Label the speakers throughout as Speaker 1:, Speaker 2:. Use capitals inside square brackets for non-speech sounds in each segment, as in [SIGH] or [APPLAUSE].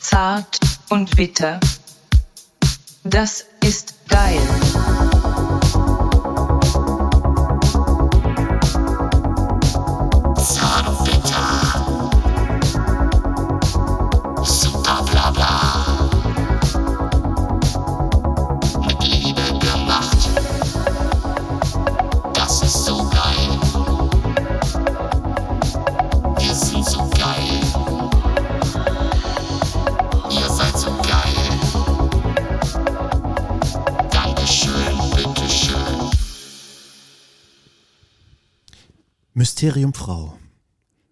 Speaker 1: zart und bitter. Das ist geil.
Speaker 2: Mysterium Frau.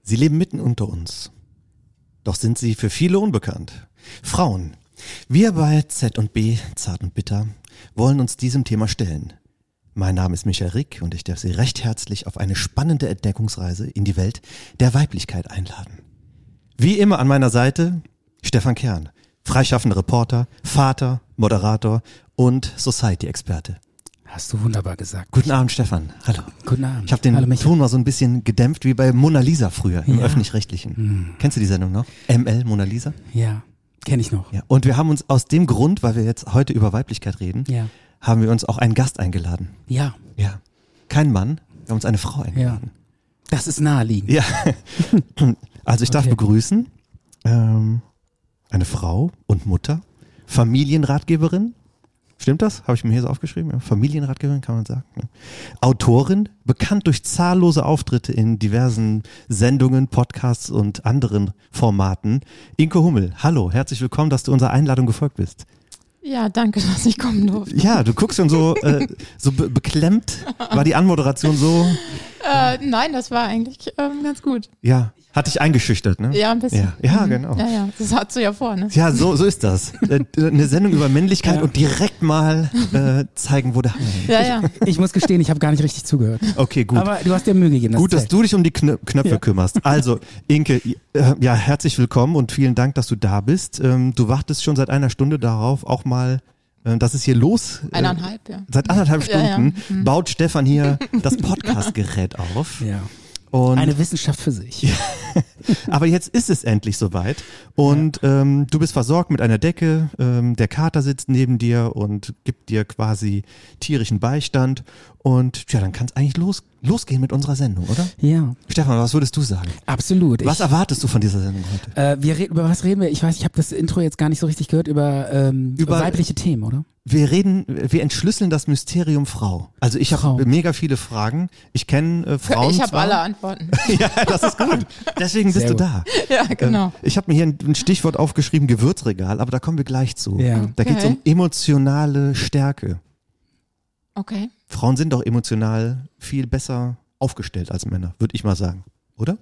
Speaker 2: Sie leben mitten unter uns. Doch sind sie für viele unbekannt. Frauen. Wir bei Z und B, Zart und Bitter, wollen uns diesem Thema stellen. Mein Name ist Michael Rick und ich darf Sie recht herzlich auf eine spannende Entdeckungsreise in die Welt der Weiblichkeit einladen. Wie immer an meiner Seite Stefan Kern, freischaffender Reporter, Vater, Moderator und Society-Experte.
Speaker 3: Hast du wunderbar gesagt.
Speaker 2: Guten Abend, Stefan. Hallo.
Speaker 3: Guten Abend.
Speaker 2: Ich habe den
Speaker 3: Hallo, Michael.
Speaker 2: Ton mal so ein bisschen gedämpft wie bei Mona Lisa früher im
Speaker 3: Ja. Hm.
Speaker 2: öffentlich-rechtlichen. Kennst du die Sendung noch? ML Mona Lisa?
Speaker 3: Ja, kenne ich noch.
Speaker 2: Ja. Und wir haben uns aus dem Grund, weil wir jetzt heute über Weiblichkeit reden,
Speaker 3: Ja.
Speaker 2: haben wir uns auch einen Gast eingeladen.
Speaker 3: Ja,
Speaker 2: Ja. Kein Mann, wir haben uns eine Frau
Speaker 3: ja.
Speaker 2: eingeladen.
Speaker 3: Das ist naheliegend.
Speaker 2: Ja. also ich darf
Speaker 3: Okay.
Speaker 2: begrüßen ähm, eine Frau und Mutter, Familienratgeberin. Stimmt das? Habe ich mir hier so aufgeschrieben. Ja, Familienratgeberin kann man sagen. Ne? Autorin, bekannt durch zahllose Auftritte in diversen Sendungen, Podcasts und anderen Formaten. Inke Hummel, hallo, herzlich willkommen, dass du unserer Einladung gefolgt bist.
Speaker 4: Ja, danke, [LAUGHS] dass ich kommen durfte.
Speaker 2: Ja, du guckst schon so, äh, so be beklemmt. War die Anmoderation so?
Speaker 4: Äh, nein, das war eigentlich ähm, ganz gut.
Speaker 2: Ja, hat dich eingeschüchtert, ne?
Speaker 4: Ja, ein bisschen.
Speaker 2: Ja, ja
Speaker 4: Mhm.
Speaker 2: genau.
Speaker 4: Ja, ja, das hattest du ja vor, ne?
Speaker 2: Ja, so, so ist das. Äh, Eine Sendung über Männlichkeit und direkt mal äh, zeigen, wo der Hammer hängt.
Speaker 4: Ja,
Speaker 2: [LAUGHS]
Speaker 4: ja.
Speaker 3: Ich muss gestehen, ich habe gar nicht richtig zugehört.
Speaker 2: Okay, Oh, gut.
Speaker 3: Aber du hast dir Mühe gegeben. Das
Speaker 2: gut, dass
Speaker 3: zählt.
Speaker 2: du dich um die Knö Knöpfe
Speaker 3: Ja.
Speaker 2: kümmerst. Also, Inke, äh, ja, herzlich willkommen und vielen Dank, dass du da bist. Ähm, du wartest schon seit einer Stunde darauf, auch mal, äh, dass es hier los. Äh,
Speaker 4: Eineinhalb, ja.
Speaker 2: Seit anderthalb
Speaker 4: Ja, ja.
Speaker 2: Stunden baut Stefan hier das Podcast-Gerät auf.
Speaker 3: Mhm. Ja.
Speaker 2: Und
Speaker 3: Eine Wissenschaft für sich. Ja.
Speaker 2: Aber jetzt ist es endlich soweit und ähm, du bist versorgt mit einer Decke, ähm, der Kater sitzt neben dir und gibt dir quasi tierischen Beistand und ja, dann kann es eigentlich los, losgehen mit unserer Sendung, oder? Stefan, was würdest du sagen?
Speaker 3: Absolut. Ich,
Speaker 2: Was erwartest du von dieser Sendung heute?
Speaker 3: äh, wir reden, über was reden wir? Ich weiß, ich habe das Intro jetzt gar nicht so richtig gehört über, ähm,
Speaker 2: Über-
Speaker 3: weibliche Themen, oder?
Speaker 2: Wir reden, wir entschlüsseln das Mysterium Frau. Also ich
Speaker 3: Frau.
Speaker 2: habe mega viele Fragen. [LAUGHS] Ich kenne äh, Frauen.
Speaker 4: Ich habe
Speaker 2: zwar.
Speaker 4: alle Antworten. [LAUGHS]
Speaker 2: ja, das ist [LAUGHS] gut. Deswegen bist
Speaker 3: Sehr
Speaker 2: du
Speaker 3: gut.
Speaker 2: da.
Speaker 4: Ja, genau.
Speaker 2: Ähm, Ich habe mir hier ein, ein Stichwort aufgeschrieben, Gewürzregal, aber da kommen wir gleich zu.
Speaker 3: Ja.
Speaker 2: Da geht es um
Speaker 4: Okay.
Speaker 2: emotionale Stärke.
Speaker 4: Okay.
Speaker 2: Frauen sind doch emotional viel besser aufgestellt als Männer, würde ich mal sagen. Oder?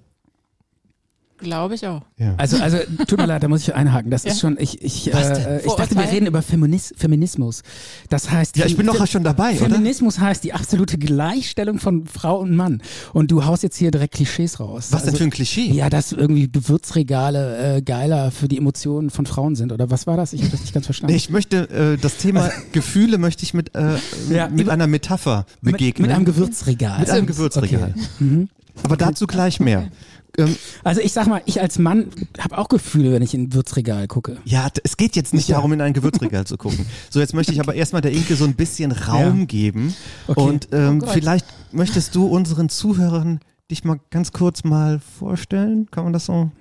Speaker 4: Glaube ich auch.
Speaker 2: Ja.
Speaker 3: Also,
Speaker 2: [LAUGHS]
Speaker 3: also tut mir leid, da muss ich einhaken. Das ist
Speaker 4: Ja.
Speaker 3: schon, ich, ich,
Speaker 2: Was denn?
Speaker 3: äh, ich dachte, wir
Speaker 4: Vorurteil?
Speaker 3: reden über Feminis Feminismus. Das heißt,
Speaker 2: ja, ich bin
Speaker 3: Fem-
Speaker 2: doch schon dabei, oder?
Speaker 3: Feminismus heißt die absolute Gleichstellung von Frau und Mann. Und du haust jetzt hier direkt Klischees raus.
Speaker 2: Was denn
Speaker 3: Also-
Speaker 2: für ein Klischee?
Speaker 3: Ja, dass irgendwie Gewürzregale äh, geiler für die Emotionen von Frauen sind. Oder was war das? Ich habe das nicht ganz verstanden.
Speaker 2: Nee, ich möchte äh, das Thema Gefühle möchte ich mit, äh,
Speaker 3: Also- [LAUGHS] Ja,
Speaker 2: mit
Speaker 3: über-
Speaker 2: einer Metapher
Speaker 3: mit,
Speaker 2: begegnen.
Speaker 3: mit einem Gewürzregal.
Speaker 2: Mit einem Gewürzregal.
Speaker 3: Okay. Mhm.
Speaker 2: Aber dazu gleich mehr. Ähm,
Speaker 3: Also ich sag mal, ich als Mann habe auch Gefühle, wenn ich in ein Gewürzregal gucke.
Speaker 2: Ja, d- es geht jetzt nicht
Speaker 3: Ja.
Speaker 2: darum, in ein Gewürzregal zu gucken. So, jetzt möchte ich aber erstmal der Inke so ein bisschen Raum
Speaker 3: Ja.
Speaker 2: geben.
Speaker 3: Okay.
Speaker 2: Und ähm,
Speaker 4: Oh Gott.
Speaker 2: vielleicht möchtest du unseren Zuhörern dich mal ganz kurz mal vorstellen. Kann man das so?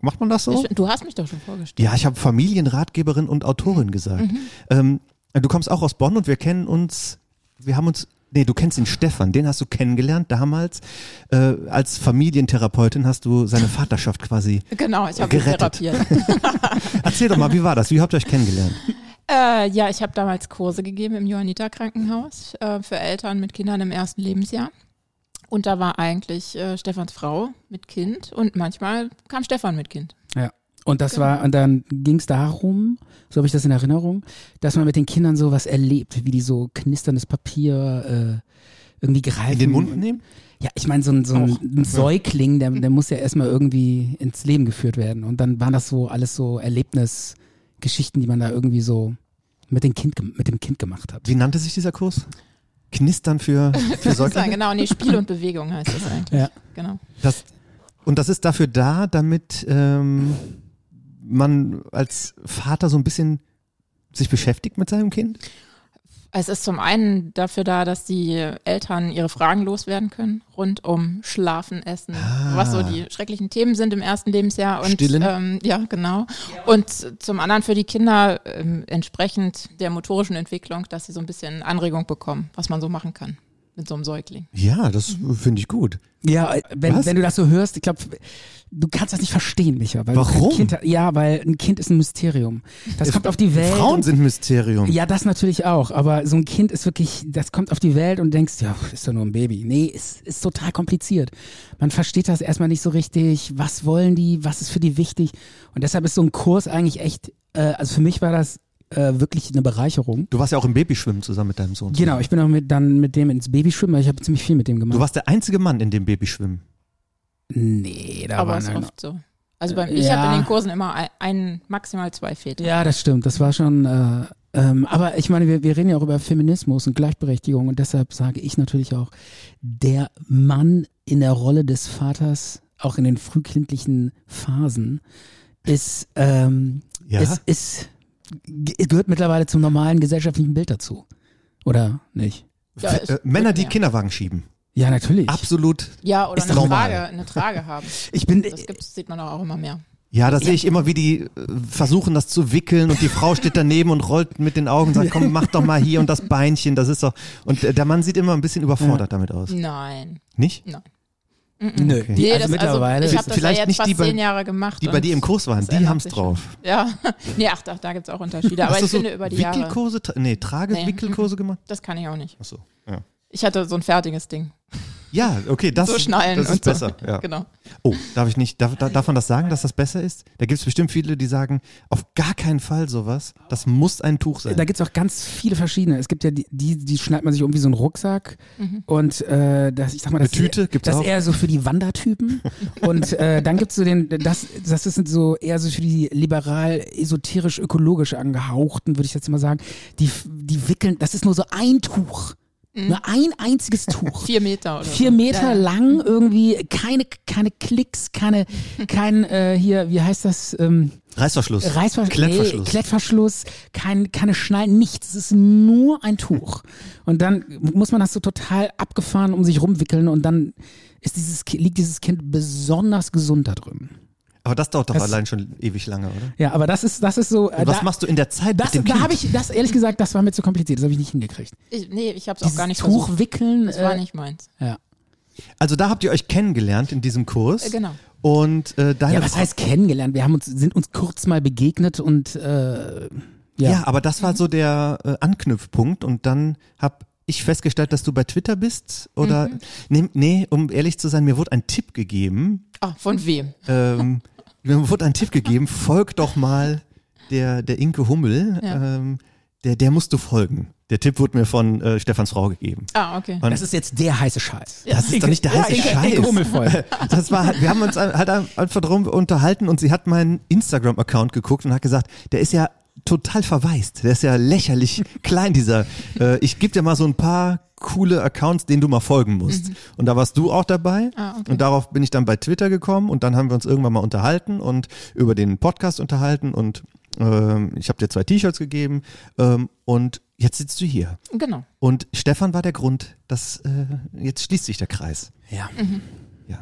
Speaker 2: Macht man das so?
Speaker 4: Ich, du hast mich doch schon vorgestellt.
Speaker 2: ja, ich habe Familienratgeberin und Autorin gesagt. Ähm, du kommst auch aus Bonn und wir kennen uns, wir haben uns, nee, du kennst den Stefan, den hast du kennengelernt damals. Äh, als Familientherapeutin hast du seine Vaterschaft quasi.
Speaker 4: Genau, ich habe ihn
Speaker 2: Gerettet. [LAUGHS]
Speaker 4: therapiert.
Speaker 2: Erzähl doch mal, wie war das? Wie habt ihr euch kennengelernt?
Speaker 4: Äh, ja, ich habe damals Kurse gegeben im Johanniter Krankenhaus äh, für Eltern mit Kindern im ersten Lebensjahr. Und da war eigentlich äh, Stefans Frau mit Kind und manchmal kam Stefan mit Kind.
Speaker 3: Ja. Und das war, und dann ging es darum, so habe ich das in Erinnerung, dass man mit den Kindern so was erlebt, wie die so knisterndes Papier äh, irgendwie greifen.
Speaker 2: In den Mund nehmen?
Speaker 3: Ja, ich meine, so ein, so ein, ein Säugling, der, der muss ja erstmal irgendwie ins Leben geführt werden. Und dann waren das so alles so Erlebnisgeschichten, die man da irgendwie so mit dem Kind, gem- mit dem kind gemacht hat.
Speaker 2: Wie nannte sich dieser Kurs? Knistern für, für
Speaker 3: [LAUGHS]
Speaker 4: Sagen,
Speaker 2: Säuglinge?
Speaker 4: genau, nee,
Speaker 2: [LAUGHS]
Speaker 4: Spiel und Bewegung heißt das eigentlich.
Speaker 3: Ja.
Speaker 4: Genau.
Speaker 2: Das, und das ist dafür da, damit ähm, man als Vater so ein bisschen sich beschäftigt mit seinem Kind?
Speaker 4: Es ist zum einen dafür da, dass die Eltern ihre Fragen loswerden können, rund um Schlafen, Essen,
Speaker 2: Ah.
Speaker 4: was so die schrecklichen Themen sind im ersten Lebensjahr. Und,
Speaker 2: Stillen.
Speaker 4: Ähm, ja, genau. Und zum anderen für die Kinder ähm, entsprechend der motorischen Entwicklung, dass sie so ein bisschen Anregung bekommen, was man so machen kann mit so einem Säugling.
Speaker 2: Ja, das finde ich gut.
Speaker 3: Ja, wenn,
Speaker 2: Was?
Speaker 3: wenn du das so hörst, ich glaube, du kannst das nicht verstehen, Micha. Weil du kein
Speaker 2: Warum?
Speaker 3: Kind, hast- ja, weil ein Kind ist ein Mysterium. Das kommt auf die Welt.
Speaker 2: Frauen
Speaker 3: und-
Speaker 2: sind Mysterium.
Speaker 4: Hm.
Speaker 3: Ja, das natürlich auch. Aber so ein Kind ist wirklich, das kommt auf die Welt und denkst, ja, ist doch nur ein Baby. Nee, ist, ist total kompliziert. Man versteht das erstmal nicht so richtig. Was wollen die? Was ist für die wichtig? Und deshalb ist so ein Kurs eigentlich echt, äh, also für mich war das äh, wirklich eine Bereicherung.
Speaker 2: Du warst ja auch im Babyschwimmen zusammen mit deinem Sohn.
Speaker 3: Genau, ich bin auch mit, dann mit dem ins Babyschwimmen, weil ich habe ziemlich viel mit dem gemacht.
Speaker 2: Du warst der einzige Mann in dem Babyschwimmen.
Speaker 3: nee, da
Speaker 4: Aber
Speaker 3: war
Speaker 4: es ist
Speaker 3: noch.
Speaker 4: oft so. Also beim, ich
Speaker 3: Ja.
Speaker 4: habe in den Kursen immer ein, ein maximal zwei Väter.
Speaker 3: Ja, das stimmt. Das war schon. Äh, ähm, aber ich meine, wir, wir reden ja auch über Feminismus und Gleichberechtigung und deshalb sage ich natürlich auch, der Mann in der Rolle des Vaters, auch in den frühkindlichen Phasen, ist, ähm,
Speaker 2: Ja?
Speaker 3: ist, ist ge- gehört mittlerweile zum normalen gesellschaftlichen Bild dazu. Oder nicht?
Speaker 4: Ja,
Speaker 2: F-
Speaker 4: es
Speaker 2: äh,
Speaker 4: wird
Speaker 2: Männer, die
Speaker 4: mehr.
Speaker 2: Kinderwagen schieben.
Speaker 3: Ja, natürlich.
Speaker 2: Absolut.
Speaker 4: Ja, oder
Speaker 2: Ist
Speaker 4: eine
Speaker 2: normal.
Speaker 4: Trage, eine Trage haben.
Speaker 3: Ich bin,
Speaker 4: Das gibt's, sieht man auch immer mehr.
Speaker 2: Ja, da sehe ich immer, wie die äh, versuchen, das zu wickeln und die Frau steht daneben und rollt mit den Augen und sagt, komm, mach doch mal hier und das Beinchen, das ist doch. Und äh, der Mann sieht immer ein bisschen überfordert damit aus.
Speaker 4: Nein.
Speaker 2: Nicht?
Speaker 3: nö.
Speaker 2: Okay.
Speaker 3: Die,
Speaker 4: Nee,
Speaker 3: also
Speaker 4: das,
Speaker 3: mittlerweile.
Speaker 4: also, ich habe das ja
Speaker 2: Vielleicht
Speaker 4: jetzt
Speaker 2: nicht
Speaker 4: fast
Speaker 2: die bei-
Speaker 4: zehn Jahre gemacht.
Speaker 2: Die bei
Speaker 4: und-
Speaker 2: dir im Kurs waren,
Speaker 4: das
Speaker 2: die
Speaker 4: ändert
Speaker 2: haben's
Speaker 4: sich
Speaker 2: drauf.
Speaker 4: Ja, [LAUGHS] nee, ach, da, da gibt's auch Unterschiede. Aber
Speaker 2: Hast
Speaker 4: ich
Speaker 2: du so
Speaker 4: finde über die Jahre,
Speaker 2: Wickelkurse, tra nee, Tragewickelkurse gemacht?
Speaker 4: das kann ich auch nicht.
Speaker 2: Ach so. Ja.
Speaker 4: Ich hatte so ein fertiges Ding.
Speaker 2: Ja, okay, das,
Speaker 4: so schnallen
Speaker 2: das ist
Speaker 4: und so.
Speaker 2: besser. Ja.
Speaker 4: Genau.
Speaker 2: Oh, darf ich nicht, darf, da- darf man das sagen, dass das besser ist? Da gibt es bestimmt viele, die sagen, auf gar keinen Fall sowas. Das muss ein Tuch sein.
Speaker 3: Äh, Da gibt's auch ganz viele verschiedene. Es gibt ja die, die, die schneidet man sich um wie so einen Rucksack
Speaker 4: Mhm.
Speaker 3: und äh, das, ich sag mal, das,
Speaker 2: Eine Tüte gibt's
Speaker 3: das
Speaker 2: auch.
Speaker 3: ist eher so für die
Speaker 4: [LAUGHS]
Speaker 3: Wandertypen. und äh, dann gibt's so den, das, das ist so eher so für die liberal, esoterisch, ökologisch angehauchten, würde ich jetzt mal sagen. Die, die wickeln, das ist nur so ein Tuch. Nur ein
Speaker 4: [LAUGHS]
Speaker 3: einziges Tuch.
Speaker 4: Mhm. Vier Meter oder
Speaker 3: Vier
Speaker 4: so.
Speaker 3: Meter
Speaker 4: Ja, ja.
Speaker 3: lang irgendwie, keine, keine Klicks, keine, kein, äh, hier, wie heißt das, ähm,
Speaker 2: Reißverschluss.
Speaker 3: Reißverschluss,
Speaker 2: Klettverschluss.
Speaker 3: Nee, Klettverschluss kein, keine Schneiden, nichts. Es ist nur ein Tuch. Und dann muss man das so total abgefahren um sich rumwickeln und dann ist dieses, Ki- liegt dieses Kind besonders gesund da drin.
Speaker 2: Aber das dauert doch
Speaker 3: Das-
Speaker 2: allein schon ewig lange, oder?
Speaker 3: Ja, aber das ist, das ist so. Äh,
Speaker 2: Und was
Speaker 3: da,
Speaker 2: machst du in der Zeit mit
Speaker 3: das,
Speaker 2: dem
Speaker 3: da
Speaker 2: Kind?
Speaker 3: habe ich, das ehrlich gesagt, das war mir zu kompliziert. Das habe ich nicht hingekriegt.
Speaker 4: Ich, nee, ich habe es auch
Speaker 3: Dieses
Speaker 4: gar nicht
Speaker 3: Tuch
Speaker 4: versucht.
Speaker 3: wickeln.
Speaker 4: Das war
Speaker 3: äh,
Speaker 4: nicht meins.
Speaker 3: Ja.
Speaker 2: also da habt ihr euch kennengelernt in diesem Kurs.
Speaker 4: Äh, genau.
Speaker 2: Und äh, deine
Speaker 3: ja, was
Speaker 2: Frau-
Speaker 3: heißt kennengelernt? Wir haben uns, sind uns kurz mal begegnet und äh,
Speaker 2: ja.
Speaker 3: ja. Mhm.
Speaker 2: aber das war so der äh, Anknüpfpunkt. Und dann hab ich festgestellt, dass du bei Twitter bist. Oder
Speaker 3: Mhm.
Speaker 2: nee, nee, um ehrlich zu sein, mir wurde ein Tipp gegeben.
Speaker 4: Ah, von wem?
Speaker 3: [LAUGHS]
Speaker 2: Ähm, mir wurde ein Tipp gegeben, folg doch mal der, der Inke Hummel.
Speaker 4: Ja.
Speaker 2: Ähm, der, der musst du folgen. Der Tipp wurde mir von äh, Stefans Frau gegeben.
Speaker 4: Ah, okay.
Speaker 2: Und-
Speaker 3: das ist jetzt der heiße Scheiß.
Speaker 2: Das ist doch nicht der heiße
Speaker 3: Inke-
Speaker 2: Scheiß.
Speaker 3: Inke Hummelvoll.
Speaker 2: [LAUGHS] Das war, wir haben uns halt einfach drum unterhalten und sie hat meinen Instagram-Account geguckt und hat gesagt, der ist ja total verwaist. Der ist ja lächerlich
Speaker 4: [LAUGHS]
Speaker 2: klein, dieser. Äh, ich gebe dir mal so ein paar coole Accounts, denen du mal folgen musst. Und da warst du auch dabei.
Speaker 4: Mhm. Ah, okay.
Speaker 2: Und darauf bin ich dann bei Twitter gekommen und dann haben wir uns irgendwann mal unterhalten und über den Podcast unterhalten und ähm, ich habe dir zwei T-Shirts gegeben ähm, und jetzt sitzt du hier.
Speaker 4: Genau.
Speaker 2: Und Stefan war der Grund, dass äh, jetzt schließt sich der Kreis.
Speaker 3: Ja.
Speaker 2: Ja.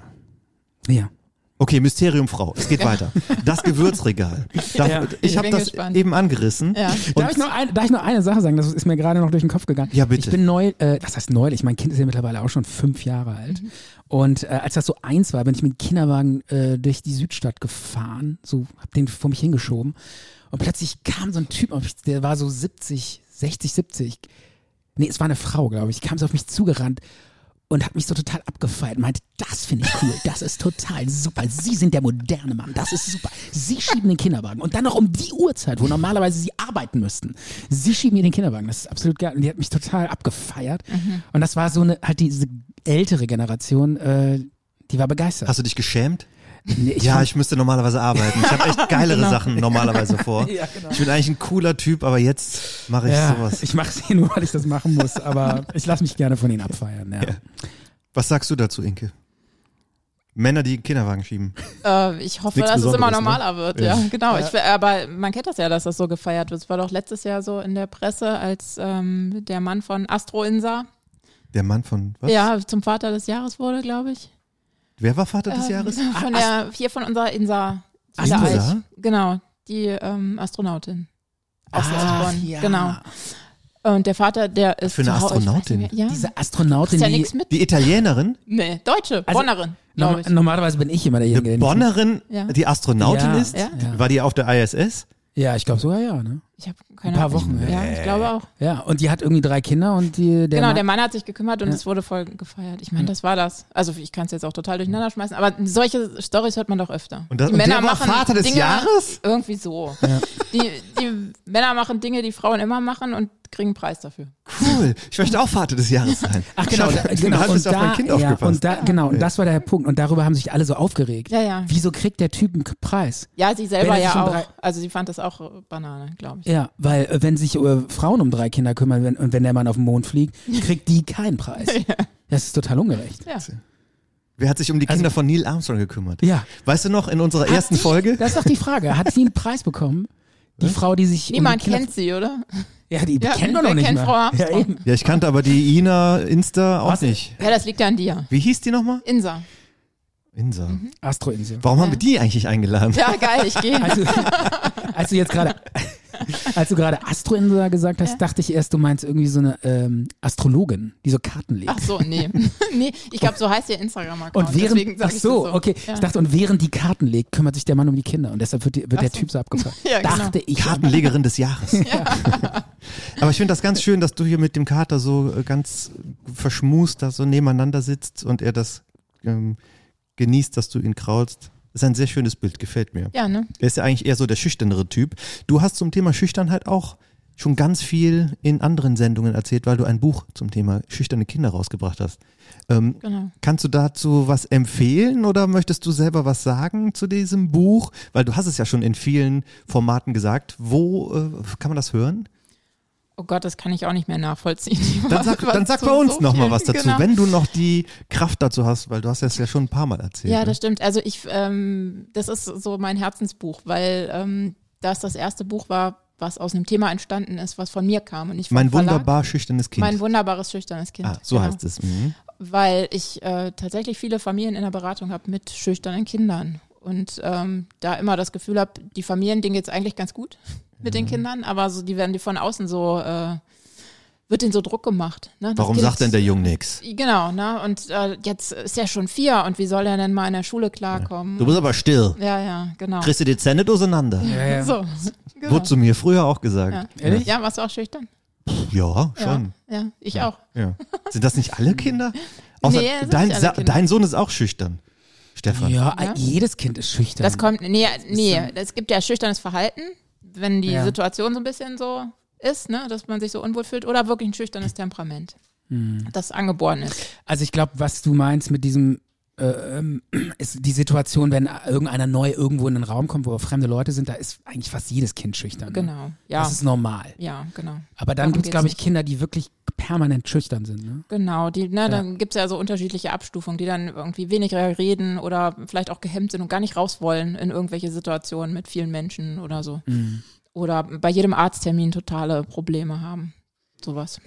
Speaker 3: Ja.
Speaker 2: Okay, Mysterium Frau. Es geht weiter. Das
Speaker 4: [LAUGHS]
Speaker 2: Gewürzregal. Da,
Speaker 3: Ja.
Speaker 2: Ich
Speaker 4: Ich
Speaker 2: habe
Speaker 4: bin
Speaker 2: das
Speaker 4: gespannt.
Speaker 2: eben angerissen.
Speaker 4: Ja.
Speaker 2: Und
Speaker 3: [LAUGHS] Darf ich, noch ein, darf ich noch eine Sache sagen? Das ist mir gerade noch durch den Kopf gegangen.
Speaker 2: Ja, bitte.
Speaker 3: Ich bin neu, äh, was heißt neulich? Mein Kind ist ja mittlerweile auch schon fünf Jahre alt. Und äh, als das so eins war, bin ich mit dem Kinderwagen äh, durch die Südstadt gefahren. So, hab den vor mich hingeschoben. Und plötzlich kam so ein Typ auf mich, der war so 70, 60, 70. Nee, es war eine Frau, glaube ich. Kam so auf mich zugerannt und hat mich so total abgefeiert. Meint, das finde ich cool, das ist total super. Sie sind der moderne Mann, das ist super. Sie schieben den Kinderwagen und dann noch um die Uhrzeit, wo normalerweise Sie arbeiten müssten. Sie schieben mir den Kinderwagen, das ist absolut geil. Und die hat mich total abgefeiert. Und das war so eine, halt diese ältere Generation, äh, die war begeistert.
Speaker 2: hast du dich geschämt?
Speaker 3: Nee, ich
Speaker 2: ja,
Speaker 3: fand-
Speaker 2: ich müsste normalerweise arbeiten. Ich habe
Speaker 4: [LAUGHS]
Speaker 2: echt geilere
Speaker 4: Genau.
Speaker 2: Sachen normalerweise vor.
Speaker 3: Ja, genau.
Speaker 2: Ich bin eigentlich ein cooler Typ, aber jetzt mache ich
Speaker 3: ja,
Speaker 2: sowas.
Speaker 3: ich mache es eh nur, weil ich das machen
Speaker 2: [LAUGHS]
Speaker 3: muss, aber ich lasse mich gerne von ihnen abfeiern. Ja.
Speaker 2: Was sagst du dazu, Inke? Männer, die Kinderwagen schieben.
Speaker 4: Äh, ich hoffe,
Speaker 2: Nichts
Speaker 4: dass es immer
Speaker 2: Besonderes, ne?
Speaker 4: normaler wird.
Speaker 2: Ja.
Speaker 4: Ja, genau. Ich, aber man kennt das ja, dass das so gefeiert wird. Es war doch letztes Jahr so in der Presse, als ähm, der Mann von Astro Insa
Speaker 2: Der Mann von was?
Speaker 4: ja, zum Vater des Jahres wurde, glaube ich.
Speaker 2: Wer war Vater des
Speaker 4: Ähm,
Speaker 2: Jahres?
Speaker 4: [LAUGHS]
Speaker 2: Ah,
Speaker 4: Von der, hier von unserer Insa.
Speaker 2: Insa?
Speaker 4: Alch. Genau, die ähm, Astronautin. Aus
Speaker 2: Ah,
Speaker 3: Ach,
Speaker 4: Lissabon.
Speaker 3: ja.
Speaker 4: Genau. Und der Vater, der ist.
Speaker 2: für eine
Speaker 4: zu Hau- ich weiß
Speaker 2: Astronautin?
Speaker 4: nicht mehr. Ja,
Speaker 3: Diese
Speaker 4: kriegst
Speaker 3: Astronautin,
Speaker 4: ja
Speaker 3: die
Speaker 4: nichts mit.
Speaker 2: Die Italienerin,
Speaker 4: Nee, Deutsche,
Speaker 3: Also,
Speaker 4: Bonnerin,
Speaker 3: norm
Speaker 4: glaube ich.
Speaker 3: normalerweise bin ich immer derjenige,
Speaker 2: eine
Speaker 3: der
Speaker 2: Bonnerin,
Speaker 4: Ja.
Speaker 2: die Astronautin
Speaker 3: Ja,
Speaker 2: ist.
Speaker 4: ja.
Speaker 2: War die auf der ISS?
Speaker 3: Ja, ich glaube sogar ja, ne?
Speaker 4: Ich habe keine
Speaker 3: Ein paar
Speaker 4: Ahnung.
Speaker 3: Wochen,
Speaker 4: Ja, ich
Speaker 2: Äh,
Speaker 4: glaube auch.
Speaker 3: Ja, und die hat irgendwie drei Kinder und die der
Speaker 4: genau,
Speaker 3: Ma-
Speaker 4: der Mann hat sich gekümmert und
Speaker 3: Ja.
Speaker 4: es wurde voll gefeiert.
Speaker 2: Hm.
Speaker 4: Ich meine, das war das. Also ich kann es jetzt auch total durcheinander schmeißen, aber solche Storys hört man doch öfter.
Speaker 2: Und das- und der war Vater des Jahres?
Speaker 4: Irgendwie so. Die, die Männer machen Dinge, die Frauen immer machen und kriegen einen Preis dafür.
Speaker 2: Cool. Ich möchte auch Vater des Jahres sein.
Speaker 3: Ach
Speaker 2: [LAUGHS]
Speaker 3: genau,
Speaker 2: Ich
Speaker 3: da,
Speaker 2: hab-
Speaker 3: genau.
Speaker 2: Du hast
Speaker 3: Und,
Speaker 2: jetzt auf mein
Speaker 3: da,
Speaker 2: Kind
Speaker 3: ja,
Speaker 2: aufgepasst.
Speaker 3: und da, genau, und das war der Punkt. Und darüber haben sich alle so aufgeregt.
Speaker 4: Ja, ja.
Speaker 3: Wieso kriegt der Typ einen Preis?
Speaker 4: Ja, sie
Speaker 3: Wenn
Speaker 4: selber
Speaker 3: er sich
Speaker 4: ja
Speaker 3: um
Speaker 4: auch.
Speaker 3: drei-
Speaker 4: Also sie fand das auch äh, Banane, glaube ich.
Speaker 3: Ja, weil äh, wenn sich äh, Frauen um drei Kinder kümmern wenn, und wenn der Mann auf den Mond
Speaker 4: [LAUGHS]
Speaker 3: fliegt, kriegt die keinen Preis. Das ist total ungerecht.
Speaker 4: Ja.
Speaker 2: Wer hat sich um die Kinder von Neil Armstrong gekümmert?
Speaker 3: Also Ja.
Speaker 2: Weißt du noch, in unserer
Speaker 3: Hat
Speaker 2: ersten
Speaker 3: die,
Speaker 2: Folge?
Speaker 3: Das ist doch die Frage. Hat sie einen Preis bekommen? Die Frau, die sich. um die
Speaker 4: Niemand
Speaker 3: Kinder-
Speaker 4: kennt sie, oder?
Speaker 3: Ja, die
Speaker 4: Ja,
Speaker 3: kennen wir
Speaker 4: wer
Speaker 3: noch nicht.
Speaker 4: kennt
Speaker 3: mal.
Speaker 4: Frau Armstrong?
Speaker 3: Ja, eben.
Speaker 2: Ja, ich kannte aber die Ina Insta auch
Speaker 3: Was?
Speaker 2: nicht.
Speaker 4: Ja, das liegt ja an dir.
Speaker 2: Wie hieß die nochmal?
Speaker 4: Insa.
Speaker 2: Insa.
Speaker 3: Mhm. Astroinsel.
Speaker 2: Warum haben wir die eigentlich nicht eingeladen?
Speaker 4: Ja, geil, ich gehe.
Speaker 3: Als du, als du jetzt gerade. Als du gerade Astroinsel gesagt hast, dachte ich erst, du meinst irgendwie so eine ähm, Astrologin, die so Karten legt.
Speaker 4: Ach so,
Speaker 2: [LAUGHS]
Speaker 4: nee. nee, ich glaube, so heißt ihr Instagram-Account.
Speaker 3: Und während,
Speaker 4: deswegen sag
Speaker 3: ach
Speaker 4: ich das
Speaker 3: so,
Speaker 4: so.
Speaker 3: okay.
Speaker 4: Ja.
Speaker 3: Ich dachte, und während die Karten legt, kümmert sich der Mann um die Kinder. Und deshalb wird, die, wird der
Speaker 4: Ach so.
Speaker 3: Typ so abgefragt.
Speaker 4: [LAUGHS] Ja, genau.
Speaker 3: dachte ich.
Speaker 2: Kartenlegerin des
Speaker 3: [LAUGHS]
Speaker 2: Jahres. [LAUGHS] Aber ich finde das ganz schön, dass du hier mit dem Kater so äh, ganz verschmust da so nebeneinander sitzt und er das ähm, genießt, dass du ihn kraulst. Ist ein sehr schönes Bild, gefällt mir.
Speaker 4: Ja, ne?
Speaker 2: Er ist ja eigentlich eher so der schüchternere Typ. Du hast zum Thema Schüchternheit auch schon ganz viel in anderen Sendungen erzählt, weil du ein Buch zum Thema schüchterne Kinder rausgebracht hast. Ähm,
Speaker 4: Genau.
Speaker 2: Kannst du dazu was empfehlen oder möchtest du selber was sagen zu diesem Buch? Weil du hast es ja schon in vielen Formaten gesagt. Wo äh, kann man das hören?
Speaker 4: Oh Gott, das kann ich auch nicht mehr nachvollziehen. [LAUGHS]
Speaker 2: Dann sag,
Speaker 4: Was
Speaker 2: dann sag
Speaker 4: zu
Speaker 2: bei uns
Speaker 4: so
Speaker 2: nochmal
Speaker 4: vielen-
Speaker 2: was dazu,
Speaker 4: Genau.
Speaker 2: wenn du noch die Kraft dazu hast, weil du hast das ja schon ein paar Mal erzählt.
Speaker 4: Ja,
Speaker 2: ne?
Speaker 4: das stimmt. Also ich, ähm, das ist so mein Herzensbuch, weil ähm, das das erste Buch war, was aus einem Thema entstanden ist, was von mir kam und nicht vom
Speaker 2: mein
Speaker 4: Verlag.
Speaker 2: wunderbar schüchternes Kind.
Speaker 4: Mein wunderbares schüchternes Kind.
Speaker 2: ah, so
Speaker 4: genau.
Speaker 2: heißt es. Mhm.
Speaker 4: Weil ich äh, tatsächlich viele Familien in der Beratung habe mit schüchternen Kindern und ähm, da immer das Gefühl habe, die Familien, denen geht's eigentlich ganz gut [LAUGHS] mit
Speaker 2: Mhm.
Speaker 4: den Kindern, aber so die werden die von außen so äh, wird denen so Druck gemacht. Ne? Das
Speaker 2: Warum
Speaker 4: Kind-
Speaker 2: sagt denn der Jung nichts?
Speaker 4: Genau, ne? Und äh, jetzt ist er schon vier und wie soll er denn mal in der Schule klarkommen?
Speaker 2: Du bist aber still.
Speaker 4: Ja, ja, genau.
Speaker 2: Kriegst du die Zähne durcheinander?
Speaker 3: Ja, ja.
Speaker 4: So, genau.
Speaker 2: Wurde zu mir früher auch
Speaker 4: ja.
Speaker 2: gesagt.
Speaker 3: Ehrlich?
Speaker 4: ja, warst du auch schüchtern?
Speaker 2: Ja, schon.
Speaker 4: Ja, ja ich auch.
Speaker 2: Ja. Sind das nicht alle Kinder? Außer
Speaker 4: Nee, das sind
Speaker 2: dein,
Speaker 4: nicht alle
Speaker 2: Sa-
Speaker 4: Kinder.
Speaker 2: dein Sohn ist auch schüchtern, Stefan.
Speaker 3: Ja,
Speaker 4: Ja.
Speaker 3: jedes Kind ist schüchtern.
Speaker 4: Das kommt, nee, nee,
Speaker 3: dann-
Speaker 4: es gibt ja schüchternes Verhalten, wenn die
Speaker 3: Ja.
Speaker 4: Situation so ein bisschen so ist, ne, dass man sich so unwohl fühlt oder wirklich ein schüchternes Temperament,
Speaker 3: Hm.
Speaker 4: das angeboren ist.
Speaker 3: Also ich glaube, was du meinst mit diesem äh, ähm, ist die Situation, wenn irgendeiner neu irgendwo in den Raum kommt, wo fremde Leute sind, da ist eigentlich fast jedes Kind schüchtern. ne?
Speaker 4: Genau, ja.
Speaker 3: Das ist normal.
Speaker 4: Ja, genau.
Speaker 3: Aber dann
Speaker 4: Darum
Speaker 3: gibt es,
Speaker 4: geht's
Speaker 3: glaube ich,
Speaker 4: nicht.
Speaker 3: Kinder, die wirklich permanent schüchtern sind. Ne?
Speaker 4: Genau, die, ne, dann gibt's ja so unterschiedliche Abstufungen, die dann irgendwie weniger reden oder vielleicht auch gehemmt sind und gar nicht raus wollen in irgendwelche Situationen mit vielen Menschen oder so.
Speaker 3: Hm.
Speaker 4: Oder bei jedem Arzttermin totale Probleme haben. Sowas.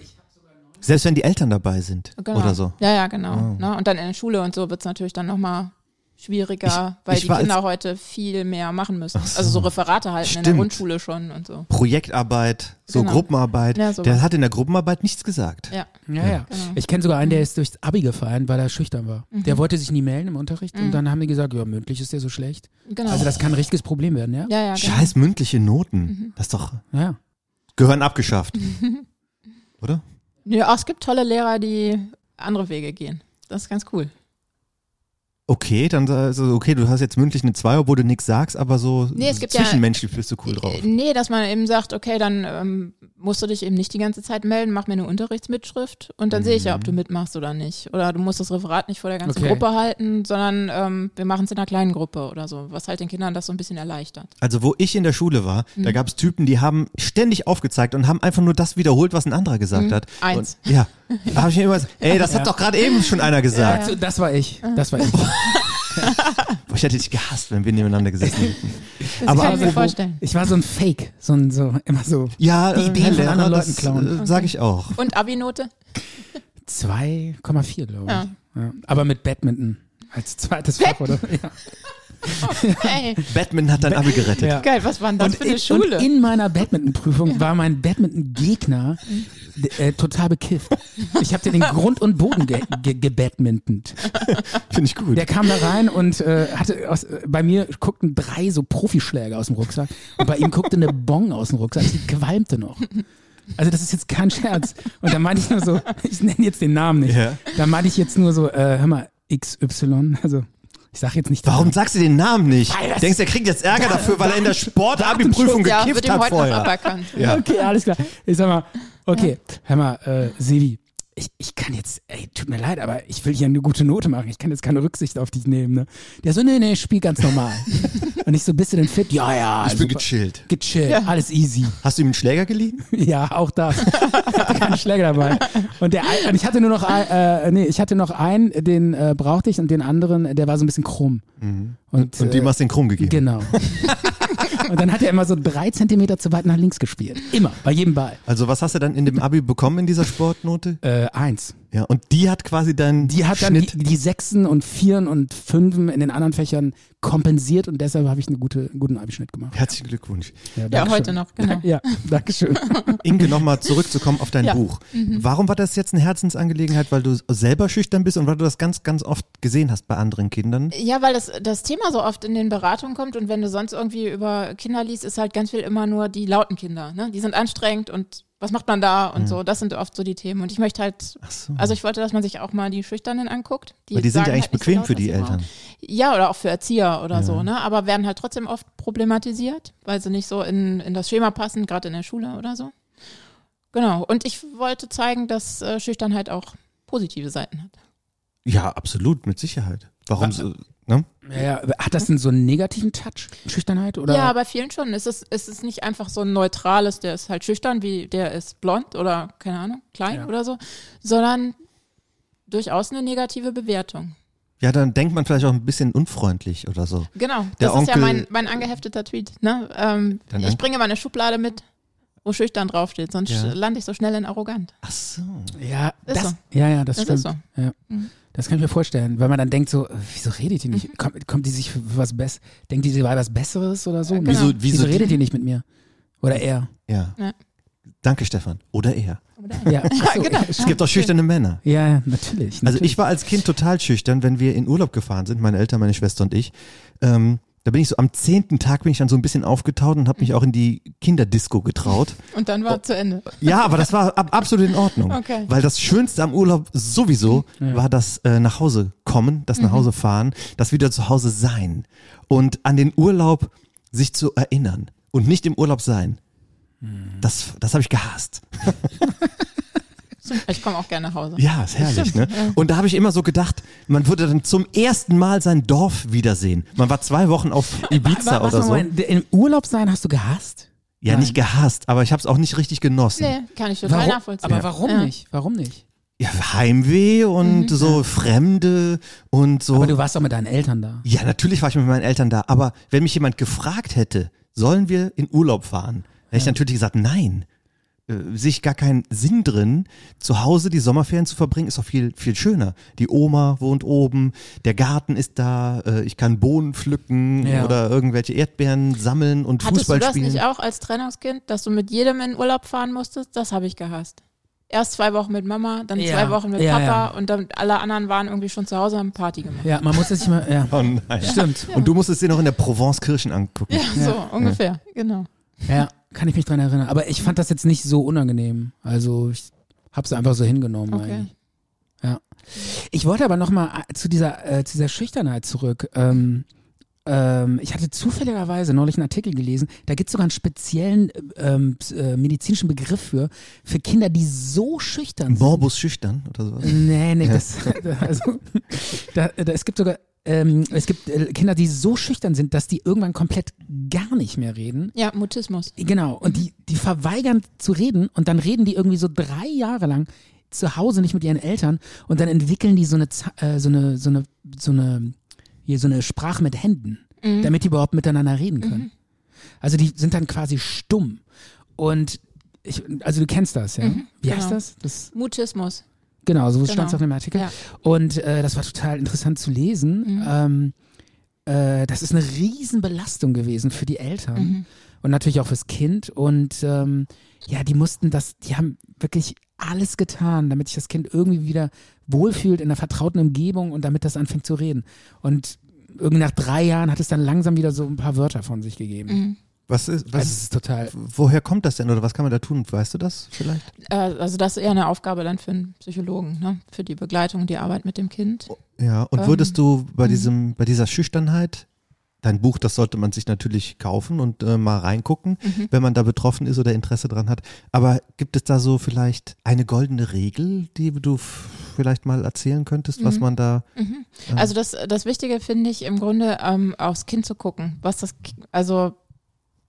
Speaker 2: Selbst wenn die Eltern dabei sind
Speaker 4: Genau.
Speaker 2: oder so. Ah.
Speaker 4: Ja, ja, genau. Ne? Und dann in der Schule und so wird's natürlich dann nochmal schwieriger,
Speaker 2: Ich-
Speaker 4: weil
Speaker 2: ich
Speaker 4: die
Speaker 2: war
Speaker 4: Kinder heute viel mehr machen müssen.
Speaker 2: Ach so.
Speaker 4: Also so Referate halten in der
Speaker 2: Stimmt.
Speaker 4: Grundschule schon und so.
Speaker 2: Projektarbeit, so
Speaker 4: Genau.
Speaker 2: Gruppenarbeit.
Speaker 4: Ja, sowas.
Speaker 2: der hat in der Gruppenarbeit nichts gesagt.
Speaker 4: Ja.
Speaker 3: Ja, ja. Ich kenne sogar einen, der ist durchs Abi gefallen, weil er schüchtern war. Der wollte sich nie melden im Unterricht und dann haben die gesagt, ja, mündlich ist der so schlecht.
Speaker 4: Genau.
Speaker 3: Also das kann ein richtiges Problem werden, ja?
Speaker 4: ja, ja, genau. Mhm.
Speaker 2: Scheiß mündliche Noten. Das ist doch
Speaker 3: Ja.
Speaker 2: gehören
Speaker 4: [LAUGHS]
Speaker 2: abgeschafft. oder?
Speaker 4: Nö, auch es gibt tolle Lehrer, die andere Wege gehen. Das ist ganz cool.
Speaker 2: Okay, dann also okay, du hast jetzt mündlich eine Zwei, obwohl du nichts sagst, aber so
Speaker 4: Nee, es gibt ja- Äh,
Speaker 2: zwischenmenschlich bist du cool drauf.
Speaker 4: Nee, dass man eben sagt, okay, dann ähm, musst du dich eben nicht die ganze Zeit melden, mach mir eine Unterrichtsmitschrift und dann sehe ich ja, ob du
Speaker 2: Mhm.
Speaker 4: mitmachst oder nicht. Oder du musst das Referat nicht vor der ganzen
Speaker 3: Okay.
Speaker 4: Gruppe halten, sondern ähm, wir machen es in einer kleinen Gruppe oder so, was halt den Kindern das so ein bisschen erleichtert.
Speaker 2: Also wo ich in der Schule war, da
Speaker 3: Mhm.
Speaker 2: gab es Typen, die haben ständig aufgezeigt und haben einfach nur das wiederholt, was ein anderer
Speaker 3: Mhm.
Speaker 2: gesagt hat.
Speaker 4: Eins.
Speaker 2: Und,
Speaker 3: [LAUGHS] Also
Speaker 2: ja. Da habe ich mir immer gesagt, ey, das hat doch gerade eben schon einer gesagt.
Speaker 3: Das war ich. Das war ich.
Speaker 2: Aber ich hätte dich gehasst, wenn wir nebeneinander gesessen hätten.
Speaker 4: Das
Speaker 2: Aber
Speaker 4: kann ich mir
Speaker 2: apropos-
Speaker 4: vorstellen.
Speaker 3: Ich war so ein Fake, so ein, so, immer so.
Speaker 2: Ja,
Speaker 3: Die
Speaker 2: äh,
Speaker 3: Ideen
Speaker 2: Herr
Speaker 3: von
Speaker 2: Lerner,
Speaker 3: anderen
Speaker 2: das,
Speaker 3: Leuten klauen.
Speaker 2: Äh, sage ich auch. [LAUGHS]
Speaker 4: Und Abi-Note?
Speaker 3: 2,4, glaube ich.
Speaker 4: Ja.
Speaker 3: Ja. Aber mit Badminton als zweites Fach, oder? Ja.
Speaker 4: Ey,
Speaker 2: Batman hat dein Abi gerettet.
Speaker 3: [LAUGHS] Ja.
Speaker 4: geil, was war denn das für eine
Speaker 3: in,
Speaker 4: Schule?
Speaker 3: und in meiner Badminton-Prüfung war mein Badminton-Gegner d- äh, total bekifft. Ich habe dir den Grund und Boden ge ge gebadmintent.
Speaker 2: Finde ich gut.
Speaker 3: Der kam da rein und äh, hatte aus, äh, bei mir guckten drei so Profischläge aus dem Rucksack und bei ihm guckte eine Bong aus dem Rucksack, die qualmte noch. Also das ist jetzt kein Scherz. Und da meinte ich nur so, ich nenne jetzt den Namen nicht.
Speaker 2: Ja.
Speaker 3: Da meinte ich jetzt nur so, äh, hör mal, XY, also ich sag jetzt nicht den
Speaker 2: Warum
Speaker 3: Namen.
Speaker 2: sagst du den Namen nicht?
Speaker 3: Weil das-
Speaker 2: Denkst, er kriegt jetzt Ärger dafür, weil er in der Sport-Abi-Prüfung
Speaker 4: ja, wird
Speaker 2: gekifft
Speaker 4: ihm
Speaker 2: hat
Speaker 4: heute noch
Speaker 2: vorher.
Speaker 4: aberkannt.
Speaker 2: Ja.
Speaker 3: Okay, alles klar. Ich sag mal, okay, hör mal, äh, Sevi, ich, ich kann jetzt, ey, tut mir leid, aber ich will hier eine gute Note machen. Ich kann jetzt keine Rücksicht auf dich nehmen, ne? Der so, nee, nee, ich spiel ganz
Speaker 2: [LAUGHS]
Speaker 3: normal. Und ich so, bist du denn fit? Ja, ja.
Speaker 2: Ich bin
Speaker 3: super.
Speaker 2: gechillt.
Speaker 3: Gechillt, alles easy. [LAUGHS]
Speaker 2: Hast du ihm einen Schläger geliehen?
Speaker 3: Ja, auch das. Ich hatte keinen Schläger dabei. Und, der, ein- und ich hatte nur noch ein, äh, nee, ich hatte noch einen, den äh, brauchte ich und den anderen, der war so ein bisschen krumm. Und,
Speaker 2: Mhm. Und dem
Speaker 3: äh,
Speaker 2: hast du den krumm gegeben. [LAUGHS]
Speaker 3: Genau. und dann hat er immer so drei Zentimeter zu weit nach links gespielt. Immer, bei jedem Ball.
Speaker 2: Also was hast du dann in dem Abi bekommen in dieser Sportnote?
Speaker 3: Äh, eins.
Speaker 2: Ja, und die hat quasi deinen
Speaker 3: Die hat dann die,
Speaker 2: Schnitt.
Speaker 3: die Sechsen und Vieren und Fünfen in den anderen Fächern kompensiert und deshalb habe ich einen gute, guten Abischnitt gemacht.
Speaker 2: Herzlichen Glückwunsch.
Speaker 4: Ja,
Speaker 3: Dankeschön.
Speaker 4: heute noch, genau.
Speaker 3: [LAUGHS]
Speaker 2: [LAUGHS]
Speaker 3: Ja, Dankeschön.
Speaker 2: Inge, nochmal zurückzukommen auf dein
Speaker 4: Ja. Mhm.
Speaker 2: Buch. Warum war das jetzt eine Herzensangelegenheit? Weil du selber schüchtern bist und weil du das ganz, ganz oft gesehen hast bei anderen Kindern?
Speaker 4: Ja, weil das, das Thema so oft in den Beratungen kommt und wenn du sonst irgendwie über Kinder liest, ist halt ganz viel immer nur die lauten Kinder. Ne? Die sind anstrengend und was macht man da
Speaker 2: Mhm.
Speaker 4: und so. Das sind oft so die Themen. Und ich möchte halt,
Speaker 2: Ach so.
Speaker 4: also ich wollte, dass man sich auch mal die Schüchternen anguckt.
Speaker 2: Ah. Weil die sind
Speaker 4: sagen
Speaker 2: ja eigentlich
Speaker 4: halt nicht so
Speaker 2: bequem
Speaker 4: laut,
Speaker 2: für
Speaker 4: was
Speaker 2: die
Speaker 4: sie brauchen.
Speaker 2: Eltern.
Speaker 4: Ja, oder auch für Erzieher oder so, ne? Aber werden halt trotzdem oft problematisiert, weil sie nicht so in, in das Schema passen, gerade in der Schule oder so. Genau. Und ich wollte zeigen, dass äh, Schüchternheit auch positive Seiten hat.
Speaker 2: Ja, absolut, mit Sicherheit. Warum so? Ne?
Speaker 3: Ja, aber hat das denn so einen negativen Touch? Schüchternheit? Oder?
Speaker 4: Ja, bei vielen schon. Es ist, es ist nicht einfach so ein neutrales, der ist halt schüchtern, wie der ist blond oder keine Ahnung, klein
Speaker 3: Ja.
Speaker 4: oder so, sondern durchaus eine negative Bewertung.
Speaker 2: Ja, dann denkt man vielleicht auch ein bisschen unfreundlich oder so.
Speaker 4: Genau,
Speaker 2: Der
Speaker 4: das ist ja
Speaker 2: Onkel-
Speaker 4: mein, mein angehefteter Tweet. Ne? Ähm,
Speaker 2: Dein
Speaker 4: ich
Speaker 2: Onkel-
Speaker 4: bringe meine Schublade mit, wo schüchtern draufsteht, sonst
Speaker 2: Ja.
Speaker 4: lande ich so schnell in arrogant.
Speaker 2: Ach so.
Speaker 3: ja,
Speaker 4: Ist
Speaker 3: das,
Speaker 4: so.
Speaker 3: ja, ja, das,
Speaker 4: Das
Speaker 3: stimmt.
Speaker 4: ist
Speaker 3: Ja.
Speaker 4: Mhm.
Speaker 3: Das kann ich mir vorstellen, weil man dann denkt so, äh, wieso redet die nicht? Kommt, kommt die sich für was Besseres? Denkt die, sie war was Besseres oder so?
Speaker 4: Ja, genau.
Speaker 2: Wieso- wieso die-
Speaker 3: redet die nicht mit mir? Oder er?
Speaker 2: Ja.
Speaker 4: Ja.
Speaker 2: Danke, Stefan. Oder er.
Speaker 4: Oder? [LAUGHS]
Speaker 3: Ja, Ach so,
Speaker 4: genau.
Speaker 2: Es gibt auch schüchterne Männer.
Speaker 3: Ja, ja, natürlich.
Speaker 2: Also
Speaker 3: natürlich.
Speaker 2: ich war als Kind total schüchtern, wenn wir in Urlaub gefahren sind, meine Eltern, meine Schwester und ich. Ähm, da bin ich so am zehnten Tag bin ich dann so ein bisschen aufgetaut und habe mich auch in die Kinderdisco getraut.
Speaker 4: Und dann
Speaker 2: Oh.
Speaker 4: war zu Ende.
Speaker 2: Ja, aber das war ab, absolut in Ordnung.
Speaker 4: Okay.
Speaker 2: Weil das Schönste am Urlaub sowieso war das äh, nach Hause kommen, das nach Hause fahren, das wieder zu Hause sein und an den Urlaub sich zu erinnern und nicht im Urlaub sein. Das, das habe ich gehasst.
Speaker 4: Ich komme auch gerne nach Hause.
Speaker 2: Ja, ist herrlich, ne? Und da habe ich immer so gedacht, man würde dann zum ersten Mal sein Dorf wiedersehen. Man war zwei Wochen
Speaker 3: [LAUGHS]
Speaker 2: auf Ibiza
Speaker 3: Wa- was
Speaker 2: oder so.
Speaker 3: nochmal? Im Urlaub sein hast du gehasst?
Speaker 2: Ja, nicht gehasst, aber ich habe es auch nicht richtig genossen.
Speaker 4: Nee, kann ich total
Speaker 3: Warum?
Speaker 4: nachvollziehen.
Speaker 3: Aber warum
Speaker 4: Ja.
Speaker 3: nicht? Warum nicht?
Speaker 2: Ja, Heimweh und so Fremde und so.
Speaker 3: Mhm. Aber du warst doch mit deinen Eltern da.
Speaker 2: Ja, natürlich war ich mit meinen Eltern da, aber wenn mich jemand gefragt hätte, sollen wir in Urlaub fahren, hätte ich natürlich gesagt, nein. Äh, Sich gar keinen Sinn drin, zu Hause die Sommerferien zu verbringen, ist doch viel, viel schöner. Die Oma wohnt oben, der Garten ist da, äh, ich kann Bohnen pflücken
Speaker 3: Ja.
Speaker 2: oder irgendwelche Erdbeeren sammeln und
Speaker 4: Hattest
Speaker 2: Fußball
Speaker 4: du das
Speaker 2: spielen.
Speaker 4: nicht auch als Trennungskind, dass du mit jedem in Urlaub fahren musstest? Das habe ich gehasst. Erst zwei Wochen mit Mama, dann
Speaker 3: Ja.
Speaker 4: zwei Wochen mit
Speaker 3: Ja,
Speaker 4: Papa
Speaker 3: ja.
Speaker 4: und dann alle anderen waren irgendwie schon zu Hause und haben Party gemacht.
Speaker 3: Ja, man muss es nicht mal.
Speaker 4: [LAUGHS]
Speaker 3: Ja.
Speaker 2: [LAUGHS] Oh nein.
Speaker 3: Stimmt.
Speaker 2: Und du musstest dir noch in der Provence-Kirchen angucken.
Speaker 4: Ja, so ungefähr, genau.
Speaker 3: Ja, kann ich mich dran erinnern. Aber ich fand das jetzt nicht so unangenehm. Also ich hab's einfach so hingenommen
Speaker 4: Okay.
Speaker 3: eigentlich. Ja. Ich wollte aber nochmal zu dieser, äh, zu dieser Schüchternheit zurück. Ähm, ähm, ich hatte zufälligerweise neulich einen Artikel gelesen, da gibt's sogar einen speziellen ähm, ps- äh, medizinischen Begriff für, für Kinder, die so schüchtern sind.
Speaker 2: Morbus schüchtern oder sowas.
Speaker 3: Nee, nee, das, also, da, da, es gibt sogar, ähm, es gibt äh, Kinder, die so schüchtern sind, dass die irgendwann komplett gar nicht mehr reden.
Speaker 4: Ja, Mutismus.
Speaker 3: Genau, und die, die verweigern zu reden und dann reden die irgendwie so drei Jahre lang zu Hause nicht mit ihren Eltern und dann entwickeln die so eine, Za- äh, so eine, so eine, so eine, hier so eine Sprache mit Händen, damit die überhaupt miteinander reden können. Also die sind dann quasi stumm. Und ich, also du kennst das, ja? Wie heißt
Speaker 4: genau.
Speaker 3: das? das?
Speaker 4: Mutismus.
Speaker 3: Genau, so
Speaker 4: Genau.
Speaker 3: stand es auf dem Artikel.
Speaker 4: Ja. Mhm.
Speaker 3: Und äh, das war total interessant zu lesen. Ähm, äh, das ist eine Riesenbelastung gewesen für die Eltern
Speaker 4: Mhm.
Speaker 3: und natürlich auch fürs Kind. Und ähm, ja, die mussten das, die haben wirklich alles getan, damit sich das Kind irgendwie wieder wohlfühlt in einer vertrauten Umgebung und damit das anfängt zu reden. Und irgendwie nach drei Jahren hat es dann langsam wieder so ein paar Wörter von sich gegeben.
Speaker 4: Mhm.
Speaker 2: Was ist, was
Speaker 3: Also es ist total.
Speaker 2: woher kommt das denn oder was kann man da tun? Weißt du das vielleicht?
Speaker 4: Äh, also das ist eher eine Aufgabe dann für einen Psychologen, ne? für die Begleitung und die Arbeit mit dem Kind.
Speaker 2: Ja, und würdest du bei diesem, bei dieser Schüchternheit, dein Buch, das sollte man sich natürlich kaufen und äh, mal reingucken, wenn man da betroffen ist oder Interesse dran hat. Aber gibt es da so vielleicht eine goldene Regel, die du f- vielleicht mal erzählen könntest, was man da,
Speaker 4: Also das, das Wichtige finde ich im Grunde, ähm, aufs Kind zu gucken, was das, Ki- also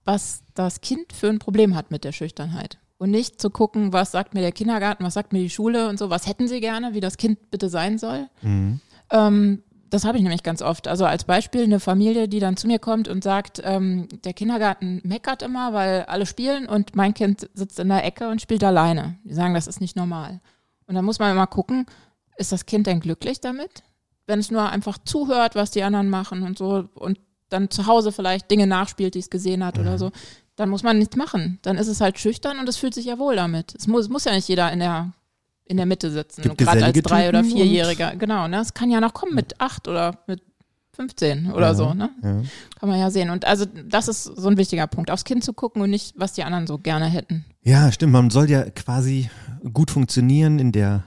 Speaker 4: was das Kind für ein Problem hat mit der Schüchternheit. Und nicht zu gucken, was sagt mir der Kindergarten, was sagt mir die Schule und so, was hätten sie gerne, wie das Kind bitte sein soll. Ähm, das habe ich nämlich ganz oft. Also als Beispiel eine Familie, die dann zu mir kommt und sagt, ähm, der Kindergarten meckert immer, weil alle spielen und mein Kind sitzt in der Ecke und spielt alleine. Die sagen, das ist nicht normal. Und dann muss man immer gucken, ist das Kind denn glücklich damit? Wenn es nur einfach zuhört, was die anderen machen und so und dann zu Hause vielleicht Dinge nachspielt, die es gesehen hat
Speaker 2: Mhm.
Speaker 4: oder so, dann muss man nichts machen. Dann ist es halt schüchtern und es fühlt sich ja wohl damit. Es muss, muss ja nicht jeder in der, in der Mitte sitzen,
Speaker 2: Gibt
Speaker 4: gerade als
Speaker 2: gesellige
Speaker 4: Drei- oder
Speaker 2: Typen und-
Speaker 4: Vierjähriger. Genau, ne? Es kann ja noch kommen mit acht oder mit 15 oder
Speaker 2: Ja,
Speaker 4: so, ne?
Speaker 2: ja.
Speaker 4: Kann man ja sehen. Und also das ist so ein wichtiger Punkt, aufs Kind zu gucken und nicht, was die anderen so gerne hätten.
Speaker 2: Ja, stimmt. Man soll ja quasi gut funktionieren in der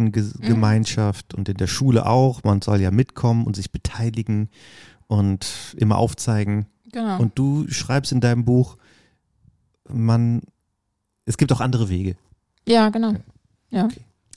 Speaker 2: Kindergartengemeinschaft und in der Schule auch. Man soll ja mitkommen und sich beteiligen und immer aufzeigen.
Speaker 4: Genau.
Speaker 2: Und du schreibst in deinem Buch, man, es gibt auch andere Wege.
Speaker 4: ja, genau. Ja.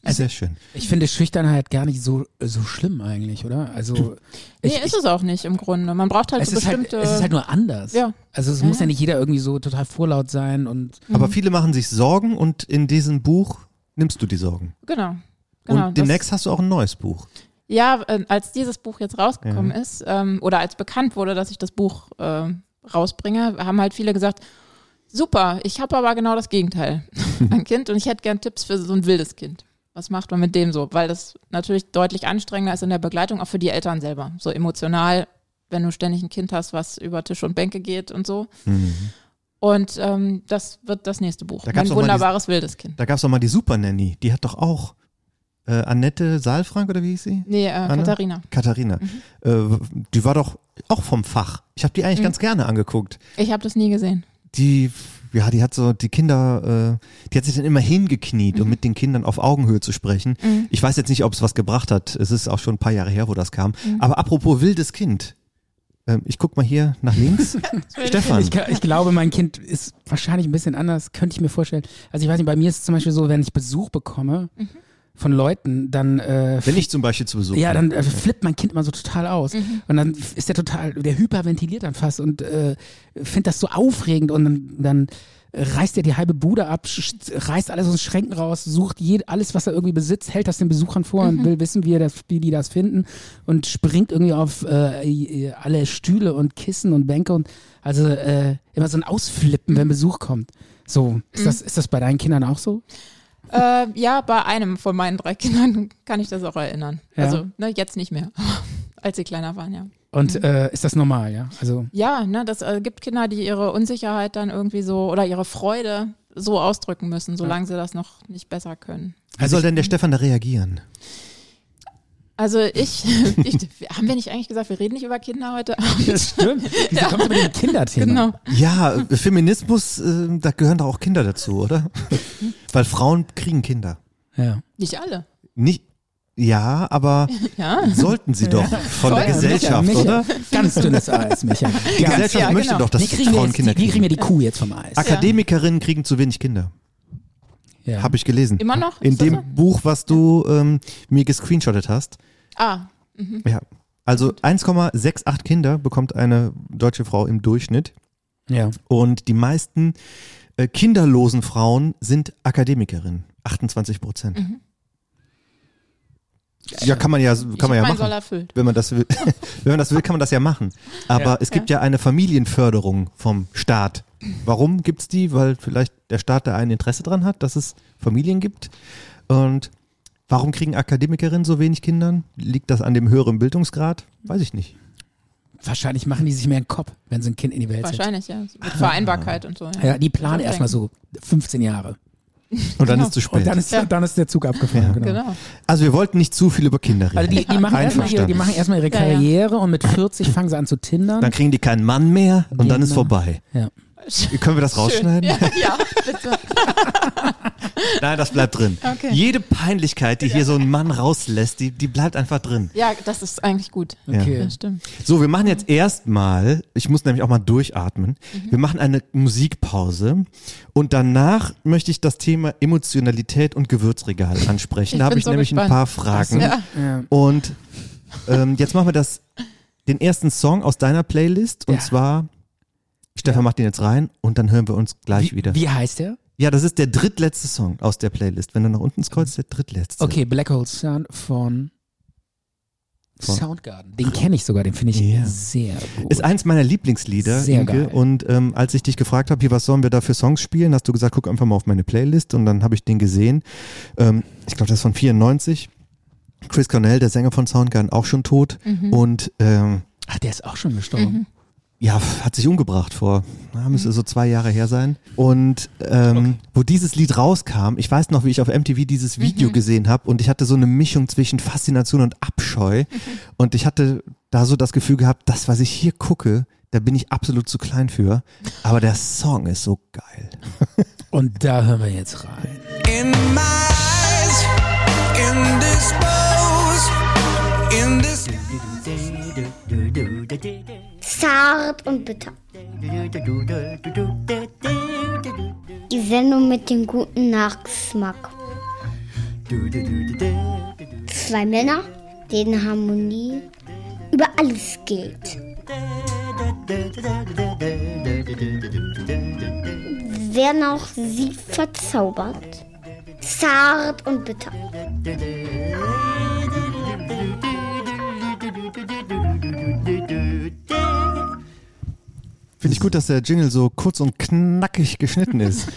Speaker 4: Also,
Speaker 2: Sehr schön.
Speaker 3: Ich finde Schüchternheit gar nicht so, so schlimm eigentlich, oder? Also ich,
Speaker 4: nee,
Speaker 3: ich,
Speaker 4: ist es auch nicht im Grunde. Man braucht halt
Speaker 3: es
Speaker 4: so
Speaker 3: ist halt,
Speaker 4: bestimmte.
Speaker 3: es ist halt nur anders.
Speaker 4: Ja.
Speaker 3: Also es
Speaker 4: Ja,
Speaker 3: muss ja
Speaker 4: ja.
Speaker 3: nicht jeder irgendwie so total vorlaut sein und
Speaker 4: mhm.
Speaker 2: Aber viele machen sich Sorgen und in diesem Buch nimmst du die Sorgen.
Speaker 4: genau. genau das-
Speaker 2: und demnächst hast du auch ein neues Buch.
Speaker 4: Ja, äh, als dieses Buch jetzt rausgekommen ist ähm, oder als bekannt wurde, dass ich das Buch äh, rausbringe, haben halt viele gesagt, super, ich habe aber genau das Gegenteil.
Speaker 3: [LAUGHS]
Speaker 4: Ein Kind und ich hätte gern Tipps für so ein wildes Kind. Was macht man mit dem so? Weil das natürlich deutlich anstrengender ist in der Begleitung, auch für die Eltern selber. So emotional, wenn du ständig ein Kind hast, was über Tisch und Bänke geht und so. Und ähm, das wird das nächste Buch.
Speaker 2: Da gab's
Speaker 4: Mein
Speaker 2: auch mal dies-
Speaker 4: wunderbares wildes Kind.
Speaker 2: Da gab es doch mal die Super Nanny. Die hat doch auch äh, Annette Saalfrank oder wie hieß sie?
Speaker 4: Nee, äh,
Speaker 2: Anna?
Speaker 4: Katharina.
Speaker 2: Katharina.
Speaker 4: Mhm.
Speaker 2: Äh, die war doch auch vom Fach. Ich habe die
Speaker 4: Mhm.
Speaker 2: eigentlich ganz gerne angeguckt.
Speaker 4: Ich habe das nie gesehen.
Speaker 2: Die, ja, die hat so die Kinder, äh, die hat sich dann immer hingekniet,
Speaker 4: Mhm.
Speaker 2: um mit den Kindern auf Augenhöhe zu sprechen. Ich weiß jetzt nicht, ob es was gebracht hat. Es ist auch schon ein paar Jahre her, wo das kam.
Speaker 4: Mhm.
Speaker 2: Aber apropos wildes Kind. Ähm, ich guck mal hier nach
Speaker 4: [LAUGHS]
Speaker 2: links. Stefan.
Speaker 3: Ich, gl- ich glaube, mein Kind ist wahrscheinlich ein bisschen anders, könnte ich mir vorstellen. Also ich weiß nicht, bei mir ist es zum Beispiel so, wenn ich Besuch bekomme
Speaker 4: Mhm.
Speaker 3: von Leuten, dann äh,
Speaker 2: Wenn ich zum Beispiel zu Besuch
Speaker 3: Ja,
Speaker 2: bin.
Speaker 3: dann äh, flippt mein Kind mal so total aus. Und dann f- ist der total, der hyperventiliert dann fast und äh, findet das so aufregend und dann, dann äh, reißt er die halbe Bude ab, sch- sch- reißt alles aus den Schränken raus, sucht jed alles, was er irgendwie besitzt, hält das den Besuchern vor und will wissen, wie, er das, wie die das finden und springt irgendwie auf äh, i- alle Stühle und Kissen und Bänke und also äh, immer so ein Ausflippen, wenn Besuch kommt. So, ist, das, ist das bei deinen Kindern auch so?
Speaker 4: Äh, ja, bei einem von meinen drei Kindern [LAUGHS] kann ich das auch erinnern.
Speaker 3: Ja.
Speaker 4: Also, ne, jetzt nicht mehr. [LAUGHS] Als sie kleiner waren, ja.
Speaker 3: Und äh, ist das normal, ja? Also [LAUGHS]
Speaker 4: Ja, ne, das äh, gibt Kinder, die ihre Unsicherheit dann irgendwie so oder ihre Freude so ausdrücken müssen, solange sie das noch nicht besser können.
Speaker 2: Wie soll denn der Stefan da reagieren?
Speaker 4: Also ich, [LAUGHS] ich haben wir nicht eigentlich gesagt, wir reden nicht über Kinder heute? [LAUGHS]
Speaker 3: Das stimmt. Wieso kommt ihr mit dem Kinderthema?
Speaker 4: genau.
Speaker 2: Ja, äh, Feminismus, äh, da gehören doch auch Kinder dazu,
Speaker 4: [LAUGHS]
Speaker 2: oder? Weil Frauen kriegen Kinder.
Speaker 3: Ja.
Speaker 4: Nicht alle.
Speaker 2: Nicht, ja, aber
Speaker 4: [LAUGHS] Ja.
Speaker 2: sollten sie doch von der
Speaker 4: sollten.
Speaker 2: Gesellschaft,
Speaker 3: Micha,
Speaker 2: oder?
Speaker 3: Micha, Ganz dünnes Eis, Michael.
Speaker 2: Die Gesellschaft
Speaker 4: ja,
Speaker 2: möchte
Speaker 4: genau.
Speaker 2: doch, dass
Speaker 3: Wie kriegen, wir
Speaker 2: Frauen
Speaker 3: jetzt, die,
Speaker 2: Kinder
Speaker 3: wie kriegen
Speaker 2: kriegen.
Speaker 3: wir die Kuh jetzt vom Eis?
Speaker 2: Akademikerinnen kriegen zu wenig Kinder,
Speaker 3: Ja.
Speaker 2: habe ich gelesen.
Speaker 4: Immer noch?
Speaker 2: In
Speaker 4: Ist das
Speaker 2: dem
Speaker 4: so?
Speaker 2: Buch, was du ähm, mir gescreenshottet hast.
Speaker 4: Ah,
Speaker 2: Ja. Also 1,68 Kinder bekommt eine deutsche Frau im Durchschnitt.
Speaker 3: ja.
Speaker 2: Und die meisten äh, kinderlosen Frauen sind Akademikerinnen. 28 Prozent. Ja, kann man ja, kann
Speaker 4: Mhm. ich hab
Speaker 2: man ja
Speaker 4: meinen Soll
Speaker 2: machen.
Speaker 4: erfüllt.
Speaker 2: Wenn man das will, [LAUGHS] wenn man das will, kann man das ja machen. Aber
Speaker 5: Ja.
Speaker 2: es gibt ja. eine Familienförderung vom Staat. Warum gibt's die? Weil vielleicht der Staat da ein Interesse dran hat, dass es Familien gibt. Und warum kriegen Akademikerinnen so wenig Kindern? Liegt das an dem höheren Bildungsgrad? Weiß ich nicht.
Speaker 3: Wahrscheinlich machen die sich mehr einen Kopf, wenn sie ein Kind in die Welt setzen.
Speaker 4: Wahrscheinlich, ja.
Speaker 2: [LAUGHS]
Speaker 4: Mit Vereinbarkeit und so.
Speaker 3: Ja, die planen erstmal so 15 Jahre.
Speaker 2: Und dann
Speaker 4: Genau.
Speaker 2: ist es zu spät.
Speaker 3: Und dann ist,
Speaker 4: Ja.
Speaker 3: dann ist der Zug abgefahren.
Speaker 2: Ja.
Speaker 3: genau.
Speaker 4: Genau.
Speaker 2: Also wir wollten nicht zu viel über Kinder reden.
Speaker 3: Also die, die, machen erstmal ihre, die
Speaker 2: Einverstanden.
Speaker 3: machen erstmal ihre
Speaker 4: Ja, ja.
Speaker 3: Karriere und mit 40 fangen sie an zu tindern.
Speaker 2: Dann kriegen die keinen Mann mehr und dann ist
Speaker 3: Genau.
Speaker 2: vorbei.
Speaker 3: Ja.
Speaker 2: Können wir das rausschneiden?
Speaker 4: Ja, Genau. [LAUGHS] ja, bitte.
Speaker 2: Nein, das bleibt drin.
Speaker 4: Okay.
Speaker 2: Jede Peinlichkeit, die hier so ein Mann rauslässt, die, die bleibt einfach drin.
Speaker 4: Ja, das ist eigentlich gut.
Speaker 3: Okay.
Speaker 4: Das stimmt.
Speaker 2: So, wir machen jetzt erstmal, ich muss nämlich auch mal durchatmen,
Speaker 4: Mhm.
Speaker 2: wir machen eine Musikpause und danach möchte ich das Thema Emotionalität und Gewürzregal ansprechen.
Speaker 4: Ich
Speaker 2: da habe
Speaker 4: bin
Speaker 2: ich
Speaker 4: so
Speaker 2: nämlich ein
Speaker 4: gespannt.
Speaker 2: paar Fragen.
Speaker 4: Ja.
Speaker 3: Ja.
Speaker 2: Und ähm, jetzt machen wir das, den ersten Song aus deiner Playlist und
Speaker 3: Ja.
Speaker 2: zwar, Stefan macht den jetzt rein und dann hören wir uns gleich
Speaker 3: Wie,
Speaker 2: wieder.
Speaker 3: wie heißt der?
Speaker 2: Ja, das ist der drittletzte Song aus der Playlist. Wenn du nach unten scrollst,
Speaker 4: Mhm.
Speaker 2: der drittletzte.
Speaker 3: Okay, Black Hole Sun von,
Speaker 2: Von-
Speaker 3: Soundgarden. Den kenne ich sogar, den finde ich
Speaker 2: Ja.
Speaker 3: sehr gut.
Speaker 2: Ist eins meiner Lieblingslieder,
Speaker 3: Sehr
Speaker 2: Inke.
Speaker 3: geil.
Speaker 2: Und ähm, als ich dich gefragt habe, hier, was sollen wir da für Songs spielen, hast du gesagt, guck einfach mal auf meine Playlist. Und dann habe ich den gesehen. Ähm, ich glaube, das ist von 94. Chris Cornell, der Sänger von Soundgarden, auch schon tot.
Speaker 3: Mhm.
Speaker 2: Und ähm,
Speaker 3: Ach, der ist auch schon gestorben.
Speaker 4: Mhm.
Speaker 2: ja, f- hat sich umgebracht vor, na, müsste so zwei Jahre her sein. Und ähm, wo dieses Lied rauskam, ich weiß noch, wie ich auf MTV dieses Video gesehen habe und ich hatte so eine Mischung zwischen Faszination und Abscheu. Und ich hatte da so das Gefühl gehabt, das, was ich hier gucke, da bin ich absolut zu klein für. Aber der Song ist so geil.
Speaker 3: Und da hören wir jetzt rein.
Speaker 6: In my eyes, indisposed, indisposed.
Speaker 7: Zart und bitter. Die Sendung mit dem guten Nachgeschmack. Zwei Männer, denen Harmonie über alles gilt. Werden auch sie verzaubert. Zart und bitter.
Speaker 2: Finde ich gut, dass der Jingle so kurz und knackig geschnitten ist.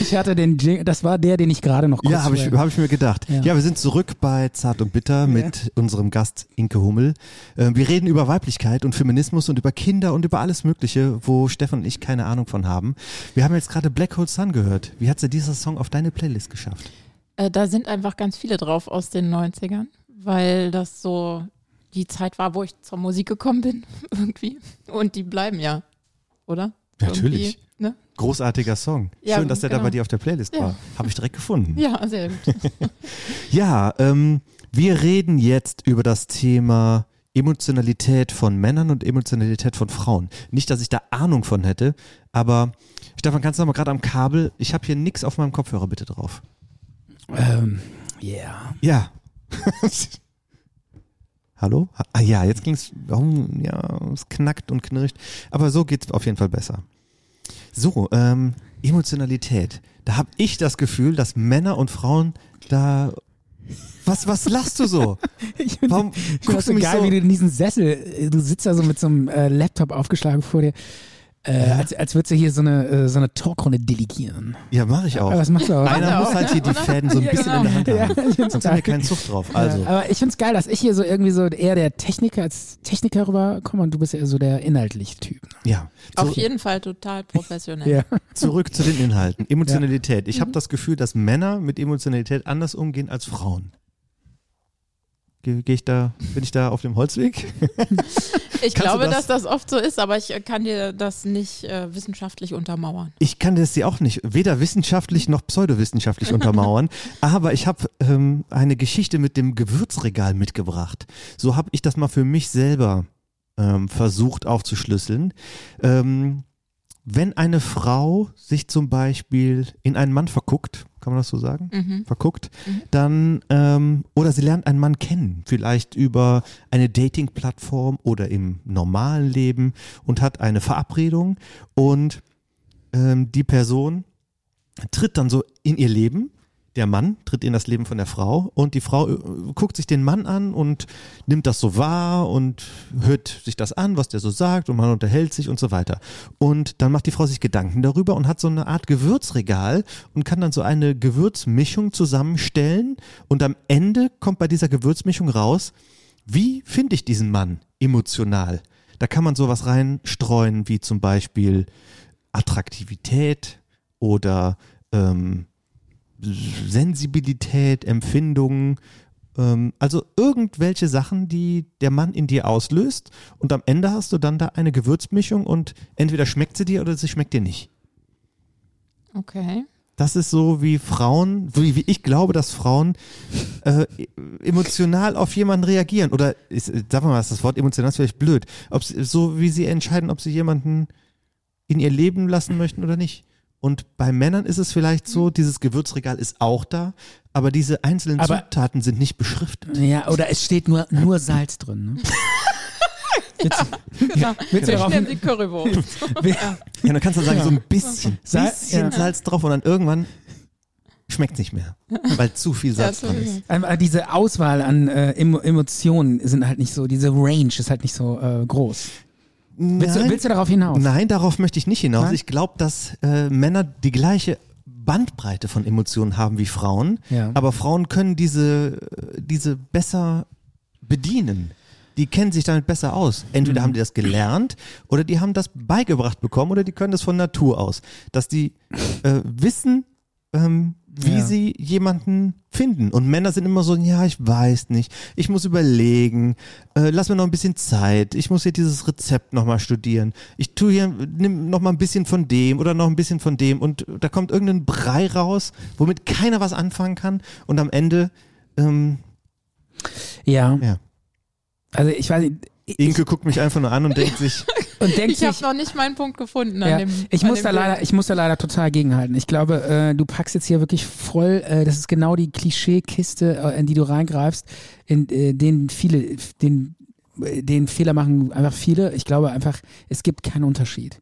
Speaker 3: Ich hatte den Jing das war der, den ich gerade noch kurz
Speaker 2: Ja, habe ich,
Speaker 3: vorher-
Speaker 2: hab ich mir gedacht. Ja.
Speaker 3: Ja.
Speaker 2: wir sind zurück bei Zart und Bitter mit unserem Gast Inke Hummel. Äh, wir reden über Weiblichkeit und Feminismus und über Kinder und über alles Mögliche, wo Stefan und ich keine Ahnung von haben. Wir haben jetzt gerade Black Hole Sun gehört. Wie hat sie dieser Song auf deine Playlist geschafft?
Speaker 4: Äh, da sind einfach ganz viele drauf aus den 90ern, weil das so die Zeit war, wo ich zur Musik gekommen bin, [LAUGHS] irgendwie. Und die bleiben ja, oder?
Speaker 2: Natürlich.
Speaker 4: Irgendwie, Ne?
Speaker 2: Großartiger Song.
Speaker 4: Ja,
Speaker 2: Schön, dass der da
Speaker 4: genau.
Speaker 2: bei dir auf der Playlist
Speaker 4: Ja.
Speaker 2: war. Habe ich direkt gefunden.
Speaker 4: Ja, sehr gut.
Speaker 2: Ja, ähm, wir reden jetzt über das Thema Emotionalität von Männern und Emotionalität von Frauen. Nicht, dass ich da Ahnung von hätte, aber Stefan, kannst du noch mal gerade am Kabel? Ich habe hier nichts auf meinem Kopfhörer bitte drauf.
Speaker 3: Ähm, yeah.
Speaker 2: Ja. [LAUGHS] Hallo? Ah ja, jetzt ging's. Warum? Ja, es knackt und knirscht. Aber so geht's auf jeden Fall besser. So, ähm, Emotionalität. Da habe ich das Gefühl, dass Männer und Frauen da. Was, was lachst du so? Warum
Speaker 3: [LAUGHS]
Speaker 2: guckst
Speaker 3: Ich find's
Speaker 2: du
Speaker 3: so
Speaker 2: mich
Speaker 3: geil,
Speaker 2: so?
Speaker 3: wie du in diesen Sessel, äh, du sitzt da so mit so einem äh, Laptop aufgeschlagen vor dir, äh, als, als würdest du hier so eine, äh, so eine Talkrunde delegieren.
Speaker 2: Ja, mache ich
Speaker 3: Aber
Speaker 2: auch.
Speaker 3: was machst du auch?
Speaker 2: Oh. Einer muss halt hier die Fäden
Speaker 3: [LAUGHS]
Speaker 2: so ein
Speaker 4: Ja,
Speaker 2: bisschen
Speaker 4: genau.
Speaker 2: in der Hand haben.
Speaker 3: ich find's
Speaker 2: Sonst haben
Speaker 3: total-
Speaker 2: wir keinen Zug drauf. Also,
Speaker 3: Ja, aber ich find's geil, dass ich hier so irgendwie so eher der Techniker als Techniker rüberkomme und du bist eher so der inhaltliche Typ. ne?
Speaker 2: ja.
Speaker 4: Auf jeden Fall total professionell.
Speaker 2: Zurück zu den [LAUGHS] Inhalten. Emotionalität. Ich habe das Gefühl, dass Männer mit Emotionalität anders umgehen als Frauen. Ge geh ich da, bin ich da auf dem Holzweg? Kannst
Speaker 4: Ich
Speaker 2: du
Speaker 4: glaube,
Speaker 2: das-
Speaker 4: dass das oft so ist, aber ich äh, kann dir das nicht äh, wissenschaftlich untermauern.
Speaker 2: Ich kann das ja auch nicht, weder wissenschaftlich noch [LAUGHS] pseudowissenschaftlich untermauern, aber ich habe ähm, eine Geschichte mit dem Gewürzregal mitgebracht. So habe ich das mal für mich selber ähm, versucht aufzuschlüsseln. Ähm, wenn eine Frau sich zum Beispiel in einen Mann verguckt, kann man das so sagen?
Speaker 4: Mhm.
Speaker 2: Verguckt, dann ähm, oder sie lernt einen Mann kennen, vielleicht über eine Dating-Plattform oder im normalen Leben und hat eine Verabredung und ähm, die Person tritt dann so in ihr Leben. Der Mann tritt in das Leben von der Frau und die Frau äh, guckt sich den Mann an und nimmt das so wahr und hört sich das an, was der so sagt und man unterhält sich und so weiter. Und dann macht die Frau sich Gedanken darüber und hat so eine Art Gewürzregal und kann dann so eine Gewürzmischung zusammenstellen und am Ende kommt bei dieser Gewürzmischung raus, wie finde ich diesen Mann emotional? Da kann man sowas reinstreuen, wie zum Beispiel Attraktivität oder ähm, Sensibilität, Empfindungen. Ähm, also irgendwelche Sachen, die der Mann in dir auslöst. Und am Ende hast du dann da eine Gewürzmischung und entweder schmeckt sie dir oder sie schmeckt dir nicht.
Speaker 4: Okay.
Speaker 2: Das ist so wie Frauen, so wie, wie ich glaube, dass Frauen äh, emotional auf jemanden reagieren. Oder ist, äh, sagen wir mal, das Wort emotional ist vielleicht blöd. Ob sie, so wie sie entscheiden, ob sie jemanden in ihr Leben lassen möchten oder nicht. Und bei Männern ist es vielleicht so, dieses Gewürzregal ist auch da, aber diese einzelnen
Speaker 3: Aber-
Speaker 2: Zutaten sind nicht beschriftet.
Speaker 3: Ja, oder es steht nur, nur Salz drin.
Speaker 2: [LAUGHS]
Speaker 3: Ne?
Speaker 4: Genau.
Speaker 3: Willst du darauf-
Speaker 4: Nehmen Sie Currywurst.
Speaker 2: Ja, dann kannst du sagen, so ein bisschen,
Speaker 3: Sal-
Speaker 2: bisschen
Speaker 3: ja.
Speaker 2: Salz drauf und dann irgendwann schmeckt nicht [LAUGHS] mehr, weil zu viel Salz
Speaker 4: Ja,
Speaker 2: dran ist.
Speaker 3: Einfach diese Auswahl an äh, Emo Emotionen sind halt nicht so, diese Range ist halt nicht so äh, groß. Willst du,
Speaker 2: Nein.
Speaker 3: willst du darauf hinaus?
Speaker 2: Nein, darauf möchte ich nicht hinaus.
Speaker 3: Nein?
Speaker 2: Ich glaube, dass äh, Männer die gleiche Bandbreite von Emotionen haben wie Frauen,
Speaker 3: Ja.
Speaker 2: aber Frauen können diese, äh, diese besser bedienen. Die kennen sich damit besser aus. Entweder haben die das gelernt oder die haben das beigebracht bekommen oder die können das von Natur aus. Dass die äh, wissen, ähm, wie
Speaker 3: Ja.
Speaker 2: sie jemanden finden. Und Männer sind immer so, ja, ich weiß nicht, ich muss überlegen, äh, lass mir noch ein bisschen Zeit, ich muss hier dieses Rezept nochmal studieren, ich tu hier, nimm nochmal ein bisschen von dem oder noch ein bisschen von dem und da kommt irgendein Brei raus, womit keiner was anfangen kann und am Ende, ähm,
Speaker 3: Ja.
Speaker 2: Ja.
Speaker 3: Also ich weiß nicht, ich,
Speaker 2: Inke guckt mich einfach nur an und denkt sich,
Speaker 3: und denkt
Speaker 4: Ich habe
Speaker 3: sich,
Speaker 4: noch nicht meinen Punkt gefunden an
Speaker 3: ja,
Speaker 4: dem.
Speaker 3: ich
Speaker 4: an
Speaker 3: muss
Speaker 4: dem
Speaker 3: da
Speaker 4: Bild.
Speaker 3: leider, ich muss da leider total gegenhalten. Ich glaube, äh, du packst jetzt hier wirklich voll, äh, das ist genau die Klischeekiste, äh, in die du reingreifst, in äh, den viele, den, äh, den Fehler machen einfach viele. Ich glaube einfach, es gibt keinen Unterschied.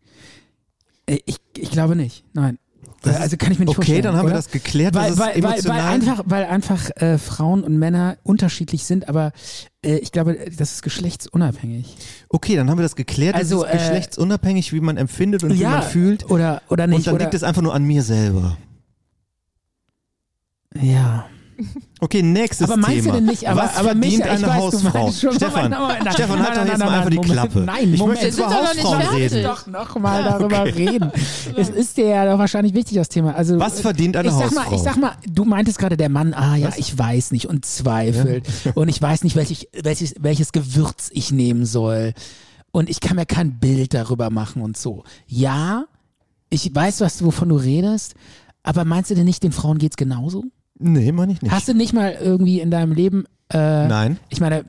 Speaker 3: Äh, Ich, ich glaube nicht. Nein.
Speaker 2: Das
Speaker 3: also kann ich mir nicht
Speaker 2: okay,
Speaker 3: vorstellen.
Speaker 2: dann haben wir
Speaker 3: oder?
Speaker 2: das geklärt, das
Speaker 3: weil,
Speaker 2: ist
Speaker 3: weil, weil, weil
Speaker 2: emotional.
Speaker 3: einfach, weil einfach äh, Frauen und Männer unterschiedlich sind, aber äh, ich glaube, das ist geschlechtsunabhängig.
Speaker 2: okay, dann haben wir das geklärt,
Speaker 3: Also,
Speaker 2: das
Speaker 3: äh,
Speaker 2: ist geschlechtsunabhängig, wie man empfindet und wie man fühlt.
Speaker 3: Oder, oder nicht.
Speaker 2: Und dann
Speaker 3: oder,
Speaker 2: liegt es einfach nur an mir selber.
Speaker 3: ja.
Speaker 2: Okay, nächstes
Speaker 3: Aber meinst
Speaker 2: Thema.
Speaker 3: du denn nicht, aber,
Speaker 2: Was
Speaker 3: aber
Speaker 2: verdient
Speaker 3: Micha, ich
Speaker 2: eine
Speaker 3: weiß, Du
Speaker 2: Hausfrau?
Speaker 3: meinst schon,
Speaker 2: Stefan,
Speaker 3: Moment, Moment, nein,
Speaker 2: Stefan,
Speaker 3: nein,
Speaker 2: halt
Speaker 3: nein,
Speaker 2: doch jetzt
Speaker 3: nein,
Speaker 2: mal einfach die
Speaker 3: Moment,
Speaker 2: Klappe.
Speaker 3: Nein,
Speaker 2: ich
Speaker 3: Moment,
Speaker 2: möchte jetzt
Speaker 4: wir
Speaker 2: über
Speaker 4: sind doch noch nicht
Speaker 2: Hausfrauen
Speaker 4: fertig.
Speaker 2: reden.
Speaker 3: doch nochmal darüber reden. Es ist dir ja doch wahrscheinlich wichtig, das Thema. Also,
Speaker 2: Was verdient eine
Speaker 3: ich sag mal,
Speaker 2: Hausfrau?
Speaker 3: Ich sag mal, du meintest gerade der Mann, ah ja, ich weiß nicht und zweifelt und ich weiß nicht, welches, welches, welches Gewürz ich nehmen soll und ich kann mir kein Bild darüber machen und so. Ja, ich weiß, was, wovon du redest, aber meinst du denn nicht, den Frauen geht's genauso?
Speaker 2: Nee, meine ich nicht.
Speaker 3: Hast du nicht mal irgendwie in deinem Leben, äh,
Speaker 2: Nein.
Speaker 3: ich meine,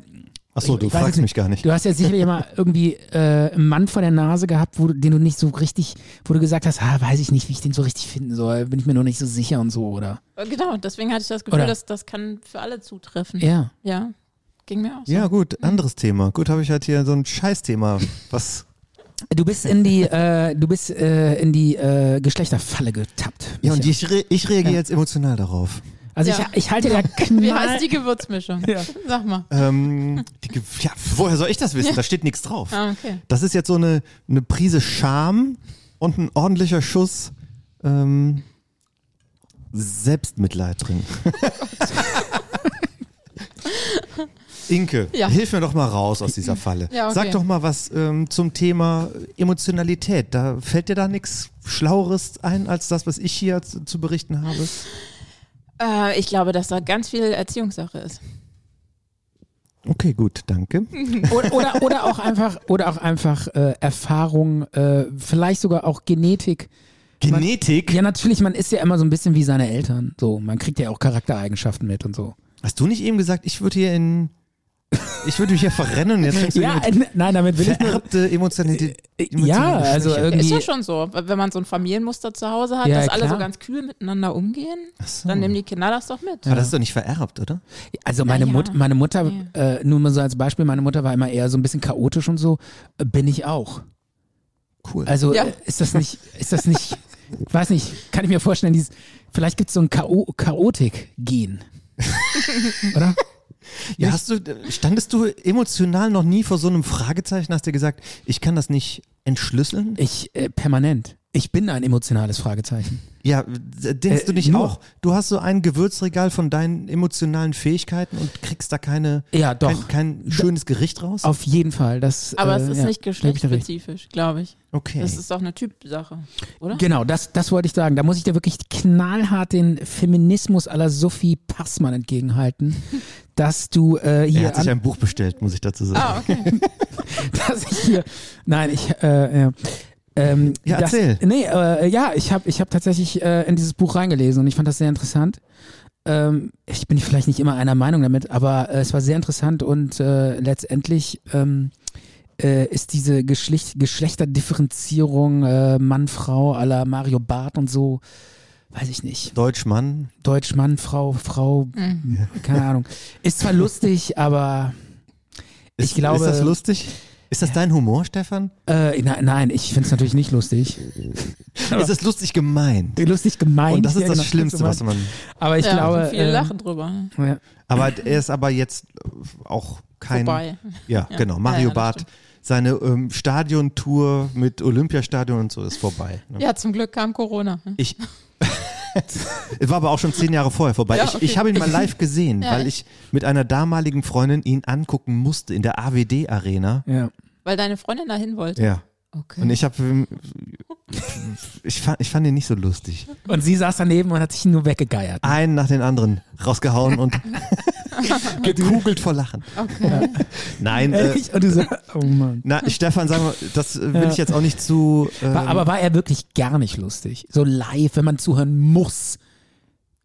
Speaker 2: Achso,
Speaker 3: ich-
Speaker 2: du
Speaker 3: ich weiß
Speaker 2: fragst
Speaker 3: jetzt
Speaker 2: mich gar nicht.
Speaker 3: Du hast ja sicherlich
Speaker 2: [LAUGHS]
Speaker 3: mal irgendwie äh, einen Mann vor der Nase gehabt, wo du, den du nicht so richtig, wo du gesagt hast, ah, weiß ich nicht, wie ich den so richtig finden soll, bin ich mir noch nicht so sicher und so, oder?
Speaker 4: Genau, deswegen hatte ich das Gefühl,
Speaker 3: Oder-
Speaker 4: dass das kann für alle zutreffen.
Speaker 3: Ja.
Speaker 4: Ja, ging mir auch so.
Speaker 2: Ja, gut, anderes Thema. Gut, habe ich halt hier so ein Scheißthema. Was?
Speaker 3: Du bist in
Speaker 4: [LAUGHS]
Speaker 3: die, äh, du bist äh, in die äh, Geschlechterfalle getappt.
Speaker 2: Ja, und
Speaker 3: Michael.
Speaker 2: ich, re ich reagiere jetzt emotional darauf.
Speaker 3: also
Speaker 4: Ja.
Speaker 3: ich, ich halte ja
Speaker 4: [LAUGHS] Wie
Speaker 3: knall.
Speaker 4: heißt die Gewürzmischung?
Speaker 3: Ja.
Speaker 4: Sag mal.
Speaker 2: Ähm, die, Ge- ja, woher soll ich das wissen? Da steht nichts drauf.
Speaker 4: Ah, okay.
Speaker 2: Das ist jetzt so eine, eine Prise Scham und ein ordentlicher Schuss ähm, Selbstmitleid
Speaker 4: [LAUGHS]
Speaker 2: drin. Inke,
Speaker 4: Ja.
Speaker 2: hilf mir doch mal raus aus dieser Falle.
Speaker 4: Ja, okay.
Speaker 2: Sag doch mal was ähm, zum Thema Emotionalität. Da fällt dir da nichts Schlaueres ein als das, was ich hier zu, zu berichten habe?
Speaker 4: Äh, ich glaube, dass da ganz viel Erziehungssache ist.
Speaker 2: Okay, gut, danke.
Speaker 3: Oder, oder, oder auch einfach, oder auch einfach äh, Erfahrung, äh, vielleicht sogar auch Genetik.
Speaker 2: Genetik?
Speaker 3: Ja, natürlich, man ist ja immer so ein bisschen wie seine Eltern. So, man kriegt ja auch Charaktereigenschaften mit und so.
Speaker 2: Hast du nicht eben gesagt, ich würde hier in ich würde mich hier verrennen und jetzt fängst du
Speaker 3: Ja,
Speaker 2: mit
Speaker 3: äh, nein, damit
Speaker 4: [LAUGHS]
Speaker 3: will ich nur, Äh,
Speaker 2: vererbte Emotionalität.
Speaker 3: Ja,
Speaker 2: emotionale
Speaker 3: also
Speaker 2: Schwäche.
Speaker 4: Ja, ist ja
Speaker 3: irgendwie.
Speaker 4: schon so, wenn man so ein Familienmuster zu Hause hat,
Speaker 3: Ja,
Speaker 4: dass
Speaker 3: ja,
Speaker 4: alle so
Speaker 3: klar.
Speaker 4: ganz kühl miteinander umgehen,
Speaker 2: so.
Speaker 4: dann nehmen die Kinder das doch mit.
Speaker 2: Aber das ist doch nicht vererbt, oder?
Speaker 3: Also meine,
Speaker 4: Ja, ja.
Speaker 3: Mut, meine Mutter, äh, nur mal so als Beispiel, meine Mutter war immer eher so ein bisschen chaotisch und so. Äh, Bin ich auch.
Speaker 2: Cool.
Speaker 3: Also
Speaker 4: Ja.
Speaker 3: äh, ist das nicht, ist das nicht, Ich weiß nicht, kann ich mir vorstellen, dieses, vielleicht gibt es so ein Chao-
Speaker 4: [LAUGHS]
Speaker 3: Chaotik-Gen. Oder?
Speaker 2: Ja, hast du, standest du emotional noch nie vor so einem Fragezeichen? Hast dir gesagt, ich kann das nicht entschlüsseln?
Speaker 3: Ich, äh, permanent. Ich bin ein emotionales Fragezeichen.
Speaker 2: Ja, denkst
Speaker 3: Äh,
Speaker 2: du nicht
Speaker 3: nur.
Speaker 2: auch, du hast so ein Gewürzregal von deinen emotionalen Fähigkeiten und kriegst da keine,
Speaker 3: Ja, doch.
Speaker 2: kein, kein schönes Gericht raus?
Speaker 3: Auf jeden Fall. Das,
Speaker 4: Aber
Speaker 3: äh,
Speaker 4: es ist
Speaker 3: ja,
Speaker 4: nicht
Speaker 3: da geb ich dir recht.
Speaker 4: geschlechtsspezifisch, glaube ich.
Speaker 2: Okay.
Speaker 4: Das ist doch eine Typsache, oder?
Speaker 3: Genau, das, das wollte ich sagen. Da muss ich dir wirklich knallhart den Feminismus aller Sophie Passmann
Speaker 4: [LAUGHS]
Speaker 3: entgegenhalten, dass du äh,
Speaker 2: er
Speaker 3: hier
Speaker 2: hat sich
Speaker 3: an,
Speaker 2: ein Buch bestellt, muss ich dazu sagen.
Speaker 4: Ah, okay.
Speaker 3: [LAUGHS] dass ich hier, nein, ich, äh, ja. Ähm,
Speaker 2: Ja,
Speaker 3: das,
Speaker 2: erzähl.
Speaker 3: Nee, äh, ja, ich habe ich hab tatsächlich äh, in dieses Buch reingelesen und ich fand das sehr interessant. Ähm, ich bin vielleicht nicht immer einer Meinung damit, aber äh, es war sehr interessant und äh, letztendlich ähm, äh, ist diese Geschlecht Geschlechterdifferenzierung äh, Mann-Frau aller Mario Barth und so, weiß ich nicht.
Speaker 2: Deutschmann,
Speaker 3: Deutsch, Mann, Frau, Frau, keine Ahnung. Ist zwar lustig, aber
Speaker 2: ist,
Speaker 3: ich glaube.
Speaker 2: ist das lustig? Ist das dein Humor, Stefan?
Speaker 3: Äh, na, nein, ich finde es natürlich nicht lustig.
Speaker 2: Ist das lustig gemeint?
Speaker 3: Lustig gemeint.
Speaker 2: Und das ist
Speaker 3: ja,
Speaker 2: das
Speaker 3: genau,
Speaker 2: Schlimmste, was man.
Speaker 3: Aber ich
Speaker 4: ja,
Speaker 3: glaube.
Speaker 4: viele
Speaker 3: äh,
Speaker 4: lachen drüber. ne?
Speaker 3: ja.
Speaker 2: Aber er ist aber jetzt äh, auch kein.
Speaker 4: Vorbei.
Speaker 2: Ja, genau. Mario
Speaker 4: Ja, ja, das
Speaker 2: Barth, seine ähm, Stadiontour mit Olympiastadion und so ist vorbei. Ne?
Speaker 4: Ja, zum Glück kam Corona. ne?
Speaker 2: Ich. [LAUGHS] Es war aber auch schon zehn Jahre vorher vorbei.
Speaker 4: Ja,
Speaker 2: ich
Speaker 4: okay.
Speaker 2: ich habe ihn mal live gesehen,
Speaker 4: Ja,
Speaker 2: weil ich mit einer damaligen Freundin ihn angucken musste in der AWD-Arena.
Speaker 3: Ja.
Speaker 4: Weil deine Freundin dahin wollte.
Speaker 2: Ja.
Speaker 4: Okay.
Speaker 2: Und ich habe. Ich fand, ich fand ihn nicht so lustig.
Speaker 3: Und sie saß daneben und hat sich nur weggegeiert.
Speaker 2: Einen nach den anderen rausgehauen
Speaker 3: [LAUGHS]
Speaker 2: und gekugelt vor Lachen.
Speaker 4: okay.
Speaker 2: Nein, äh,
Speaker 3: Ehrlich? Und du so, oh Mann.
Speaker 2: na, Stefan, sag mal, das äh, will
Speaker 3: Ja.
Speaker 2: ich jetzt auch nicht zu. Ähm,
Speaker 3: War, aber war er wirklich gar nicht lustig? So live, wenn man zuhören muss.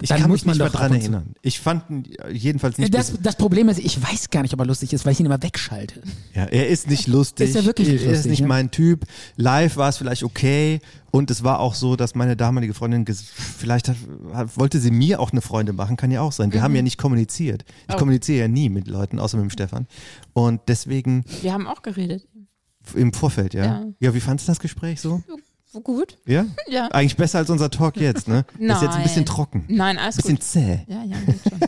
Speaker 2: ich
Speaker 3: dann
Speaker 2: kann mich
Speaker 3: muss man
Speaker 2: nicht mehr
Speaker 3: doch ab
Speaker 2: dran
Speaker 3: und zu-
Speaker 2: erinnern. Ich fand ihn jedenfalls nicht.
Speaker 3: Das,
Speaker 2: bis-
Speaker 3: das Problem ist, ich weiß gar nicht, ob er lustig ist, weil ich ihn immer wegschalte.
Speaker 2: Ja, er ist nicht lustig.
Speaker 3: Ist er wirklich nicht
Speaker 2: Er ist
Speaker 3: lustig,
Speaker 2: nicht
Speaker 3: ja?
Speaker 2: mein Typ. Live war es vielleicht okay. Und es war auch so, dass meine damalige Freundin, ges- vielleicht hat, hat, wollte sie mir auch eine Freundin machen, kann ja auch sein.
Speaker 3: Mhm.
Speaker 2: Wir haben ja nicht kommuniziert.
Speaker 3: Oh.
Speaker 2: Ich kommuniziere ja nie mit Leuten, außer mit dem Stefan. Und deswegen
Speaker 4: Wir haben auch geredet.
Speaker 2: im Vorfeld, ja. Ja,
Speaker 4: Ja.
Speaker 2: wie fandst du das Gespräch
Speaker 4: [LAUGHS]
Speaker 2: so?
Speaker 4: So gut?
Speaker 2: Ja?
Speaker 4: Ja.
Speaker 2: Eigentlich besser als unser Talk jetzt,
Speaker 4: [LAUGHS]
Speaker 2: ne? Ist jetzt ein bisschen
Speaker 4: Nein.
Speaker 2: trocken. Ein
Speaker 4: Nein, alles
Speaker 2: bisschen
Speaker 4: gut.
Speaker 2: zäh.
Speaker 4: Ja, ja, geht schon.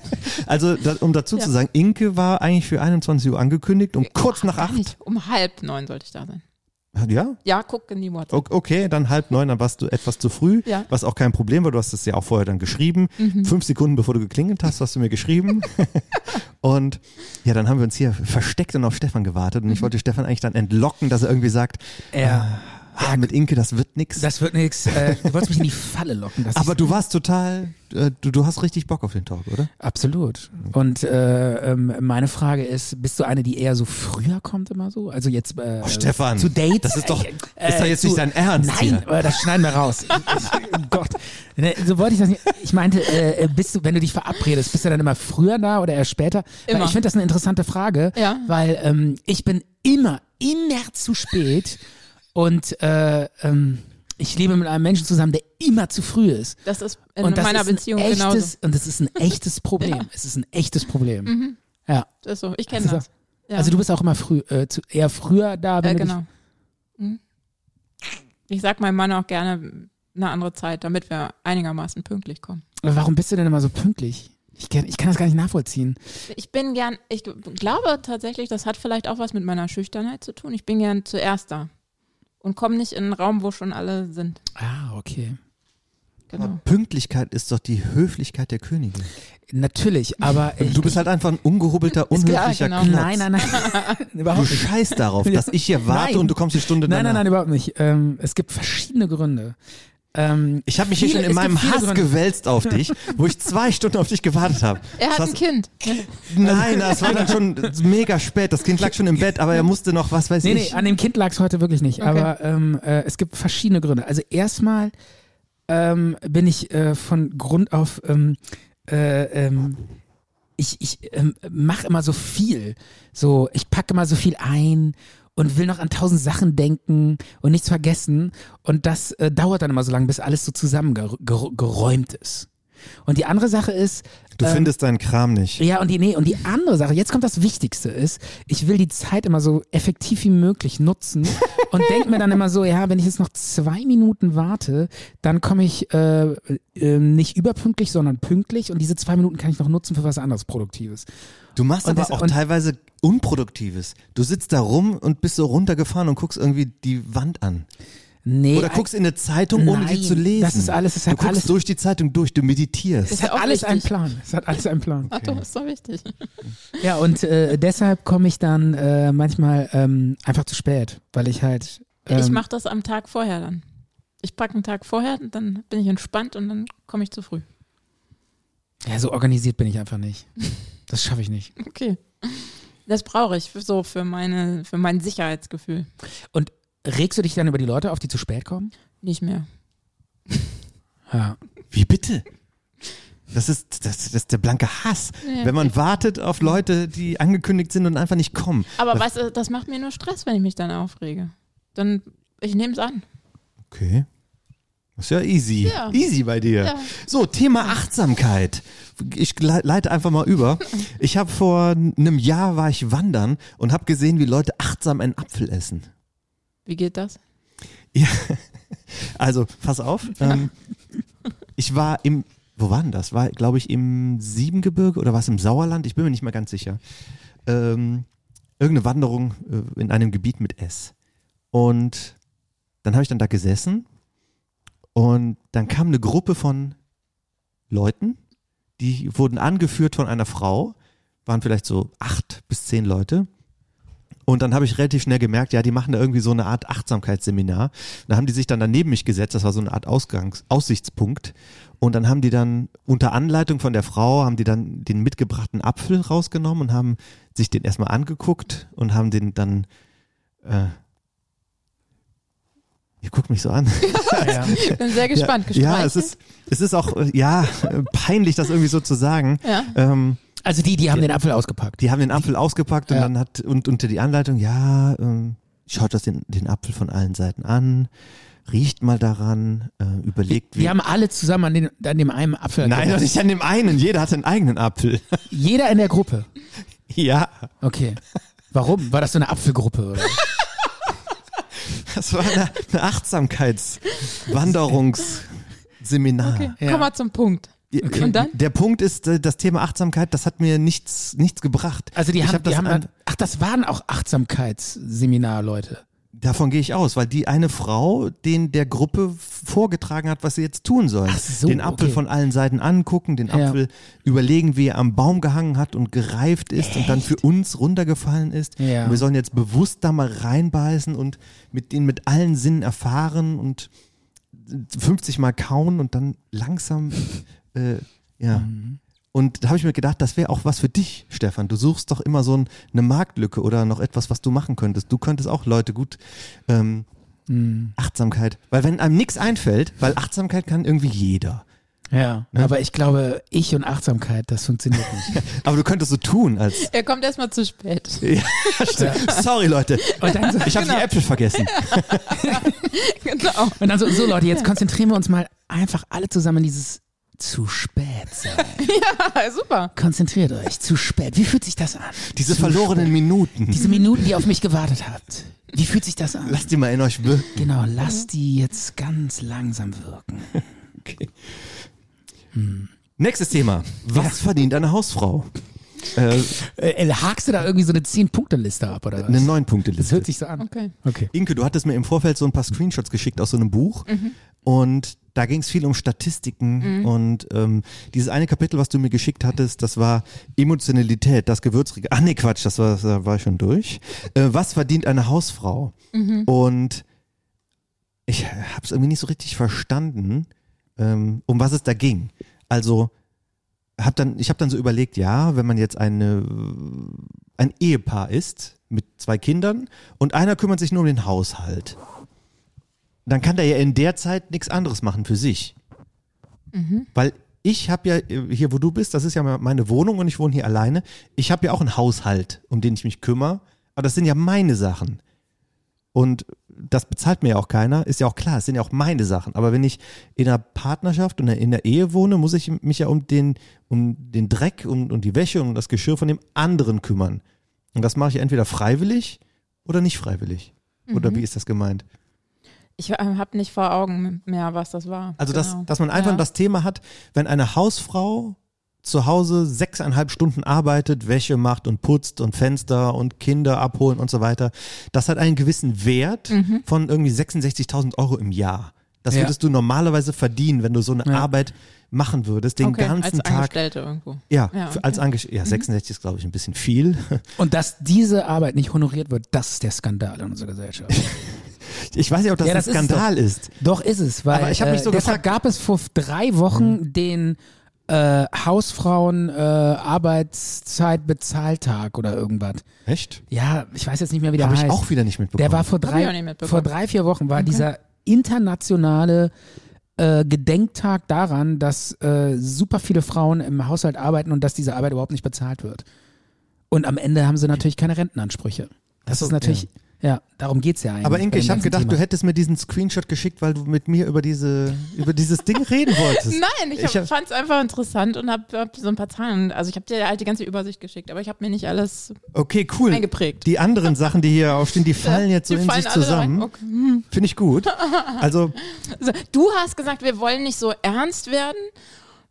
Speaker 2: Also, da, um dazu
Speaker 4: Ja.
Speaker 2: zu sagen, Inke war eigentlich für 21 Uhr angekündigt, um kurz nach
Speaker 4: Gar
Speaker 2: acht.
Speaker 4: nicht. Um halb neun sollte ich da sein.
Speaker 2: Ja,
Speaker 4: Ja, guck in die WhatsApp.
Speaker 2: O- Okay, dann halb neun, dann warst du etwas zu früh,
Speaker 4: Ja. Mhm.
Speaker 2: was auch kein Problem war. Du hast es ja auch vorher dann geschrieben. Fünf Sekunden bevor du geklingelt hast, hast du mir
Speaker 4: [LAUGHS]
Speaker 2: geschrieben. und ja, dann haben wir uns hier versteckt und auf Stefan gewartet. Und
Speaker 4: Mhm.
Speaker 2: ich wollte Stefan eigentlich dann entlocken, dass er irgendwie sagt,
Speaker 3: Er,
Speaker 2: ah, mit Inke, das wird nix.
Speaker 3: das wird nichts. Äh, [LAUGHS] du wolltest mich in die Falle locken. Das
Speaker 2: Aber du warst total, äh, du, du hast richtig Bock auf den Talk, oder?
Speaker 3: Absolut.
Speaker 2: Mhm.
Speaker 3: Und äh, ähm, meine Frage ist, bist du eine, die eher so früher kommt immer so? Also jetzt äh,
Speaker 2: Oh, Stefan,
Speaker 3: zu Dates?
Speaker 2: das ist doch-
Speaker 3: Äh,
Speaker 2: ist doch jetzt
Speaker 3: zu-
Speaker 2: nicht dein Ernst
Speaker 3: Nein,
Speaker 2: hier.
Speaker 3: äh, das schneiden wir
Speaker 2: [LAUGHS]
Speaker 3: raus. Ich, oh Gott. Ne, so wollte ich das nicht. Ich meinte, äh, bist du, wenn du dich verabredest, bist du dann immer früher da oder eher später? Weil
Speaker 4: Immer.
Speaker 3: ich finde das eine interessante Frage,
Speaker 4: Ja.
Speaker 3: weil ähm, ich bin immer, immer zu spät und äh, ähm, ich lebe mit einem Menschen zusammen, der immer zu früh ist
Speaker 4: Das ist in
Speaker 3: Oh. und das
Speaker 4: meiner
Speaker 3: ist ein
Speaker 4: Beziehung
Speaker 3: echtes,
Speaker 4: genauso.
Speaker 3: Und das ist
Speaker 4: [LAUGHS]
Speaker 3: ein echtes Problem. Es ist ein echtes Problem.
Speaker 4: Mhm.
Speaker 3: Ja.
Speaker 4: Das ist so. Ich kenne
Speaker 3: Also,
Speaker 4: das. Ja.
Speaker 3: also du bist auch immer früh, äh, zu, eher früher da, wenn
Speaker 4: ja,
Speaker 3: du
Speaker 4: genau. Hm. Ich sag meinem Mann auch gerne eine andere Zeit, damit wir einigermaßen pünktlich kommen.
Speaker 3: dich, Warum bist du denn immer so pünktlich? Ich kann, ich kann das gar nicht nachvollziehen.
Speaker 4: Ich bin gern, ich glaube tatsächlich, das hat vielleicht auch was mit meiner Schüchternheit zu tun. Ich bin gern zuerst da und komme nicht in einen Raum, wo schon alle sind.
Speaker 3: Ah, okay.
Speaker 4: Genau.
Speaker 2: Pünktlichkeit ist doch die Höflichkeit der Könige.
Speaker 3: Natürlich, aber
Speaker 2: [LAUGHS]
Speaker 3: ich,
Speaker 2: Du bist halt einfach ein ungehobelter,
Speaker 4: klar,
Speaker 2: unhöflicher
Speaker 4: genau.
Speaker 2: Klotz.
Speaker 3: nein, nein, nein.
Speaker 4: [LAUGHS]
Speaker 2: Du
Speaker 3: überhaupt nicht.
Speaker 2: scheißt
Speaker 3: [LAUGHS]
Speaker 2: darauf, dass ich hier warte
Speaker 3: Nein.
Speaker 2: und du kommst die Stunde
Speaker 3: Nein, nein,
Speaker 2: danach.
Speaker 3: nein, überhaupt nicht. Ähm, es gibt verschiedene Gründe. Ähm,
Speaker 2: Ich habe mich hier
Speaker 3: Viele-
Speaker 2: schon in
Speaker 3: es gibt
Speaker 2: meinem
Speaker 3: viele
Speaker 2: Hass
Speaker 3: Gründe.
Speaker 2: gewälzt auf dich, wo ich zwei Stunden auf dich gewartet habe.
Speaker 4: Er hat
Speaker 2: Das-
Speaker 4: ein Kind.
Speaker 2: Nein, das war dann schon mega spät. Das Kind lag schon im Bett, aber er musste noch, was weiß
Speaker 3: Nee, nee,
Speaker 2: ich.
Speaker 3: an dem Kind lag es heute wirklich nicht.
Speaker 4: Okay.
Speaker 3: Aber ähm, äh, es gibt verschiedene Gründe. Also erstmal ähm, bin ich äh, von Grund auf, ähm, äh, ähm, ich, ich ähm, mache immer so viel. So, ich packe immer so viel ein und will noch an tausend Sachen denken und nichts vergessen. Und das äh, dauert dann immer so lange, bis alles so zusammengeräumt ist. Und die andere Sache ist,
Speaker 2: Du
Speaker 3: ähm,
Speaker 2: findest deinen Kram nicht.
Speaker 3: ja, und die, nee, und die andere Sache, jetzt kommt das Wichtigste ist, ich will die Zeit immer so effektiv wie möglich nutzen und denke mir dann immer so, ja, wenn ich jetzt noch zwei Minuten warte, dann komme ich äh, äh, nicht überpünktlich, sondern pünktlich und diese zwei Minuten kann ich noch nutzen für was anderes Produktives.
Speaker 2: Du machst
Speaker 3: Und
Speaker 2: aber
Speaker 3: das-
Speaker 2: auch
Speaker 3: und-
Speaker 2: teilweise Unproduktives. Du sitzt da rum und bist so runtergefahren und guckst irgendwie die Wand an.
Speaker 3: Nee,
Speaker 2: Oder
Speaker 3: ein-
Speaker 2: guckst in eine Zeitung, ohne
Speaker 3: Nein,
Speaker 2: sie zu lesen.
Speaker 3: das ist alles- das
Speaker 2: du
Speaker 3: hat
Speaker 2: guckst
Speaker 3: alles-
Speaker 2: durch die Zeitung durch, du meditierst.
Speaker 3: es hat
Speaker 4: auch
Speaker 3: alles einen
Speaker 4: wichtig.
Speaker 3: Plan. Es hat alles einen Plan.
Speaker 4: Ach doch, ist doch wichtig.
Speaker 3: Ja, und äh, deshalb komme ich dann äh, manchmal ähm, einfach zu spät, weil ich halt. Ähm,
Speaker 4: Ich mache das am Tag vorher dann. Ich packe einen Tag vorher, dann bin ich entspannt und dann komme ich zu früh.
Speaker 3: ja, so organisiert bin ich einfach nicht. Das schaffe ich nicht.
Speaker 4: Okay. Das brauche ich für, so für, meine, für mein Sicherheitsgefühl.
Speaker 3: Und regst du dich dann über die Leute auf, die zu spät kommen?
Speaker 4: Nicht mehr.
Speaker 3: Ja.
Speaker 2: Wie bitte? Das ist, das, das ist der blanke Hass.
Speaker 4: Ja.
Speaker 2: Wenn man wartet auf Leute, die angekündigt sind und einfach nicht kommen.
Speaker 4: Aber weißt du, das macht mir nur Stress, wenn ich mich dann aufrege. Dann, ich nehme es an.
Speaker 2: Okay. Das ist ja easy.
Speaker 4: Ja.
Speaker 2: Easy bei dir.
Speaker 4: Ja.
Speaker 2: So, Thema Achtsamkeit. Ich le- leite einfach mal
Speaker 3: [LAUGHS]
Speaker 2: über. Ich habe vor einem Jahr war ich wandern und habe gesehen, wie Leute achtsam einen Apfel essen.
Speaker 4: Wie geht das?
Speaker 2: Ja. Also, pass auf. Ähm, ich war im, wo war denn das? War, glaube ich, im Siebengebirge oder war es im Sauerland? Ich bin mir nicht mehr ganz sicher. Ähm, irgendeine Wanderung äh, in einem Gebiet mit S. Und dann habe ich dann da gesessen und dann kam eine Gruppe von Leuten, die wurden angeführt von einer Frau, waren vielleicht so acht bis zehn Leute. Und dann habe ich relativ schnell gemerkt, ja, die machen da irgendwie so eine Art Achtsamkeitsseminar. Da haben die sich dann daneben mich gesetzt, das war so eine Art Ausgangs Aussichtspunkt. Und dann haben die dann unter Anleitung von der Frau, haben die dann den mitgebrachten Apfel rausgenommen und haben sich den erstmal angeguckt und haben den dann... Äh, ihr guckt mich so an.
Speaker 3: ja.
Speaker 2: [LAUGHS]
Speaker 4: Ich bin sehr gespannt.
Speaker 2: Ja, ja, es
Speaker 4: Gestreichelt?
Speaker 2: ist, es ist auch, äh, ja, [LAUGHS] äh, peinlich, das irgendwie so zu sagen.
Speaker 4: Ja.
Speaker 2: Ähm,
Speaker 3: Also die, die haben den Apfel ausgepackt.
Speaker 2: die haben den Apfel ausgepackt und
Speaker 3: Ja.
Speaker 2: dann hat, und unter die Anleitung, ja, ähm, schaut das den, den Apfel von allen Seiten an, riecht mal daran, äh, überlegt, wie.
Speaker 3: Wir haben alle zusammen an, den, an dem einen Apfel.
Speaker 2: Nein, doch
Speaker 3: gepackt.
Speaker 2: nicht an dem einen, jeder hat einen eigenen Apfel. [LAUGHS]
Speaker 3: Jeder in der Gruppe.
Speaker 2: ja, [LAUGHS]
Speaker 3: Okay. Warum? War das so eine Apfelgruppe? Oder?
Speaker 2: das war eine, eine Achtsamkeitswanderungsseminar.
Speaker 4: Okay,
Speaker 3: Ja.
Speaker 4: komm mal zum Punkt.
Speaker 2: Okay.
Speaker 4: Und dann?
Speaker 2: Der Punkt ist, äh, das Thema Achtsamkeit, das hat mir nichts, nichts gebracht.
Speaker 3: Also die
Speaker 2: Ich
Speaker 3: haben,
Speaker 2: hab das
Speaker 3: die haben
Speaker 2: an-
Speaker 3: dann, ach, das waren auch Achtsamkeitsseminarleute.
Speaker 2: Davon gehe ich aus, weil die eine Frau den der Gruppe vorgetragen hat, was sie jetzt tun sollen.
Speaker 3: Ach so,
Speaker 2: den Apfel
Speaker 3: okay.
Speaker 2: von allen Seiten angucken, den
Speaker 3: Ja.
Speaker 2: Apfel überlegen, wie er am Baum gehangen hat und gereift ist und dann für uns runtergefallen ist.
Speaker 3: Ja.
Speaker 2: Und wir sollen jetzt bewusst da mal reinbeißen und mit den mit allen Sinnen erfahren und 50 Mal kauen und dann langsam, äh, ja.
Speaker 3: Mhm.
Speaker 2: Und da habe ich mir gedacht, das wäre auch was für dich, Stefan. Du suchst doch immer so ein, eine Marktlücke oder noch etwas, was du machen könntest. Du könntest auch Leute gut ähm,
Speaker 3: Mhm.
Speaker 2: Achtsamkeit, weil wenn einem nichts einfällt, weil Achtsamkeit kann irgendwie jeder.
Speaker 3: Ja. Ne? Aber ich glaube, ich und Achtsamkeit, das funktioniert nicht.
Speaker 2: [LAUGHS] Aber du könntest so tun als
Speaker 4: Er kommt erstmal
Speaker 2: [LAUGHS]
Speaker 4: zu spät.
Speaker 2: Sorry Leute,
Speaker 3: Und dann so,
Speaker 2: ich habe die Äpfel
Speaker 3: [LAUGHS]
Speaker 2: vergessen.
Speaker 4: genau. [LAUGHS]
Speaker 3: Und dann so, so Leute, jetzt konzentrieren wir uns mal einfach alle zusammen in dieses zu spät sein.
Speaker 4: Ah, super.
Speaker 3: Konzentriert euch, zu spät. Wie fühlt sich das an?
Speaker 2: Diese verlorenen Minuten.
Speaker 3: Diese Minuten, die ihr auf mich gewartet habt. Wie fühlt sich das an?
Speaker 2: Lasst die mal in euch wirken.
Speaker 3: Genau, lasst die jetzt ganz langsam wirken.
Speaker 2: Okay. Nächstes Thema. Was verdient eine Hausfrau? Äh,
Speaker 3: Äh, hakst du da irgendwie so eine 10-Punkte-Liste ab oder was?
Speaker 2: eine Neun-Punkte-Liste.
Speaker 3: das hört sich so an.
Speaker 4: Okay.
Speaker 3: Okay.
Speaker 2: Inke, du hattest mir im Vorfeld so ein paar Screenshots geschickt aus so einem Buch und da ging es viel um Statistiken und ähm, dieses eine Kapitel, was du mir geschickt hattest, das war Emotionalität, das Gewürzregal. Ach nee, Quatsch, das war, das war ich schon durch. Äh, was verdient eine Hausfrau? Und ich habe es irgendwie nicht so richtig verstanden, ähm, um was es da ging. Also hab dann, ich habe dann so überlegt, ja, wenn man jetzt eine, ein Ehepaar ist mit zwei Kindern und einer kümmert sich nur um den Haushalt, dann kann der ja in der Zeit nichts anderes machen für sich. Weil ich habe ja äh, hier, wo du bist, das ist ja meine Wohnung und ich wohne hier alleine. Ich habe ja auch einen Haushalt, um den ich mich kümmere, aber das sind ja meine Sachen. Und das bezahlt mir ja auch keiner, ist ja auch klar, es sind ja auch meine Sachen. Aber wenn ich in einer Partnerschaft und in der Ehe wohne, muss ich mich ja um den, um den Dreck und um, um die Wäsche und um das Geschirr von dem anderen kümmern. Und das mache ich entweder freiwillig oder nicht freiwillig.
Speaker 3: Mhm.
Speaker 2: Oder wie ist das gemeint?
Speaker 4: Ich ähm, habe nicht vor Augen mehr, was das war.
Speaker 2: Also,
Speaker 4: Genau.
Speaker 2: dass, dass man einfach
Speaker 4: ja.
Speaker 2: das Thema hat, wenn eine Hausfrau zu Hause sechseinhalb Stunden arbeitet, Wäsche macht und putzt und Fenster und Kinder abholen und so weiter, das hat einen gewissen Wert von irgendwie 66.000 Euro im Jahr. Das
Speaker 3: Mhm. Ja.
Speaker 2: würdest du normalerweise verdienen, wenn du so eine
Speaker 3: Ja.
Speaker 2: Arbeit machen würdest, den
Speaker 4: okay,
Speaker 2: ganzen
Speaker 4: als
Speaker 2: Tag.
Speaker 4: Angestellte irgendwo.
Speaker 2: Ja,
Speaker 4: Ja,
Speaker 2: für- als Angestellte.
Speaker 3: Mhm.
Speaker 2: Ja, 66 ist, glaube ich, ein bisschen viel. [LAUGHS]
Speaker 3: Und dass diese Arbeit nicht honoriert wird, das ist der Skandal in unserer Gesellschaft.
Speaker 2: [LAUGHS] Ich weiß nicht, ob das,
Speaker 3: Ja, das
Speaker 2: ein
Speaker 3: ist
Speaker 2: Skandal ist.
Speaker 3: Doch ist es, weil
Speaker 2: Aber ich hab mich
Speaker 3: äh,
Speaker 2: so
Speaker 3: deshalb
Speaker 2: gefragt- Mhm.
Speaker 3: gab es vor drei Wochen den äh, Hausfrauen äh, Arbeitszeit Bezahltag oder irgendwas.
Speaker 2: Echt?
Speaker 3: Ja, ich weiß jetzt nicht mehr, wie der
Speaker 2: Habe ich
Speaker 3: heißt.
Speaker 2: auch wieder nicht mitbekommen.
Speaker 3: Der war vor
Speaker 4: ich auch nicht
Speaker 3: drei,
Speaker 4: mitbekommen.
Speaker 3: vor drei vier Wochen war dieser internationale äh, Gedenktag daran, dass äh, super viele Frauen im Haushalt arbeiten und dass diese Arbeit überhaupt nicht bezahlt wird. Und am Ende haben sie natürlich keine Rentenansprüche. Das
Speaker 2: Ach so,
Speaker 3: ist natürlich, ja, darum geht's ja eigentlich.
Speaker 2: Aber
Speaker 3: bei
Speaker 2: Inke,
Speaker 3: dem
Speaker 2: ich habe
Speaker 3: ganzen
Speaker 2: gedacht,
Speaker 3: Thema.
Speaker 2: du hättest mir diesen Screenshot geschickt, weil du mit mir über diese über dieses
Speaker 4: [LAUGHS]
Speaker 2: Ding reden wolltest.
Speaker 4: Nein, ich,
Speaker 2: Ich hab-
Speaker 4: fand es einfach interessant und habe hab so ein paar Zahlen. Also ich habe dir halt die ganze Übersicht geschickt, aber ich habe mir nicht alles
Speaker 2: Okay, cool.
Speaker 4: eingeprägt.
Speaker 2: Die
Speaker 4: [LAUGHS]
Speaker 2: anderen Sachen, die hier aufstehen, die fallen jetzt so
Speaker 4: Die
Speaker 2: in
Speaker 4: fallen
Speaker 2: sich
Speaker 4: alle
Speaker 2: zusammen.
Speaker 4: rein. Okay.
Speaker 2: Finde ich gut. Also,
Speaker 4: Also, du hast gesagt, wir wollen nicht so ernst werden.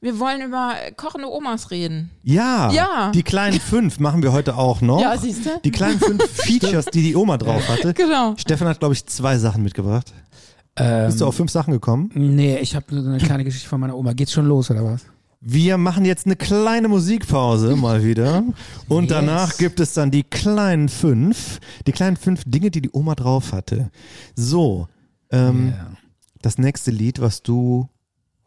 Speaker 4: Wir wollen über kochende Omas reden.
Speaker 2: ja,
Speaker 4: Ja.
Speaker 2: die kleinen fünf machen wir heute auch noch.
Speaker 4: Ja, siehst du?
Speaker 2: Die kleinen
Speaker 4: [LAUGHS]
Speaker 2: fünf Features, die die Oma drauf hatte.
Speaker 4: Genau.
Speaker 2: Stefan hat, glaube ich, zwei Sachen mitgebracht. Bist du auf fünf Sachen gekommen?
Speaker 3: Ähm, Nee, ich habe nur so eine kleine Geschichte von meiner Oma. Geht's schon los oder was?
Speaker 2: Wir machen jetzt eine kleine Musikpause mal wieder. Und
Speaker 3: Yes.
Speaker 2: danach gibt es dann die kleinen fünf. Die kleinen fünf Dinge, die die Oma drauf hatte. So, ähm, das nächste Lied, was du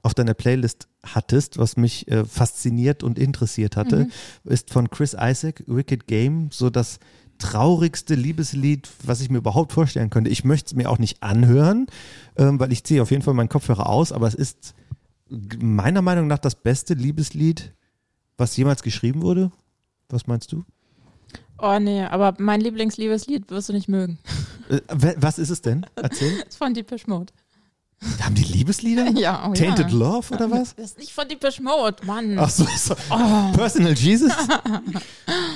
Speaker 2: auf deiner Playlist hattest, was mich äh, fasziniert und interessiert hatte, ist von Chris Isaac, Wicked Game, so das traurigste Liebeslied, was ich mir überhaupt vorstellen könnte. Ich möchte es mir auch nicht anhören, ähm, weil ich ziehe auf jeden Fall meinen Kopfhörer aus, aber es ist g- meiner Meinung nach das beste Liebeslied, was jemals geschrieben wurde. Was meinst du?
Speaker 4: Oh nee, aber mein Lieblingsliebeslied wirst du nicht mögen.
Speaker 2: Äh, we- was ist es denn? Erzähl. [LAUGHS]
Speaker 4: Das ist von Deepish Mode.
Speaker 2: Haben die Liebeslieder?
Speaker 4: [LAUGHS] Ja, oh
Speaker 2: Tainted
Speaker 4: ja.
Speaker 2: Love oder was?
Speaker 4: Das ist nicht von Deepish Mode, Mann.
Speaker 2: Ach so, so. Personal Jesus?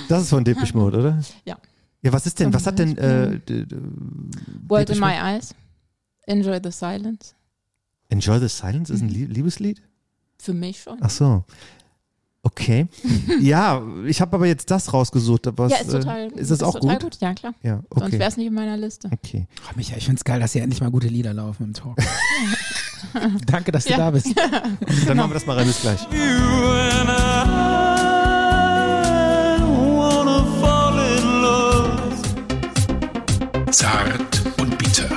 Speaker 2: Das ist von Depeche Mode, oder?
Speaker 4: Ja.
Speaker 2: Ja, was ist denn, was hat denn, äh, d- d-
Speaker 4: World in
Speaker 2: Depeche
Speaker 4: My Eyes. Enjoy the Silence.
Speaker 2: Enjoy the Silence ist ein Lie- Liebeslied?
Speaker 4: Für mich schon.
Speaker 2: Ach so.
Speaker 4: [LAUGHS]
Speaker 2: Okay. Ja, ich habe aber jetzt das rausgesucht. Was,
Speaker 4: ja, ist total,
Speaker 2: äh, ist das auch
Speaker 4: total
Speaker 2: gut?
Speaker 4: gut. Ja, klar.
Speaker 2: Ja,
Speaker 4: Sonst wäre
Speaker 2: okay.
Speaker 4: es nicht in meiner Liste.
Speaker 2: okay.
Speaker 4: [LAUGHS]
Speaker 3: Oh, Micha, ich find's geil, dass hier endlich mal gute Lieder laufen im [LAUGHS] Talk. Danke, dass du
Speaker 4: Ja.
Speaker 3: da bist.
Speaker 2: Dann machen wir das mal rein, bis gleich.
Speaker 6: You and I wanna fall in love.
Speaker 5: Zart und bitter.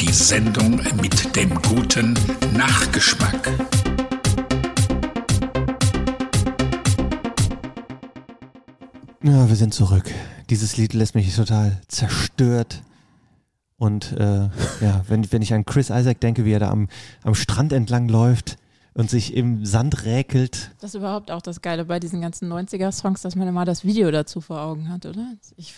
Speaker 5: Die Sendung mit dem guten Nachgeschmack.
Speaker 2: Ja, wir sind zurück. Dieses Lied lässt mich total zerstört. Und äh, ja, wenn, wenn ich an Chris Isaac denke, wie er da am, am Strand entlang läuft und sich im Sand räkelt.
Speaker 4: Das ist überhaupt auch das Geile bei diesen ganzen 90er-Songs, dass man immer das Video dazu vor Augen hat, oder? Ich,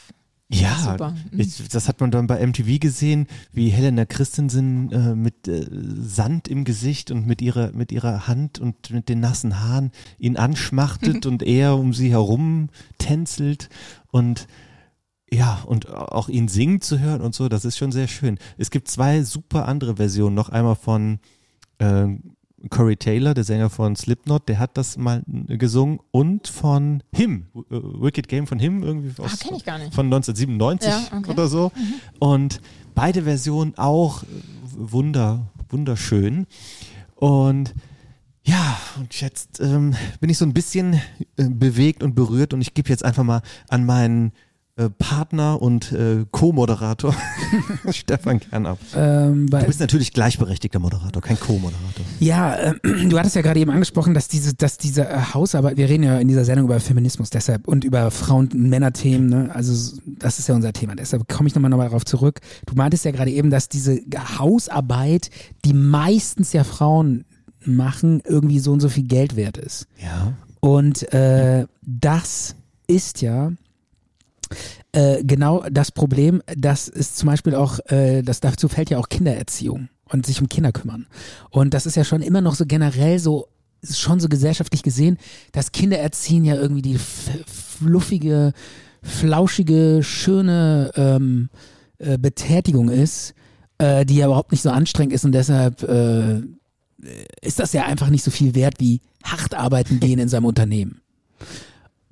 Speaker 2: Ja,
Speaker 4: Super. Mhm.
Speaker 2: Ich, das hat man dann bei MTV gesehen, wie Helena Christensen äh, mit äh, Sand im Gesicht und mit ihrer, mit ihrer Hand und mit den nassen Haaren ihn
Speaker 4: [LAUGHS]
Speaker 2: anschmachtet und er um sie herum tänzelt und ja, und auch ihn singen zu hören und so, das ist schon sehr schön. Es gibt zwei super andere Versionen, noch einmal von äh, Corey Taylor, der Sänger von Slipknot, der hat das mal äh, gesungen und von Him, äh, Wicked Game von Him irgendwie aus,
Speaker 4: ah, kenne ich gar nicht.
Speaker 2: von 1997
Speaker 4: Ja, okay. Mhm.
Speaker 2: oder so. Und beide Versionen auch äh, wunder, wunderschön. Und ja, und jetzt ähm, bin ich so ein bisschen äh, bewegt und berührt und ich gebe jetzt einfach mal an meinen äh, Partner und äh, Co-Moderator [LAUGHS] Stefan Kern ab.
Speaker 3: Ähm,
Speaker 2: Du
Speaker 3: weil,
Speaker 2: bist natürlich gleichberechtigter Moderator, kein Co-Moderator.
Speaker 3: ja, äh, [CLEARS THROAT] du hattest ja gerade eben angesprochen, dass diese, dass diese äh, Hausarbeit, wir reden ja in dieser Sendung über Feminismus deshalb und über Frauen- und Männerthemen, ne? also s- das ist ja unser Thema, deshalb komme ich nochmal nochmal darauf zurück. Du meintest ja gerade eben, dass diese Hausarbeit, die meistens ja Frauen machen, irgendwie so und so viel Geld wert ist.
Speaker 2: Ja.
Speaker 3: Und äh, das ist ja Äh, genau das Problem, das ist zum Beispiel auch, äh, das dazu fällt ja auch Kindererziehung und sich um Kinder kümmern. Und das ist ja schon immer noch so generell so, ist schon so gesellschaftlich gesehen, dass Kindererziehen ja irgendwie die f- fluffige, flauschige, schöne ähm, äh, Betätigung ist, äh, die ja überhaupt nicht so anstrengend ist und deshalb äh, ist das ja einfach nicht so viel wert wie hart arbeiten gehen in seinem Unternehmen.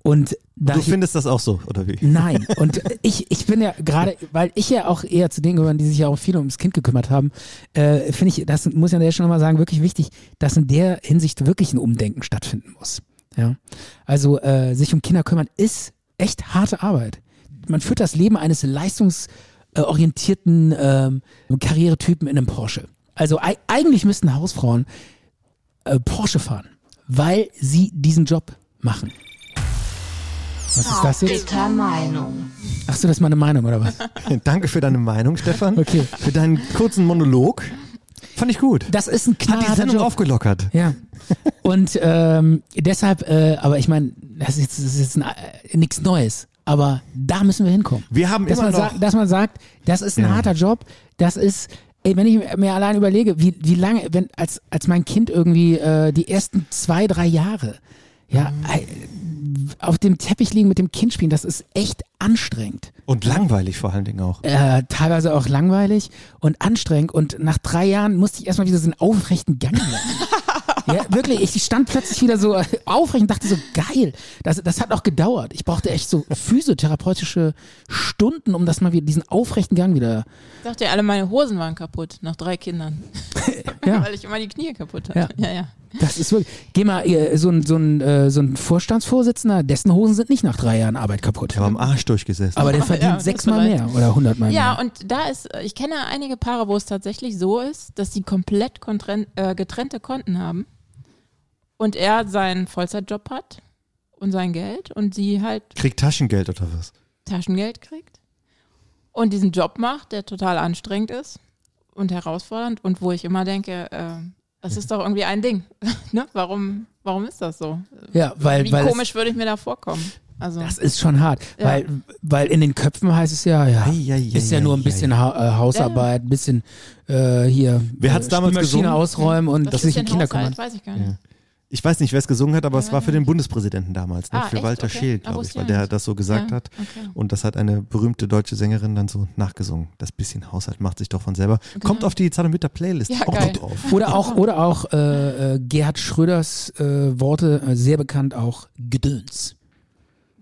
Speaker 3: Und da
Speaker 2: Du
Speaker 3: ich-
Speaker 2: findest das auch so, oder wie? [LAUGHS]
Speaker 3: Nein. Und ich, ich bin ja gerade, weil ich ja auch eher zu denen gehöre, die sich ja auch viel ums Kind gekümmert haben, äh, finde ich, das muss ich an der Stelle nochmal sagen, wirklich wichtig, dass in der Hinsicht wirklich ein Umdenken stattfinden muss. Ja. Also äh, sich um Kinder kümmern ist echt harte Arbeit. Man führt das Leben eines leistungsorientierten ähm, Karrieretypen in einem Porsche. Also ei- eigentlich müssten Hausfrauen äh, Porsche fahren, weil sie diesen Job machen. Was ist das jetzt?
Speaker 1: Bitter Meinung.
Speaker 3: Ach so, das ist meine Meinung, oder was?
Speaker 2: Danke für deine Meinung, Stefan.
Speaker 3: Okay.
Speaker 2: Für deinen kurzen Monolog. Fand ich gut.
Speaker 3: [LAUGHS] Das ist ein
Speaker 2: Hat Ah, die
Speaker 3: knallharter
Speaker 2: Sendung
Speaker 3: Ah, Job.
Speaker 2: aufgelockert.
Speaker 3: Ja. Und ähm, deshalb, äh, aber ich meine, das ist jetzt, das ist jetzt ein- äh, nichts Neues. Aber da müssen wir hinkommen.
Speaker 2: Wir haben
Speaker 3: dass
Speaker 2: immer
Speaker 3: man
Speaker 2: noch-
Speaker 3: sagt, dass man sagt, das ist ein
Speaker 2: Ja.
Speaker 3: harter Job, das ist Ey, wenn ich mir allein überlege, wie, wie lange, wenn, als, als mein Kind irgendwie äh, die ersten zwei, drei Jahre, ja, äh, auf dem Teppich liegen mit dem Kind spielen, das ist echt anstrengend
Speaker 2: Und langweilig vor allen Dingen auch.
Speaker 3: äh, teilweise auch langweilig und anstrengend. Und nach drei Jahren musste ich erstmal wieder so einen aufrechten Gang
Speaker 4: [LAUGHS]
Speaker 3: lernen. ja, wirklich. Ich stand plötzlich wieder so äh, aufrecht und dachte so, geil. Das, das hat auch gedauert. Ich brauchte echt so physiotherapeutische Stunden, um das mal wieder, diesen aufrechten Gang wieder.
Speaker 4: Sagt ihr alle, meine Hosen waren kaputt nach drei Kindern, [LAUGHS]
Speaker 3: Ja,
Speaker 4: weil ich immer die Knie kaputt hatte. Ja, ja.
Speaker 3: das ist wirklich. Geh mal, äh, so ein, so ein, äh, so ein Vorstandsvorsitzender, dessen Hosen sind nicht nach drei Jahren Arbeit kaputt.
Speaker 2: Ich habe am Arsch durchgesessen.
Speaker 3: Aber der verdient
Speaker 4: [LAUGHS] Ja, das
Speaker 3: sechsmal
Speaker 4: vielleicht.
Speaker 3: mehr oder hundertmal mehr.
Speaker 4: Ja, genau. und da ist, ich kenne einige Paare, wo es tatsächlich so ist, dass sie komplett kontren- äh, getrennte Konten haben und er seinen Vollzeitjob hat und sein Geld und sie halt
Speaker 2: Kriegt Taschengeld oder was?
Speaker 4: Taschengeld kriegt und diesen Job macht, der total anstrengend ist und herausfordernd und wo ich immer denke, äh, das ist doch irgendwie ein Ding. [LAUGHS] ne? warum, warum ist das so?
Speaker 3: ja weil,
Speaker 4: Wie
Speaker 3: Äh, weil es-
Speaker 4: komisch würde ich mir da vorkommen? Also,
Speaker 3: Das ist schon hart,
Speaker 4: Ja.
Speaker 3: weil, weil in den Köpfen heißt es ja, ja,
Speaker 2: Ei, ei, ei,
Speaker 3: ist ja nur ein
Speaker 2: ei,
Speaker 3: bisschen Ha äh, Hausarbeit, ein bisschen äh, hier
Speaker 2: Wer hat's
Speaker 3: äh,
Speaker 2: damals
Speaker 3: Spülmaschine
Speaker 2: gesungen?
Speaker 3: ausräumen und
Speaker 4: was
Speaker 3: sich um
Speaker 4: denn
Speaker 3: Kinder
Speaker 4: Haushalt?
Speaker 3: kümmern.
Speaker 4: Weiß ich gar nicht.
Speaker 2: Ich weiß nicht, wer es gesungen hat, aber es war für den Bundespräsidenten damals, ne?
Speaker 4: Ah,
Speaker 2: für
Speaker 4: echt?
Speaker 2: Walter
Speaker 4: Okay.
Speaker 2: Scheel,
Speaker 4: Ah,
Speaker 2: glaube ich,
Speaker 4: wusste
Speaker 2: weil
Speaker 4: ich
Speaker 2: der
Speaker 4: nicht.
Speaker 2: das so gesagt
Speaker 4: Ja,
Speaker 2: hat.
Speaker 4: okay.
Speaker 2: Und das hat eine berühmte deutsche Sängerin dann so nachgesungen. Das bisschen Haushalt macht sich doch von selber. Kommt auf die Zahnometer Playlist
Speaker 4: Genau. Ja,
Speaker 2: auch
Speaker 4: geil.
Speaker 2: noch drauf.
Speaker 3: Oder auch, oder auch äh, äh, Gerhard Schröders äh, Worte, äh, sehr bekannt auch Gedöns.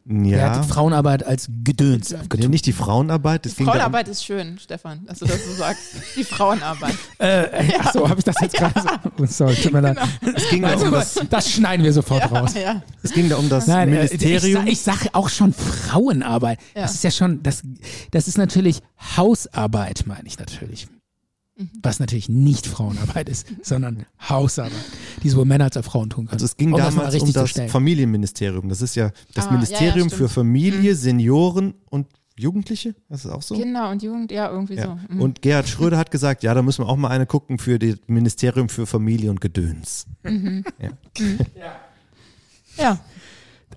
Speaker 3: Er
Speaker 2: Ja,
Speaker 3: hat die Frauenarbeit als Gedöns
Speaker 2: nee,
Speaker 3: abgetun.
Speaker 2: nicht die Frauenarbeit. Es ging um darum,
Speaker 4: Frauenarbeit ist schön, Stefan, dass du das so sagst. Die Frauenarbeit.
Speaker 3: [LAUGHS] Äh, äh, achso, habe ich das
Speaker 2: [LAUGHS]
Speaker 3: jetzt gerade so? Oh, sorry, tut mir leid.
Speaker 2: es ging da um das,
Speaker 3: Das schneiden wir sofort raus.
Speaker 4: ja.
Speaker 2: es ging da um das
Speaker 3: Nein, äh,
Speaker 2: Ministerium.
Speaker 3: Ich, sa- ich sage auch schon Frauenarbeit.
Speaker 4: Ja.
Speaker 3: Das ist ja schon, das, das ist natürlich Hausarbeit, meine ich natürlich.
Speaker 4: Mhm.
Speaker 3: Was natürlich nicht Frauenarbeit ist, sondern Hausarbeit, die sowohl Männer als auch Frauen tun können.
Speaker 2: also es ging
Speaker 3: um das mal
Speaker 2: damals um
Speaker 3: richtig zu
Speaker 2: das
Speaker 3: stellen.
Speaker 2: Familienministerium. Das ist ja das
Speaker 4: Ah, ja, ja,
Speaker 2: Ministerium für
Speaker 4: stimmt. Mhm.
Speaker 2: Familie, Senioren und Jugendliche. Das ist auch so.
Speaker 4: Kinder und Jugend, ja, irgendwie Genau so.
Speaker 2: Ja.
Speaker 4: Mhm.
Speaker 2: Und Gerhard Schröder hat gesagt, ja, da müssen wir auch mal eine gucken für das Ministerium für Familie und Gedöns.
Speaker 4: ja.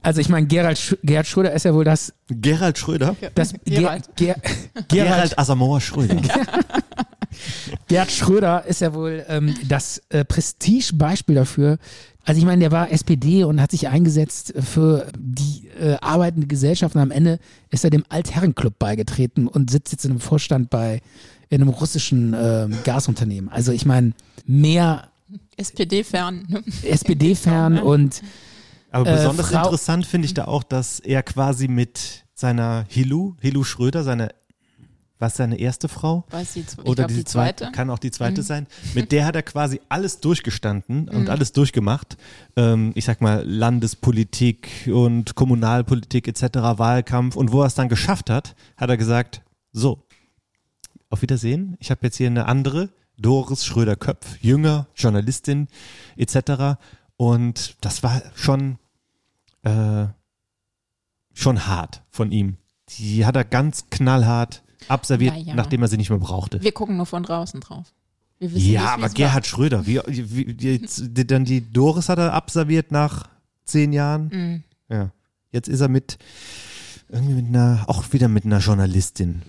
Speaker 3: Also ich meine, Gerald, Sch Gerhard Schröder ist ja wohl das,
Speaker 2: Gerhard Schröder?
Speaker 3: das Ger
Speaker 4: Gerald.
Speaker 3: Ger Gerald,
Speaker 2: Gerhard Asamoah
Speaker 3: [LAUGHS]
Speaker 2: Schröder.
Speaker 3: Gerhard Schröder ist ja wohl ähm, das äh, Prestigebeispiel dafür. Also ich meine, der war SPD und hat sich eingesetzt für die äh, arbeitende Gesellschaft und am Ende ist er dem Altherrenclub beigetreten und sitzt jetzt in einem Vorstand bei in einem russischen ähm, Gasunternehmen. Also ich meine, mehr
Speaker 4: SPD-fern. Ne?
Speaker 3: SPD-fern und
Speaker 2: Aber
Speaker 3: Äh,
Speaker 2: besonders
Speaker 3: Frau-
Speaker 2: interessant finde ich da auch, dass er quasi mit seiner Hilu, Hilu Schröder, seine, was seine erste Frau?
Speaker 4: Weiß die, zw- ich
Speaker 2: Oder
Speaker 4: glaub,
Speaker 2: die
Speaker 4: die zweite. Mhm.
Speaker 2: Kann auch die zweite sein. Mit der hat er quasi alles durchgestanden und alles durchgemacht. Ähm, ich sag mal, Landespolitik und Kommunalpolitik etc., Wahlkampf. Und wo er es dann geschafft hat, hat er gesagt, so, auf Wiedersehen. Ich habe jetzt hier eine andere, Doris Schröder-Köpf, jünger, Journalistin etc. Und das war schon, äh, schon hart von ihm. Die hat er ganz knallhart abserviert,
Speaker 4: Na ja.
Speaker 2: nachdem er sie nicht mehr brauchte.
Speaker 4: Wir gucken nur von draußen drauf. Wir wissen
Speaker 2: Ja,
Speaker 4: nicht,
Speaker 2: aber
Speaker 4: wie's
Speaker 2: Gerhard Schröder, wie, wie, die, die, dann die Doris hat er abserviert nach zehn Jahren.
Speaker 4: war. Mhm.
Speaker 2: Ja. Jetzt ist er mit Irgendwie mit einer, auch wieder mit einer Journalistin.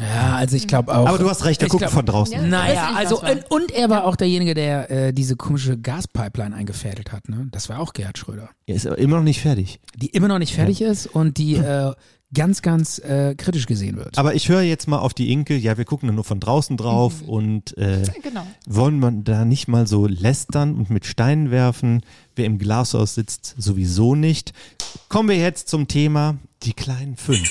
Speaker 3: Ja, also ich glaube auch.
Speaker 2: Aber du hast recht, wir
Speaker 3: ich
Speaker 2: gucken
Speaker 3: glaub-
Speaker 2: von draußen.
Speaker 3: Naja,
Speaker 4: nicht,
Speaker 3: also
Speaker 4: was war.
Speaker 3: und, und er war auch derjenige, der äh, diese komische Gaspipeline eingefädelt hat. Ne? Das war auch Gerhard Schröder,
Speaker 2: Er ist aber immer noch nicht fertig.
Speaker 3: die immer noch nicht fertig ist und die äh, ganz, ganz äh, kritisch gesehen wird.
Speaker 2: Aber ich höre jetzt mal auf die Inke, ja, wir gucken da nur von draußen drauf und äh,
Speaker 4: Genau.
Speaker 2: wollen man da nicht mal so lästern und mit Steinen werfen. Wer im Glashaus sitzt, sowieso nicht. Kommen wir jetzt zum Thema die kleinen fünf.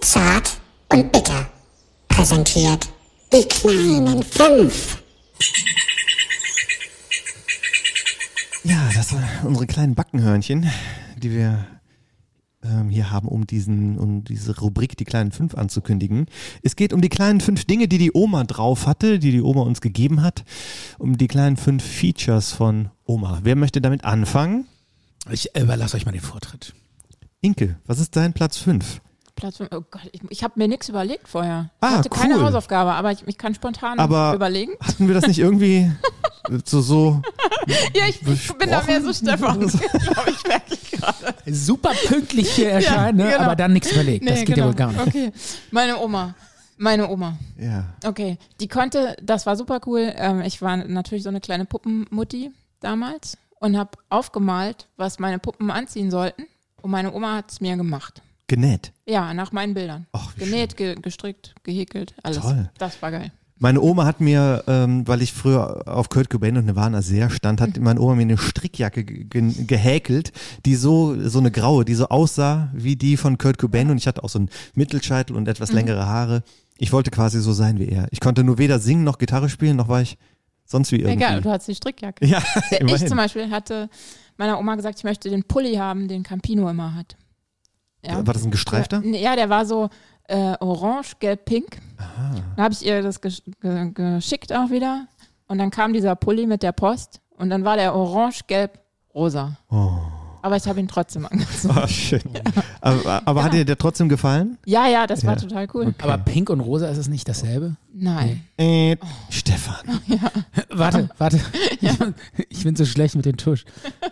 Speaker 8: Zart und bitter. Präsentiert die kleinen fünf.
Speaker 2: Ja, das waren unsere kleinen Backenhörnchen, die wir ähm, hier haben, um diesen, um diese Rubrik die kleinen fünf anzukündigen. Es geht um die kleinen fünf Dinge, die die Oma drauf hatte, die die Oma uns gegeben hat, um die kleinen fünf Features von Oma. Wer möchte damit anfangen?
Speaker 3: Ich äh, überlasse euch mal den Vortritt.
Speaker 2: Inke, was ist dein Platz fünf?
Speaker 4: Plattform, oh Gott, ich, ich habe mir nichts überlegt vorher.
Speaker 2: Ah,
Speaker 4: ich hatte keine
Speaker 2: cool.
Speaker 4: Hausaufgabe, aber ich, ich kann spontan
Speaker 2: Aber-
Speaker 4: Hm, überlegen. [LAUGHS]
Speaker 2: Hatten wir das nicht irgendwie so, so
Speaker 4: Ja, ich, ich bin da mehr so Stefan. Ich glaube, ich merke gerade.
Speaker 3: Super pünktlich [LAUGHS] hier erscheinen, ne?
Speaker 4: genau.
Speaker 3: aber dann nichts überlegt. das
Speaker 4: Nee, genau.
Speaker 3: geht ja wohl gar nicht.
Speaker 4: Okay, meine Oma. Meine Oma.
Speaker 2: Ja.
Speaker 4: Okay, die konnte, das war super cool. Ähm, ich war natürlich so eine kleine Puppenmutti damals und habe aufgemalt, was meine Puppen anziehen sollten. Und meine Oma hat es mir gemacht.
Speaker 2: Genäht.
Speaker 4: Ja, nach meinen Bildern.
Speaker 2: Ach, wie
Speaker 4: Genäht, ge gestrickt, gehäkelt, alles.
Speaker 2: Toll.
Speaker 4: Das war geil.
Speaker 2: Meine Oma hat mir, ähm, weil ich früher auf Kurt Cobain und Nirvana sehr stand,
Speaker 4: Mhm.
Speaker 2: hat meine Oma mir eine Strickjacke ge ge gehäkelt, die so, so eine graue, die so aussah wie die von Kurt Cobain und ich hatte auch so einen Mittelscheitel und
Speaker 4: Mhm.
Speaker 2: etwas längere Haare. Ich wollte quasi so sein wie er. Ich konnte nur weder singen noch Gitarre spielen, noch war ich sonst wie irgendwie.
Speaker 4: Egal, du hast die Strickjacke. [LAUGHS]
Speaker 2: ja,
Speaker 4: Ich zum
Speaker 2: immerhin.
Speaker 4: Beispiel hatte meiner Oma gesagt, ich möchte den Pulli haben, den Campino immer hat. Ja.
Speaker 2: War das ein gestreifter?
Speaker 4: Ja, ja, der war so äh, orange, gelb, pink. Dann habe ich ihr das gesch ge geschickt auch wieder. Und dann kam dieser Pulli mit der Post und dann war der orange, gelb, rosa.
Speaker 2: Oh.
Speaker 4: Aber ich habe ihn trotzdem
Speaker 2: [LAUGHS]
Speaker 4: angezogen.
Speaker 2: Ah,
Speaker 4: [LAUGHS]
Speaker 2: schön. Aber, aber
Speaker 4: Genau.
Speaker 2: hat dir der trotzdem gefallen?
Speaker 4: Ja, ja, das war
Speaker 2: Ja.
Speaker 4: total cool.
Speaker 3: Aber pink und rosa ist es nicht dasselbe?
Speaker 4: Nein.
Speaker 2: Äh,
Speaker 4: Oh.
Speaker 2: Stefan.
Speaker 3: Äh, Warte, [LAUGHS] warte. Ich, bin, ich bin so schlecht mit dem Tusch.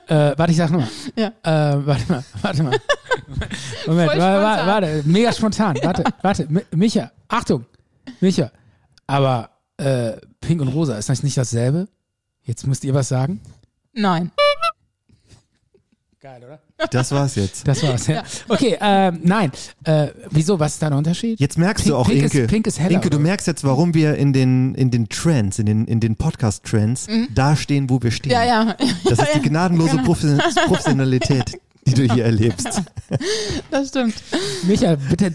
Speaker 3: Äh, warte, ich sag nochmal.
Speaker 4: Ja.
Speaker 3: Äh, warte mal, warte [LAUGHS] mal. Moment,
Speaker 4: Voll
Speaker 3: warte, warte,
Speaker 4: spontan.
Speaker 3: warte. Mega spontan. [LAUGHS] Warte, warte. Mi- Micha, Achtung. Micha. Aber äh, Pink und Rosa, ist das nicht dasselbe? Jetzt müsst ihr was sagen.
Speaker 4: Nein.
Speaker 3: Geil, oder?
Speaker 2: Das war's jetzt.
Speaker 3: Das war's, ja. Okay, ähm, nein. Äh, wieso, was ist da der Unterschied?
Speaker 2: Jetzt merkst
Speaker 3: Pink-
Speaker 2: du auch,
Speaker 3: Pink
Speaker 2: Inke.
Speaker 3: Ist, Pink ist heller.
Speaker 2: Inke, du
Speaker 3: oder?
Speaker 2: merkst jetzt, warum wir in den, in den Trends, in den, in den Podcast-Trends,
Speaker 3: Mhm.
Speaker 2: da stehen, wo wir stehen.
Speaker 4: Ja, ja. [LAUGHS]
Speaker 2: Das
Speaker 3: [LAUGHS]
Speaker 2: ist die gnadenlose
Speaker 3: Genau.
Speaker 2: Profession- Professionalität, die du hier
Speaker 3: [LAUGHS]
Speaker 2: erlebst.
Speaker 4: Das stimmt.
Speaker 3: Micha, bitte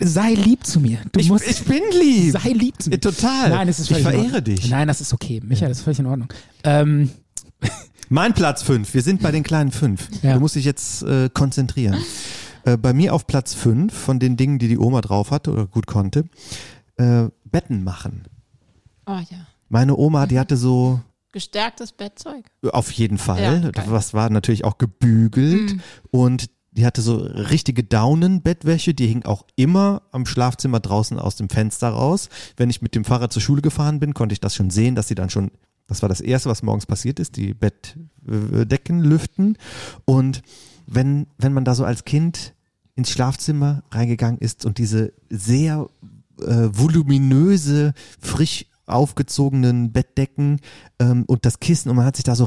Speaker 3: sei lieb zu mir. Du musst
Speaker 2: bin lieb.
Speaker 3: sei lieb zu mir.
Speaker 2: Total.
Speaker 3: Nein, es ist
Speaker 2: ich
Speaker 3: völlig in
Speaker 2: verehre
Speaker 3: Ordnung.
Speaker 2: dich.
Speaker 3: Nein, das ist okay. Micha, das ist völlig in Ordnung. Ähm,
Speaker 2: Mein Platz fünf. Wir sind bei den kleinen fünf.
Speaker 3: Ja.
Speaker 2: Du musst dich jetzt äh, konzentrieren. Äh, bei mir auf Platz fünf von den Dingen, die die Oma drauf hatte oder gut konnte, äh, Betten machen.
Speaker 4: Oh ja.
Speaker 2: Meine Oma,
Speaker 3: Mhm.
Speaker 2: die hatte so
Speaker 4: Gestärktes Bettzeug.
Speaker 2: Auf jeden
Speaker 4: Ja,
Speaker 2: Fall.
Speaker 4: geil.
Speaker 2: was war natürlich auch gebügelt und die hatte so richtige Daunenbettwäsche, die hing auch immer am Schlafzimmer draußen aus dem Fenster raus. Wenn ich mit dem Fahrrad zur Schule gefahren bin, konnte ich das schon sehen, dass sie dann schon, das war das erste, was morgens passiert ist, die Bettdecken lüften und wenn wenn man da so als Kind ins Schlafzimmer reingegangen ist und diese sehr äh, voluminöse, frisch aufgezogenen Bettdecken ähm, und das Kissen und man hat sich da so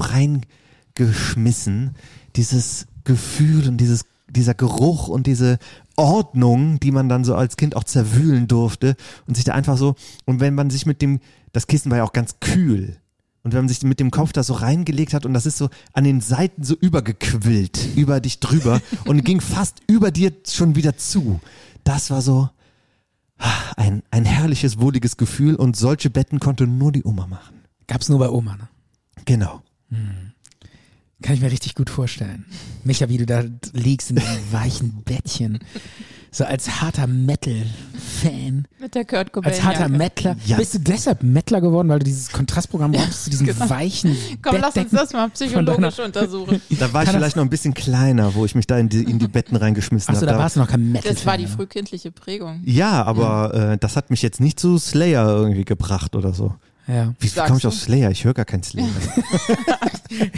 Speaker 2: reingeschmissen. Dieses Gefühl und dieses, dieser Geruch und diese Ordnung, die man dann so als Kind auch zerwühlen durfte und sich da einfach so, und wenn man sich mit dem, das Kissen war ja auch ganz kühl. Und wenn man sich mit dem Kopf da so reingelegt hat und das ist so an den Seiten so übergequillt, über dich drüber und ging fast über dir schon wieder zu. Das war so, ein, ein herrliches, wohliges Gefühl und solche Betten konnte nur die Oma machen.
Speaker 3: gab's nur bei Oma, ne?
Speaker 2: Genau.
Speaker 3: Kann ich mir richtig gut vorstellen. Micha, wie du da liegst in deinem weichen Bettchen. So als harter Metal-Fan.
Speaker 4: Mit der Kurt Cobain.
Speaker 3: Als harter Mettler.
Speaker 2: Ja.
Speaker 3: Bist du deshalb Mettler geworden, weil du dieses Kontrastprogramm
Speaker 2: [LAUGHS]
Speaker 3: brauchst zu diesen weichen
Speaker 4: Genau. Komm, lass uns
Speaker 3: Bettdecken?
Speaker 4: das mal psychologisch untersuchen.
Speaker 2: Da war ich vielleicht noch ein bisschen kleiner, wo ich mich da in die, in die Betten reingeschmissen
Speaker 3: Achso,
Speaker 2: habe.
Speaker 3: da warst du noch kein Metal.
Speaker 4: Das war die frühkindliche Prägung.
Speaker 2: ja, aber äh, das hat mich jetzt nicht zu Slayer irgendwie gebracht oder so.
Speaker 3: Ja.
Speaker 2: Wie
Speaker 4: Sagst
Speaker 2: komme ich
Speaker 4: du?
Speaker 2: auf Slayer? Ich höre gar kein Slayer.
Speaker 3: [LAUGHS]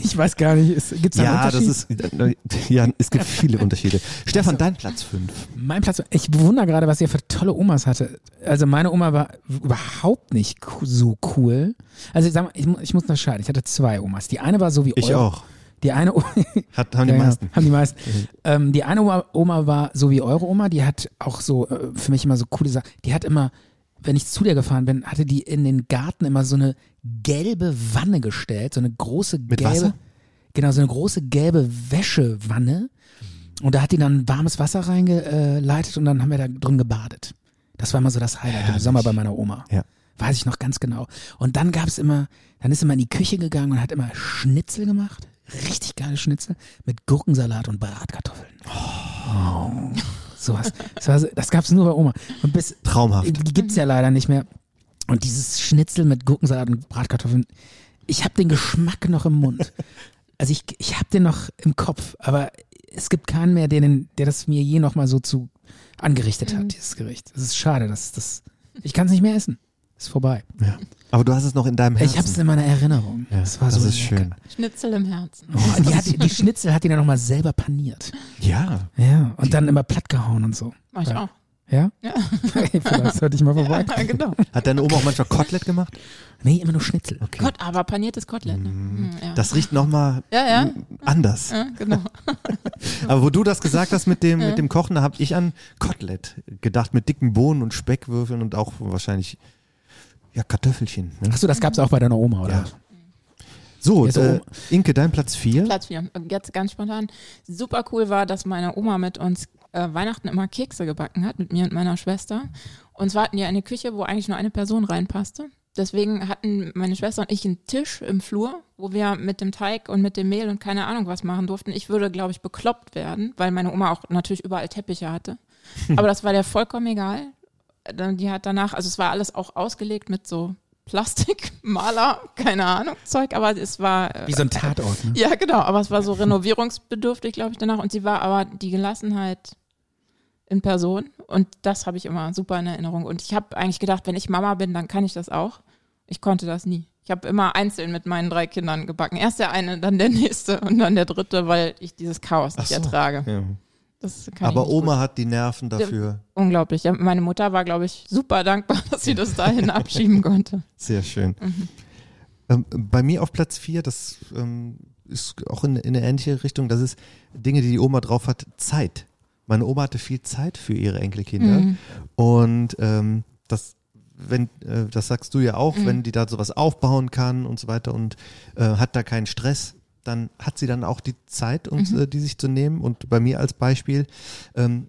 Speaker 3: Ich weiß gar nicht. Es gibt's da einen
Speaker 2: ja, das
Speaker 3: Unterschied? Also-
Speaker 2: ist, ja, es gibt viele
Speaker 3: [LAUGHS]
Speaker 2: Unterschiede. Stefan, dein Platz fünf.
Speaker 3: Mein Platz. Ich bewundere gerade, was ihr für tolle Omas hatte. Also meine Oma war überhaupt nicht co- so cool. Also ich sag mal, ich, mu- ich muss unterscheiden. Ich hatte zwei Omas. Die eine war so wie
Speaker 2: Ich
Speaker 3: eure.
Speaker 2: auch.
Speaker 3: Die eine Oma,
Speaker 2: [LAUGHS] Hat, haben die
Speaker 3: Ja, ja,
Speaker 2: meisten. Mhm.
Speaker 3: Haben die meisten. Ähm, die eine Oma, Oma war so wie eure Oma, die hat auch so äh, für mich immer so coole Sachen. Die hat immer, wenn ich zu der gefahren bin, hatte die in den Garten immer so eine gelbe Wanne gestellt, so eine große
Speaker 2: Mit
Speaker 3: gelbe.
Speaker 2: Wasser?
Speaker 3: Genau, so eine große gelbe Wäschewanne. Und da hat die dann warmes Wasser reingeleitet und dann haben wir da drin gebadet. Das war immer so das Highlight im
Speaker 2: Herrlich.
Speaker 3: Sommer bei meiner Oma.
Speaker 2: Ja.
Speaker 3: Weiß ich noch ganz genau. Und dann gab's immer, dann ist immer in die Küche gegangen und hat immer Schnitzel gemacht. Richtig geile Schnitzel mit Gurkensalat und Bratkartoffeln. Oh. Sowas. Das, war, so- das gab's nur bei Oma. Und bis
Speaker 2: Traumhaft.
Speaker 3: die gibt's ja leider nicht mehr. Und dieses Schnitzel mit Gurkensalat und Bratkartoffeln, ich habe den Geschmack noch
Speaker 2: [LAUGHS]
Speaker 3: im Mund. Also ich, ich habe den noch im Kopf, aber es gibt keinen mehr, der, den, der das mir je noch mal so zu angerichtet
Speaker 4: Mhm.
Speaker 3: hat, dieses Gericht. Es ist schade, dass das. Ich kann es nicht mehr essen. Ist vorbei.
Speaker 2: Ja. Aber du hast es noch in deinem Herzen.
Speaker 3: Ich habe es in meiner Erinnerung.
Speaker 2: ja,
Speaker 3: das war so
Speaker 2: ist
Speaker 3: lecker.
Speaker 2: schön.
Speaker 4: Schnitzel im Herzen.
Speaker 3: Oh, die, hat, die Schnitzel hat die dann noch mal selber paniert.
Speaker 2: Ja.
Speaker 3: Ja. Und dann immer plattgehauen und so.
Speaker 4: Mach ich
Speaker 3: Ja.
Speaker 4: auch.
Speaker 3: Ja?
Speaker 4: Ja.
Speaker 3: [LAUGHS] Vielleicht sollte ich mal vorbei.
Speaker 4: [LAUGHS] Ja, genau.
Speaker 2: Hat deine Oma auch manchmal Kotelett gemacht?
Speaker 3: Nee, immer nur Schnitzel.
Speaker 2: Okay.
Speaker 4: Gott, aber paniertes Kotelett. Ne? Hm, ja.
Speaker 2: Das riecht nochmal
Speaker 4: ja, ja,
Speaker 2: anders.
Speaker 4: ja, genau.
Speaker 2: Aber wo du das gesagt hast mit dem, mit dem Kochen, da habe ich an Kotelett gedacht, mit dicken Bohnen und Speckwürfeln und auch wahrscheinlich ja, Kartoffelchen. Ne?
Speaker 3: Achso, das gab's auch bei deiner Oma, oder?
Speaker 2: Ja. So,
Speaker 3: Jetzt
Speaker 2: äh, Inke, dein Platz 4.
Speaker 4: Platz 4. Jetzt ganz spontan. Super cool war, dass meine Oma mit uns äh, Weihnachten immer Kekse gebacken hat, mit mir und meiner Schwester. Und zwar hatten wir eine Küche, wo eigentlich nur eine Person reinpasste. Deswegen hatten meine Schwester und ich einen Tisch im Flur, wo wir mit dem Teig und mit dem Mehl und keine Ahnung was machen durften. Ich würde, glaube ich, bekloppt werden, weil meine Oma auch natürlich überall Teppiche hatte. Aber das war der vollkommen egal. Dann- Die hat danach, also es war alles auch ausgelegt mit so Plastik, Maler, [LAUGHS] keine Ahnung, Zeug, aber es war. äh,
Speaker 3: Wie so ein Tatort. Ne?
Speaker 4: ja, genau, aber es war so renovierungsbedürftig, glaube ich, danach. Und sie war aber die Gelassenheit in Person. Und das habe ich immer super in Erinnerung. Und ich habe eigentlich gedacht, wenn ich Mama bin, dann kann ich das auch. Ich konnte das nie. Ich habe immer einzeln mit meinen drei Kindern gebacken. Erst der eine, dann der nächste und dann der dritte, weil ich dieses Chaos nicht
Speaker 2: so.
Speaker 4: ertrage.
Speaker 2: Ja.
Speaker 4: Das kann ich
Speaker 2: Aber
Speaker 4: nicht
Speaker 2: Oma
Speaker 4: gut.
Speaker 2: hat die Nerven dafür.
Speaker 4: Unglaublich. Ja, meine Mutter war, glaube ich, super dankbar, [LAUGHS] dass sie das dahin abschieben konnte.
Speaker 2: Sehr schön. Ähm, bei mir auf Platz 4, das ähm, ist auch in, in eine ähnliche Richtung, das ist Dinge, die die Oma drauf hat, Zeit. Meine Oma hatte viel Zeit für ihre Enkelkinder und ähm, das wenn äh, das sagst du ja auch, wenn die da sowas aufbauen kann und so weiter und äh, hat da keinen Stress, dann hat sie dann auch die Zeit, um äh, die sich zu nehmen. Und bei mir als Beispiel, ähm,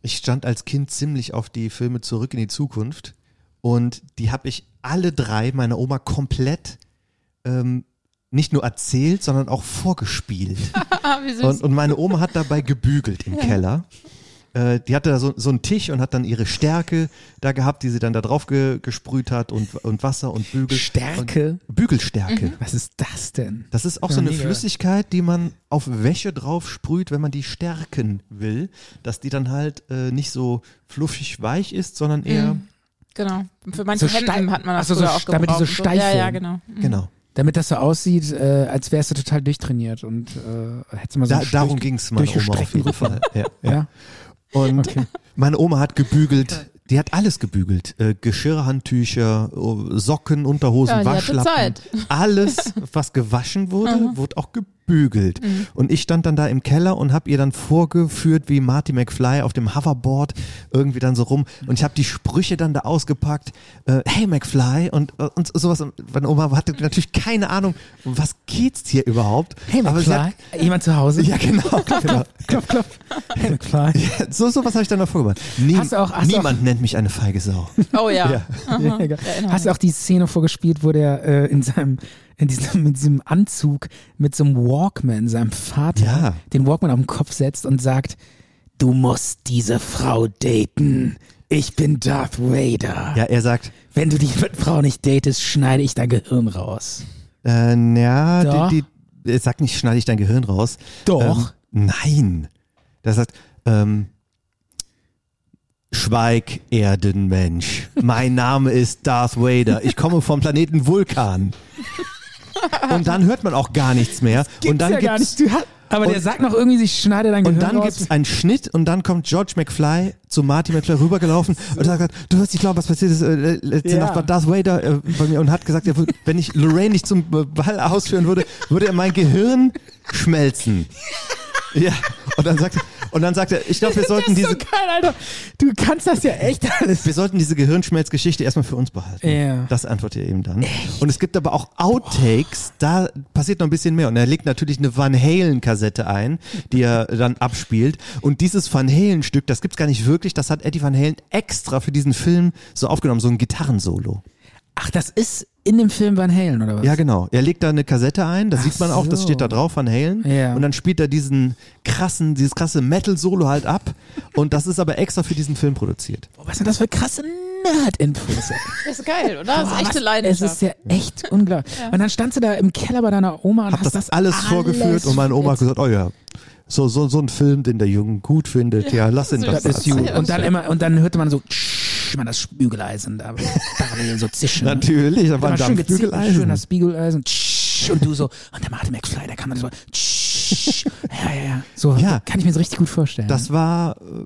Speaker 2: ich stand als Kind ziemlich auf die Filme zurück in die Zukunft und die habe ich alle drei meiner Oma komplett ähm, nicht nur erzählt, sondern auch
Speaker 3: [LAUGHS]
Speaker 2: vorgespielt.
Speaker 4: [LAUGHS] Ah, wie süß.
Speaker 2: Und, und meine Oma hat dabei gebügelt im Keller. Äh, die hatte da so, so einen Tisch und hat dann ihre Stärke da gehabt, die sie dann da drauf ge, gesprüht hat und, und Wasser und Bügel.
Speaker 3: Stärke?
Speaker 2: Und Bügelstärke.
Speaker 3: Was ist das denn?
Speaker 2: Das ist auch
Speaker 3: Mhm. Ja,
Speaker 2: so eine
Speaker 3: mega.
Speaker 2: Flüssigkeit, die man auf Wäsche drauf sprüht, wenn man die stärken will, dass die dann halt äh, nicht so fluffig weich ist, sondern eher,
Speaker 3: Mhm.
Speaker 4: genau. Für manche
Speaker 3: So steif-
Speaker 4: Hemden hat man das
Speaker 3: Ach so, so
Speaker 4: früher auch
Speaker 3: st- damit die so
Speaker 4: gebraucht.
Speaker 3: steif
Speaker 4: Ja, ja,
Speaker 3: werden.
Speaker 4: genau.
Speaker 2: genau.
Speaker 3: Damit das so aussieht, äh, als wärst du total durchtrainiert und äh, hättest du mal so
Speaker 2: Da,
Speaker 3: einen
Speaker 2: darum
Speaker 3: durch-
Speaker 2: ging's meiner Oma auf
Speaker 3: durchgestreckten
Speaker 2: jeden
Speaker 3: Rücken.
Speaker 2: Fall. Ja, ja.
Speaker 3: Ja.
Speaker 2: Und meine Oma hat gebügelt. Die hat alles gebügelt. Äh, Geschirr, Handtücher, oh, Socken, Unterhosen,
Speaker 4: Ja, die hatte
Speaker 2: Waschlappen.
Speaker 4: Zeit. [LAUGHS]
Speaker 2: Alles, was gewaschen wurde, wurde auch gebügelt.
Speaker 4: Mhm.
Speaker 2: Und ich stand dann da im Keller und habe ihr dann vorgeführt, wie Marty McFly auf dem Hoverboard irgendwie dann so rum. Und ich habe die Sprüche dann da ausgepackt. Äh, hey McFly und, äh, und sowas. Und meine Oma hatte natürlich keine Ahnung, um was geht's hier überhaupt.
Speaker 3: Hey
Speaker 2: Aber sie hat,
Speaker 3: McFly, jemand zu Hause?
Speaker 2: ja, genau. genau.
Speaker 3: [LAUGHS] klopf, klopf. Hey McFly.
Speaker 2: [LAUGHS] So, so was habe ich dann noch vorgemacht. Nie,
Speaker 3: Hast du auch- hast du
Speaker 2: niemand nennt mich eine feige Sau.
Speaker 4: Oh ja.
Speaker 2: Ja.
Speaker 3: [LAUGHS] Ja, [LAUGHS] egal. Hast du auch die Szene vorgespielt, wo der äh, in seinem in diesem, mit diesem Anzug mit so einem Walkman, seinem Vater,
Speaker 2: Ja.
Speaker 3: den Walkman auf den Kopf setzt und sagt, du musst diese Frau daten. Ich bin Darth Vader.
Speaker 2: Ja, er sagt,
Speaker 3: Wenn du die Frau nicht datest, schneide ich dein Gehirn raus.
Speaker 2: äh, na,
Speaker 3: Doch.
Speaker 2: die, die, er sagt nicht, schneide ich dein Gehirn raus.
Speaker 3: Doch.
Speaker 2: Ähm, nein. Er sagt, ähm, Schweig, Erdenmensch. Mein Name ist Darth Vader. Ich komme vom Planeten Vulkan. Und dann hört man auch gar nichts mehr. und dann
Speaker 3: ja gar
Speaker 2: gibt's,
Speaker 3: nicht. Du hast- Aber der
Speaker 2: und-
Speaker 3: sagt noch irgendwie, ich schneide dein
Speaker 2: und
Speaker 3: Gehirn
Speaker 2: dann
Speaker 3: [LAUGHS] raus.
Speaker 2: gibt's einen Schnitt und dann kommt George McFly zu Marty McFly
Speaker 3: [LAUGHS]
Speaker 2: rübergelaufen und sagt, du wirst nicht glauben, was passiert ist. Äh, Letzte
Speaker 3: Ja.
Speaker 2: Nacht war Darth Vader äh, bei mir und hat gesagt, er wür- wenn ich Lorraine nicht zum äh, Ball ausführen würde, würde er mein Gehirn
Speaker 3: [LAUGHS]
Speaker 2: schmelzen. Ja. Und dann sagt er, und dann sagt er, ich glaube, wir sollten
Speaker 3: das
Speaker 2: diese,
Speaker 3: ist so geil, Alter. Du kannst das ja echt alles.
Speaker 2: wir sollten diese Gehirnschmelzgeschichte erstmal für uns behalten.
Speaker 3: Ja.
Speaker 2: Das antwortet er ihm dann. Und es gibt aber auch Outtakes, da passiert noch ein bisschen mehr. Und er legt natürlich eine Van Halen-Kassette ein, die er dann abspielt. Und dieses Van Halen-Stück, das gibt's gar nicht wirklich, das hat Eddie Van Halen extra für diesen Film so aufgenommen, so ein Gitarrensolo.
Speaker 3: Ach, das ist in dem Film Van Halen, oder was?
Speaker 2: Ja, genau. Er legt da eine Kassette ein, das sieht man auch, das
Speaker 3: so.
Speaker 2: steht da drauf, Van Halen.
Speaker 3: Ja.
Speaker 2: Und dann spielt er diesen krassen, dieses krasse Metal-Solo halt ab. Und das ist aber extra für diesen Film produziert.
Speaker 3: Oh, was sind das für krasse Nerd-Infos? ey.
Speaker 4: Das ist geil, oder? Das ist
Speaker 3: Boah,
Speaker 4: echte
Speaker 3: was-
Speaker 4: Leidenschaft.
Speaker 3: Es ist ja
Speaker 4: [LAUGHS]
Speaker 3: echt unglaublich. Und dann standst du da im Keller bei deiner Oma und
Speaker 2: hab das,
Speaker 3: hast das
Speaker 2: alles vorgeführt und meine Oma hat gesagt, oh ja, so, so, so ein Film, den der Jugend gut findet, ja, lass ihn
Speaker 4: so
Speaker 2: das
Speaker 3: Das ist
Speaker 2: mal
Speaker 3: gut.
Speaker 2: zeigen.
Speaker 3: Und dann immer, und dann hörte man so, tsch, immer das Spügeleisen da, parallel so zischen.
Speaker 2: Natürlich, da
Speaker 3: Da
Speaker 2: war
Speaker 3: war
Speaker 2: ein
Speaker 3: schön gezischt, schön
Speaker 2: Dampfbügeleisen.
Speaker 3: das Spügeleisen, tsch, und du so, und der Martin McFly, der kann dann so, tsch, ja, ja, ja. So
Speaker 2: Ja.
Speaker 3: kann ich mir das richtig gut vorstellen.
Speaker 2: Das war äh,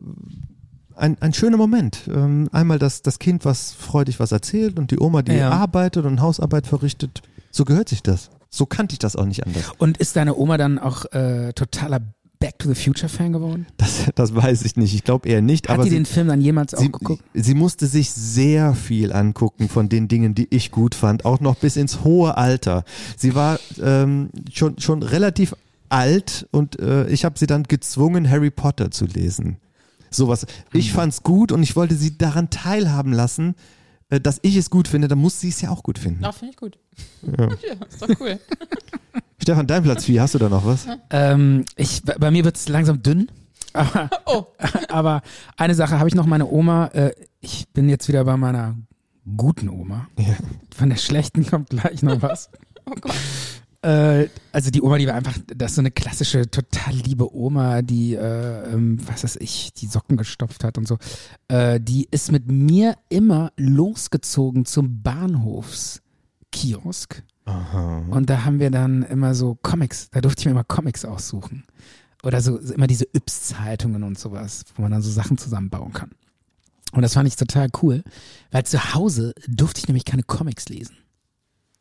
Speaker 2: ein, ein schöner Moment. Ähm, einmal das, das Kind, was freudig was erzählt und die Oma, die
Speaker 3: Ja.
Speaker 2: arbeitet und Hausarbeit verrichtet. So gehört sich das. So kannte ich das auch nicht anders.
Speaker 3: und ist deine Oma dann auch äh, totaler Back to the Future Fan geworden?
Speaker 2: Das, das weiß ich nicht. Ich glaube eher nicht.
Speaker 3: Hat
Speaker 2: aber
Speaker 3: die
Speaker 2: sie-
Speaker 3: den Film dann jemals auch
Speaker 2: Sie,
Speaker 3: geguckt?
Speaker 2: sie musste sich sehr viel angucken von den Dingen, die ich gut fand, auch noch bis ins hohe Alter. Sie war ähm, schon, schon relativ alt und äh, ich habe sie dann gezwungen, Harry Potter zu lesen. Sowas.
Speaker 3: Hm.
Speaker 2: Ich fand's gut und ich wollte sie daran teilhaben lassen, äh, dass ich es gut finde, dann muss sie es ja auch gut finden.
Speaker 4: Ach, finde ich gut. [LAUGHS] Ja. ist doch cool.
Speaker 2: Stefan, dein Platz 4, hast du da noch was?
Speaker 3: Ähm, ich, bei- bei mir wird es langsam dünn. Aber, aber eine Sache habe ich noch, meine Oma, äh, ich bin jetzt wieder bei meiner guten Oma. Von der schlechten kommt gleich noch was. Äh, also die Oma, die war einfach, das ist so eine klassische, total liebe Oma, die, äh, ähm, was weiß ich, die Socken gestopft hat und so. Äh, die ist mit mir immer losgezogen zum Bahnhofskiosk. Und da haben wir dann immer so Comics, da durfte ich mir immer Comics aussuchen. Oder so so immer diese Yps-Zeitungen und sowas, wo man dann so Sachen zusammenbauen kann. Und das fand ich total cool, weil zu Hause durfte ich nämlich keine Comics lesen.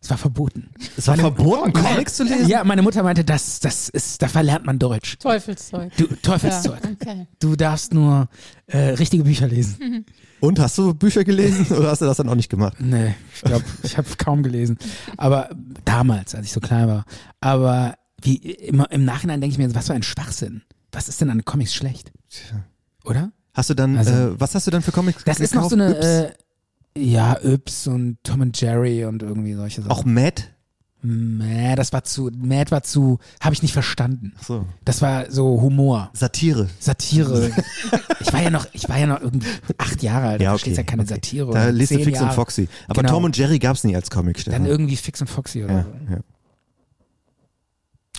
Speaker 3: Es war verboten.
Speaker 2: Es war verboten, Comics zu lesen?
Speaker 3: Ja, meine Mutter meinte, das, das ist, da verlernt man Deutsch.
Speaker 4: Teufelszeug.
Speaker 3: Du, Teufelszeug.
Speaker 4: okay.
Speaker 3: Du darfst nur äh, richtige Bücher lesen.
Speaker 2: Und hast du Bücher gelesen [LAUGHS] oder hast du das dann auch nicht gemacht?
Speaker 3: Nee, ich glaube, ich habe kaum gelesen. Aber damals, als ich so klein war. Aber wie, im, im Nachhinein denke ich mir, was für ein Schwachsinn. Was ist denn an Comics schlecht? Oder?
Speaker 2: Hast du dann,
Speaker 3: Also-
Speaker 2: äh, was hast du dann für Comics
Speaker 3: Das ist noch
Speaker 2: gekauft?
Speaker 3: so eine,
Speaker 2: Ups.
Speaker 3: äh, ja, Yps und Tom und Jerry und irgendwie solche Sachen.
Speaker 2: auch Mad?
Speaker 3: Mäh, das war zu, Mad war zu, habe ich nicht verstanden.
Speaker 2: So.
Speaker 3: Das war so Humor,
Speaker 2: Satire. [LAUGHS]
Speaker 3: Satire. ich war ja noch, ich war ja noch irgendwie acht Jahre alt.
Speaker 2: Ja,
Speaker 3: da
Speaker 2: okay.
Speaker 3: verstehst ja keine
Speaker 2: okay.
Speaker 3: Satire.
Speaker 2: Da
Speaker 3: oder
Speaker 2: liest du
Speaker 3: zehn
Speaker 2: Fix und
Speaker 3: Jahre.
Speaker 2: Foxy. Aber
Speaker 3: Genau.
Speaker 2: Tom und Jerry gab's nie als Comic,
Speaker 3: Dann
Speaker 2: Stefan.
Speaker 3: irgendwie Fix und Foxy oder
Speaker 2: ja,
Speaker 3: so.
Speaker 2: ja.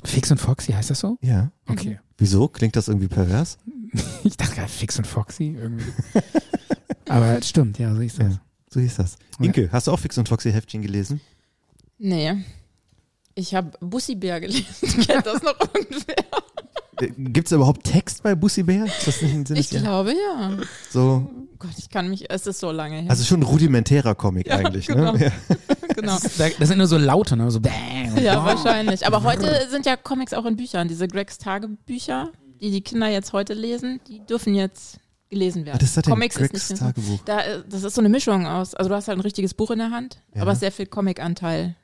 Speaker 3: Fix und Foxy heißt das so?
Speaker 2: ja.
Speaker 3: Okay.
Speaker 2: Wieso? Klingt das irgendwie pervers?
Speaker 3: Ich dachte gerade Fix und Foxy
Speaker 2: [LAUGHS]
Speaker 3: irgendwie. Aber es stimmt, ja, so ist das.
Speaker 2: So hieß das. Inke, hast du auch Fix und Foxy Heftchen gelesen?
Speaker 4: Nee. Ich habe Bussibär gelesen. [LAUGHS] Kennt das noch irgendwer?
Speaker 2: Äh, Gibt's da überhaupt Text bei Bussi Bär? Ist das nicht ein Sinn?
Speaker 4: Ich glaube ja.
Speaker 2: So,
Speaker 4: Gott, ich kann mich, es ist so lange her.
Speaker 2: also schon ein rudimentärer Comic eigentlich,
Speaker 4: genau.
Speaker 2: ne? Ja.
Speaker 4: [LAUGHS] genau.
Speaker 3: Da- Das sind nur so Laute, ne? So bang. und
Speaker 4: Ja,
Speaker 3: bang.
Speaker 4: wahrscheinlich. Aber heute sind ja Comics auch in Büchern. Diese Gregs Tagebücher, die die Kinder jetzt heute lesen, die dürfen jetzt gelesen werden.
Speaker 2: Ah, das hat ja
Speaker 4: Comics ist
Speaker 2: Gregs
Speaker 4: nicht
Speaker 2: Tagebuch.
Speaker 4: Da, äh, das ist so eine Mischung aus. Also du hast halt ein richtiges Buch in der Hand,
Speaker 2: Ja.
Speaker 4: aber sehr viel Comic-Anteil,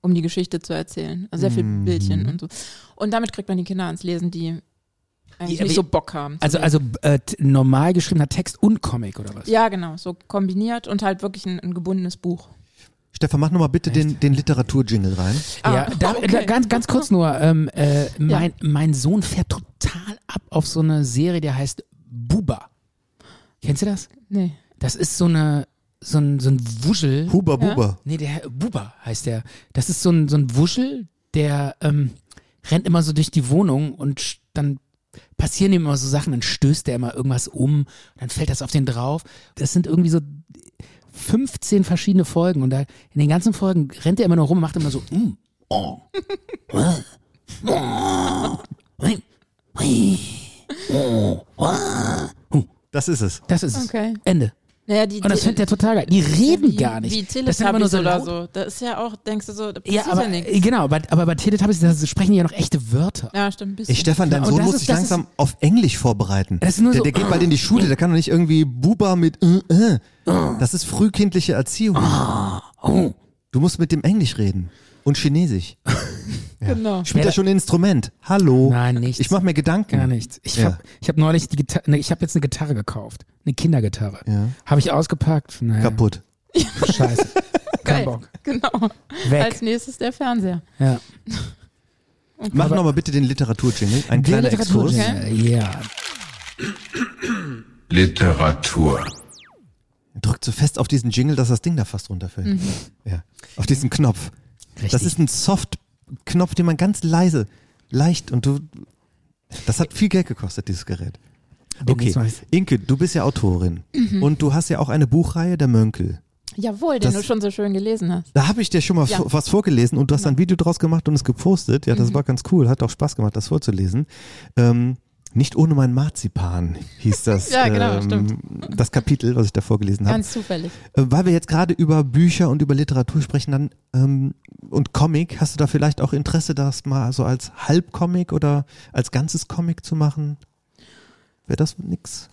Speaker 4: um die Geschichte zu erzählen. Also sehr viel
Speaker 3: Mhm.
Speaker 4: Bildchen und so. Und damit kriegt man die Kinder ans Lesen, die eigentlich
Speaker 3: Ja, wie-
Speaker 4: nicht so Bock haben. zu
Speaker 3: Also,
Speaker 4: lesen.
Speaker 3: also äh, t- normal geschriebener Text und Comic oder was?
Speaker 4: ja, genau. So kombiniert und halt wirklich ein, ein gebundenes Buch.
Speaker 2: Stefan, mach nochmal bitte den, den Literaturjingle rein.
Speaker 4: Ah,
Speaker 3: Ja, da, da, ganz, ganz kurz nur. Ähm, äh, mein, mein Sohn fährt total ab auf so eine Serie, die heißt Buba. Kennst du das?
Speaker 4: Nee.
Speaker 3: Das ist so eine so ein, so ein Wuschel.
Speaker 2: Huber Buber.
Speaker 3: Nee, der Buba heißt der. Das ist so ein, so ein Wuschel, der ähm, rennt immer so durch die Wohnung und sch- dann passieren ihm immer so Sachen, dann stößt er immer irgendwas um, dann fällt das auf den drauf. Das sind irgendwie so 15 verschiedene Folgen und da in den ganzen Folgen rennt er immer nur rum und macht immer so, mm, oh, äh, oh, äh, äh, oh, äh.
Speaker 2: Das ist es.
Speaker 3: das ist es.
Speaker 4: Okay.
Speaker 3: Ende.
Speaker 4: Naja, die,
Speaker 3: Und das findet er total geil. Die reden
Speaker 4: wie,
Speaker 3: gar nicht.
Speaker 4: Wie
Speaker 3: Das sind immer nur
Speaker 4: Teletubbies
Speaker 3: so
Speaker 4: oder
Speaker 3: laut-
Speaker 4: so. Das ist ja auch, denkst du so, da passiert
Speaker 3: Ja, aber,
Speaker 4: ja nichts.
Speaker 3: äh, genau, aber, aber bei Teletubbies da sprechen die ja noch echte Wörter.
Speaker 4: Ja, stimmt. ein bisschen.
Speaker 2: Ich, Stefan, dein
Speaker 3: Und
Speaker 2: Sohn
Speaker 3: das
Speaker 2: muss
Speaker 3: ist-
Speaker 2: sich
Speaker 3: das
Speaker 2: langsam auf Englisch vorbereiten.
Speaker 3: Das ist nur
Speaker 2: der,
Speaker 3: so-
Speaker 2: der geht bald in die Schule, der kann doch nicht irgendwie Buba mit äh, äh. Das ist frühkindliche Erziehung.
Speaker 3: Ah, oh.
Speaker 2: Du musst mit dem Englisch reden und Chinesisch.
Speaker 4: [LAUGHS] Genau.
Speaker 2: Spielt er schon ein Instrument? Hallo.
Speaker 3: Nein, nichts.
Speaker 2: Ich mache mir Gedanken.
Speaker 3: Gar nichts. Ich
Speaker 2: Ja.
Speaker 3: habe ich hab neulich die Gitarre, ne, ich habe jetzt eine Gitarre gekauft, eine Kindergitarre.
Speaker 2: Ja.
Speaker 3: Habe ich ausgepackt. Naja,
Speaker 2: Kaputt. [LAUGHS]
Speaker 3: Scheiße. Kein
Speaker 4: Geil.
Speaker 3: Bock.
Speaker 4: [LAUGHS] Genau. Als
Speaker 3: Weg.
Speaker 4: nächstes der Fernseher.
Speaker 3: Ja.
Speaker 2: Mach noch mal bitte den Literaturjingle. Ein kleiner Exkurs.
Speaker 3: Ja.
Speaker 5: Literatur.
Speaker 2: Drückt so fest auf diesen Jingle, dass das Ding da fast runterfällt. Ja. Auf diesen Knopf.
Speaker 3: Mhm. Richtig.
Speaker 2: Das ist ein Soft-Knopf, den man ganz leise, leicht und du. Das hat viel Geld gekostet, dieses Gerät. Okay,
Speaker 3: Demnächst mal-
Speaker 2: Inke, du bist ja Autorin
Speaker 4: Mhm.
Speaker 2: und du hast ja auch eine Buchreihe der Mönkel.
Speaker 4: Jawohl, den
Speaker 2: Das-
Speaker 4: du schon so schön gelesen hast.
Speaker 2: Da habe ich dir schon mal
Speaker 4: Ja. Genau. Mhm.
Speaker 2: vo- was vorgelesen und du hast ein Video draus gemacht und es gepostet. Ja, das war ganz cool, hat auch Spaß gemacht, das vorzulesen. Ähm, nicht ohne mein Marzipan hieß das.
Speaker 4: [LAUGHS] Ja, genau,
Speaker 2: ähm, das Kapitel, was ich da vorgelesen habe.
Speaker 4: Ganz zufällig.
Speaker 2: Äh, Weil wir jetzt gerade über Bücher und über Literatur sprechen dann, ähm, und Comic, hast du da vielleicht auch Interesse, das mal so als Halbcomic oder als ganzes Comic zu machen? Wäre das nix?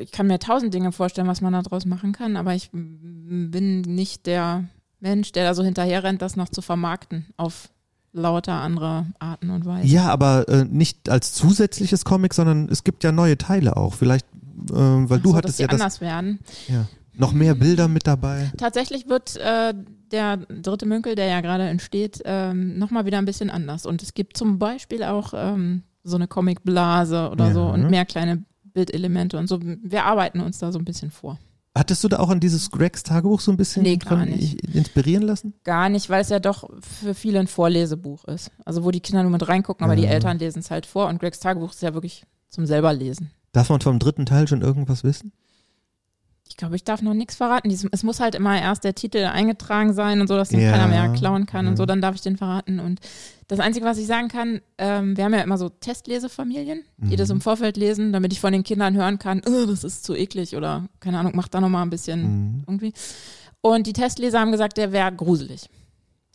Speaker 4: Ich kann mir tausend Dinge vorstellen, was man da draus machen kann, aber ich m- bin nicht der Mensch, der da so hinterher rennt, das noch zu vermarkten auf lauter andere Arten und Weisen.
Speaker 2: Ja, aber äh, nicht als zusätzliches Comic, sondern es gibt ja neue Teile auch. Vielleicht, äh, weil du
Speaker 4: so, Also, dass
Speaker 2: hattest
Speaker 4: die
Speaker 2: ja das.
Speaker 4: anders werden.
Speaker 2: Ja. Noch mehr Bilder mit dabei.
Speaker 4: Tatsächlich wird äh, der dritte Münkel, der ja gerade entsteht, ähm, nochmal wieder ein bisschen anders. Und es gibt zum Beispiel auch ähm, so eine Comicblase oder
Speaker 2: Ja.
Speaker 4: so und mehr kleine Bildelemente und so. Wir arbeiten uns da so ein bisschen vor.
Speaker 2: Hattest du da auch an dieses Gregs Tagebuch so ein bisschen
Speaker 4: Nee, gar
Speaker 2: von-
Speaker 4: nicht.
Speaker 2: inspirieren lassen?
Speaker 4: Gar nicht, weil es ja doch für viele ein Vorlesebuch ist. Also wo die Kinder nur mit reingucken, aber die Eltern lesen es halt vor. Und Gregs Tagebuch ist ja wirklich zum selber lesen.
Speaker 2: Darf man vom dritten Teil schon irgendwas wissen?
Speaker 4: Ich glaube, ich darf noch nichts verraten. Dies- Es muss halt immer erst der Titel eingetragen sein und so, dass den
Speaker 2: Ja.
Speaker 4: keiner mehr klauen kann
Speaker 2: Mhm.
Speaker 4: und so, dann darf ich den verraten. Und das Einzige, was ich sagen kann, ähm, wir haben ja immer so Testlesefamilien, die
Speaker 2: Mhm.
Speaker 4: das im Vorfeld lesen, damit ich von den Kindern hören kann, "Oh, das ist zu eklig oder keine Ahnung, mach da nochmal ein bisschen
Speaker 2: Mhm.
Speaker 4: irgendwie. Und die Testleser haben gesagt, der wäre gruselig.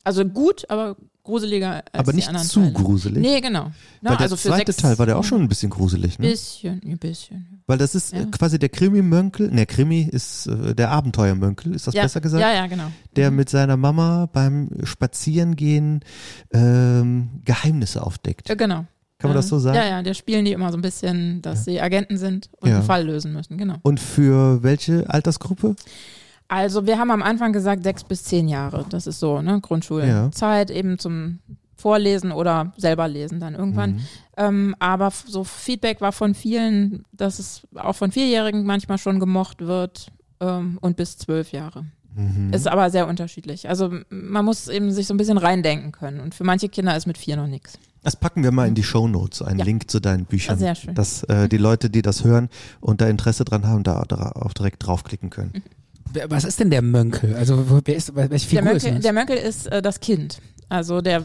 Speaker 4: Also gut, aber gruseliger als
Speaker 2: aber
Speaker 4: die
Speaker 2: nicht
Speaker 4: anderen
Speaker 2: zu
Speaker 4: Teile.
Speaker 2: gruselig.
Speaker 4: Nee, genau. Na,
Speaker 2: Weil der
Speaker 4: also für
Speaker 2: zweite
Speaker 4: sechs,
Speaker 2: Teil war der auch schon ein bisschen gruselig, ne?
Speaker 4: Bisschen, ein bisschen.
Speaker 2: Weil das ist äh,
Speaker 4: Ja.
Speaker 2: quasi der Krimi-Mönkel, ne, Krimi ist äh, der Abenteuer-Mönkel, ist das
Speaker 4: ja.
Speaker 2: besser gesagt?
Speaker 4: Ja, ja, genau.
Speaker 2: Der mit seiner Mama beim Spazierengehen ähm, Geheimnisse aufdeckt.
Speaker 4: Äh, Genau.
Speaker 2: Kann man das so sagen?
Speaker 4: Ja, ja, der spielen die immer so ein bisschen, dass sie Agenten sind und
Speaker 2: Ja.
Speaker 4: einen Fall lösen müssen, genau.
Speaker 2: Und für welche Altersgruppe?
Speaker 4: Also wir haben am Anfang gesagt, sechs bis zehn Jahre, das ist so, ne,
Speaker 2: Ja.
Speaker 4: Grundschulzeit eben zum Vorlesen oder selber lesen dann irgendwann.
Speaker 2: Mhm.
Speaker 4: Ähm, aber f- so Feedback war von vielen, dass es auch von Vierjährigen manchmal schon gemocht wird ähm, und bis zwölf Jahre.
Speaker 2: Mhm.
Speaker 4: Ist aber sehr unterschiedlich. Also m- man muss eben sich so ein bisschen reindenken können. Und für manche Kinder ist mit vier noch nichts.
Speaker 2: Das packen wir mal in die Shownotes, einen
Speaker 4: Ja.
Speaker 2: Link zu deinen Büchern.
Speaker 4: Ah, sehr schön.
Speaker 2: Dass äh, die Leute, die das hören und da Interesse dran haben, da, da auch direkt draufklicken
Speaker 3: Mhm.
Speaker 2: können.
Speaker 3: Wer- Was ist denn der Mönkel? Also wo- wer ist, wel- welche Figur
Speaker 4: der
Speaker 3: ist
Speaker 4: Mönkel,
Speaker 3: denn das?
Speaker 4: der Mönkel ist äh, das Kind. Also der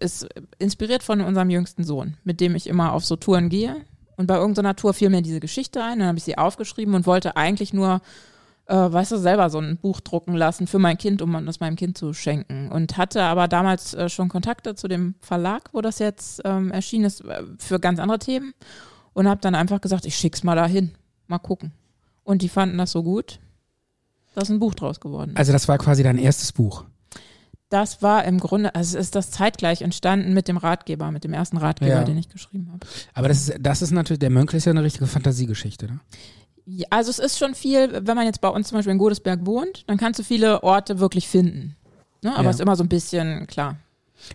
Speaker 4: ist inspiriert von unserem jüngsten Sohn, mit dem ich immer auf so Touren gehe. Und bei irgendeiner Tour fiel mir diese Geschichte ein, dann habe ich sie aufgeschrieben und wollte eigentlich nur, äh, weißt du, selber so ein Buch drucken lassen für mein Kind, um das meinem Kind zu schenken. Und hatte aber damals äh, schon Kontakte zu dem Verlag, wo das jetzt ähm, erschienen ist, äh, für ganz andere Themen. Und habe dann einfach gesagt, ich schick's mal dahin, mal gucken. Und die fanden das so gut, dass ein Buch draus geworden ist.
Speaker 3: also das war quasi dein erstes Buch.
Speaker 4: Das war im Grunde, also es ist das zeitgleich entstanden mit dem Ratgeber, mit dem ersten Ratgeber,
Speaker 3: Ja.
Speaker 4: den ich geschrieben habe.
Speaker 3: Aber das ist, das ist natürlich, der Mönkel ist ja eine richtige Fantasiegeschichte, ne?
Speaker 4: Ja, also es ist schon viel, wenn man jetzt bei uns zum Beispiel in Godesberg wohnt, dann kannst du viele Orte wirklich finden. Ne? Aber
Speaker 3: Ja.
Speaker 4: es ist immer so ein bisschen, klar.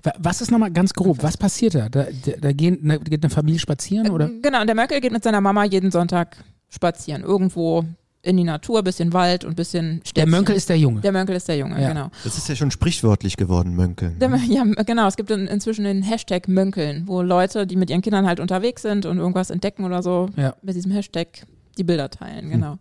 Speaker 3: Wa- Was ist nochmal ganz grob? Was passiert da? Da, da, da gehen, ne, geht eine Familie spazieren oder?
Speaker 4: Genau, und der Merkel geht mit seiner Mama jeden Sonntag spazieren, irgendwo in die Natur, bisschen Wald und bisschen Städtchen.
Speaker 3: Der Mönkel ist der Junge.
Speaker 4: Der Mönkel ist der Junge,
Speaker 3: Ja.
Speaker 4: genau.
Speaker 2: Das ist ja schon sprichwörtlich geworden, Mönkeln.
Speaker 4: Der, Mö- ja, [LAUGHS] genau. Es gibt in, inzwischen den Hashtag Mönkeln, wo Leute, die mit ihren Kindern halt unterwegs sind und irgendwas entdecken oder so,
Speaker 3: Ja. Hm.
Speaker 4: mit diesem Hashtag die Bilder teilen, genau.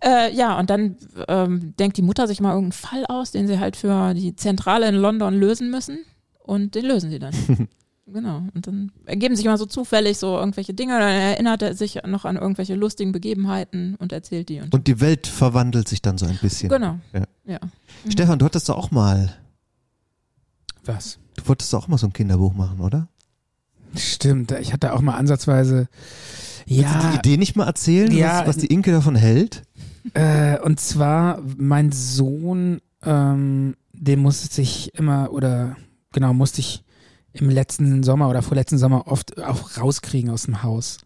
Speaker 4: Äh, ja, und dann ähm, denkt die Mutter sich mal irgendeinen Fall aus, den sie halt für die Zentrale in London lösen müssen. Und den lösen sie dann.
Speaker 3: [LAUGHS]
Speaker 4: genau. Und dann ergeben sich immer so zufällig so irgendwelche Dinge. Dann erinnert er sich noch an irgendwelche lustigen Begebenheiten und erzählt die. Und
Speaker 2: Und die Welt verwandelt sich dann so ein bisschen.
Speaker 4: genau.
Speaker 2: Ja.
Speaker 4: Ja.
Speaker 3: Mhm.
Speaker 2: Stefan, du hattest doch auch mal,
Speaker 3: Was?
Speaker 2: du wolltest doch auch mal so ein Kinderbuch machen, oder?
Speaker 3: Stimmt, ich hatte auch mal ansatzweise. Ja,
Speaker 2: Die Idee nicht mal erzählen,
Speaker 3: Ah. Ja,
Speaker 2: was, was die Inke davon hält?
Speaker 3: Äh, und zwar, mein Sohn, ähm, den musste ich immer, oder genau, musste ich im letzten Sommer oder vorletzten Sommer oft auch rauskriegen aus dem Haus.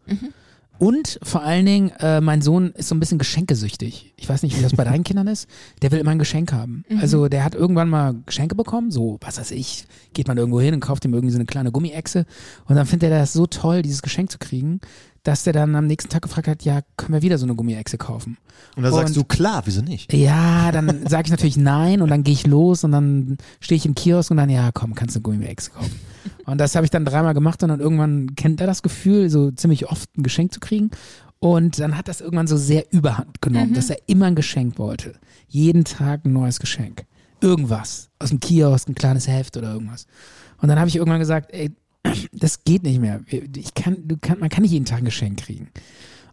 Speaker 3: Und vor allen Dingen, äh, mein Sohn ist so ein bisschen geschenkesüchtig. Ich weiß nicht, wie das bei deinen Kindern ist. Der will immer ein Geschenk haben. Also der hat irgendwann mal Geschenke bekommen, so, was weiß ich, geht man irgendwo hin und kauft ihm irgendwie so eine kleine Gummiechse. Und dann findet er das so toll, dieses Geschenk zu kriegen, dass der dann am nächsten Tag gefragt hat, ja, können wir wieder so eine Gummiechse kaufen?
Speaker 2: Und dann sagst
Speaker 3: Und-
Speaker 2: du, klar, wieso nicht?
Speaker 3: Ja, dann sage ich natürlich nein und dann gehe ich los und dann stehe ich im Kiosk und dann, ja, komm, kannst du Gummibärx kaufen. Und das habe ich dann dreimal gemacht und dann irgendwann kennt er das Gefühl, so ziemlich oft ein Geschenk zu kriegen. Und dann hat das irgendwann so sehr überhand genommen,
Speaker 2: Mhm.
Speaker 3: dass er immer ein Geschenk wollte. Jeden Tag ein neues Geschenk. Irgendwas. Aus dem Kiosk, ein kleines Heft oder irgendwas. Und dann habe ich irgendwann gesagt, ey, [CLEARS THROAT] das geht nicht mehr. Ich kann, du kann, man kann nicht jeden Tag ein Geschenk kriegen.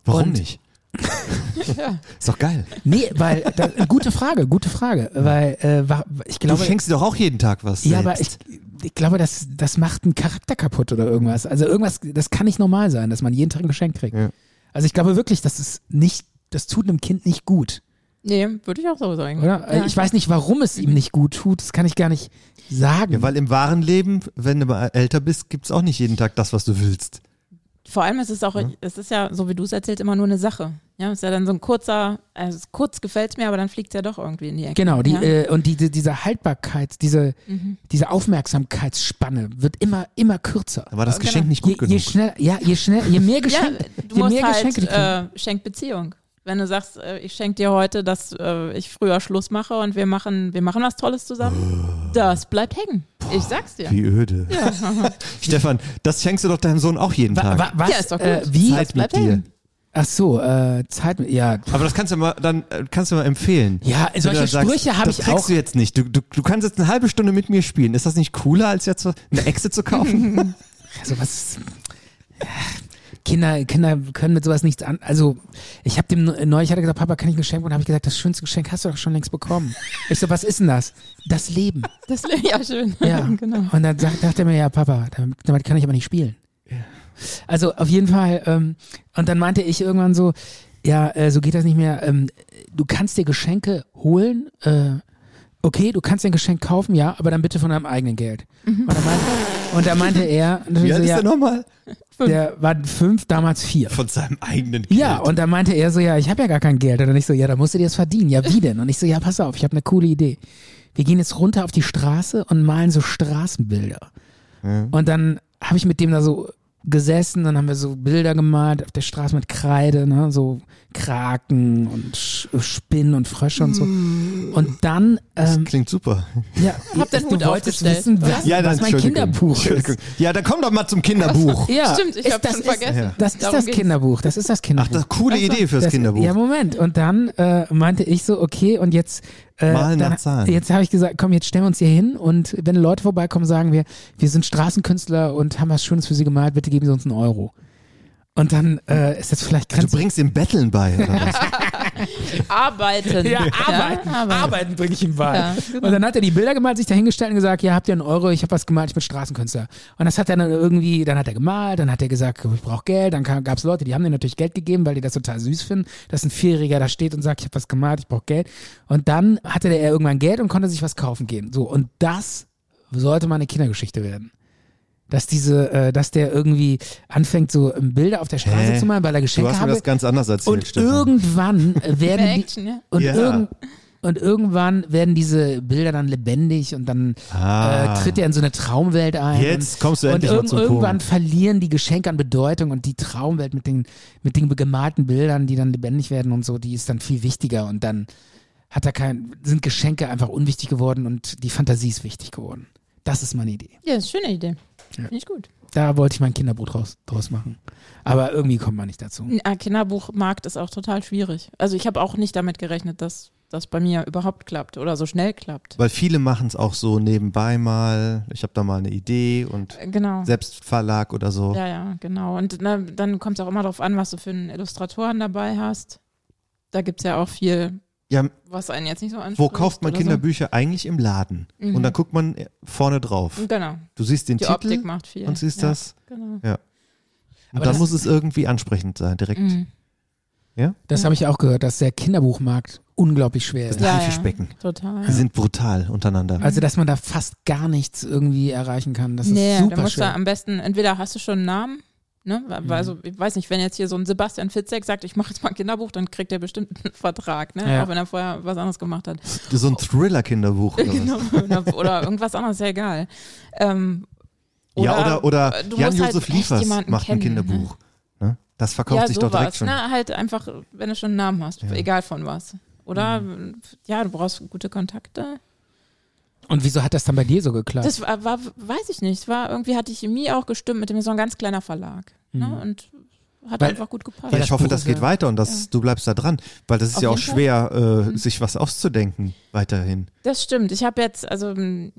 Speaker 2: Warum
Speaker 3: Und- [LAUGHS]
Speaker 2: nicht? Ist doch geil.
Speaker 3: Nee, weil, da, gute Frage, gute Frage. Weil, äh, wa- ich
Speaker 2: Du
Speaker 3: glaube.
Speaker 2: schenkst dir doch auch jeden Tag was.
Speaker 3: Ja, aber
Speaker 2: selbst.
Speaker 3: ich, ich glaube, das, das macht einen Charakter kaputt oder irgendwas. Also irgendwas, das kann nicht normal sein, dass man jeden Tag ein Geschenk kriegt.
Speaker 2: Ja.
Speaker 3: Also ich glaube wirklich, das ist nicht, das tut einem Kind nicht gut,
Speaker 4: Nee, würde ich auch so sagen.
Speaker 3: oder? Äh,
Speaker 4: Ja.
Speaker 3: Ich weiß nicht, warum es ihm nicht gut tut, das kann ich gar nicht sagen.
Speaker 2: Ja, weil im wahren Leben, wenn du mal älter bist, gibt's auch nicht jeden Tag das, was du willst.
Speaker 4: Vor allem ist es auch,
Speaker 3: Mhm.
Speaker 4: es ist ja, so wie du es erzählst, immer nur eine Sache. Ja, ist ja dann so ein kurzer, also es- kurz gefällt mir, aber dann fliegt es ja doch irgendwie in die Ecke.
Speaker 3: genau, die,
Speaker 4: ja? Mhm.
Speaker 3: äh, und die, die, diese Haltbarkeit, diese, diese Aufmerksamkeitsspanne wird immer, immer kürzer.
Speaker 2: Dann war das
Speaker 4: Genau.
Speaker 2: Geschenk nicht gut
Speaker 3: je, je
Speaker 2: genug.
Speaker 3: schneller, ja, je schneller, je mehr
Speaker 4: [LAUGHS] ja,
Speaker 3: Geschenke,
Speaker 4: du
Speaker 3: je
Speaker 4: musst
Speaker 3: mehr
Speaker 4: halt,
Speaker 3: Geschenke die kriegen.
Speaker 4: äh, schenk Beziehung. Wenn du sagst, äh, ich schenke dir heute, dass äh, ich früher Schluss mache und wir machen, wir machen was Tolles zusammen,
Speaker 3: Äh.
Speaker 4: das bleibt hängen. Ich sag's dir.
Speaker 2: Wie öde. [LAUGHS] Stefan, das schenkst du doch deinem Sohn auch jeden
Speaker 3: Wa-
Speaker 2: Tag.
Speaker 3: wa- was?
Speaker 4: Ja, ist doch gut.
Speaker 3: Äh, wie?
Speaker 2: Zeit mit
Speaker 4: bleibt
Speaker 2: dir.
Speaker 4: hängen.
Speaker 3: Ach so, äh, Zeit mit, ja.
Speaker 2: Aber das kannst du mal, dann äh, kannst du mal empfehlen.
Speaker 3: Ja,
Speaker 2: Wenn
Speaker 3: solche
Speaker 2: du dann
Speaker 3: Sprüche habe
Speaker 2: das
Speaker 3: ich
Speaker 2: kriegst
Speaker 3: auch.
Speaker 2: du jetzt nicht. Du, du, du kannst jetzt eine halbe Stunde mit mir spielen. Ist das nicht cooler, als jetzt so eine Echse zu kaufen?
Speaker 3: [LAUGHS] Also was Kinder, Kinder können mit sowas nichts an. Also ich habe dem neulich hat er gesagt, Papa, kann ich ein Geschenk? Und habe ich gesagt, das schönste Geschenk hast du doch schon längst bekommen. Ich so, was ist denn das? Das Leben.
Speaker 4: Das wäre ja schön.
Speaker 3: Ja.
Speaker 4: [LAUGHS] genau.
Speaker 3: Und dann sagt, dachte er mir, ja, Papa, damit, damit kann ich aber nicht spielen. Also auf jeden Fall. Ähm, und dann meinte ich irgendwann so, ja, äh, so geht das nicht mehr. Ähm, du kannst dir Geschenke holen. Äh, okay, du kannst dir ein Geschenk kaufen, ja, aber dann bitte von deinem eigenen Geld. Und, dann meinte, und da meinte er, und dann
Speaker 2: Wie
Speaker 3: so,
Speaker 2: alt ist
Speaker 3: ja,
Speaker 2: der nochmal?
Speaker 3: der war fünf, damals vier.
Speaker 2: Von seinem eigenen Kind.
Speaker 3: Ja, und da meinte er so, ja, ich habe ja gar kein Geld. Und dann ich so, ja, da musst du dir das verdienen. Ja, wie denn? Und ich so, ja, pass auf, ich habe eine coole Idee. Wir gehen jetzt runter auf die Straße und malen so Straßenbilder. Und dann habe ich mit dem da so gesessen, dann haben wir so Bilder gemalt auf der Straße mit Kreide, ne? so Kraken und Sch Spinnen und Frösche und so. Und dann, ähm,
Speaker 2: Klingt super.
Speaker 3: ja,
Speaker 4: Mm. [LAUGHS] Hab den
Speaker 3: du
Speaker 4: Hut
Speaker 3: wolltest
Speaker 4: aufgestellt.
Speaker 3: wissen, was,
Speaker 2: Ja, dann
Speaker 3: was mein
Speaker 2: Entschuldigung.
Speaker 3: Kinderbuch ist.
Speaker 2: Entschuldigung. Ja, dann komm doch mal zum Kinderbuch.
Speaker 3: Ja,
Speaker 4: Stimmt, ich
Speaker 3: ist-
Speaker 4: habe
Speaker 3: das
Speaker 4: schon
Speaker 3: ist-
Speaker 4: vergessen.
Speaker 2: Ja.
Speaker 3: Das ist
Speaker 4: Darum
Speaker 3: das
Speaker 4: geht's.
Speaker 3: Kinderbuch, das ist das Kinderbuch.
Speaker 2: Ach, das coole Idee fürs
Speaker 3: Das-
Speaker 2: Kinderbuch. Also
Speaker 3: Ja, Moment. Und dann äh, meinte ich so, okay, und jetzt. Äh,
Speaker 2: Malen
Speaker 3: dann,
Speaker 2: nach Zahlen.
Speaker 3: Jetzt habe ich gesagt, komm, jetzt stellen wir uns hier hin und wenn Leute vorbeikommen, sagen wir, wir sind Straßenkünstler und haben was Schönes für sie gemalt, bitte geben sie uns einen Euro. Und dann äh, ist das vielleicht
Speaker 2: Du
Speaker 3: ganz.
Speaker 2: bringst ihm Betteln bei. Oder was?
Speaker 4: Arbeiten.
Speaker 3: Ja, arbeiten,
Speaker 4: Ja,
Speaker 3: arbeiten, bringe ich ihm bei.
Speaker 4: Ja,
Speaker 3: Und dann hat er die Bilder gemalt, sich dahingestellt und gesagt, ja, habt ihr einen Euro, ich habe was gemalt, ich bin Straßenkünstler. Und das hat er dann irgendwie, dann hat er gemalt, dann hat er gesagt, ich brauche Geld, dann gab es Leute, die haben ihm natürlich Geld gegeben, weil die das total süß finden, dass ein Vierjähriger da steht und sagt, ich habe was gemalt, ich brauche Geld. Und dann hatte der er irgendwann Geld und konnte sich was kaufen gehen. So, und das sollte mal eine Kindergeschichte werden. Dass diese, äh, dass der irgendwie anfängt, so ähm, Bilder auf der Straße
Speaker 2: Hä?
Speaker 3: zu malen, weil er
Speaker 2: Du
Speaker 3: Geschenke
Speaker 2: hast mir
Speaker 3: habe.
Speaker 2: das ganz anders erzählt,
Speaker 3: Und
Speaker 2: Stefan.
Speaker 3: irgendwann äh, werden
Speaker 4: Mehr
Speaker 3: die,
Speaker 4: Action, ja.
Speaker 3: und
Speaker 2: Ja.
Speaker 3: irgend, Und irgendwann werden diese Bilder dann lebendig und dann
Speaker 2: Ah.
Speaker 3: äh, tritt er in so eine Traumwelt ein.
Speaker 2: Jetzt
Speaker 3: und,
Speaker 2: kommst du endlich
Speaker 3: und
Speaker 2: mal
Speaker 3: irg-
Speaker 2: zum
Speaker 3: irgendwann
Speaker 2: Punkt.
Speaker 3: verlieren die Geschenke an Bedeutung und die Traumwelt mit den, mit den gemalten Bildern, die dann lebendig werden und so, die ist dann viel wichtiger und dann hat er kein, sind Geschenke einfach unwichtig geworden und die Fantasie ist wichtig geworden. Das ist meine Idee.
Speaker 4: Ja, das ist eine schöne Idee. Finde ich gut.
Speaker 3: Da wollte ich mein Kinderbuch draus, draus machen. Aber irgendwie kommt man nicht dazu.
Speaker 4: Ein Kinderbuchmarkt ist auch total schwierig. Also ich habe auch nicht damit gerechnet, dass das bei mir überhaupt klappt oder so schnell klappt.
Speaker 2: Weil viele machen es auch so nebenbei mal. Ich habe da mal eine Idee und
Speaker 4: Äh, Genau.
Speaker 2: Selbstverlag oder so.
Speaker 4: Ja, ja, genau. Und ne, dann kommt es auch immer darauf an, was du für einen Illustratoren dabei hast. Da gibt es ja auch viel,
Speaker 2: Ja,
Speaker 4: was einen jetzt nicht so anspricht.
Speaker 2: wo kauft man
Speaker 4: oder
Speaker 2: Kinderbücher? Eigentlich im Laden. Und dann guckt man vorne drauf.
Speaker 4: So. Genau.
Speaker 2: Du siehst den
Speaker 4: Die
Speaker 2: Titel
Speaker 4: Optik macht viel.
Speaker 2: und siehst
Speaker 4: ja,
Speaker 2: das.
Speaker 4: Genau.
Speaker 2: Und
Speaker 3: Aber
Speaker 2: dann
Speaker 3: das-
Speaker 2: muss es irgendwie ansprechend sein, direkt.
Speaker 4: Mhm.
Speaker 3: Das habe ich auch gehört, dass der Kinderbuchmarkt unglaublich schwer
Speaker 2: Das
Speaker 3: ist.
Speaker 2: ist ein
Speaker 4: Ja,
Speaker 2: Haifischbecken.
Speaker 4: Total.
Speaker 2: Die sind brutal untereinander.
Speaker 4: Mhm.
Speaker 3: Also, dass man da fast gar nichts irgendwie erreichen kann. Das ist
Speaker 4: nee, da
Speaker 3: super
Speaker 4: musst du
Speaker 3: schwer.
Speaker 4: am besten, entweder hast du schon einen Namen, ne? Weil-
Speaker 2: Mhm.
Speaker 4: Also ich weiß nicht, wenn jetzt hier so ein Sebastian Fitzek sagt, ich mache jetzt mal ein Kinderbuch, dann kriegt er bestimmt einen Vertrag, ne?
Speaker 3: Ja.
Speaker 4: Auch wenn er vorher was anderes gemacht hat.
Speaker 2: so ein Thriller-Kinderbuch. [LAUGHS] oder was?
Speaker 4: [LAUGHS] Genau. Oder- oder irgendwas anderes, ist ja egal. Ähm,
Speaker 2: ja, oder, oder
Speaker 4: äh, du musst halt
Speaker 2: Jan-Josef
Speaker 4: echt
Speaker 2: Liefers macht
Speaker 4: jemanden
Speaker 2: ein
Speaker 4: kennen,
Speaker 2: Kinderbuch. Ne? Das verkauft
Speaker 4: ja,
Speaker 2: sich
Speaker 4: sowas,
Speaker 2: doch direkt schon.
Speaker 4: Ne? Halt einfach, wenn du schon einen Namen hast,
Speaker 2: Ja. Mhm.
Speaker 4: egal von was. Oder ja, du brauchst gute Kontakte.
Speaker 3: Und wieso hat das dann bei dir so geklappt?
Speaker 4: Das war, war, weiß ich nicht, war irgendwie hat die Chemie auch gestimmt mit dem so ein ganz kleiner Verlag. Ne?
Speaker 2: Mhm.
Speaker 4: Und hat
Speaker 3: Weil-
Speaker 4: einfach gut gepasst.
Speaker 2: Ja,
Speaker 3: weil
Speaker 2: ich
Speaker 3: das
Speaker 2: hoffe,
Speaker 3: Buch
Speaker 2: das
Speaker 3: ist
Speaker 2: geht
Speaker 3: ja-
Speaker 2: weiter und das, du bleibst da dran, weil das ist
Speaker 4: Auf
Speaker 2: ja auch
Speaker 4: jeden Fall.
Speaker 2: schwer,
Speaker 4: Mhm.
Speaker 2: äh, sich was auszudenken weiterhin.
Speaker 4: Das stimmt. Ich habe jetzt, also m,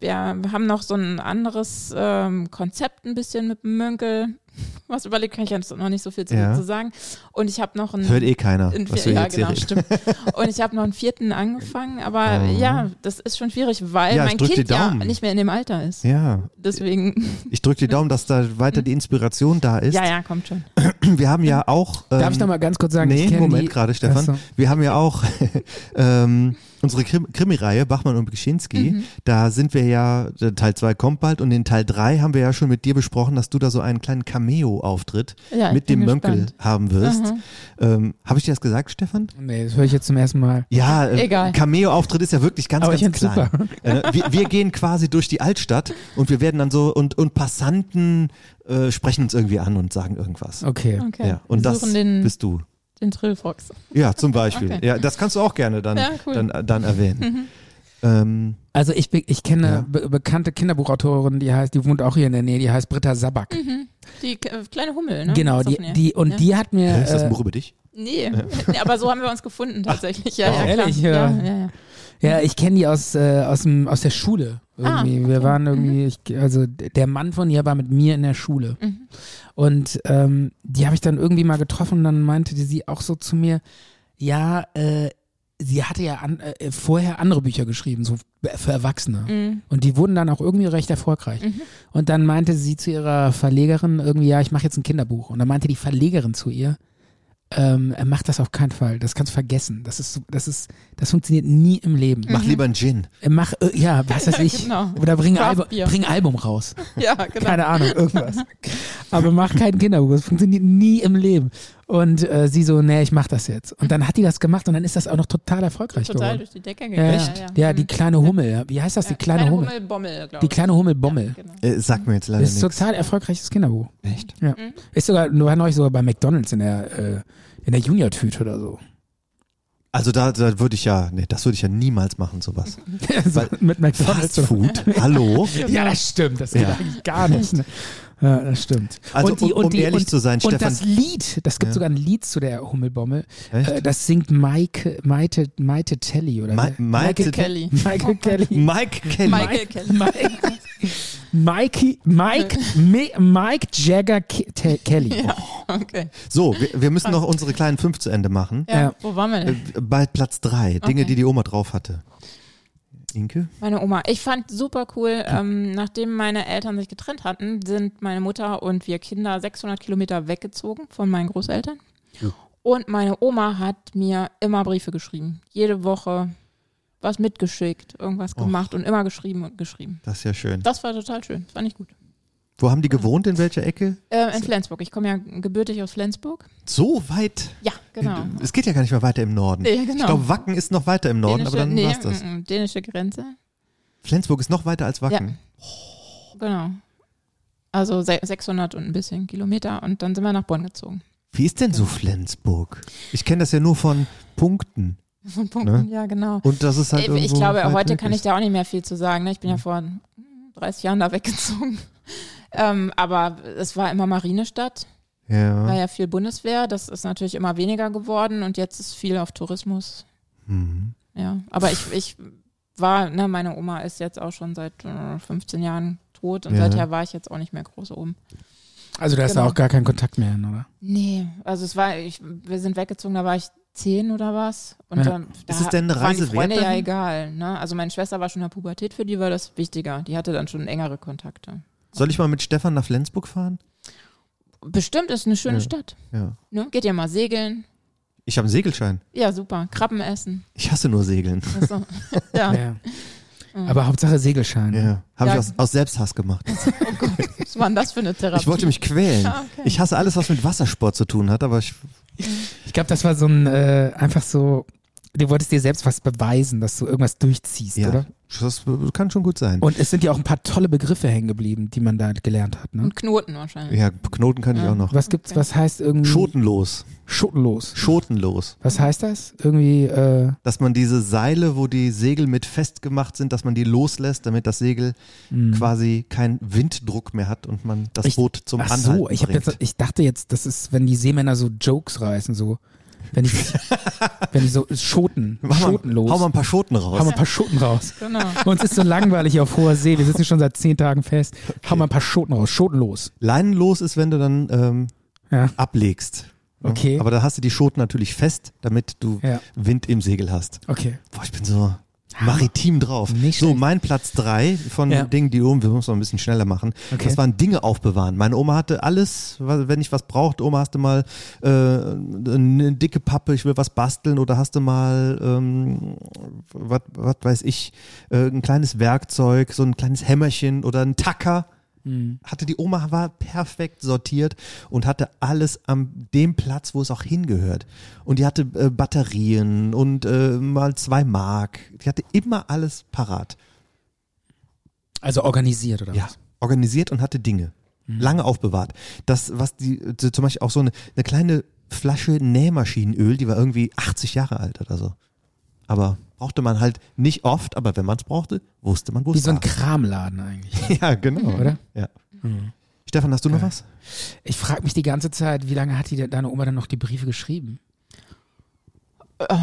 Speaker 4: wir haben noch so ein anderes ähm, Konzept ein bisschen mit dem Mönkel. [LAUGHS] Was überlegt, kann ich jetzt noch nicht so viel zu,
Speaker 2: Ja.
Speaker 4: zu sagen. Und ich habe noch ein
Speaker 2: Hört eh keiner,
Speaker 4: in
Speaker 2: was
Speaker 4: vier,
Speaker 2: wir
Speaker 4: ja,
Speaker 2: jetzt
Speaker 4: genau,
Speaker 2: hier reden.
Speaker 4: stimmt. Und ich habe noch einen vierten angefangen, aber
Speaker 2: [LAUGHS] Mhm.
Speaker 4: ja, das ist schon schwierig, weil
Speaker 2: Ja, ich
Speaker 4: mein
Speaker 2: drück die
Speaker 4: Kind ja
Speaker 2: Daumen.
Speaker 4: nicht mehr in dem Alter ist.
Speaker 2: Ja,
Speaker 4: Deswegen, [LAUGHS]
Speaker 2: ich drücke die Daumen, dass da weiter die Inspiration da ist.
Speaker 4: Mhm. ja, Mhm. ja, kommt schon.
Speaker 2: Wir haben ja auch... Ähm,
Speaker 3: Darf ich noch mal ganz kurz sagen? ich
Speaker 2: nee,
Speaker 3: kenne
Speaker 2: Moment
Speaker 3: die-
Speaker 2: gerade, Stefan.
Speaker 3: Ach so.
Speaker 2: Wir haben ja auch [LAUGHS] ähm, unsere Krim Krimireihe Bachmann und Beschinski.
Speaker 4: Mhm.
Speaker 2: Da sind wir ja, äh, Teil 2 kommt bald und in Teil 3 haben wir ja schon mit dir besprochen, dass du da so einen kleinen Cameo-Auftritt
Speaker 4: Ja, ich
Speaker 2: mit
Speaker 4: bin
Speaker 2: dem Mönkel
Speaker 4: gespannt.
Speaker 2: haben wirst. Ähm, Habe ich dir das gesagt, Stefan?
Speaker 3: Nee, das höre ich jetzt zum ersten Mal.
Speaker 2: Ja, äh,
Speaker 4: Egal.
Speaker 2: Cameo-Auftritt ist ja wirklich ganz,
Speaker 3: Aber ich
Speaker 2: ganz klein.
Speaker 3: find's
Speaker 2: Äh, wir, wir gehen quasi durch die Altstadt und wir werden dann so und, und Passanten äh, sprechen uns irgendwie an und sagen irgendwas.
Speaker 3: Okay.
Speaker 4: Okay.
Speaker 2: Ja, und
Speaker 4: Wir
Speaker 2: das
Speaker 4: suchen den,
Speaker 2: bist du.
Speaker 4: den Trillfox.
Speaker 2: Ja, zum Beispiel.
Speaker 4: Okay.
Speaker 2: Ja, das kannst du auch gerne dann,
Speaker 4: Ja, cool. Mhm.
Speaker 2: dann, äh, dann erwähnen. ähm,
Speaker 3: Also ich, be- ich kenne
Speaker 2: Ja.
Speaker 3: be bekannte Kinderbuchautorin, die heißt, die wohnt auch hier in der Nähe, die heißt Britta Sabak.
Speaker 4: Die äh, kleine Hummel, ne?
Speaker 3: Genau,
Speaker 4: Mhm. Ist das
Speaker 3: die,
Speaker 4: von ihr?
Speaker 3: die, und
Speaker 4: Ja.
Speaker 3: die hat mir.
Speaker 2: hä, ist das ein
Speaker 3: äh,
Speaker 2: Buch über dich?
Speaker 4: Nee, nee, aber so haben wir uns gefunden tatsächlich. Ja,
Speaker 3: Wow.
Speaker 4: ja, klar.
Speaker 3: Oh. Ehrlich, ja.
Speaker 4: ja, ja, ja.
Speaker 3: ja, ich kenne die aus, äh, aus, dem, aus der Schule.
Speaker 4: Ah,
Speaker 3: Irgendwie. Wir waren
Speaker 4: Mhm.
Speaker 3: irgendwie, ich, also d- der Mann von ihr war mit mir in der Schule. Und ähm, die habe ich dann irgendwie mal getroffen, dann meinte die sie auch so zu mir, ja, äh, sie hatte ja an, äh, vorher andere Bücher geschrieben, so für Erwachsene. Und die wurden dann auch irgendwie recht erfolgreich. Und dann meinte sie zu ihrer Verlegerin irgendwie, ja, ich mache jetzt ein Kinderbuch. Und dann meinte die Verlegerin zu ihr, ähm, mach das auf keinen Fall, das kannst du vergessen. Das ist, so- das ist, das funktioniert nie im Leben.
Speaker 2: Mach lieber einen Gin.
Speaker 3: Äh, Mach, äh, ja, was weiß ich.
Speaker 4: Genau.
Speaker 3: Oder bring ein Album,
Speaker 4: Craft Beer.
Speaker 3: bring ein Album raus.
Speaker 4: Ja, genau.
Speaker 3: Keine Ahnung, irgendwas. Aber mach kein Kinderbuch. Das funktioniert nie im Leben. Und äh, sie so, nee, ich mach das jetzt. Und dann hat die das gemacht und dann ist das auch noch total erfolgreich
Speaker 4: Total
Speaker 3: geworden.
Speaker 4: durch die Decke
Speaker 3: Ja,
Speaker 4: gegangen.
Speaker 3: ja, ja, die kleine Hummel. ja. Wie heißt das? die kleine, Hummel.
Speaker 4: Bommel, glaube
Speaker 3: Die
Speaker 4: ich.
Speaker 3: kleine Hummel Bommel.
Speaker 4: genau.
Speaker 2: Äh, sag mir jetzt leider
Speaker 3: Das ist
Speaker 2: nichts.
Speaker 3: total erfolgreiches Kinderbuch.
Speaker 2: Echt?
Speaker 3: Ja. Ist sogar, war neulich sogar bei McDonalds in der, äh, in der Junior-Tüte oder so. [LAUGHS]
Speaker 2: Also da, da würde ich ja, nee, das würde ich ja niemals machen, sowas.
Speaker 3: so mit
Speaker 2: Fast
Speaker 3: McDonalds.
Speaker 2: Food,
Speaker 4: [LAUGHS]
Speaker 2: hallo?
Speaker 4: Genau.
Speaker 3: Ja, das stimmt. Das geht
Speaker 2: Ja.
Speaker 3: eigentlich
Speaker 2: [LAUGHS]
Speaker 3: gar nicht. Ne? Ja, das stimmt.
Speaker 2: Also, um- um ehrlich zu sein,
Speaker 3: und
Speaker 2: Stefan-
Speaker 3: das Lied, das gibt
Speaker 2: Ja.
Speaker 3: sogar ein Lied zu der Hummelbommel.
Speaker 2: Echt?
Speaker 3: Äh, das singt Maike, Maite, Maite Telly oder
Speaker 2: Ma-
Speaker 3: wer?
Speaker 2: Maite-
Speaker 4: Kelly.
Speaker 3: Michael Kelly.
Speaker 2: Mike Kelly.
Speaker 4: Michael Kelly.
Speaker 3: Mike, Mikey, Mike, Mi- Mike Jagger Ke Te Kelly.
Speaker 4: [LAUGHS] Okay.
Speaker 2: So, wir, wir müssen noch unsere kleinen fünf zu Ende machen.
Speaker 4: Ja,
Speaker 3: Ja.
Speaker 4: Wo waren wir denn?
Speaker 2: Äh, Bei Platz drei, Dinge,
Speaker 4: Okay.
Speaker 2: die die Oma drauf hatte. Inke?
Speaker 4: Meine Oma. Ich fand super cool, ähm, nachdem meine Eltern sich getrennt hatten, sind meine Mutter und wir Kinder 600 Kilometer weggezogen von meinen Großeltern. Und meine Oma hat mir immer Briefe geschrieben. Jede Woche was mitgeschickt, irgendwas
Speaker 2: Och.
Speaker 4: gemacht und immer geschrieben und geschrieben.
Speaker 2: Das ist ja schön.
Speaker 4: Das war total schön. Das fand ich gut.
Speaker 2: Wo haben die gewohnt? In welcher Ecke?
Speaker 4: Äh, in Flensburg. Ich komme ja gebürtig aus Flensburg.
Speaker 2: So weit.
Speaker 4: Ja, genau.
Speaker 2: Es geht ja gar nicht mehr weiter im Norden.
Speaker 4: Nee, genau.
Speaker 2: Ich glaube, Wacken ist noch weiter im Norden, aber dann
Speaker 4: nee,
Speaker 2: war's das.
Speaker 4: mm, mm, dänische Grenze.
Speaker 2: Flensburg ist noch weiter als Wacken.
Speaker 4: Genau. Also se- 600 und ein bisschen Kilometer und dann sind wir nach Bonn gezogen.
Speaker 2: Wie ist denn so Flensburg? Ich kenne das ja nur von Punkten.
Speaker 4: Von Punkten, ja, genau.
Speaker 2: Und das Ne? ist halt
Speaker 4: ich ich
Speaker 2: irgendwo
Speaker 4: glaube,
Speaker 2: weit
Speaker 4: heute
Speaker 2: weg
Speaker 4: kann ich
Speaker 2: ist.
Speaker 4: da auch nicht mehr viel zu sagen. Ne? Ich bin ja vor hm, 30 Jahren da weggezogen. [LAUGHS] Ähm, aber es war immer Marinestadt, war
Speaker 2: Ja.
Speaker 4: ja viel Bundeswehr. Das ist natürlich immer weniger geworden und jetzt ist viel auf Tourismus.
Speaker 2: Mhm.
Speaker 4: Ja, aber ich, ich war, ne, meine Oma ist jetzt auch schon seit äh, 15 Jahren tot und
Speaker 2: Ja.
Speaker 4: seither war ich jetzt auch nicht mehr groß oben.
Speaker 3: Also da ist
Speaker 4: Genau.
Speaker 3: da auch gar kein Kontakt mehr hin, oder?
Speaker 4: Nee, also es war, ich, wir sind weggezogen, da war ich zehn oder was. Und
Speaker 3: Ja.
Speaker 4: dann, da
Speaker 2: Ist es denn eine
Speaker 4: waren die
Speaker 2: Reise
Speaker 4: Freunde
Speaker 2: wert
Speaker 4: ja
Speaker 2: dann?
Speaker 4: egal. Ne? Also meine Schwester war schon in der Pubertät, für die war das wichtiger. Die hatte dann schon engere Kontakte.
Speaker 2: Soll ich mal mit Stefan nach Flensburg fahren?
Speaker 4: Bestimmt ist eine schöne
Speaker 2: Ja.
Speaker 4: Stadt.
Speaker 2: Ja.
Speaker 4: Ne? Geht ja mal segeln.
Speaker 2: Ich habe einen Segelschein.
Speaker 4: Ja, super. Krabben essen. Also,
Speaker 2: Ich hasse nur Segeln.
Speaker 4: Ach so. ja. Mhm.
Speaker 3: Ja. Aber Hauptsache Segelschein.
Speaker 2: Ja. Habe
Speaker 4: Ja.
Speaker 2: ich aus, aus Selbsthass gemacht.
Speaker 4: Was war denn das für eine Therapie?
Speaker 2: Ich wollte mich quälen.
Speaker 4: Ah, [LAUGHS] okay.
Speaker 2: Ich hasse alles, was mit Wassersport zu tun hat, aber ich.
Speaker 3: Ich glaube, das war so ein, äh, einfach so, du wolltest dir selbst was beweisen, dass du irgendwas durchziehst,
Speaker 2: Ja.
Speaker 3: oder?
Speaker 2: Das kann schon gut sein.
Speaker 3: Und es sind ja auch ein paar tolle Begriffe hängen geblieben, die man da gelernt hat, ne?
Speaker 4: Und Knoten wahrscheinlich.
Speaker 2: ja, Knoten kann ich auch noch.
Speaker 3: Was gibt's, was heißt irgendwie?
Speaker 2: Schotenlos.
Speaker 3: Schotenlos.
Speaker 2: Schotenlos.
Speaker 3: Was heißt das? Irgendwie, äh,
Speaker 2: Dass man diese Seile, wo die Segel mit festgemacht sind, dass man die loslässt, damit das Segel quasi keinen Winddruck mehr hat und man das
Speaker 3: Mhm. Ich-
Speaker 2: Boot zum
Speaker 3: ach
Speaker 2: Anhalten
Speaker 3: so, ich, hab
Speaker 2: bringt.
Speaker 3: jetzt, ich dachte jetzt, das ist, wenn die Seemänner so Jokes reißen, so. Wenn die,
Speaker 2: [LAUGHS]
Speaker 3: wenn die so Schoten,
Speaker 2: Mach mal,
Speaker 3: Schotenlos.
Speaker 2: Hau mal ein paar Schoten raus.
Speaker 3: Hau mal ein paar Schoten raus.
Speaker 4: Genau.
Speaker 3: Uns ist so langweilig auf hoher See. Wir sitzen schon seit zehn Tagen fest. Hau mal ein paar Schoten raus. Schotenlos.
Speaker 2: Leinenlos ist, wenn du dann ähm,
Speaker 3: Ja.
Speaker 2: ablegst. Ja,
Speaker 3: Okay.
Speaker 2: Aber da hast du die Schoten natürlich fest, damit du
Speaker 3: Ja.
Speaker 2: Wind im Segel hast.
Speaker 3: Okay.
Speaker 2: Boah, ich bin so maritim drauf.
Speaker 3: Nicht
Speaker 2: so,
Speaker 3: schlecht.
Speaker 2: mein Platz drei von
Speaker 3: Ja.
Speaker 2: Dingen, die oben, wir müssen noch ein bisschen schneller machen.
Speaker 3: Okay.
Speaker 2: Das waren Dinge aufbewahren. Meine Oma hatte alles, was- wenn ich was brauchte, Oma hast du mal äh, eine dicke Pappe, ich will was basteln oder hast du mal, ähm, was was weiß ich, äh, ein kleines Werkzeug, so ein kleines Hämmerchen oder ein Tacker. Hatte die Oma, war perfekt sortiert und hatte alles an dem Platz, wo es auch hingehört. Und die hatte äh, Batterien und äh, mal zwei Mark. Die hatte immer alles parat.
Speaker 3: Also organisiert, oder
Speaker 2: Ja,
Speaker 3: was?
Speaker 2: organisiert und hatte Dinge.
Speaker 3: Mhm.
Speaker 2: Lange aufbewahrt. Das, was die, so zum Beispiel auch so eine, eine kleine Flasche Nähmaschinenöl, die war irgendwie 80 Jahre alt oder so. Aber brauchte man halt nicht oft, aber wenn man es brauchte, wusste man, wo
Speaker 3: Wie
Speaker 2: es
Speaker 3: so ein
Speaker 2: war.
Speaker 3: Kramladen
Speaker 2: [LAUGHS]
Speaker 3: eigentlich.
Speaker 2: ja, genau.
Speaker 3: Oder? Mhm.
Speaker 2: Ja. Stefan, hast du noch was?
Speaker 3: Ich frage mich die ganze Zeit, wie lange hat die denn- deine Oma dann noch die Briefe geschrieben?
Speaker 4: Oh,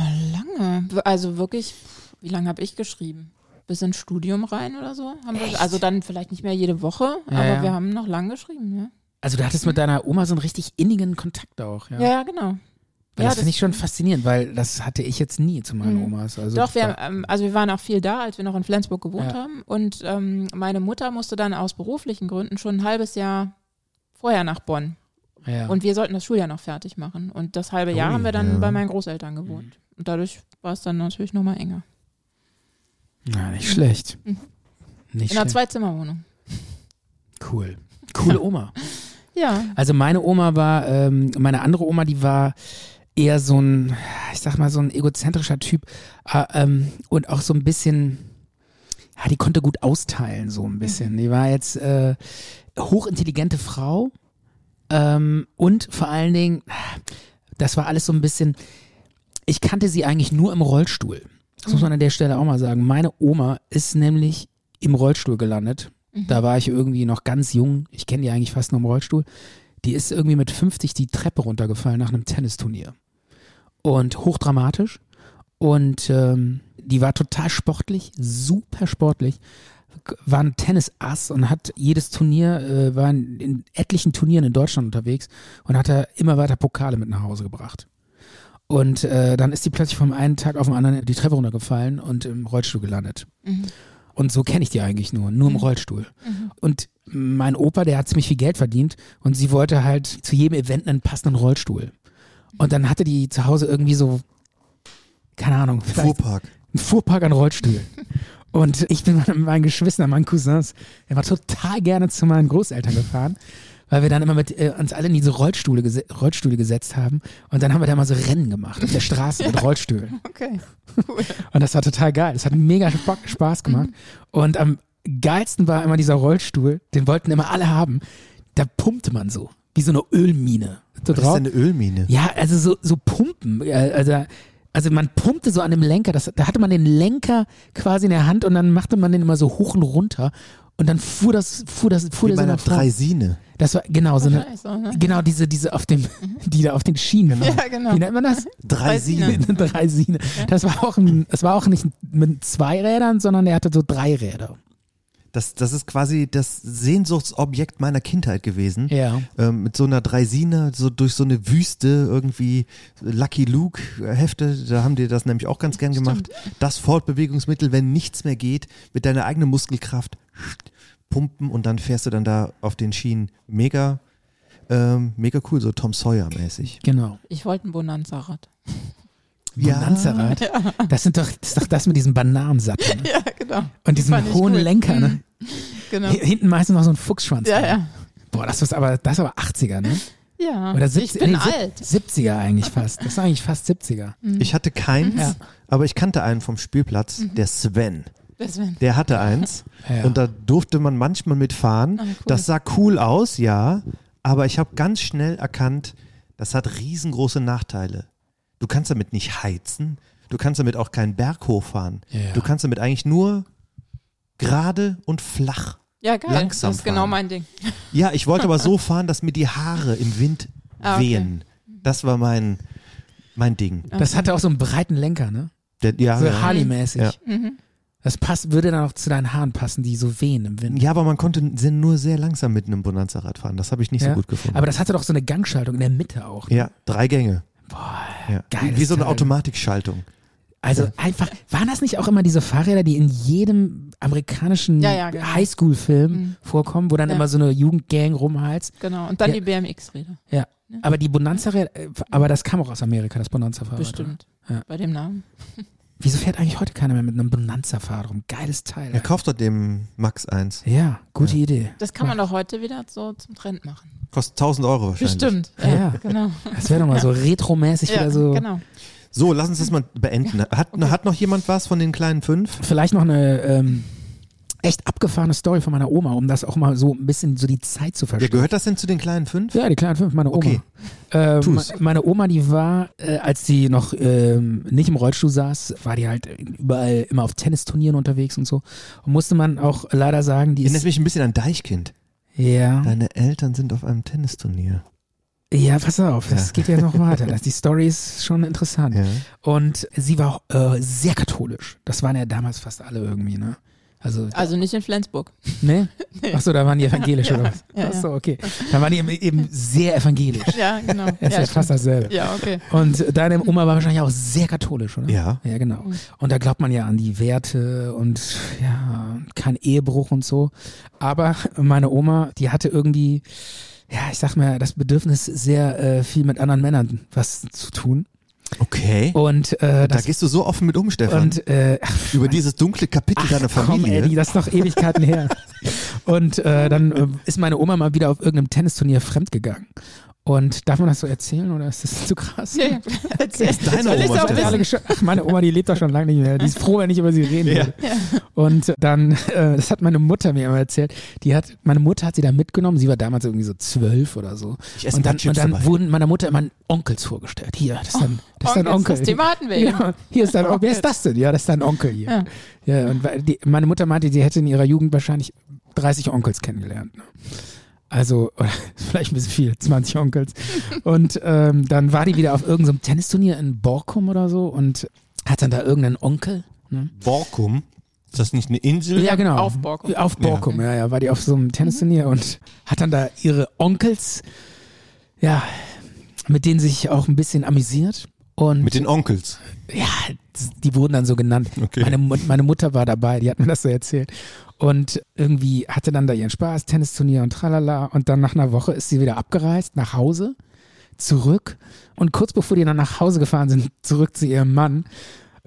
Speaker 4: Lange. Also wirklich, pff, wie lange habe ich geschrieben? Bis ins Studium rein oder so? Haben wir, also dann vielleicht nicht mehr jede Woche,
Speaker 3: Ja,
Speaker 4: aber
Speaker 3: ja.
Speaker 4: wir haben noch lang geschrieben, ja.
Speaker 3: Also du hattest mit deiner Oma so einen richtig innigen Kontakt auch, ja?
Speaker 4: Ja, ja genau.
Speaker 3: Weil
Speaker 4: ja,
Speaker 3: das finde ich schon faszinierend, weil das hatte ich jetzt nie zu meinen
Speaker 4: Mhm.
Speaker 3: Omas. Also
Speaker 4: Doch, wir, ähm, also wir waren auch viel da, als wir noch in Flensburg gewohnt
Speaker 3: Ja.
Speaker 4: haben. Und ähm, meine Mutter musste dann aus beruflichen Gründen schon ein halbes Jahr vorher nach Bonn.
Speaker 3: ja.
Speaker 4: Und wir sollten das Schuljahr noch fertig machen. Und das halbe Jahr
Speaker 2: Ui,
Speaker 4: haben wir dann
Speaker 2: ja.
Speaker 4: bei meinen Großeltern gewohnt. Und dadurch war es dann natürlich nochmal enger.
Speaker 3: Na, nicht schlecht. Nicht
Speaker 4: Mhm. In einer
Speaker 3: schlecht.
Speaker 4: Zweizimmerwohnung.
Speaker 3: Cool.
Speaker 4: [LAUGHS]
Speaker 3: Coole Oma.
Speaker 4: Ja.
Speaker 3: Also meine Oma war, ähm, meine andere Oma, die war eher so ein, ich sag mal, so ein egozentrischer Typ äh, ähm, und auch so ein bisschen, ja, die konnte gut austeilen, so ein bisschen. Die war jetzt äh, hochintelligente Frau ähm, und vor allen Dingen, das war alles so ein bisschen, ich kannte sie eigentlich nur im Rollstuhl. Das muss man an der Stelle auch mal sagen. Meine Oma ist nämlich im Rollstuhl gelandet. Da war ich irgendwie noch ganz jung. Ich kenne die eigentlich fast nur im Rollstuhl. Die ist irgendwie mit 50 die Treppe runtergefallen nach einem Tennisturnier. Und hochdramatisch. Und ähm, die war total sportlich, super sportlich. K- War ein Tennisass und hat jedes Turnier, äh, war in, in etlichen Turnieren in Deutschland unterwegs und hat da immer weiter Pokale mit nach Hause gebracht. Und äh, dann ist die plötzlich vom einen Tag auf den anderen die Treppe runtergefallen und im Rollstuhl gelandet. Und so kenne ich die eigentlich nur, nur im Rollstuhl. Und mein Opa, der hat ziemlich viel Geld verdient und sie wollte halt zu jedem Event einen passenden Rollstuhl. Und dann hatte die zu Hause irgendwie so, keine Ahnung, vielleicht
Speaker 2: Fuhrpark.
Speaker 3: einen Fuhrpark an Rollstühlen. Und ich bin mit meinen Geschwistern, meinen Cousins, er war total gerne zu meinen Großeltern gefahren, weil wir dann immer mit äh, uns alle in diese Rollstühle, gese Rollstühle gesetzt haben. Und dann haben wir da mal so Rennen gemacht auf der Straße mit Rollstühlen.
Speaker 4: Okay.
Speaker 3: Und das war total geil. Das hat mega Spa- Spaß gemacht. Und am geilsten war immer dieser Rollstuhl, den wollten immer alle haben. Da pumpte man so, wie so eine Ölmine. So
Speaker 2: Das ist
Speaker 3: drauf.
Speaker 2: eine Ölmine.
Speaker 3: Ja, also so, so Pumpen. äh, Also, also man pumpte so an dem Lenker. Das, da hatte man den Lenker quasi in der Hand und dann machte man den immer so hoch und runter. Und dann fuhr das, fuhr das, fuhr
Speaker 2: Wie
Speaker 3: das
Speaker 2: bei
Speaker 3: in
Speaker 2: einer
Speaker 3: der
Speaker 2: Dreisine.
Speaker 3: Das war genau so eine,
Speaker 4: Wahrscheinlich so, ne? Mhm.
Speaker 3: genau diese, diese auf dem, die da auf den Schienen.
Speaker 4: Ja, genau.
Speaker 3: Wie nennt man
Speaker 4: [LAUGHS]
Speaker 3: das?
Speaker 2: Dreisine.
Speaker 3: Eine [LAUGHS] Dreisine. Das war auch, ein, das war auch nicht mit zwei Rädern, sondern er hatte so drei Räder.
Speaker 2: Das, das ist quasi das Sehnsuchtsobjekt meiner Kindheit gewesen.
Speaker 3: Ja.
Speaker 2: Ähm, mit so einer Dreisine, so durch so eine Wüste irgendwie Lucky Luke äh, Hefte, da haben die das nämlich auch ganz gern gemacht. Das Fortbewegungsmittel, wenn nichts mehr geht, mit deiner eigenen Muskelkraft pumpen und dann fährst du dann da auf den Schienen. Mega, ähm, mega cool, so Tom Sawyer mäßig.
Speaker 3: Genau.
Speaker 4: Ich wollte ein Bonanza-Rad.
Speaker 2: Ja.
Speaker 3: Bonanza-Rad. Das sind doch, das ist doch das mit diesem Bananensattel. Ne?
Speaker 4: Ja, genau.
Speaker 3: Und diesem
Speaker 4: fand ich
Speaker 3: hohen
Speaker 4: cool.
Speaker 3: Lenker, ne?
Speaker 4: [LAUGHS] Genau.
Speaker 3: H- Hinten meistens noch so ein Fuchsschwanz.
Speaker 4: Ja,
Speaker 3: dran.
Speaker 4: ja.
Speaker 3: Boah, das ist aber, das ist aber 80er, ne?
Speaker 4: Ja.
Speaker 3: Oder 70,
Speaker 4: ich bin
Speaker 3: nee, sieb-
Speaker 4: alt. Mhm.
Speaker 3: 70er eigentlich fast. Das ist eigentlich fast 70er.
Speaker 2: Ich hatte keins,
Speaker 3: Ja.
Speaker 2: aber ich kannte einen vom Spielplatz, der Sven.
Speaker 4: Deswegen.
Speaker 2: Der hatte eins
Speaker 3: Ja.
Speaker 2: und da durfte man manchmal mitfahren.
Speaker 4: Ah, cool.
Speaker 2: Das sah cool aus, ja, aber ich habe ganz schnell erkannt, das hat riesengroße Nachteile. Du kannst damit nicht heizen, du kannst damit auch keinen Berg hochfahren.
Speaker 3: Ja.
Speaker 2: Du kannst damit eigentlich nur gerade und flach.
Speaker 4: Ja, geil.
Speaker 2: Langsam
Speaker 4: das ist genau
Speaker 2: fahren.
Speaker 4: mein Ding.
Speaker 2: Ja, ich wollte aber so fahren, dass mir die Haare im Wind
Speaker 4: Ah, okay.
Speaker 2: wehen. Das war mein, mein Ding.
Speaker 3: Das hatte auch so einen breiten Lenker, ne?
Speaker 2: Der, ja,
Speaker 3: So
Speaker 2: ja.
Speaker 3: Harley-mäßig.
Speaker 2: Ja.
Speaker 4: Mhm.
Speaker 3: Das passt, würde dann auch zu deinen Haaren passen, die so wehen im Wind.
Speaker 2: ja, aber man konnte nur sehr langsam mit einem Bonanza-Rad fahren. Das habe ich nicht
Speaker 3: Ja?
Speaker 2: so gut gefunden.
Speaker 3: Aber das hatte doch so eine Gangschaltung in der Mitte auch.
Speaker 2: Ja, drei Gänge. ja.
Speaker 3: geiles
Speaker 2: Wie so eine
Speaker 3: Teil.
Speaker 2: Automatikschaltung.
Speaker 3: Also einfach, waren das nicht auch immer diese Fahrräder, die in jedem amerikanischen
Speaker 4: Ja, ja, genau.
Speaker 3: Highschool-Film vorkommen, wo dann
Speaker 4: Ja.
Speaker 3: immer so eine Jugendgang rumheizt?
Speaker 4: Genau. Und dann
Speaker 3: Ja.
Speaker 4: die BMX-Räder.
Speaker 3: Ja. Aber die bonanza aber das kam auch aus Amerika, das Bonanza-Fahrrad. oder?
Speaker 4: Bestimmt.
Speaker 3: Ja.
Speaker 4: Bei dem Namen.
Speaker 3: Wieso fährt eigentlich heute keiner mehr mit einem Bonanza-Fahrrad rum? Geiles Teil.
Speaker 2: Er kauft doch dem Max eins.
Speaker 3: Ja, gute Idee.
Speaker 4: Das kann man doch heute wieder so zum Trend machen.
Speaker 2: Kostet 1000 Euro wahrscheinlich.
Speaker 4: Bestimmt. Ja,
Speaker 3: Ja.
Speaker 4: genau.
Speaker 3: Das wäre doch mal so retromäßig
Speaker 4: Ja,
Speaker 3: wieder so.
Speaker 4: genau.
Speaker 2: So, lass uns das mal beenden. Hat, hat noch jemand was von den kleinen fünf?
Speaker 3: Vielleicht noch eine ähm, echt abgefahrene Story von meiner Oma, um das auch mal so ein bisschen so die Zeit zu
Speaker 2: Ja,
Speaker 3: verstehen.
Speaker 2: gehört das denn zu den kleinen fünf?
Speaker 3: Ja, die kleinen fünf, meine Oma.
Speaker 2: Okay.
Speaker 3: Äh, me-
Speaker 2: Tu's.
Speaker 3: meine Oma, die war, äh, als sie noch ähm, nicht im Rollstuhl saß, war die halt überall immer auf Tennisturnieren unterwegs und so. Und musste man auch leider sagen, die
Speaker 2: Erinnert
Speaker 3: ist.
Speaker 2: mich ein bisschen an Deichkind.
Speaker 3: Ja.
Speaker 2: Deine Eltern sind auf einem Tennisturnier.
Speaker 3: Ja, pass auf, das
Speaker 2: Ja.
Speaker 3: geht ja noch
Speaker 4: [LAUGHS]
Speaker 3: weiter. Das, die Story ist schon interessant.
Speaker 2: Ja.
Speaker 3: Und sie war äh, sehr katholisch. Das waren ja damals fast alle irgendwie, ne? Also,
Speaker 4: Also nicht in Flensburg.
Speaker 3: ne?
Speaker 4: [LAUGHS]
Speaker 3: Achso, da waren die evangelisch oder was?
Speaker 4: ja, ja.
Speaker 3: Achso, okay. Da waren die eben, eben sehr evangelisch.
Speaker 4: Ja, genau. [LAUGHS]
Speaker 3: Das
Speaker 4: ja,
Speaker 3: ist fast dasselbe.
Speaker 4: stimmt. ja, [LAUGHS] okay.
Speaker 3: Und deine Oma war wahrscheinlich auch sehr katholisch, oder?
Speaker 2: Ja.
Speaker 3: Ja, genau. Und da glaubt man ja an die Werte und ja, kein Ehebruch und so. Aber meine Oma, die hatte irgendwie, ja, ich sag mal, das Bedürfnis, sehr äh, viel mit anderen Männern was zu tun.
Speaker 2: Okay.
Speaker 3: Und äh,
Speaker 2: da
Speaker 3: das
Speaker 2: gehst du so offen mit um, Stefan.
Speaker 3: und äh, ach,
Speaker 2: über dieses dunkle Kapitel deiner
Speaker 3: Komm,
Speaker 2: Familie.
Speaker 3: Eddie, das ist doch Ewigkeiten her. Und äh, dann äh, ist meine Oma mal wieder auf irgendeinem Tennisturnier fremdgegangen. Und darf man das so erzählen oder ist das zu krass?
Speaker 4: Ja, ja. Erzähl.
Speaker 2: ist deine
Speaker 4: Will ich
Speaker 2: Oma,
Speaker 4: auch
Speaker 2: Stefan.
Speaker 3: Alle
Speaker 4: wissen.
Speaker 3: gesch- Ach, meine Oma, die lebt doch schon lange nicht mehr. Die ist froh, wenn ich über sie reden
Speaker 2: Ja.
Speaker 3: würde. Und dann, äh, das hat meine Mutter mir immer erzählt. Die hat, meine Mutter hat sie da mitgenommen. Sie war damals irgendwie so zwölf oder so.
Speaker 2: Ich esse
Speaker 3: und dann,
Speaker 2: mal Chips
Speaker 3: und dann
Speaker 2: dabei.
Speaker 3: wurden meiner Mutter immer Onkels vorgestellt. Hier, das ist dein, das ist dein
Speaker 4: Onkels,
Speaker 3: Onkel.
Speaker 4: das Thema hatten wir
Speaker 3: ja, hier ist dein Onkel. Wer ist das denn? Ja, das ist dein Onkel hier. Ja. und weil die, meine Mutter meinte, sie hätte in ihrer Jugend wahrscheinlich 30 Onkels kennengelernt. ne? Also, [LAUGHS] oder, ist vielleicht ein bisschen viel, 20 Onkels. Und ähm, dann war die wieder auf irgendeinem Tennisturnier in Borkum oder so und hat dann da irgendeinen Onkel. Ne?
Speaker 2: Borkum. Ist das nicht eine Insel?
Speaker 3: Ja, genau.
Speaker 4: Auf Borkum.
Speaker 3: Auf Borkum, ja. ja, War die auf so einem Tennisturnier und hat dann da ihre Onkels, ja, mit denen sich auch ein bisschen amüsiert. Und
Speaker 2: Mit den Onkels.
Speaker 3: ja, die wurden dann so genannt.
Speaker 2: Okay.
Speaker 3: Meine, Mut- meine Mutter war dabei, die hat mir das so erzählt. Und irgendwie hatte dann da ihren Spaß, Tennisturnier und tralala. Und dann nach einer Woche ist sie wieder abgereist, nach Hause, zurück. Und kurz bevor die dann nach Hause gefahren sind, zurück zu ihrem Mann,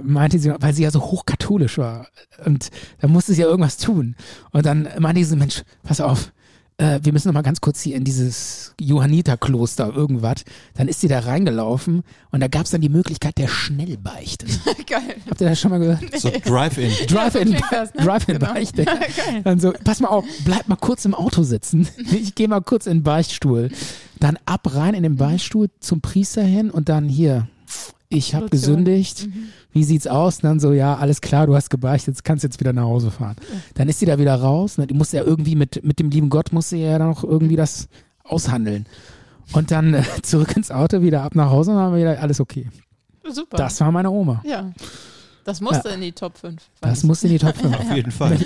Speaker 3: meinte sie, weil sie ja so hochkatholisch war. Und da musste sie ja irgendwas tun. Und dann meinte sie, Mensch, pass auf, äh, wir müssen noch mal ganz kurz hier in dieses Johanniterkloster irgendwas. Dann ist sie da reingelaufen und da gab es dann die Möglichkeit der Schnellbeichte.
Speaker 4: Geil.
Speaker 3: Habt ihr das schon mal gehört? [LAUGHS]
Speaker 2: So Drive-In.
Speaker 3: Drive-in
Speaker 4: so klingt das, ne?
Speaker 3: Drive in
Speaker 4: Genau.
Speaker 3: Beichte.
Speaker 4: Geil.
Speaker 3: Dann so, pass mal auf, bleib mal kurz im Auto
Speaker 4: [LAUGHS]
Speaker 3: sitzen. Ich gehe mal kurz in den Beichtstuhl. Dann ab rein
Speaker 4: Mhm.
Speaker 3: in den Beichtstuhl zum Priester hin und dann hier. Ich habe
Speaker 4: Absolution.
Speaker 3: gesündigt.
Speaker 4: Mhm.
Speaker 3: Wie sieht's aus? Und dann so, ja, alles klar, du hast gebeichtet, jetzt kannst jetzt wieder nach Hause fahren. Dann ist sie da wieder raus. Ne? Die muss ja irgendwie mit, mit dem lieben Gott, muss sie ja dann noch irgendwie das aushandeln. Und dann äh, [LAUGHS] zurück ins Auto, wieder ab nach Hause und dann haben wir wieder alles okay.
Speaker 4: Oh. Genau. Super.
Speaker 3: Das war meine Oma.
Speaker 4: Ja. Das musste in die Top 5.
Speaker 3: Das musste in die Top
Speaker 4: [LAUGHS]
Speaker 3: 5.
Speaker 2: Auf jeden Fall.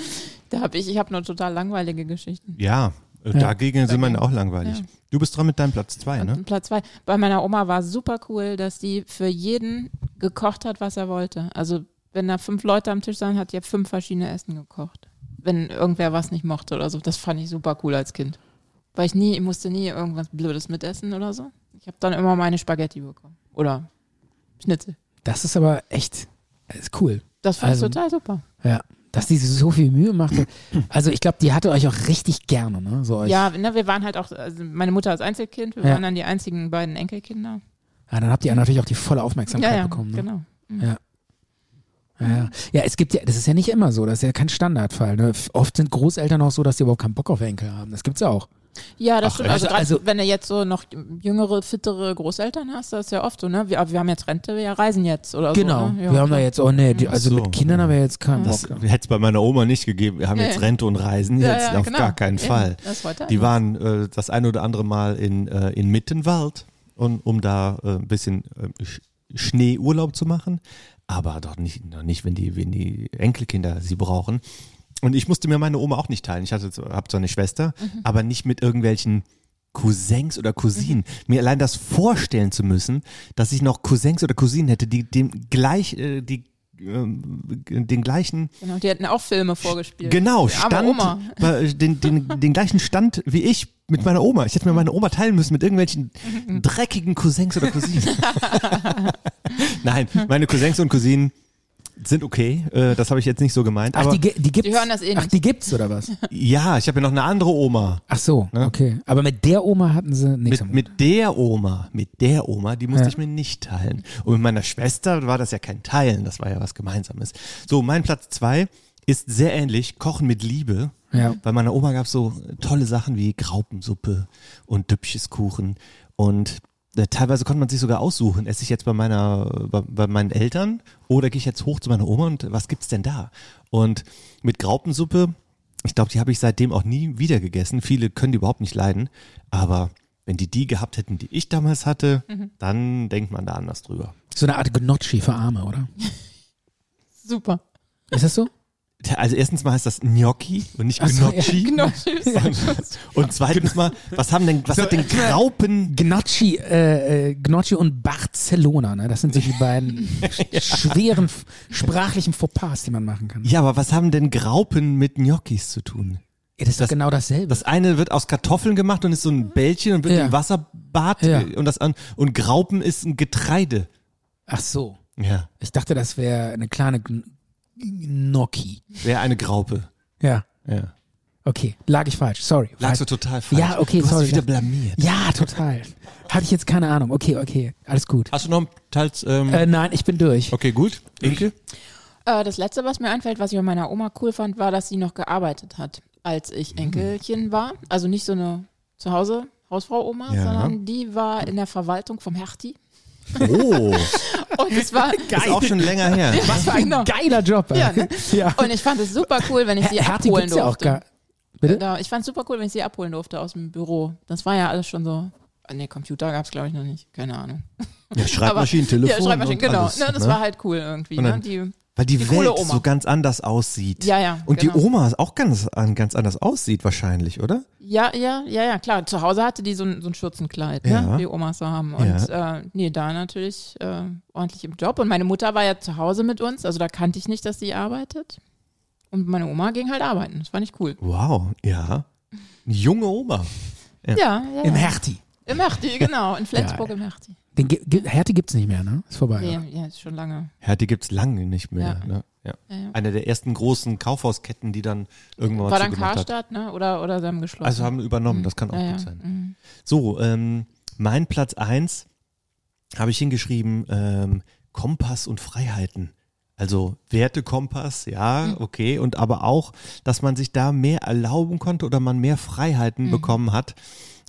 Speaker 4: Da habe ich, ich habe nur total langweilige Geschichten.
Speaker 2: Ja, äh, dagegen sind wir auch langweilig. Du bist dran mit deinem Platz zwei, ne?
Speaker 4: Und Platz zwei. Bei meiner Oma war super cool, dass die für jeden gekocht hat, was er wollte. Also wenn da fünf Leute am Tisch saßen, hat die fünf verschiedene Essen gekocht. Wenn irgendwer was nicht mochte oder so. Das fand ich super cool als Kind. Weil ich nie, ich musste nie irgendwas Blödes mitessen oder so. Ich habe dann immer meine Spaghetti bekommen. Oder Schnitzel.
Speaker 3: Das ist aber echt das ist cool.
Speaker 4: Das fand
Speaker 3: Also-
Speaker 4: ich total super.
Speaker 3: Ja. Dass die sich so viel Mühe machte. Also ich glaube, die hatte euch auch richtig gerne, ne? So euch.
Speaker 4: Ja, ne, wir waren halt auch, also meine Mutter als Einzelkind, wir
Speaker 3: Ja.
Speaker 4: waren dann die einzigen beiden
Speaker 3: ja.
Speaker 4: Enkelkinder.
Speaker 3: Ah, Dann habt ihr natürlich auch die volle Aufmerksamkeit
Speaker 4: ja, ja,
Speaker 3: bekommen. Ne?
Speaker 4: genau.
Speaker 3: Ja, ja. ja, es gibt ja, das ist ja nicht immer so, das ist ja kein Standardfall. Ne? F- Oft sind Großeltern auch so, dass die überhaupt keinen Bock auf Enkel haben. Das gibt's ja auch.
Speaker 4: Ja, das
Speaker 3: Ach,
Speaker 4: stimmt. Also,
Speaker 3: echt?
Speaker 4: grad,
Speaker 3: Also-
Speaker 4: wenn du jetzt so noch jüngere, fittere Großeltern hast, das ist ja oft so, ne? Wir, aber wir haben jetzt Rente, wir reisen jetzt oder
Speaker 3: genau.
Speaker 4: so. ne? Ja,
Speaker 3: wir haben da jetzt, oh nee, die, also
Speaker 2: Ach so.
Speaker 3: mit Kindern haben wir jetzt keinen
Speaker 2: Das
Speaker 3: Bock.
Speaker 2: hätte es bei meiner Oma nicht gegeben. Wir haben jetzt
Speaker 4: Nee.
Speaker 2: Rente und Reisen
Speaker 4: Ja,
Speaker 2: jetzt
Speaker 4: ja,
Speaker 2: auf
Speaker 4: genau.
Speaker 2: gar keinen
Speaker 4: Eben.
Speaker 2: Fall.
Speaker 4: Das wollte er.
Speaker 2: Die waren äh, das ein oder andere Mal in, äh, in Mittenwald, und, um da äh, ein bisschen äh, Sch Schneeurlaub zu machen. Aber doch nicht, noch nicht wenn, die, wenn die Enkelkinder sie brauchen. Und ich musste mir meine Oma auch nicht teilen. Ich habe zwar eine Schwester,
Speaker 4: Mhm.
Speaker 2: aber nicht mit irgendwelchen Cousins oder Cousinen.
Speaker 4: Mhm.
Speaker 2: Mir allein das vorstellen zu müssen, dass ich noch Cousins oder Cousinen hätte, die dem gleich, äh, die ähm, den gleichen
Speaker 4: Genau, die hätten auch Filme vorgespielt.
Speaker 2: Genau,
Speaker 4: Die arme
Speaker 2: Stand,
Speaker 4: Oma.
Speaker 2: [LAUGHS] bei- äh, Den, den, den gleichen Stand wie ich mit meiner Oma. Ich hätte mir meine Oma teilen müssen mit
Speaker 4: [LAUGHS]
Speaker 2: irgendwelchen dreckigen Cousins oder Cousinen. Nein, meine Cousins und Cousinen sind okay. Äh, Das habe ich jetzt nicht so gemeint.
Speaker 3: Ach,
Speaker 2: Aber
Speaker 3: die, ge- die gibt's.
Speaker 4: Die hören das eh
Speaker 3: Ach,
Speaker 4: nicht.
Speaker 3: die gibt's oder was?
Speaker 2: ja, ich habe ja noch eine andere Oma.
Speaker 3: Ach so, okay. Aber mit der Oma hatten sie nichts.
Speaker 2: Ne? Mit, mit der Oma, mit der Oma, die musste
Speaker 3: Ja.
Speaker 2: ich mir nicht teilen. Und mit meiner Schwester war das ja kein Teilen, das war ja was Gemeinsames. So, mein Platz zwei ist sehr ähnlich, Kochen mit Liebe.
Speaker 3: Ja.
Speaker 2: Bei meiner Oma gab's so tolle Sachen wie Graupensuppe und Düppcheskuchen und äh, Teilweise konnte man sich sogar aussuchen, esse ich jetzt bei meiner, bei, bei meinen Eltern oder gehe ich jetzt hoch zu meiner Oma und was gibt's denn da? Und mit Graupensuppe, ich glaube, die habe ich seitdem auch nie wieder gegessen. Viele können die überhaupt nicht leiden, aber wenn die die gehabt hätten, die ich damals hatte,
Speaker 3: Mhm.
Speaker 2: dann denkt man da anders drüber.
Speaker 3: so eine Art Gnocchi für Arme, oder?
Speaker 4: Super.
Speaker 3: Ist das so?
Speaker 2: Tja, Also erstens mal heißt das Gnocchi und nicht
Speaker 3: Ach so, [LAUGHS] ja,
Speaker 2: Gnocchi.
Speaker 4: Genau,
Speaker 3: [LAUGHS]
Speaker 4: tschüss.
Speaker 2: Und, und zweitens mal, was haben denn, was hat
Speaker 3: äh,
Speaker 2: denn Graupen?
Speaker 3: Gnocchi, äh, äh, Gnocchi und Barcelona, ne? Das sind so die beiden sch- schweren f- sprachlichen Fauxpas, die man machen kann.
Speaker 2: Ja, aber was haben denn Graupen mit Gnocchis zu tun?
Speaker 3: Ja, das ist
Speaker 2: Das-
Speaker 3: doch genau dasselbe.
Speaker 2: Das eine wird aus Kartoffeln gemacht und ist so ein Bällchen und wird
Speaker 3: Ja.
Speaker 2: im Wasserbad äh,
Speaker 3: Ja.
Speaker 2: und das an und Graupen ist ein Getreide.
Speaker 3: Ach so.
Speaker 2: Ja,
Speaker 3: Ich dachte, das wäre eine kleine Gn Gnocchi.
Speaker 2: wäre eine Graupe.
Speaker 3: Ja.
Speaker 2: Ja.
Speaker 3: Okay, lag ich falsch. Sorry.
Speaker 2: Lagst du
Speaker 3: Falsch.
Speaker 2: total falsch.
Speaker 3: Ja, okay,
Speaker 2: du hast
Speaker 3: sorry.
Speaker 2: dich wieder blamiert.
Speaker 3: Ja, total. Hatte ich jetzt keine Ahnung. Okay, okay. Alles gut.
Speaker 2: Hast du noch einen teils ähm,
Speaker 3: Äh, nein, ich bin durch.
Speaker 2: Okay, gut. Inke?
Speaker 4: Äh, das letzte, was mir einfällt, was ich bei meiner Oma cool fand, war, dass sie noch gearbeitet hat, als
Speaker 3: Mhm.
Speaker 4: ich Enkelchen war. Also nicht so eine Zuhause Hausfrau Oma,
Speaker 2: Ja.
Speaker 4: sondern die war in der Verwaltung vom Hertie.
Speaker 2: Oh,
Speaker 4: [LAUGHS] Und
Speaker 3: [LAUGHS]
Speaker 4: es war
Speaker 2: ist auch schon länger her.
Speaker 4: was für ein
Speaker 3: Geiler Job.
Speaker 4: Ja,
Speaker 3: Alter.
Speaker 4: ne? Und ich fand es super cool, wenn ich sie
Speaker 3: Her- Hertie
Speaker 4: abholen
Speaker 3: gibt's ja auch
Speaker 4: durfte.
Speaker 3: gar. Bitte?
Speaker 4: Genau, ich fand es super cool, wenn ich sie abholen durfte aus dem Büro. Das war ja alles schon so. Ah, Nee, Computer gab es, glaube ich, noch nicht. Keine Ahnung.
Speaker 2: Ja, Schreibmaschinen,
Speaker 4: Aber-
Speaker 2: Telefon.
Speaker 4: [LAUGHS] Ja, Schreibmaschinen,
Speaker 2: und
Speaker 4: genau.
Speaker 2: Alles,
Speaker 4: ne, das
Speaker 2: ne?
Speaker 4: war halt cool irgendwie.
Speaker 2: Und dann-
Speaker 4: Ne? Die,
Speaker 2: Weil die,
Speaker 4: Die coole
Speaker 2: Welt
Speaker 4: Oma.
Speaker 2: so ganz anders aussieht.
Speaker 4: Ja, ja,
Speaker 2: Und die
Speaker 4: genau.
Speaker 2: Oma auch ganz, an- ganz anders aussieht wahrscheinlich, oder?
Speaker 4: ja, ja, ja, ja, klar. Zu Hause hatte die so ein, so ein Schürzenkleid, ne?
Speaker 2: Ja.
Speaker 4: die Omas so haben. Und äh, nee, da natürlich äh, ordentlich im Job. Und meine Mutter war ja zu Hause mit uns. Also da kannte ich nicht, dass sie arbeitet. Und meine Oma ging halt arbeiten. Das fand ich cool.
Speaker 2: Wow, ja. Eine junge Oma.
Speaker 4: Ja, ja.
Speaker 3: Im
Speaker 4: ja.
Speaker 3: Hertie.
Speaker 2: [LAUGHS]
Speaker 4: Im Hertie, genau. In Flensburg im Hertie.
Speaker 3: Den Ge- Ge- Härte gibt's nicht mehr, ne? Ist vorbei.
Speaker 4: Nee,
Speaker 3: oder?
Speaker 4: ja, ist schon lange.
Speaker 2: Ja, die gibt's lange nicht mehr.
Speaker 4: Ja.
Speaker 2: Ne? Ja.
Speaker 4: Ja, ja.
Speaker 2: Eine der ersten großen Kaufhausketten, die dann irgendwann
Speaker 4: War
Speaker 2: mal
Speaker 4: dann
Speaker 2: zugemacht hat.
Speaker 4: Karstadt, ne? Oder, oder sie haben geschlossen.
Speaker 2: Also haben übernommen, das kann auch
Speaker 4: ja, ja.
Speaker 2: gut sein.
Speaker 4: Mhm.
Speaker 2: So, ähm, mein Platz eins habe ich hingeschrieben, ähm, Kompass und Freiheiten. Also Wertekompass, ja, okay, und aber auch, dass man sich da mehr erlauben konnte oder man mehr Freiheiten bekommen hat,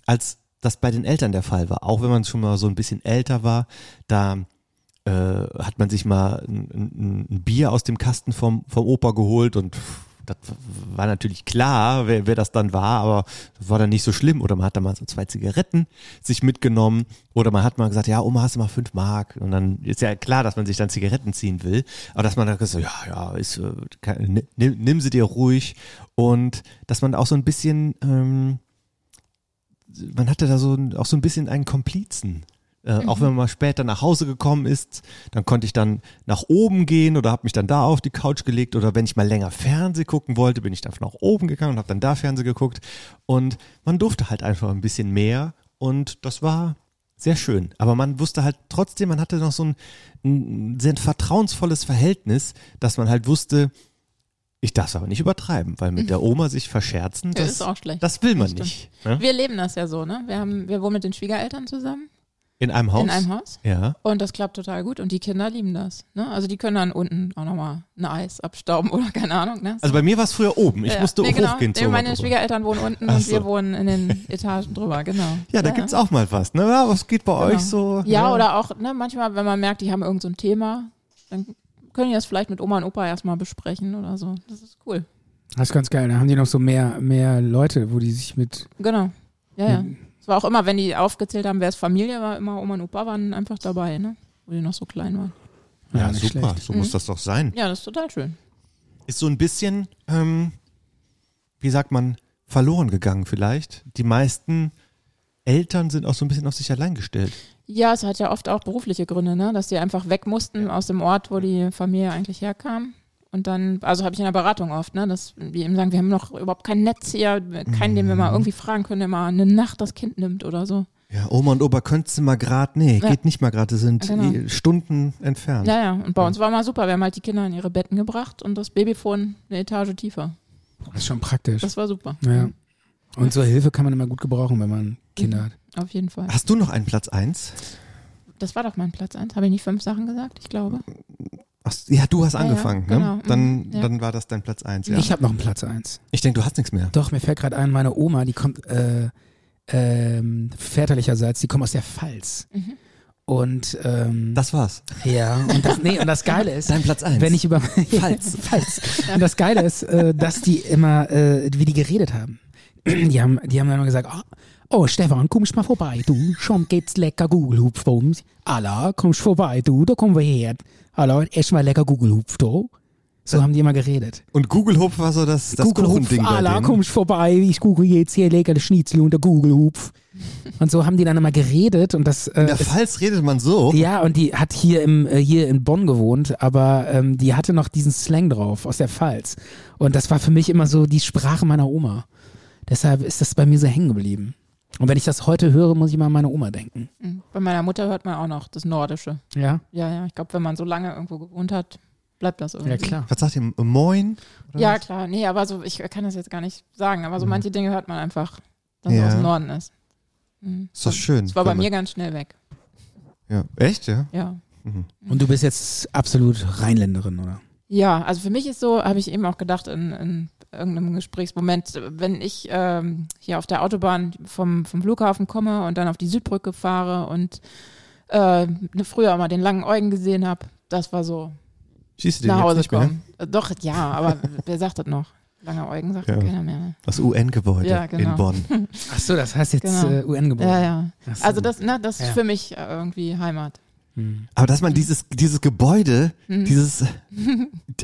Speaker 2: als das bei den Eltern der Fall war. Auch wenn man schon mal so ein bisschen älter war, da äh, hat man sich mal ein, ein, ein Bier aus dem Kasten vom, vom Opa geholt und pff, das war natürlich klar, wer, wer das dann war, aber das war dann nicht so schlimm. Oder man hat dann mal so zwei Zigaretten sich mitgenommen oder man hat mal gesagt, ja, Oma, hast du mal fünf Mark? Und dann ist ja klar, dass man sich dann Zigaretten ziehen will, aber dass man dann gesagt, ja, ja, ist, äh, kein- ni- nimm, nimm sie dir ruhig und dass man auch so ein bisschen, ähm, man hatte da so ein, auch so ein bisschen einen Komplizen. Äh, Auch
Speaker 4: Mhm.
Speaker 2: wenn man mal später nach Hause gekommen ist, dann konnte ich dann nach oben gehen oder habe mich dann da auf die Couch gelegt oder wenn ich mal länger Fernseh gucken wollte, bin ich dann nach oben gegangen und habe dann da Fernseh geguckt und man durfte halt einfach ein bisschen mehr und das war sehr schön. Aber man wusste halt trotzdem, man hatte noch so ein, ein sehr vertrauensvolles Verhältnis, dass man halt wusste, ich darf es aber nicht übertreiben, weil mit der Oma sich verscherzen,
Speaker 4: Mhm. Ja,
Speaker 2: das,
Speaker 4: ist auch schlecht.
Speaker 2: das will man
Speaker 4: Das stimmt.
Speaker 2: nicht. Ne?
Speaker 4: Wir leben das ja so, ne? Wir, haben, wir wohnen mit den Schwiegereltern zusammen
Speaker 2: In einem Haus?
Speaker 4: in einem Haus.
Speaker 2: Ja.
Speaker 4: Und das klappt total gut. Und die Kinder lieben das. Ne? Also die können dann unten auch nochmal ein Eis abstauben oder keine Ahnung. Ne?
Speaker 2: Also bei mir war es früher oben. Ich
Speaker 4: Ja.
Speaker 2: musste
Speaker 4: Nee, genau.
Speaker 2: hochgehen
Speaker 4: Nee,
Speaker 2: zur
Speaker 4: Meine
Speaker 2: Oberstufe.
Speaker 4: Schwiegereltern wohnen unten
Speaker 2: Ach
Speaker 4: und
Speaker 2: so.
Speaker 4: wir wohnen
Speaker 2: [LAUGHS]
Speaker 4: in den Etagen drüber, genau.
Speaker 2: Ja, da gibt's auch mal was. Ne? Ja, Was geht bei euch so?
Speaker 4: Ja, oder auch ne, manchmal, wenn man merkt, die haben irgend so ein Thema, dann können die das vielleicht mit Oma und Opa erstmal besprechen oder so. Das ist cool.
Speaker 3: Das ist ganz geil. Da haben die noch so mehr, mehr Leute, wo die sich mit.
Speaker 4: Genau. Ja, ja.
Speaker 3: Mhm.
Speaker 4: Es war auch immer, wenn die aufgezählt haben, wer es Familie war, immer Oma und Opa waren einfach dabei, ne? Wo die noch so klein waren.
Speaker 2: Ja,
Speaker 3: Ja, nicht
Speaker 2: super.
Speaker 3: schlecht.
Speaker 2: So
Speaker 4: Mhm.
Speaker 2: muss das doch sein.
Speaker 4: Ja, das ist total schön.
Speaker 2: Ist so ein bisschen, ähm, wie sagt man, verloren gegangen vielleicht. Die meisten Eltern sind auch so ein bisschen auf sich allein gestellt.
Speaker 4: Ja, es hat ja oft auch berufliche Gründe, ne? dass die einfach weg mussten aus dem Ort, wo die Familie eigentlich herkam. Und dann, also habe ich in der Beratung oft, ne, dass wir eben sagen, wir haben noch überhaupt kein Netz hier, keinen, den wir mal irgendwie fragen können, der mal eine Nacht das Kind nimmt oder so.
Speaker 2: Ja, Oma und Opa könntest du mal gerade, nee,
Speaker 4: Ja.
Speaker 2: geht nicht mal gerade, sind
Speaker 4: Genau.
Speaker 2: eh Stunden entfernt.
Speaker 4: Ja, ja, und bei uns war mal super, wir haben halt die Kinder in ihre Betten gebracht und das Babyfon eine Etage tiefer.
Speaker 3: Das ist schon praktisch.
Speaker 4: Das war super.
Speaker 3: Ja. Und so Hilfe kann man immer gut gebrauchen, wenn man Kinder hat.
Speaker 4: Auf jeden Fall.
Speaker 2: Hast du noch einen Platz eins?
Speaker 4: Das war doch mein Platz eins. Habe ich nicht fünf Sachen gesagt? Ich glaube.
Speaker 2: Ach, ja, du hast angefangen,
Speaker 4: genau.
Speaker 2: ne?
Speaker 4: Mhm,
Speaker 2: Dann,
Speaker 4: ja.
Speaker 2: dann war das dein Platz eins. Ja.
Speaker 3: Ich habe noch einen Platz eins.
Speaker 2: ich denke, du hast nichts mehr.
Speaker 3: Doch, mir fällt gerade ein, meine Oma, die kommt äh, ähm, väterlicherseits, die kommt aus der Pfalz. Und ähm,
Speaker 2: Das war's.
Speaker 3: ja, und Mhm. das, nee, und [LAUGHS] das Geile ist,
Speaker 2: Dein Platz eins. [LAUGHS]
Speaker 3: wenn ich über Pfalz, Pfalz. Und das Geile ist, äh, dass die immer, äh, wie die geredet haben. Die haben, die haben immer gesagt, oh, oh Stefan, kommst mal vorbei, du, schon geht's lecker Gugelhupfbums. Alla, kommst vorbei, du, da kommen wir her. Alla, essen mal lecker Gugelhupf, du. So haben die immer geredet.
Speaker 2: Und Google Hopf war so das, das Kuchending bei
Speaker 3: Allah,
Speaker 2: denen.
Speaker 3: kommst vorbei, ich gucke jetzt hier leckere Schnitzel unter Google Hupf. Und so haben die dann immer geredet und das. Äh,
Speaker 2: In der
Speaker 3: ist-
Speaker 2: Pfalz redet man so.
Speaker 3: [LAUGHS] ja, und die hat hier im äh, hier in Bonn gewohnt, aber ähm, die hatte noch diesen Slang drauf aus der Pfalz. Und das war für mich immer so die Sprache meiner Oma. Deshalb ist das bei mir so hängen geblieben. Und wenn ich das heute höre, muss ich mal an meine Oma denken.
Speaker 4: Mhm. Bei meiner Mutter hört man auch noch das Nordische.
Speaker 3: Ja,
Speaker 4: Ja, ja, ich glaube, wenn man so lange irgendwo gewohnt hat, bleibt das irgendwie.
Speaker 2: Was sagt ihr? Moin? Oder
Speaker 4: Ja,
Speaker 2: was?
Speaker 4: klar. Nee, aber so, ich kann das jetzt gar nicht sagen, aber so manche Dinge hört man einfach, dass
Speaker 2: Ja.
Speaker 4: es aus dem Norden ist. Mhm.
Speaker 2: Ist doch schön.
Speaker 4: Das war bei
Speaker 2: wenn
Speaker 4: mir
Speaker 2: man-
Speaker 4: ganz schnell weg.
Speaker 2: Ja. Echt, ja?
Speaker 4: Ja.
Speaker 3: Und du bist jetzt absolut Rheinländerin, oder?
Speaker 4: Ja, also für mich ist so, habe ich eben auch gedacht in, in irgendeinem Gesprächsmoment, wenn ich ähm, hier auf der Autobahn vom, vom Flughafen komme und dann auf die Südbrücke fahre und äh, ne, früher mal den langen Eugen gesehen habe, das war so
Speaker 2: Schießt du den
Speaker 4: nach
Speaker 2: jetzt
Speaker 4: Hause
Speaker 2: nicht mehr?
Speaker 4: kommen. Äh, Doch, ja, aber [LAUGHS] wer sagt das noch? Langer Eugen sagt
Speaker 2: Ja.
Speaker 4: keiner mehr. Ne?
Speaker 2: Das UN-Gebäude
Speaker 4: Ja, genau.
Speaker 2: in Bonn.
Speaker 3: Ach so, das heißt jetzt
Speaker 4: Genau.
Speaker 3: äh, UN geboren.
Speaker 4: Ja, ja.
Speaker 3: Ach so.
Speaker 4: Also das, ne, das ist
Speaker 3: Ja.
Speaker 4: für mich äh, irgendwie Heimat.
Speaker 2: Aber dass man dieses, dieses Gebäude,
Speaker 4: Mhm. [LAUGHS]
Speaker 2: dieses,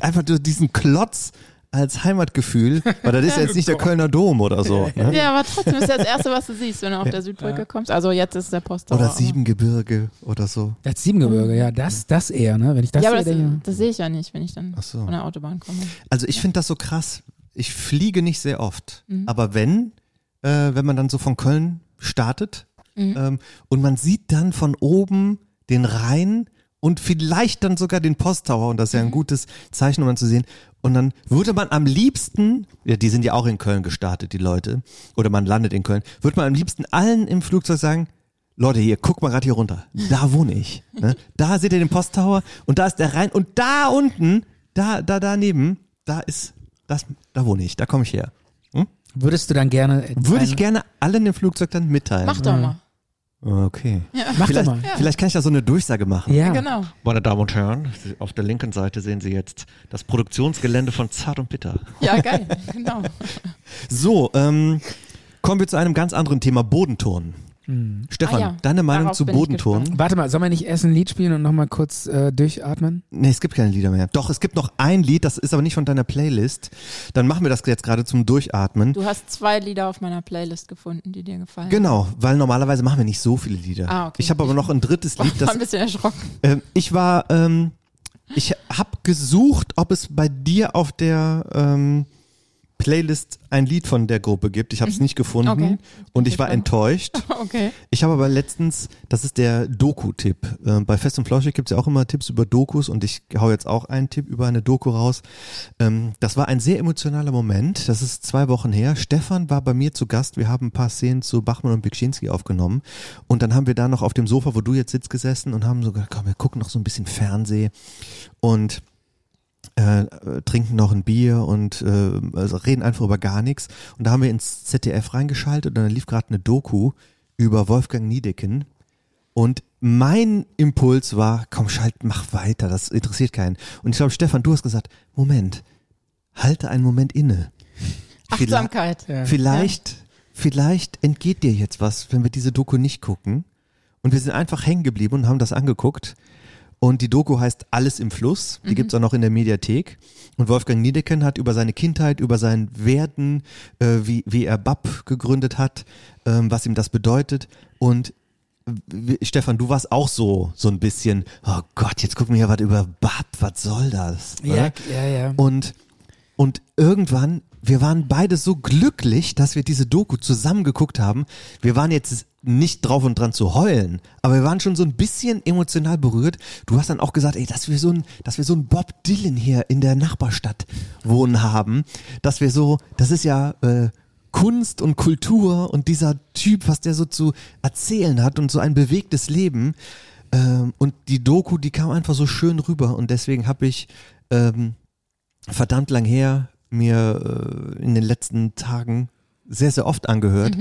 Speaker 2: einfach nur diesen Klotz als Heimatgefühl, weil das ist ja jetzt nicht
Speaker 4: [LAUGHS]
Speaker 2: der Kölner Dom oder so. Ne?
Speaker 4: Ja, aber trotzdem ist das Erste, was du siehst, wenn du auf der Südbrücke kommst. Also jetzt ist der Postdauer.
Speaker 2: Oder Siebengebirge oder so.
Speaker 3: Das Siebengebirge, ja, das, das eher, ne? Wenn ich das
Speaker 4: ja,
Speaker 3: sehe,
Speaker 4: aber das,
Speaker 3: denke
Speaker 4: das sehe ich ja nicht, wenn ich dann
Speaker 2: Ach so.
Speaker 4: von der Autobahn komme.
Speaker 2: Also ich finde das so krass. Ich fliege nicht sehr oft. Aber wenn, äh, wenn man dann so von Köln startet Ähm, und man sieht dann von oben den Rhein und vielleicht dann sogar den Posttower. Und das ist ja ein gutes Zeichen, um dann zu sehen. Und dann würde man am liebsten, ja, die sind ja auch in Köln gestartet, die Leute, oder man landet in Köln, würde man am liebsten allen im Flugzeug sagen, Leute, hier, guck mal gerade hier runter. Da wohne ich. Ne? Da seht ihr den Posttower und da ist der Rhein und da unten, da, da, daneben, da ist, das, da wohne ich, da komme ich her.
Speaker 3: Würdest du dann gerne. äh,
Speaker 2: Würde ich
Speaker 3: deine-
Speaker 2: gerne allen im Flugzeug dann mitteilen.
Speaker 4: Also Mach doch mal.
Speaker 2: Okay.
Speaker 3: Mach
Speaker 2: Vielleicht,
Speaker 3: doch mal.
Speaker 2: vielleicht kann ich da so eine Durchsage machen.
Speaker 3: Ja, genau.
Speaker 4: Genau.
Speaker 2: Meine Damen und Herren, auf der linken Seite sehen Sie jetzt das Produktionsgelände von Zart und Bitter.
Speaker 4: Ja, geil. [LAUGHS] Genau.
Speaker 2: So, ähm, kommen wir zu einem ganz anderen Thema, Bodenturnen. Stefan,
Speaker 4: Ah ja,
Speaker 2: deine Meinung
Speaker 4: darauf
Speaker 2: zu
Speaker 4: bin ich
Speaker 2: Bodenturnen?
Speaker 4: gespannt.
Speaker 3: Warte mal, soll man nicht erst ein Lied spielen und nochmal kurz äh, durchatmen?
Speaker 2: Nee, es gibt keine Lieder mehr. Doch, es gibt noch ein Lied, das ist aber nicht von deiner Playlist. Dann machen wir das jetzt gerade zum Durchatmen.
Speaker 4: Du hast zwei Lieder auf meiner Playlist gefunden, die dir gefallen.
Speaker 2: Genau, weil normalerweise machen wir nicht so viele Lieder.
Speaker 4: Ah, okay.
Speaker 2: Ich habe aber noch ein drittes Lied,
Speaker 4: war
Speaker 2: das
Speaker 4: ein bisschen erschrocken. [LAUGHS]
Speaker 2: Ähm, ich war, ähm, ich habe gesucht, ob es bei dir auf der ähm, Playlist ein Lied von der Gruppe gibt. Ich habe es nicht gefunden
Speaker 4: Mhm. Okay.
Speaker 2: und ich war enttäuscht.
Speaker 4: Okay.
Speaker 2: Ich habe aber letztens, das ist der Doku-Tipp. Ähm, bei Fest und Flauschig gibt es ja auch immer Tipps über Dokus und ich hau jetzt auch einen Tipp über eine Doku raus. Ähm, das war ein sehr emotionaler Moment. Das ist zwei Wochen her. Stefan war bei mir zu Gast. Wir haben ein paar Szenen zu Bachmann und Bikszynski aufgenommen und dann haben wir da noch auf dem Sofa, wo du jetzt sitzt, gesessen und haben so gesagt, komm, wir gucken noch so ein bisschen Fernseh und äh, äh, trinken noch ein Bier und äh, also reden einfach über gar nichts. Und da haben wir ins ZDF reingeschaltet und dann lief gerade eine Doku über Wolfgang Niedecken. Und mein Impuls war, komm, schalt, mach weiter, das interessiert keinen. Und ich glaube, Stefan, du hast gesagt, Moment, halte einen Moment inne. Vielleicht-
Speaker 4: Achtsamkeit.
Speaker 2: Vielleicht, vielleicht entgeht dir jetzt was, wenn wir diese Doku nicht gucken. Und wir sind einfach hängen geblieben und haben das angeguckt. Und die Doku heißt Alles im Fluss.
Speaker 3: Mhm.
Speaker 2: Die gibt's auch noch in der Mediathek. Und Wolfgang Niedecken hat über seine Kindheit, über sein Werden, äh, wie, wie er BAP gegründet hat, ähm, was ihm das bedeutet. Und w- Stefan, du warst auch so, so ein bisschen, oh Gott, jetzt gucken wir hier was über BAP, was soll das?
Speaker 3: Ja, ja, ja.
Speaker 2: Und, und irgendwann, wir waren beide so glücklich, dass wir diese Doku zusammen geguckt haben. Wir waren jetzt nicht drauf und dran zu heulen, aber wir waren schon so ein bisschen emotional berührt. Du hast dann auch gesagt, ey, dass wir so ein, dass wir so ein Bob Dylan hier in der Nachbarstadt wohnen haben, dass wir so, das ist ja, äh, Kunst und Kultur und dieser Typ, was der so zu erzählen hat und so ein bewegtes Leben. Ähm, und die Doku, die kam einfach so schön rüber und deswegen habe ich ähm, verdammt lang her mir äh, in den letzten Tagen sehr, sehr oft angehört.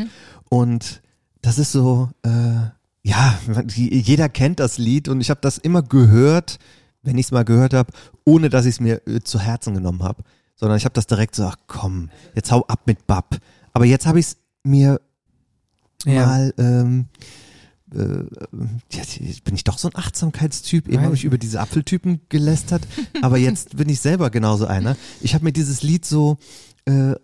Speaker 2: Und das ist so, äh, ja, man- die- jeder kennt das Lied und ich habe das immer gehört, wenn ich es mal gehört habe, ohne dass ich es mir äh, zu Herzen genommen habe. Sondern ich habe das direkt so, ach komm, jetzt hau ab mit Bab. Aber jetzt habe ich es mir
Speaker 3: ja.
Speaker 2: mal, ähm, äh, jetzt bin ich doch so ein Achtsamkeitstyp. Eben
Speaker 3: Weiß
Speaker 2: habe ich
Speaker 3: nicht.
Speaker 2: über diese Apfeltypen gelästert, aber jetzt bin ich selber genauso einer. Ich habe mir dieses Lied so äh,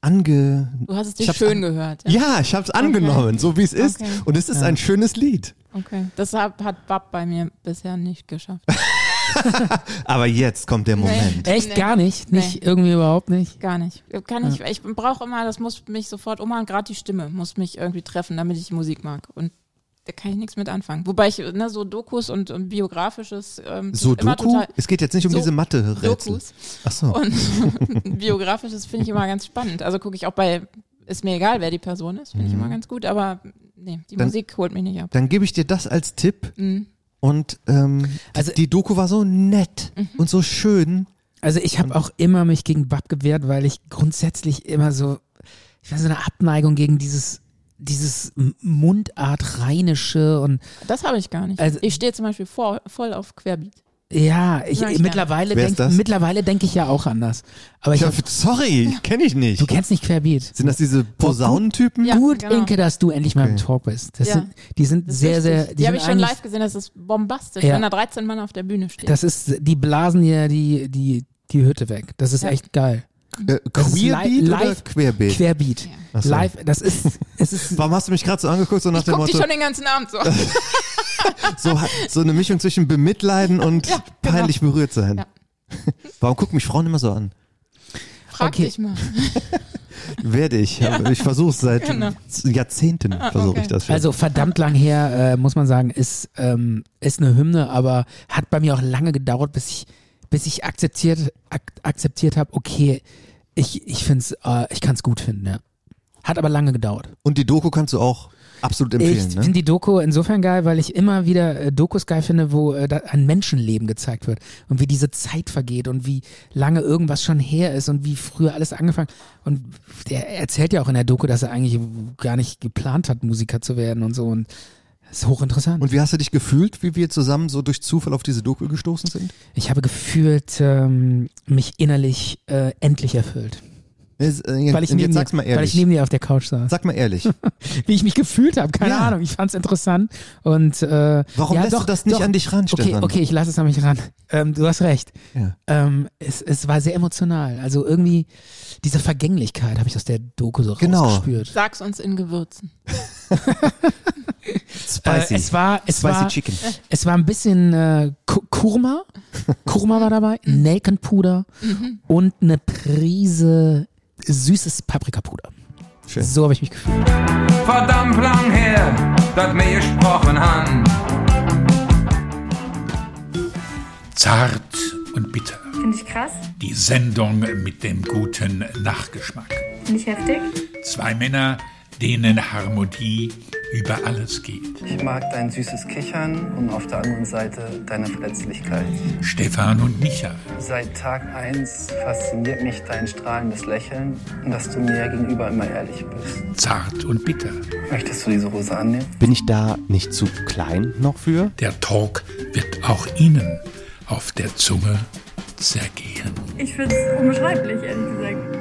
Speaker 2: ange...
Speaker 4: Du hast es
Speaker 2: Ich
Speaker 4: dir
Speaker 2: hab's
Speaker 4: schön
Speaker 2: an-
Speaker 4: gehört.
Speaker 2: Ja, ich habe es angenommen, so wie es ist.
Speaker 4: Okay.
Speaker 2: Und es ist ein schönes Lied.
Speaker 4: Okay. Das hab, hat Bab bei mir bisher nicht geschafft.
Speaker 2: Aber jetzt kommt der Moment.
Speaker 3: Echt
Speaker 4: Nee.
Speaker 3: gar nicht? Nicht irgendwie überhaupt nicht?
Speaker 4: Gar nicht. Kann ich, ich brauche immer, das muss mich sofort umhauen, gerade die Stimme muss mich irgendwie treffen, damit ich Musik mag. Und da kann ich nichts mit anfangen. Wobei ich, ne, so Dokus und, und biografisches, ähm,
Speaker 2: So
Speaker 4: immer
Speaker 2: Doku,
Speaker 4: total,
Speaker 2: es geht jetzt nicht um
Speaker 4: So-
Speaker 2: diese Mathe-Rätsel.
Speaker 4: Dokus.
Speaker 2: Ach so.
Speaker 4: Und [LAUGHS] biografisches finde ich immer ganz spannend. Also gucke ich auch bei, ist mir egal, wer die Person ist, finde ich
Speaker 3: Mhm.
Speaker 4: immer ganz gut, aber nee, die
Speaker 2: Dann-
Speaker 4: Musik holt mich nicht ab.
Speaker 2: Dann gebe ich dir das als Tipp.
Speaker 4: Mhm.
Speaker 2: Und ähm,
Speaker 3: Also-
Speaker 2: die Doku war so nett
Speaker 4: Mhm.
Speaker 2: und so schön.
Speaker 3: Also ich
Speaker 4: Hm.
Speaker 3: habe auch immer mich gegen Bab gewehrt, weil ich grundsätzlich immer so, ich weiß so eine Abneigung gegen dieses dieses M- Mundart rheinische und
Speaker 4: Das habe ich gar nicht.
Speaker 3: Also-
Speaker 4: ich stehe zum Beispiel vor, voll auf Querbeat.
Speaker 3: ja, ich,
Speaker 4: Sag ich ja.
Speaker 3: mittlerweile
Speaker 2: Wer ist
Speaker 3: denke
Speaker 2: das?
Speaker 3: mittlerweile denke ich ja auch anders. Aber ich
Speaker 2: Ja,
Speaker 3: hab,
Speaker 2: sorry, kenne ich nicht.
Speaker 3: du kennst nicht Querbeat.
Speaker 2: Sind das diese Posaunentypen?
Speaker 4: Ja,
Speaker 3: Gut,
Speaker 4: genau.
Speaker 3: Inke, dass du endlich mal im Talk bist. Das
Speaker 4: Ja.
Speaker 3: sind, die sind
Speaker 4: Das ist
Speaker 3: sehr,
Speaker 4: richtig.
Speaker 3: sehr.
Speaker 4: Die,
Speaker 3: sind
Speaker 4: habe ich schon
Speaker 3: eigentlich-
Speaker 4: live gesehen, das ist bombastisch,
Speaker 3: Ja.
Speaker 4: wenn da 13 Mann auf der Bühne stehen.
Speaker 3: Das ist, die blasen hier die, die, die Hütte weg. Das ist
Speaker 4: Ja.
Speaker 3: echt geil.
Speaker 2: Äh,
Speaker 3: Das ist li-
Speaker 2: Queerbeat oder
Speaker 3: live-
Speaker 2: Querbeat?
Speaker 3: Querbeat.
Speaker 2: Ach so.
Speaker 3: Live, das ist, es ist,
Speaker 2: Warum hast du mich gerade so angeguckt, so nach
Speaker 4: ich
Speaker 2: dem
Speaker 4: gucke die
Speaker 2: Motto,
Speaker 4: schon den ganzen Abend
Speaker 3: [LAUGHS]
Speaker 4: so.
Speaker 2: so, ha- so eine Mischung zwischen Bemitleiden und
Speaker 4: Ja, genau.
Speaker 2: peinlich berührt sein?
Speaker 4: Ja.
Speaker 2: Warum gucken mich Frauen immer so an?
Speaker 4: Frag
Speaker 3: Okay.
Speaker 4: dich mal.
Speaker 2: Werde ich. Aber Ich versuche es seit Jahrzehnten, versuche ich das. schon.
Speaker 3: Genau. Also verdammt lang her, äh, muss man sagen, ist, ähm, ist eine Hymne, aber hat bei mir auch lange gedauert, bis ich, bis ich akzeptiert, ak akzeptiert habe, okay, ich, ich find's, äh, ich kann es gut finden, ja. Hat aber lange gedauert.
Speaker 2: Und die Doku kannst du auch absolut empfehlen.
Speaker 3: ich
Speaker 2: ne?
Speaker 3: finde die Doku insofern geil, weil ich immer wieder äh, Dokus geil finde, wo äh, da ein Menschenleben gezeigt wird und wie diese Zeit vergeht und wie lange irgendwas schon her ist und wie früher alles angefangen. Und der erzählt ja auch in der Doku, dass er eigentlich gar nicht geplant hat, Musiker zu werden und so. Und das ist hochinteressant.
Speaker 2: Und wie hast du dich gefühlt, wie wir zusammen so durch Zufall auf diese Doku gestoßen sind?
Speaker 3: ich habe gefühlt ähm, mich innerlich äh, endlich erfüllt, weil ich,
Speaker 2: Und
Speaker 3: neben
Speaker 2: äh, jetzt
Speaker 3: dir,
Speaker 2: sag's mal
Speaker 3: weil ich
Speaker 2: ehrlich.
Speaker 3: neben dir auf der Couch saß.
Speaker 2: Sag mal
Speaker 3: [LAUGHS]
Speaker 2: ehrlich.
Speaker 3: wie ich mich gefühlt habe. Keine
Speaker 2: Ja.
Speaker 3: Ahnung, ich fand es interessant. Und, äh,
Speaker 2: Warum
Speaker 3: ja,
Speaker 2: lässt
Speaker 3: doch,
Speaker 2: du das nicht
Speaker 3: doch.
Speaker 2: an dich ran,
Speaker 3: Okay,
Speaker 2: Stefan?
Speaker 3: okay, ich lasse es an mich ran. Ähm, du hast recht.
Speaker 2: Ja.
Speaker 3: Ähm, es, es war sehr emotional. Also irgendwie diese Vergänglichkeit habe ich aus der Doku so
Speaker 2: Genau.
Speaker 3: rausgespürt.
Speaker 4: Sag's uns in Gewürzen.
Speaker 2: Spicy.
Speaker 3: Äh, es war, es
Speaker 2: Spicy
Speaker 3: war,
Speaker 2: Chicken.
Speaker 3: es war ein bisschen äh, Ku- Kurma.
Speaker 2: [LAUGHS]
Speaker 3: Kurma war dabei,
Speaker 2: Mhm.
Speaker 3: Nelkenpuder und eine Prise süßes Paprikapuder.
Speaker 2: Schön.
Speaker 3: So habe ich mich gefühlt.
Speaker 9: verdammt lang her, dat mir gesprochen han.
Speaker 5: Zart und bitter.
Speaker 10: Finde ich krass,
Speaker 5: Die Sendung mit dem guten Nachgeschmack.
Speaker 10: finde ich heftig.
Speaker 5: Zwei Männer, denen Harmonie über alles geht.
Speaker 9: Ich mag dein süßes Kichern und auf der anderen Seite deine Verletzlichkeit.
Speaker 5: Stefan und Micha.
Speaker 9: Seit Tag 1 fasziniert mich dein strahlendes Lächeln und dass du mir gegenüber immer ehrlich bist.
Speaker 5: Zart und bitter.
Speaker 9: Möchtest du diese Rose annehmen?
Speaker 11: Bin ich da nicht zu klein noch für?
Speaker 5: Der Talk wird auch Ihnen auf der Zunge zergehen.
Speaker 10: Ich finde es unbeschreiblich, ehrlich gesagt.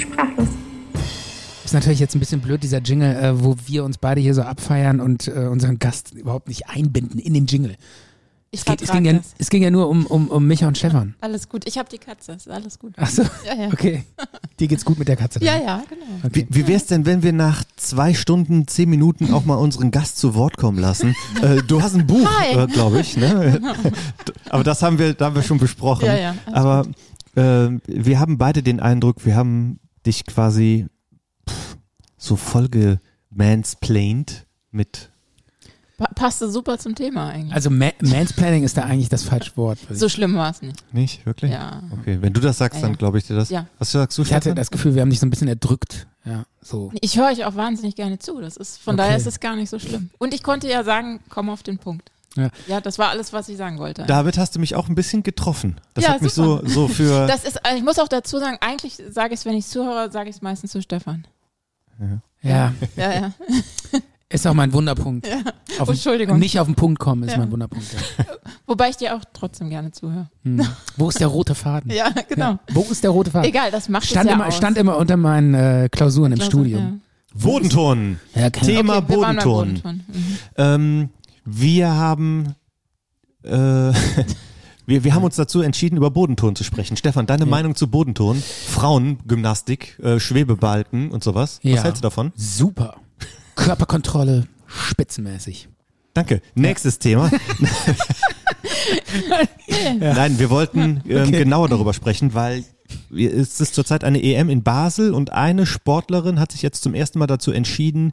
Speaker 10: Sprachlos.
Speaker 3: Ist natürlich jetzt ein bisschen blöd, dieser Jingle, äh, wo wir uns beide hier so abfeiern und äh, unseren Gast überhaupt nicht einbinden in den Jingle.
Speaker 4: Ich
Speaker 3: Es, geht, es,
Speaker 4: vertrag
Speaker 3: ging, ja,
Speaker 4: das.
Speaker 3: es ging ja nur um, um, um Micha und Stefan.
Speaker 4: Alles gut. Ich habe die Katze. Ist alles gut.
Speaker 3: Achso,
Speaker 4: Ja, ja.
Speaker 3: okay. Dir geht's gut mit der Katze.
Speaker 4: Ja,
Speaker 3: dann?
Speaker 4: ja, genau.
Speaker 3: Also
Speaker 2: Wie, wie wär's denn, wenn wir nach zwei Stunden, zehn Minuten auch mal unseren Gast zu Wort kommen lassen? äh, du hast ein Buch,
Speaker 4: Hi.
Speaker 2: äh, glaube ich, ne?
Speaker 4: [LAUGHS]
Speaker 2: Aber das haben wir, da haben wir schon besprochen.
Speaker 4: Ja, ja, alles
Speaker 2: Aber äh, wir haben beide den Eindruck, wir haben dich quasi pff, so vollgemansplained mit.
Speaker 4: Pa passte super zum Thema eigentlich.
Speaker 3: Also Ma Mansplaining ist da eigentlich das falsche Wort.
Speaker 4: so schlimm war es nicht.
Speaker 2: Nicht? Wirklich?
Speaker 4: Ja.
Speaker 2: Okay, wenn du das sagst,
Speaker 4: Ja, ja.
Speaker 2: dann glaube ich dir das.
Speaker 4: Ja.
Speaker 2: Was sagst du,
Speaker 3: ich hatte
Speaker 2: Stefan?
Speaker 3: das Gefühl, wir haben dich so ein bisschen erdrückt. Ja, so.
Speaker 4: Ich höre euch auch wahnsinnig gerne zu. Das ist, von
Speaker 3: Okay.
Speaker 4: daher ist es gar nicht so schlimm. Und ich konnte ja sagen, komm auf den Punkt.
Speaker 3: Ja.
Speaker 4: Ja, das war alles, was ich sagen wollte.
Speaker 2: Damit hast du mich auch ein bisschen getroffen. Das
Speaker 4: Ja,
Speaker 2: hat mich so,
Speaker 4: super.
Speaker 2: so für.
Speaker 4: das ist, also ich muss auch dazu sagen, eigentlich sage ich es, wenn ich zuhöre, sage ich es meistens zu Stefan.
Speaker 3: Ja,
Speaker 4: Ja,
Speaker 3: [LAUGHS]
Speaker 4: ja.
Speaker 3: ist auch mein Wunderpunkt. Auf den-
Speaker 4: Entschuldigung.
Speaker 3: Nicht auf den Punkt kommen ist
Speaker 4: Ja.
Speaker 3: mein Wunderpunkt. Ja.
Speaker 4: Wobei ich dir auch trotzdem gerne zuhöre.
Speaker 3: Wo ist der rote Faden?
Speaker 4: Ja, genau.
Speaker 3: Ja. Wo ist der rote Faden?
Speaker 4: Egal, das macht
Speaker 3: Stand,
Speaker 4: es ja
Speaker 3: immer,
Speaker 4: aus.
Speaker 3: stand immer unter meinen äh, Klausuren im
Speaker 4: Klasse,
Speaker 3: Studium.
Speaker 2: Bodenton.
Speaker 3: Ja, keine
Speaker 4: ja.
Speaker 2: Thema
Speaker 4: [LAUGHS] Okay, wir waren beim
Speaker 2: Bodenton.
Speaker 4: Bodenton. Mhm.
Speaker 2: Ähm, wir haben äh, [LAUGHS] wir, wir haben uns dazu entschieden, über Bodenton zu sprechen. Stefan, deine Meinung zu Bodenton, Frauengymnastik, äh, Schwebebalken und sowas.
Speaker 3: Ja.
Speaker 2: Was hältst du davon?
Speaker 3: Super. Körperkontrolle spitzenmäßig.
Speaker 2: Danke. Nächstes Thema. Nein, wir wollten ähm, genauer darüber sprechen, weil wir- es ist zurzeit eine EM in Basel und eine Sportlerin hat sich jetzt zum ersten Mal dazu entschieden,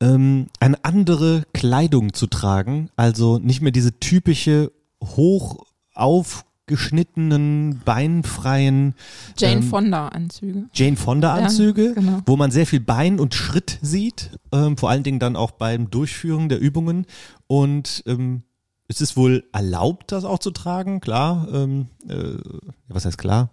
Speaker 2: ähm, eine andere Kleidung zu tragen. Also nicht mehr diese typische hoch aufgeschnittenen, beinfreien
Speaker 4: Jane
Speaker 2: Ähm,
Speaker 4: Fonda-Anzüge.
Speaker 2: Jane Fonda-Anzüge,
Speaker 4: Ja, genau.
Speaker 2: wo man sehr viel Bein und Schritt sieht, ähm, vor allen Dingen dann auch beim Durchführen der Übungen. Und ähm, es ist wohl erlaubt, das auch zu tragen, klar. Ähm, äh, was heißt klar?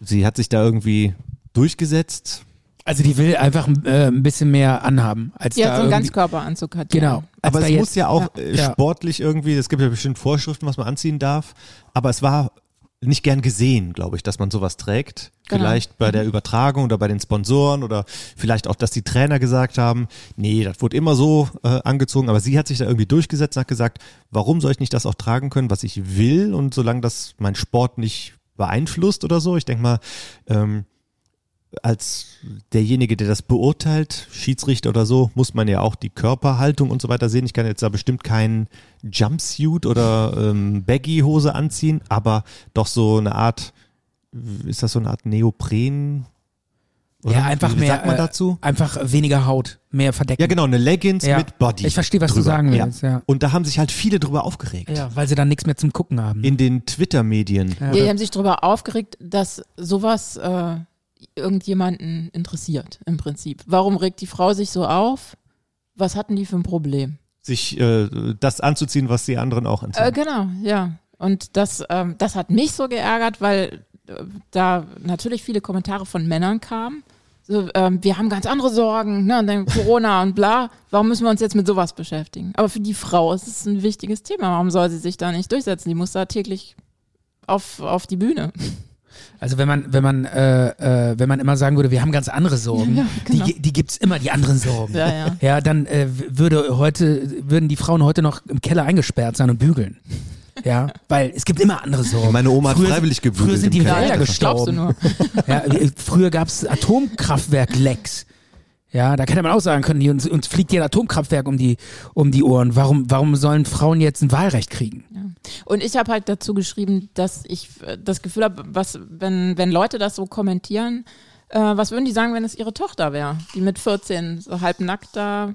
Speaker 2: Sie hat sich da irgendwie durchgesetzt.
Speaker 3: Also die will einfach äh, ein bisschen mehr anhaben als
Speaker 4: Ja,
Speaker 3: da
Speaker 4: so einen
Speaker 3: irgendwie-
Speaker 4: Ganzkörperanzug hat die
Speaker 3: Genau.
Speaker 4: an.
Speaker 3: Als
Speaker 2: Aber
Speaker 3: da
Speaker 2: es
Speaker 3: jetzt-
Speaker 2: muss ja auch äh,
Speaker 3: Ja.
Speaker 2: sportlich irgendwie, es gibt ja bestimmt Vorschriften, was man anziehen darf. Aber es war nicht gern gesehen, glaube ich, dass man sowas trägt.
Speaker 4: Genau.
Speaker 2: Vielleicht
Speaker 3: Mhm.
Speaker 2: bei der Übertragung oder bei den Sponsoren oder vielleicht auch, dass die Trainer gesagt haben, nee, das wurde immer so äh, angezogen. Aber sie hat sich da irgendwie durchgesetzt und hat gesagt, warum soll ich nicht das auch tragen können, was ich will und solange das mein Sport nicht beeinflusst oder so. Ich denke mal, ähm, als derjenige, der das beurteilt, Schiedsrichter oder so, muss man ja auch die Körperhaltung und so weiter sehen. Ich kann jetzt da bestimmt keinen Jumpsuit oder ähm, Baggy-Hose anziehen, aber doch so eine Art ist das so eine Art Neopren? Oder?
Speaker 3: Ja, einfach
Speaker 2: Wie
Speaker 3: mehr.
Speaker 2: Sagt man
Speaker 3: äh,
Speaker 2: dazu?
Speaker 3: Einfach weniger Haut, mehr verdecken.
Speaker 2: Ja, genau, eine Leggings
Speaker 3: Ja.
Speaker 2: mit Body.
Speaker 3: Ich verstehe, was du
Speaker 2: drüber.
Speaker 3: sagen willst, ja.
Speaker 2: Und da haben sich halt viele drüber aufgeregt.
Speaker 3: Ja, weil sie dann nichts mehr zum Gucken haben.
Speaker 2: In den Twitter-Medien.
Speaker 4: Ja, die haben sich darüber aufgeregt, dass sowas äh, irgendjemanden interessiert, im Prinzip. Warum regt die Frau sich so auf? Was hatten die für ein Problem?
Speaker 2: Sich äh, das anzuziehen, was die anderen auch anziehen.
Speaker 4: Äh, genau, ja. Und das, ähm, das hat mich so geärgert, weil äh, da natürlich viele Kommentare von Männern kamen. So, ähm, wir haben ganz andere Sorgen, ne? Und dann Corona und bla. Warum müssen wir uns jetzt mit sowas beschäftigen? Aber für die Frau ist es ein wichtiges Thema. Warum soll sie sich da nicht durchsetzen? Die muss da täglich auf, auf die Bühne.
Speaker 3: Also wenn man, wenn man, äh, äh, wenn man immer sagen würde, wir haben ganz andere Sorgen,
Speaker 4: Ja, genau.
Speaker 3: die, ge- die gibt's immer, die anderen Sorgen.
Speaker 4: Ja, ja.
Speaker 3: dann äh, w- würde heute, würden die Frauen heute noch im Keller eingesperrt sein und bügeln. Ja, weil es gibt immer andere Sorgen.
Speaker 2: Meine Oma hat
Speaker 3: Früher-
Speaker 2: freiwillig gebügelt
Speaker 3: Früher sind
Speaker 2: im
Speaker 3: die
Speaker 2: Keller.
Speaker 3: Wälder
Speaker 2: Das glaubst du
Speaker 3: gestorben. [LAUGHS] Ja, äh, früher gab's Atomkraftwerk-Lecks. Ja, da hätte man auch sagen können, hier, uns, uns fliegt hier ein Atomkraftwerk um die, um die Ohren. Warum, warum sollen Frauen jetzt ein Wahlrecht kriegen?
Speaker 4: Und ich habe halt dazu geschrieben, dass ich äh, das Gefühl habe, was, wenn, wenn Leute das so kommentieren, äh, was würden die sagen, wenn es ihre Tochter wäre, die mit 14 so halbnackt da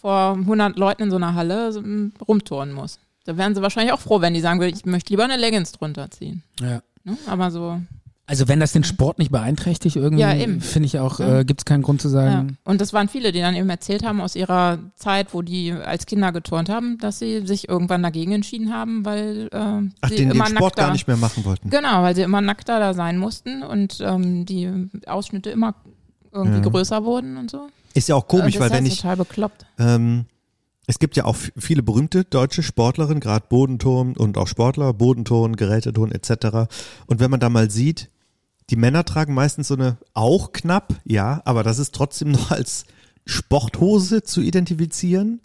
Speaker 4: vor 100 Leuten in so einer Halle so, mm, rumturnen muss? Da wären sie wahrscheinlich auch froh, wenn die sagen würden, ich möchte lieber eine Leggings drunter ziehen.
Speaker 3: Ja.
Speaker 4: Ne? Aber so,
Speaker 3: Also wenn das den Sport nicht beeinträchtigt, irgendwie
Speaker 4: Ja, eben.
Speaker 3: finde ich auch,
Speaker 4: Ja.
Speaker 3: äh, gibt es keinen Grund zu
Speaker 4: ja.
Speaker 2: Ähm.
Speaker 3: sagen.
Speaker 4: Und das waren viele, die dann eben erzählt haben aus ihrer Zeit, wo die als Kinder geturnt haben, dass sie sich irgendwann dagegen entschieden haben, weil äh,
Speaker 2: Ach,
Speaker 4: sie
Speaker 2: den, den
Speaker 4: immer
Speaker 2: Sport
Speaker 4: nackter
Speaker 2: gar nicht mehr machen wollten.
Speaker 4: Genau, weil sie immer nackter da sein mussten und ähm, die Ausschnitte immer irgendwie
Speaker 2: Ja.
Speaker 4: größer wurden und so.
Speaker 2: Ist ja auch
Speaker 4: Und
Speaker 2: Mhm. komisch,
Speaker 3: Äh,
Speaker 4: das
Speaker 2: weil
Speaker 4: ist
Speaker 2: wenn
Speaker 4: halt
Speaker 2: ich,
Speaker 4: total bekloppt.
Speaker 2: Ähm, es gibt ja auch f- viele berühmte deutsche Sportlerinnen, gerade Bodenturm und auch Sportler, Bodenturm, Geräteturm etc. Und wenn man da mal sieht, die Männer tragen meistens so eine auch knapp, ja, aber das ist trotzdem [LAUGHS] noch als Sporthose zu identifizieren.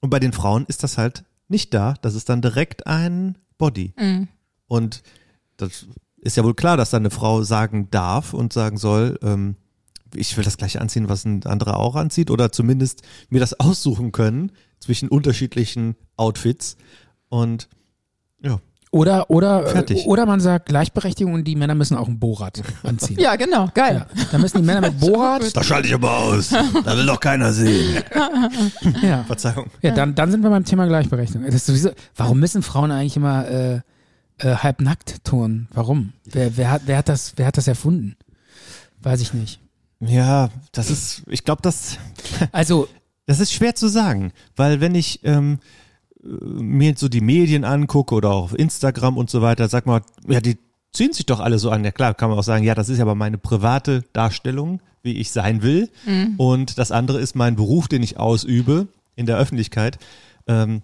Speaker 2: Und bei den Frauen ist das halt nicht da. Das ist dann direkt ein Body.
Speaker 4: Mhm.
Speaker 2: Und das ist ja wohl klar, dass da eine Frau sagen darf und sagen soll, ähm, ich will das gleiche anziehen, was ein anderer auch anzieht, oder zumindest mir das aussuchen können zwischen unterschiedlichen Outfits. Und ja,
Speaker 3: Oder, oder, äh,
Speaker 2: Fertig.
Speaker 3: oder man sagt Gleichberechtigung und die Männer müssen auch ein Bohrrad anziehen.
Speaker 4: Ja, genau, geil.
Speaker 3: Da müssen die Männer
Speaker 4: [LAUGHS]
Speaker 3: mit Bohrrad.
Speaker 2: da schalte ich aber aus. Da will doch keiner [LAUGHS] sehen.
Speaker 3: Ja,
Speaker 2: Verzeihung.
Speaker 3: ja dann, dann sind wir beim Thema Gleichberechtigung. Das ist sowieso, warum müssen Frauen eigentlich immer äh, äh, halbnackt turnen? Warum? Wer, wer, hat, wer, hat das, wer hat das erfunden? Weiß ich nicht.
Speaker 2: Ja, das ist, ich glaube, das,
Speaker 3: Also,
Speaker 2: das ist schwer zu sagen, weil wenn ich ähm, äh, mir so die Medien angucke oder auch auf Instagram und so weiter, sag mal, ja, die ziehen sich doch alle so an. Ja klar, kann man auch sagen, ja, das ist aber meine private Darstellung, wie ich sein will. Und das andere ist mein Beruf, den ich ausübe in der Öffentlichkeit. Ähm,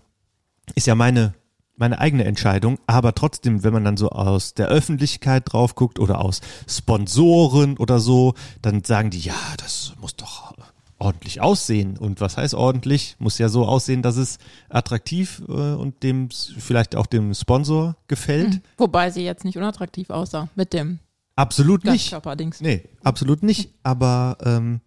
Speaker 2: ist ja meine, meine eigene Entscheidung. Aber trotzdem, wenn man dann so aus der Öffentlichkeit drauf guckt oder aus Sponsoren oder so, dann sagen die, ja, das muss doch ordentlich aussehen. Und was heißt ordentlich? Muss ja so aussehen, dass es attraktiv äh, und dem vielleicht auch dem Sponsor
Speaker 4: Mhm.
Speaker 2: gefällt.
Speaker 4: Wobei sie jetzt nicht unattraktiv aussah mit dem
Speaker 2: Absolut nicht.
Speaker 4: Ganzkörperdings.
Speaker 2: Nee, absolut nicht. Aber ähm,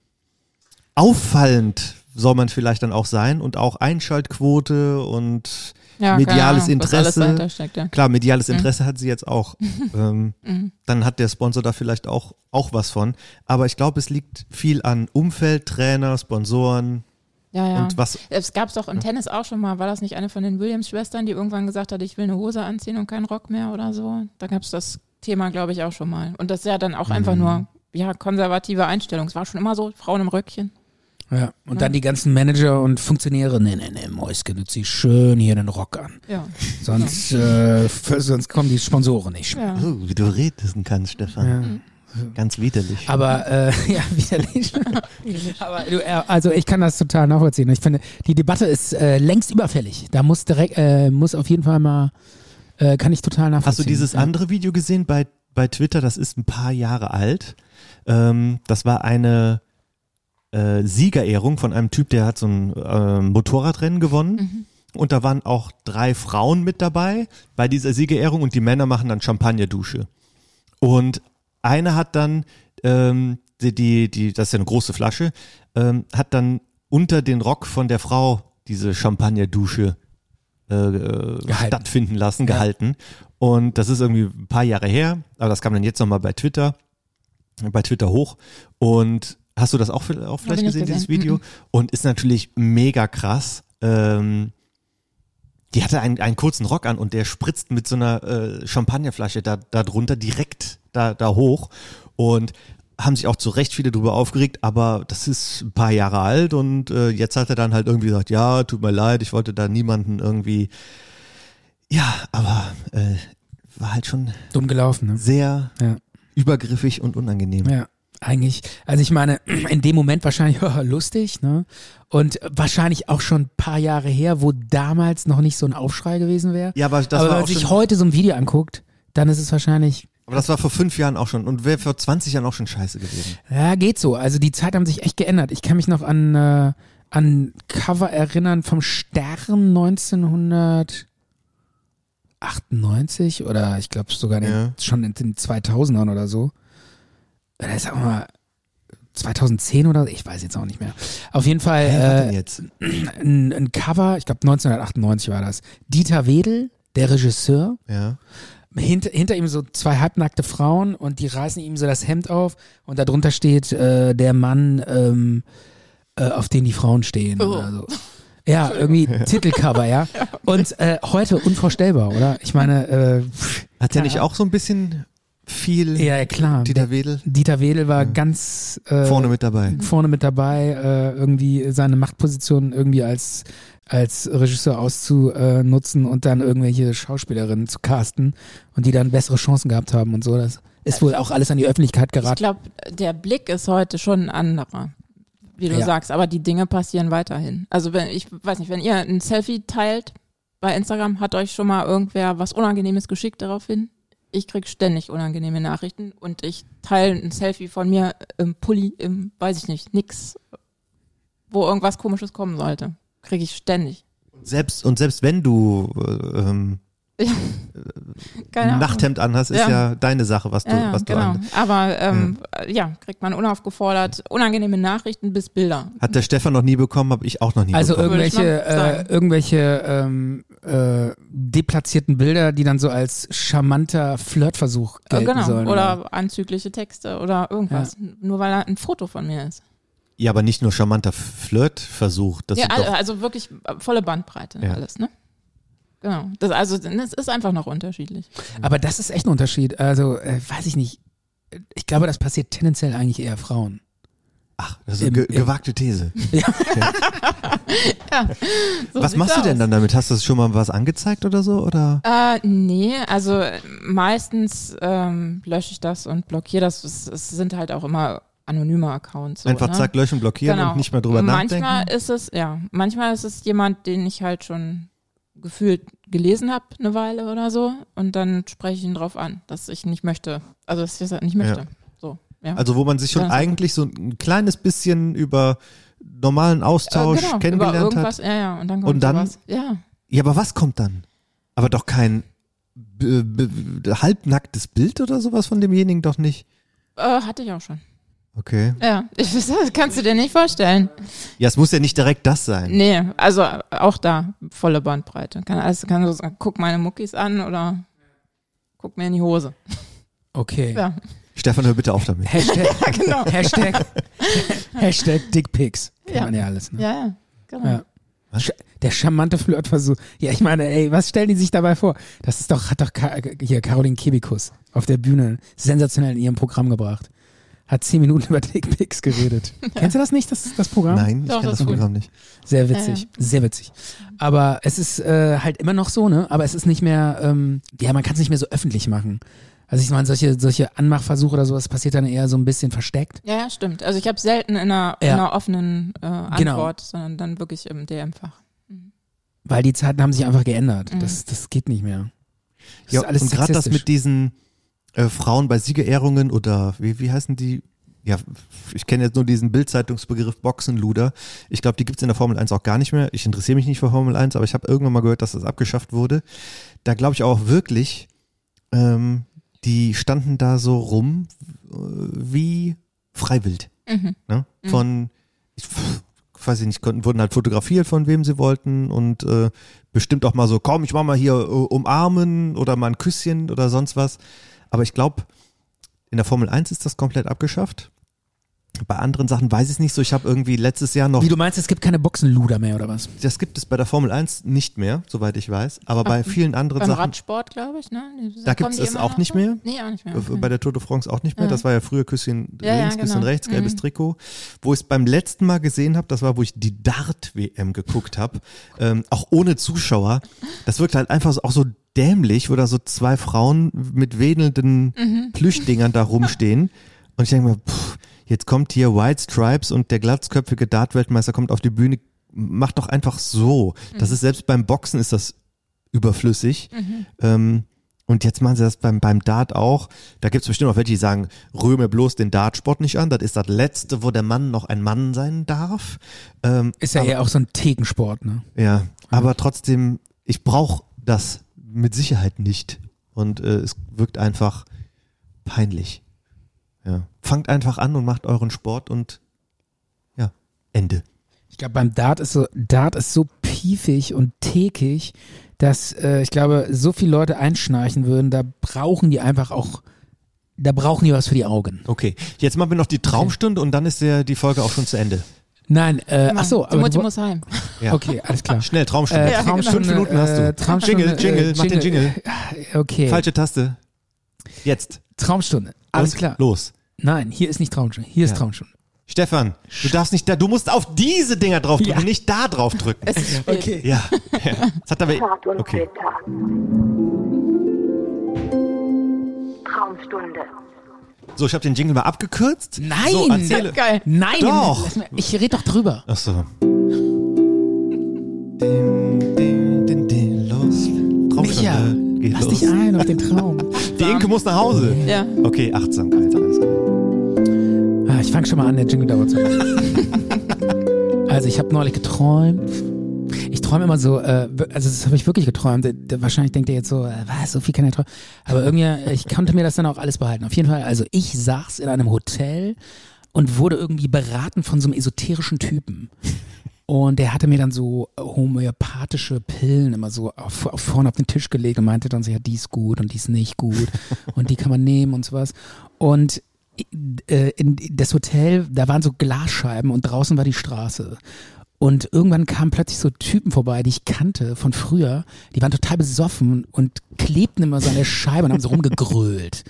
Speaker 2: auffallend soll man vielleicht dann auch sein und auch Einschaltquote und
Speaker 4: Ja, keine
Speaker 2: mediales
Speaker 4: Ahnung, was
Speaker 2: Interesse.
Speaker 4: alles dahinter steckt, ja.
Speaker 2: Klar, mediales Interesse hat sie jetzt
Speaker 4: [LAUGHS]
Speaker 2: auch.
Speaker 4: Mhm.
Speaker 2: ähm, Dann hat der Sponsor da vielleicht auch, auch was von. Aber ich glaube, es liegt viel an Umfeld, Trainer, Sponsoren
Speaker 4: Ja, ja.
Speaker 2: und was.
Speaker 4: es gab es doch im Tennis auch schon mal. War das nicht eine von den Williams-Schwestern, die irgendwann gesagt hat, ich will eine Hose anziehen und keinen Rock mehr oder so? Da gab es das Thema, glaube ich, auch schon mal. Und das ist ja dann auch einfach
Speaker 2: Mhm.
Speaker 4: nur ja, konservative Einstellung. Es war schon immer so, Frauen im Röckchen.
Speaker 3: ja. Und dann die ganzen Manager und Funktionäre. Nee, nee, nee, Mäuschen, du ziehst schön hier den Rock an.
Speaker 4: Ja.
Speaker 3: Sonst, äh, f- sonst kommen die Sponsoren nicht.
Speaker 4: ja. Mhm.
Speaker 2: Oh, wie du redest kannst, Stefan. Ganz widerlich.
Speaker 3: Aber äh, [LAUGHS] ja, widerlich. Aber du, äh, also ich kann das total nachvollziehen. Ich finde, die Debatte ist äh, längst überfällig. Da muss direkt, äh, muss auf jeden Fall mal, äh, kann ich total nachvollziehen.
Speaker 2: Hast du dieses
Speaker 3: ja.
Speaker 2: andere Video gesehen bei, bei Twitter? Das ist ein paar Jahre alt. Ähm, das war eine äh, Siegerehrung von einem Typ, der hat so ein äh, Motorradrennen gewonnen. Und da waren auch drei Frauen mit dabei bei dieser Siegerehrung und die Männer machen dann Champagnerdusche. Und eine hat dann, ähm, die, die, die, das ist ja eine große Flasche, ähm, hat dann unter den Rock von der Frau diese Champagnerdusche äh, äh, stattfinden lassen, gehalten. Und das ist irgendwie ein paar Jahre her, aber das kam dann jetzt nochmal bei Twitter, bei Twitter hoch. Und hast du das auch, vi- auch vielleicht
Speaker 4: ich
Speaker 2: gesehen,
Speaker 4: gesehen.
Speaker 2: dieses Video?
Speaker 4: Mhm.
Speaker 2: Und ist natürlich mega krass. Ähm, die hatte einen, einen kurzen Rock an und der spritzt mit so einer äh, Champagnerflasche da, da drunter direkt da, da hoch. Und haben sich auch zu Recht viele drüber aufgeregt, aber das ist ein paar Jahre alt und äh, jetzt hat er dann halt irgendwie gesagt, ja, tut mir leid, ich wollte da niemanden irgendwie. Ja, aber äh, war halt schon
Speaker 3: dumm gelaufen. Ne?
Speaker 2: Sehr
Speaker 3: Ja.
Speaker 2: übergriffig und unangenehm.
Speaker 3: Ja, eigentlich. Also ich meine, [CLEARS THROAT] in dem Moment wahrscheinlich [LAUGHS] haha, lustig, ne? Und wahrscheinlich auch schon ein paar Jahre her, wo damals noch nicht so ein Aufschrei gewesen wäre.
Speaker 2: Ja, aber das
Speaker 3: aber
Speaker 2: war
Speaker 3: wenn
Speaker 2: auch
Speaker 3: man sich
Speaker 2: schon-
Speaker 3: heute so ein Video anguckt, dann ist es wahrscheinlich,
Speaker 2: Aber das war vor fünf Jahren auch schon und wäre vor 20 Jahren auch schon scheiße gewesen.
Speaker 3: ja, geht so. Also die Zeit haben sich echt geändert. Ich kann mich noch an, äh, an Cover erinnern vom Stern 1998 oder ich glaube sogar in den, schon in den 2000ern oder so. Oder sag mal, 2010 oder so, ich weiß jetzt auch nicht mehr. Auf jeden Fall
Speaker 2: Hä, was
Speaker 3: äh,
Speaker 2: denn jetzt?
Speaker 3: Ein, ein Cover, ich glaube 1998 war das. Dieter Wedel, der Regisseur.
Speaker 2: Ja.
Speaker 3: Hinter, hinter ihm so zwei halbnackte Frauen und die reißen ihm so das Hemd auf und darunter steht äh, der Mann, ähm, äh, auf den die Frauen stehen.
Speaker 4: Oh.
Speaker 3: Oder so. Ja, irgendwie Titelcover, ja. Und äh, heute unvorstellbar, oder? Ich meine, äh,
Speaker 2: Hat der
Speaker 3: keine
Speaker 2: nicht
Speaker 3: Ahnung.
Speaker 2: auch so ein bisschen [LAUGHS] viel
Speaker 3: Ja, ja, klar.
Speaker 2: Dieter Wedel?
Speaker 3: Dieter Wedel war ganz äh,
Speaker 2: Vorne mit dabei.
Speaker 3: Vorne mit dabei, äh, irgendwie seine Machtposition irgendwie als als Regisseur auszunutzen und dann irgendwelche Schauspielerinnen zu casten und die dann bessere Chancen gehabt haben und so. Das ist wohl auch alles an die Öffentlichkeit
Speaker 4: Ich
Speaker 3: geraten.
Speaker 4: glaube, der Blick ist heute schon ein anderer, wie du
Speaker 3: Ja.
Speaker 4: sagst, aber die Dinge passieren weiterhin. Also wenn ich weiß nicht, wenn ihr ein Selfie teilt bei Instagram, hat euch schon mal irgendwer was Unangenehmes geschickt daraufhin? Ich krieg ständig unangenehme Nachrichten und ich teile ein Selfie von mir im Pulli, im, weiß ich nicht, nix, wo irgendwas komisches kommen sollte. Krieg ich ständig.
Speaker 2: Selbst und selbst wenn du äh, ähm,
Speaker 4: Ja. Keine
Speaker 2: ein
Speaker 4: Ahnung.
Speaker 2: Nachthemd anhast, ist ja. deine Sache, was du,
Speaker 4: Ja, ja,
Speaker 2: was du
Speaker 4: genau.
Speaker 2: an. Hm.
Speaker 4: Aber ähm, ja. kriegt man unaufgefordert unangenehme Nachrichten bis Bilder.
Speaker 2: Hat der Stefan noch nie bekommen, habe ich auch noch nie
Speaker 3: Also
Speaker 2: bekommen.
Speaker 3: irgendwelche,
Speaker 4: Würde ich mal
Speaker 3: äh, irgendwelche ähm, äh, deplatzierten Bilder, die dann so als charmanter Flirtversuch
Speaker 4: Äh,
Speaker 3: gelten
Speaker 4: genau.
Speaker 3: sollen.
Speaker 4: oder anzügliche Texte oder irgendwas. Nur weil da ein Foto von mir ist.
Speaker 2: Ja, aber nicht nur charmanter Flirtversuch. Das
Speaker 4: äh, ja,
Speaker 2: sind doch,
Speaker 4: also, also wirklich äh, volle Bandbreite
Speaker 2: Ja.
Speaker 4: alles, ne? Genau. Das, also das ist einfach noch unterschiedlich.
Speaker 3: Aber das ist echt ein Unterschied. Also, äh, weiß ich nicht. Ich glaube, das passiert tendenziell eigentlich eher Frauen.
Speaker 2: das ist
Speaker 3: im-
Speaker 2: eine ge
Speaker 3: im-
Speaker 2: gewagte
Speaker 4: [LAUGHS]
Speaker 2: These.
Speaker 4: Ja, so
Speaker 2: was
Speaker 4: sieht's
Speaker 2: machst du denn
Speaker 4: aus.
Speaker 2: dann damit? Hast du das schon mal was angezeigt oder so? Oder?
Speaker 4: Äh, nee, also meistens ähm, lösche ich das und blockiere das. Es, es sind halt auch immer anonyme Accounts. So,
Speaker 2: Einfach
Speaker 4: ne?
Speaker 2: zack, löschen, blockieren und nicht mehr drüber
Speaker 4: manchmal
Speaker 2: nachdenken?
Speaker 4: Ist es, ja, manchmal ist es jemand, den ich halt schon gefühlt gelesen habe, eine Weile oder so. Und dann spreche ich ihn drauf an, dass ich nicht möchte. Also, dass ich das nicht möchte.
Speaker 2: Ja.
Speaker 4: So, ja. Äh,
Speaker 2: Also wo man sich schon
Speaker 4: Ja.
Speaker 2: eigentlich so ein kleines bisschen über normalen Austausch
Speaker 4: Äh, genau, über
Speaker 2: kennengelernt
Speaker 4: irgendwas,
Speaker 2: hat.
Speaker 4: Ja, ja, und dann kommt
Speaker 2: Und dann?
Speaker 4: sowas. Ja.
Speaker 2: Ja, aber was kommt dann? Aber doch kein b- b- b- halbnacktes Bild oder sowas von demjenigen doch nicht.
Speaker 4: Äh, hatte ich auch schon.
Speaker 2: Okay.
Speaker 4: Ja, [LAUGHS] das kannst du dir nicht vorstellen.
Speaker 2: Ja, es muss ja nicht direkt das sein.
Speaker 4: Nee, also auch da volle Bandbreite. Kann, also kann so sagen, guck meine Muckis an oder guck mir in die Hose.
Speaker 3: Okay.
Speaker 4: Ja.
Speaker 2: Stefan, hör bitte auf damit. [LAUGHS]
Speaker 3: Hashtag,
Speaker 4: genau.
Speaker 3: Hashtag, Hashtag Dickpics. Kennt
Speaker 4: Ja.
Speaker 3: man ja alles. Ne?
Speaker 4: Ja, ja, genau.
Speaker 3: Ja. Sch- Der charmante Flirtversuch. Ja, ich meine, ey, was stellen die sich dabei vor? Das ist doch, hat doch Ka hier Caroline Kebikus auf der Bühne sensationell in ihrem Programm gebracht. Hat zehn Minuten [LAUGHS] über
Speaker 2: [LAUGHS]
Speaker 3: Dickpics geredet. Kennst du das nicht, das, das Programm?
Speaker 2: Nein, ich kann das Programm nicht.
Speaker 3: Sehr witzig,
Speaker 2: Ja,
Speaker 3: sehr witzig. Aber es ist äh, halt immer noch so, ne? Aber es ist nicht mehr, ähm, ja, man kann es nicht mehr so öffentlich machen. Also ich meine, solche, solche Anmachversuche oder sowas passiert dann eher so ein bisschen versteckt.
Speaker 4: Ja, ja, stimmt. Also ich habe selten in einer, in
Speaker 3: Ja.
Speaker 4: einer offenen äh,
Speaker 3: Genau.
Speaker 4: Antwort, sondern dann wirklich im DM-Fach.
Speaker 3: Weil die Zeiten haben sich einfach geändert.
Speaker 4: Mhm.
Speaker 3: Das, das geht nicht mehr. Das
Speaker 2: Ja,
Speaker 3: ist alles
Speaker 2: und gerade das
Speaker 3: sexistisch.
Speaker 2: mit diesen äh, Frauen bei Siegerehrungen oder wie, wie heißen die? Ja, ich kenne jetzt nur diesen Bildzeitungsbegriff Boxenluder. Ich glaube, die gibt es in der Formel 1 auch gar nicht mehr. Ich interessiere mich nicht für Formel 1, aber ich habe irgendwann mal gehört, dass das abgeschafft wurde. Da glaube ich auch wirklich, ähm, die standen da so rum äh, wie Freiwild.
Speaker 4: Mhm.
Speaker 2: Ne?
Speaker 4: Mhm.
Speaker 2: Von ich, pff, weiß ich nicht, konnten, wurden halt fotografiert, von wem sie wollten und äh, bestimmt auch mal so, komm, ich mach mal hier äh, umarmen oder mal ein Küsschen oder sonst was. Aber ich glaube, in der Formel 1 ist das komplett abgeschafft. Bei anderen Sachen weiß ich es nicht so. Ich habe irgendwie letztes Jahr noch.
Speaker 3: Wie du meinst, es gibt keine Boxenluder mehr oder was?
Speaker 2: Das gibt es bei der Formel 1 nicht mehr, soweit ich weiß. Aber bei vielen anderen
Speaker 4: Beim
Speaker 2: Sachen.
Speaker 4: Radsport, glaube ich, ne?
Speaker 2: Da gibt
Speaker 4: kommen
Speaker 2: es
Speaker 4: die
Speaker 2: es
Speaker 4: immer
Speaker 2: auch
Speaker 4: noch
Speaker 2: nicht
Speaker 4: so?
Speaker 2: mehr.
Speaker 4: Nee, auch nicht mehr.
Speaker 2: Äh, Bei der Tour de France auch nicht mehr.
Speaker 4: Ja.
Speaker 2: Das war ja früher Küsschen
Speaker 4: Ja, ja,
Speaker 2: links, Küsschen
Speaker 4: genau.
Speaker 2: rechts, gelbes
Speaker 4: Mhm.
Speaker 2: Trikot. Wo ich es beim letzten Mal gesehen habe, das war, wo ich die Dart-WM geguckt habe, ähm, auch ohne Zuschauer. Das wirkt halt einfach so, auch so dämlich, wo da so zwei Frauen mit wedelnden
Speaker 4: Mhm.
Speaker 2: Plüschdingern da rumstehen. Und ich denke mir, pff, jetzt kommt hier White Stripes und der glatzköpfige Dart-Weltmeister kommt auf die Bühne. Mach doch einfach so. Das
Speaker 4: Mhm.
Speaker 2: ist selbst beim Boxen ist das überflüssig.
Speaker 4: Mhm.
Speaker 2: Ähm, und jetzt machen sie das beim, beim Dart auch. Da gibt es bestimmt auch welche, die sagen, rühme bloß den Dartsport nicht an. Das ist das Letzte, wo der Mann noch ein Mann sein darf. Ähm,
Speaker 3: Ist ja
Speaker 2: aber,
Speaker 3: eher auch so ein Thekensport, ne?
Speaker 2: Ja, aber trotzdem, ich brauche das mit Sicherheit nicht. Und äh, es wirkt einfach peinlich. Ja. Fangt einfach an und macht euren Sport und ja, Ende.
Speaker 3: Ich glaube, beim Dart ist so, Dart ist so piefig und tägig, dass äh, ich glaube, so viele Leute einschnarchen würden, da brauchen die einfach auch, da brauchen die was für die Augen.
Speaker 2: Okay, jetzt machen wir noch die Traumstunde und dann ist der, die Folge auch schon zu Ende.
Speaker 3: Nein, äh, ach so,
Speaker 4: Genau. Die
Speaker 3: aber
Speaker 4: Mutti
Speaker 3: du-
Speaker 4: muss heim. [LAUGHS]
Speaker 2: Ja.
Speaker 3: Okay, alles klar.
Speaker 2: Schnell, Traumstunde.
Speaker 3: Äh,
Speaker 2: Ja, genau.
Speaker 3: Traumstunde,
Speaker 2: Fünf Minuten hast du.
Speaker 3: äh, Traumstunde,
Speaker 2: Jingle, Jingle,
Speaker 3: äh,
Speaker 2: mach den Jingle.
Speaker 3: Okay.
Speaker 2: Falsche Taste. Jetzt.
Speaker 3: Traumstunde. Alles
Speaker 2: Los,
Speaker 3: klar.
Speaker 2: Los.
Speaker 3: Nein, hier ist nicht Traumstunde. Hier
Speaker 2: Ja.
Speaker 3: ist Traumstunde.
Speaker 2: Stefan, du darfst nicht da, du musst auf diese Dinger draufdrücken, nicht da draufdrücken.
Speaker 3: Okay.
Speaker 2: Ja.
Speaker 3: [LAUGHS]
Speaker 2: ja. Das hat aber. Okay.
Speaker 12: Traumstunde.
Speaker 2: So, ich habe den Jingle mal abgekürzt.
Speaker 3: Nein!
Speaker 2: So, erzähle.
Speaker 4: Geil.
Speaker 3: Nein,
Speaker 2: Doch.
Speaker 3: lass mal- ich rede doch drüber.
Speaker 2: Ach so. Dim, dim, dim, dim, los.
Speaker 3: Micha,
Speaker 2: Traumstunde. Geht
Speaker 3: lass
Speaker 2: los.
Speaker 3: dich ein auf den Traum.
Speaker 2: Die Inke muss nach Hause.
Speaker 4: Ja.
Speaker 2: Okay, Achtsamkeit, alles klar.
Speaker 3: Ah, ich fange schon mal an, der Jingle dauert so lange. [LAUGHS] Also ich habe neulich geträumt. Ich träume immer so, äh, wir- also das habe ich wirklich geträumt. Äh, da- Wahrscheinlich denkt ihr jetzt so, äh, was, so viel kann er träumen. Aber irgendwie, äh, ich konnte mir das dann auch alles behalten. Auf jeden Fall, also ich saß in einem Hotel und wurde irgendwie beraten von so einem esoterischen Typen. Und der hatte mir dann so homöopathische Pillen immer so auf, auf, vorne auf den Tisch gelegt und meinte dann so, ja, die ist gut und die ist nicht gut und die kann man nehmen und sowas. Und äh, in das Hotel, da waren so Glasscheiben und draußen war die Straße. Und irgendwann kamen plötzlich so Typen vorbei, die ich kannte von früher. Die waren total besoffen und klebten immer so an der Scheibe und haben so rumgegrölt.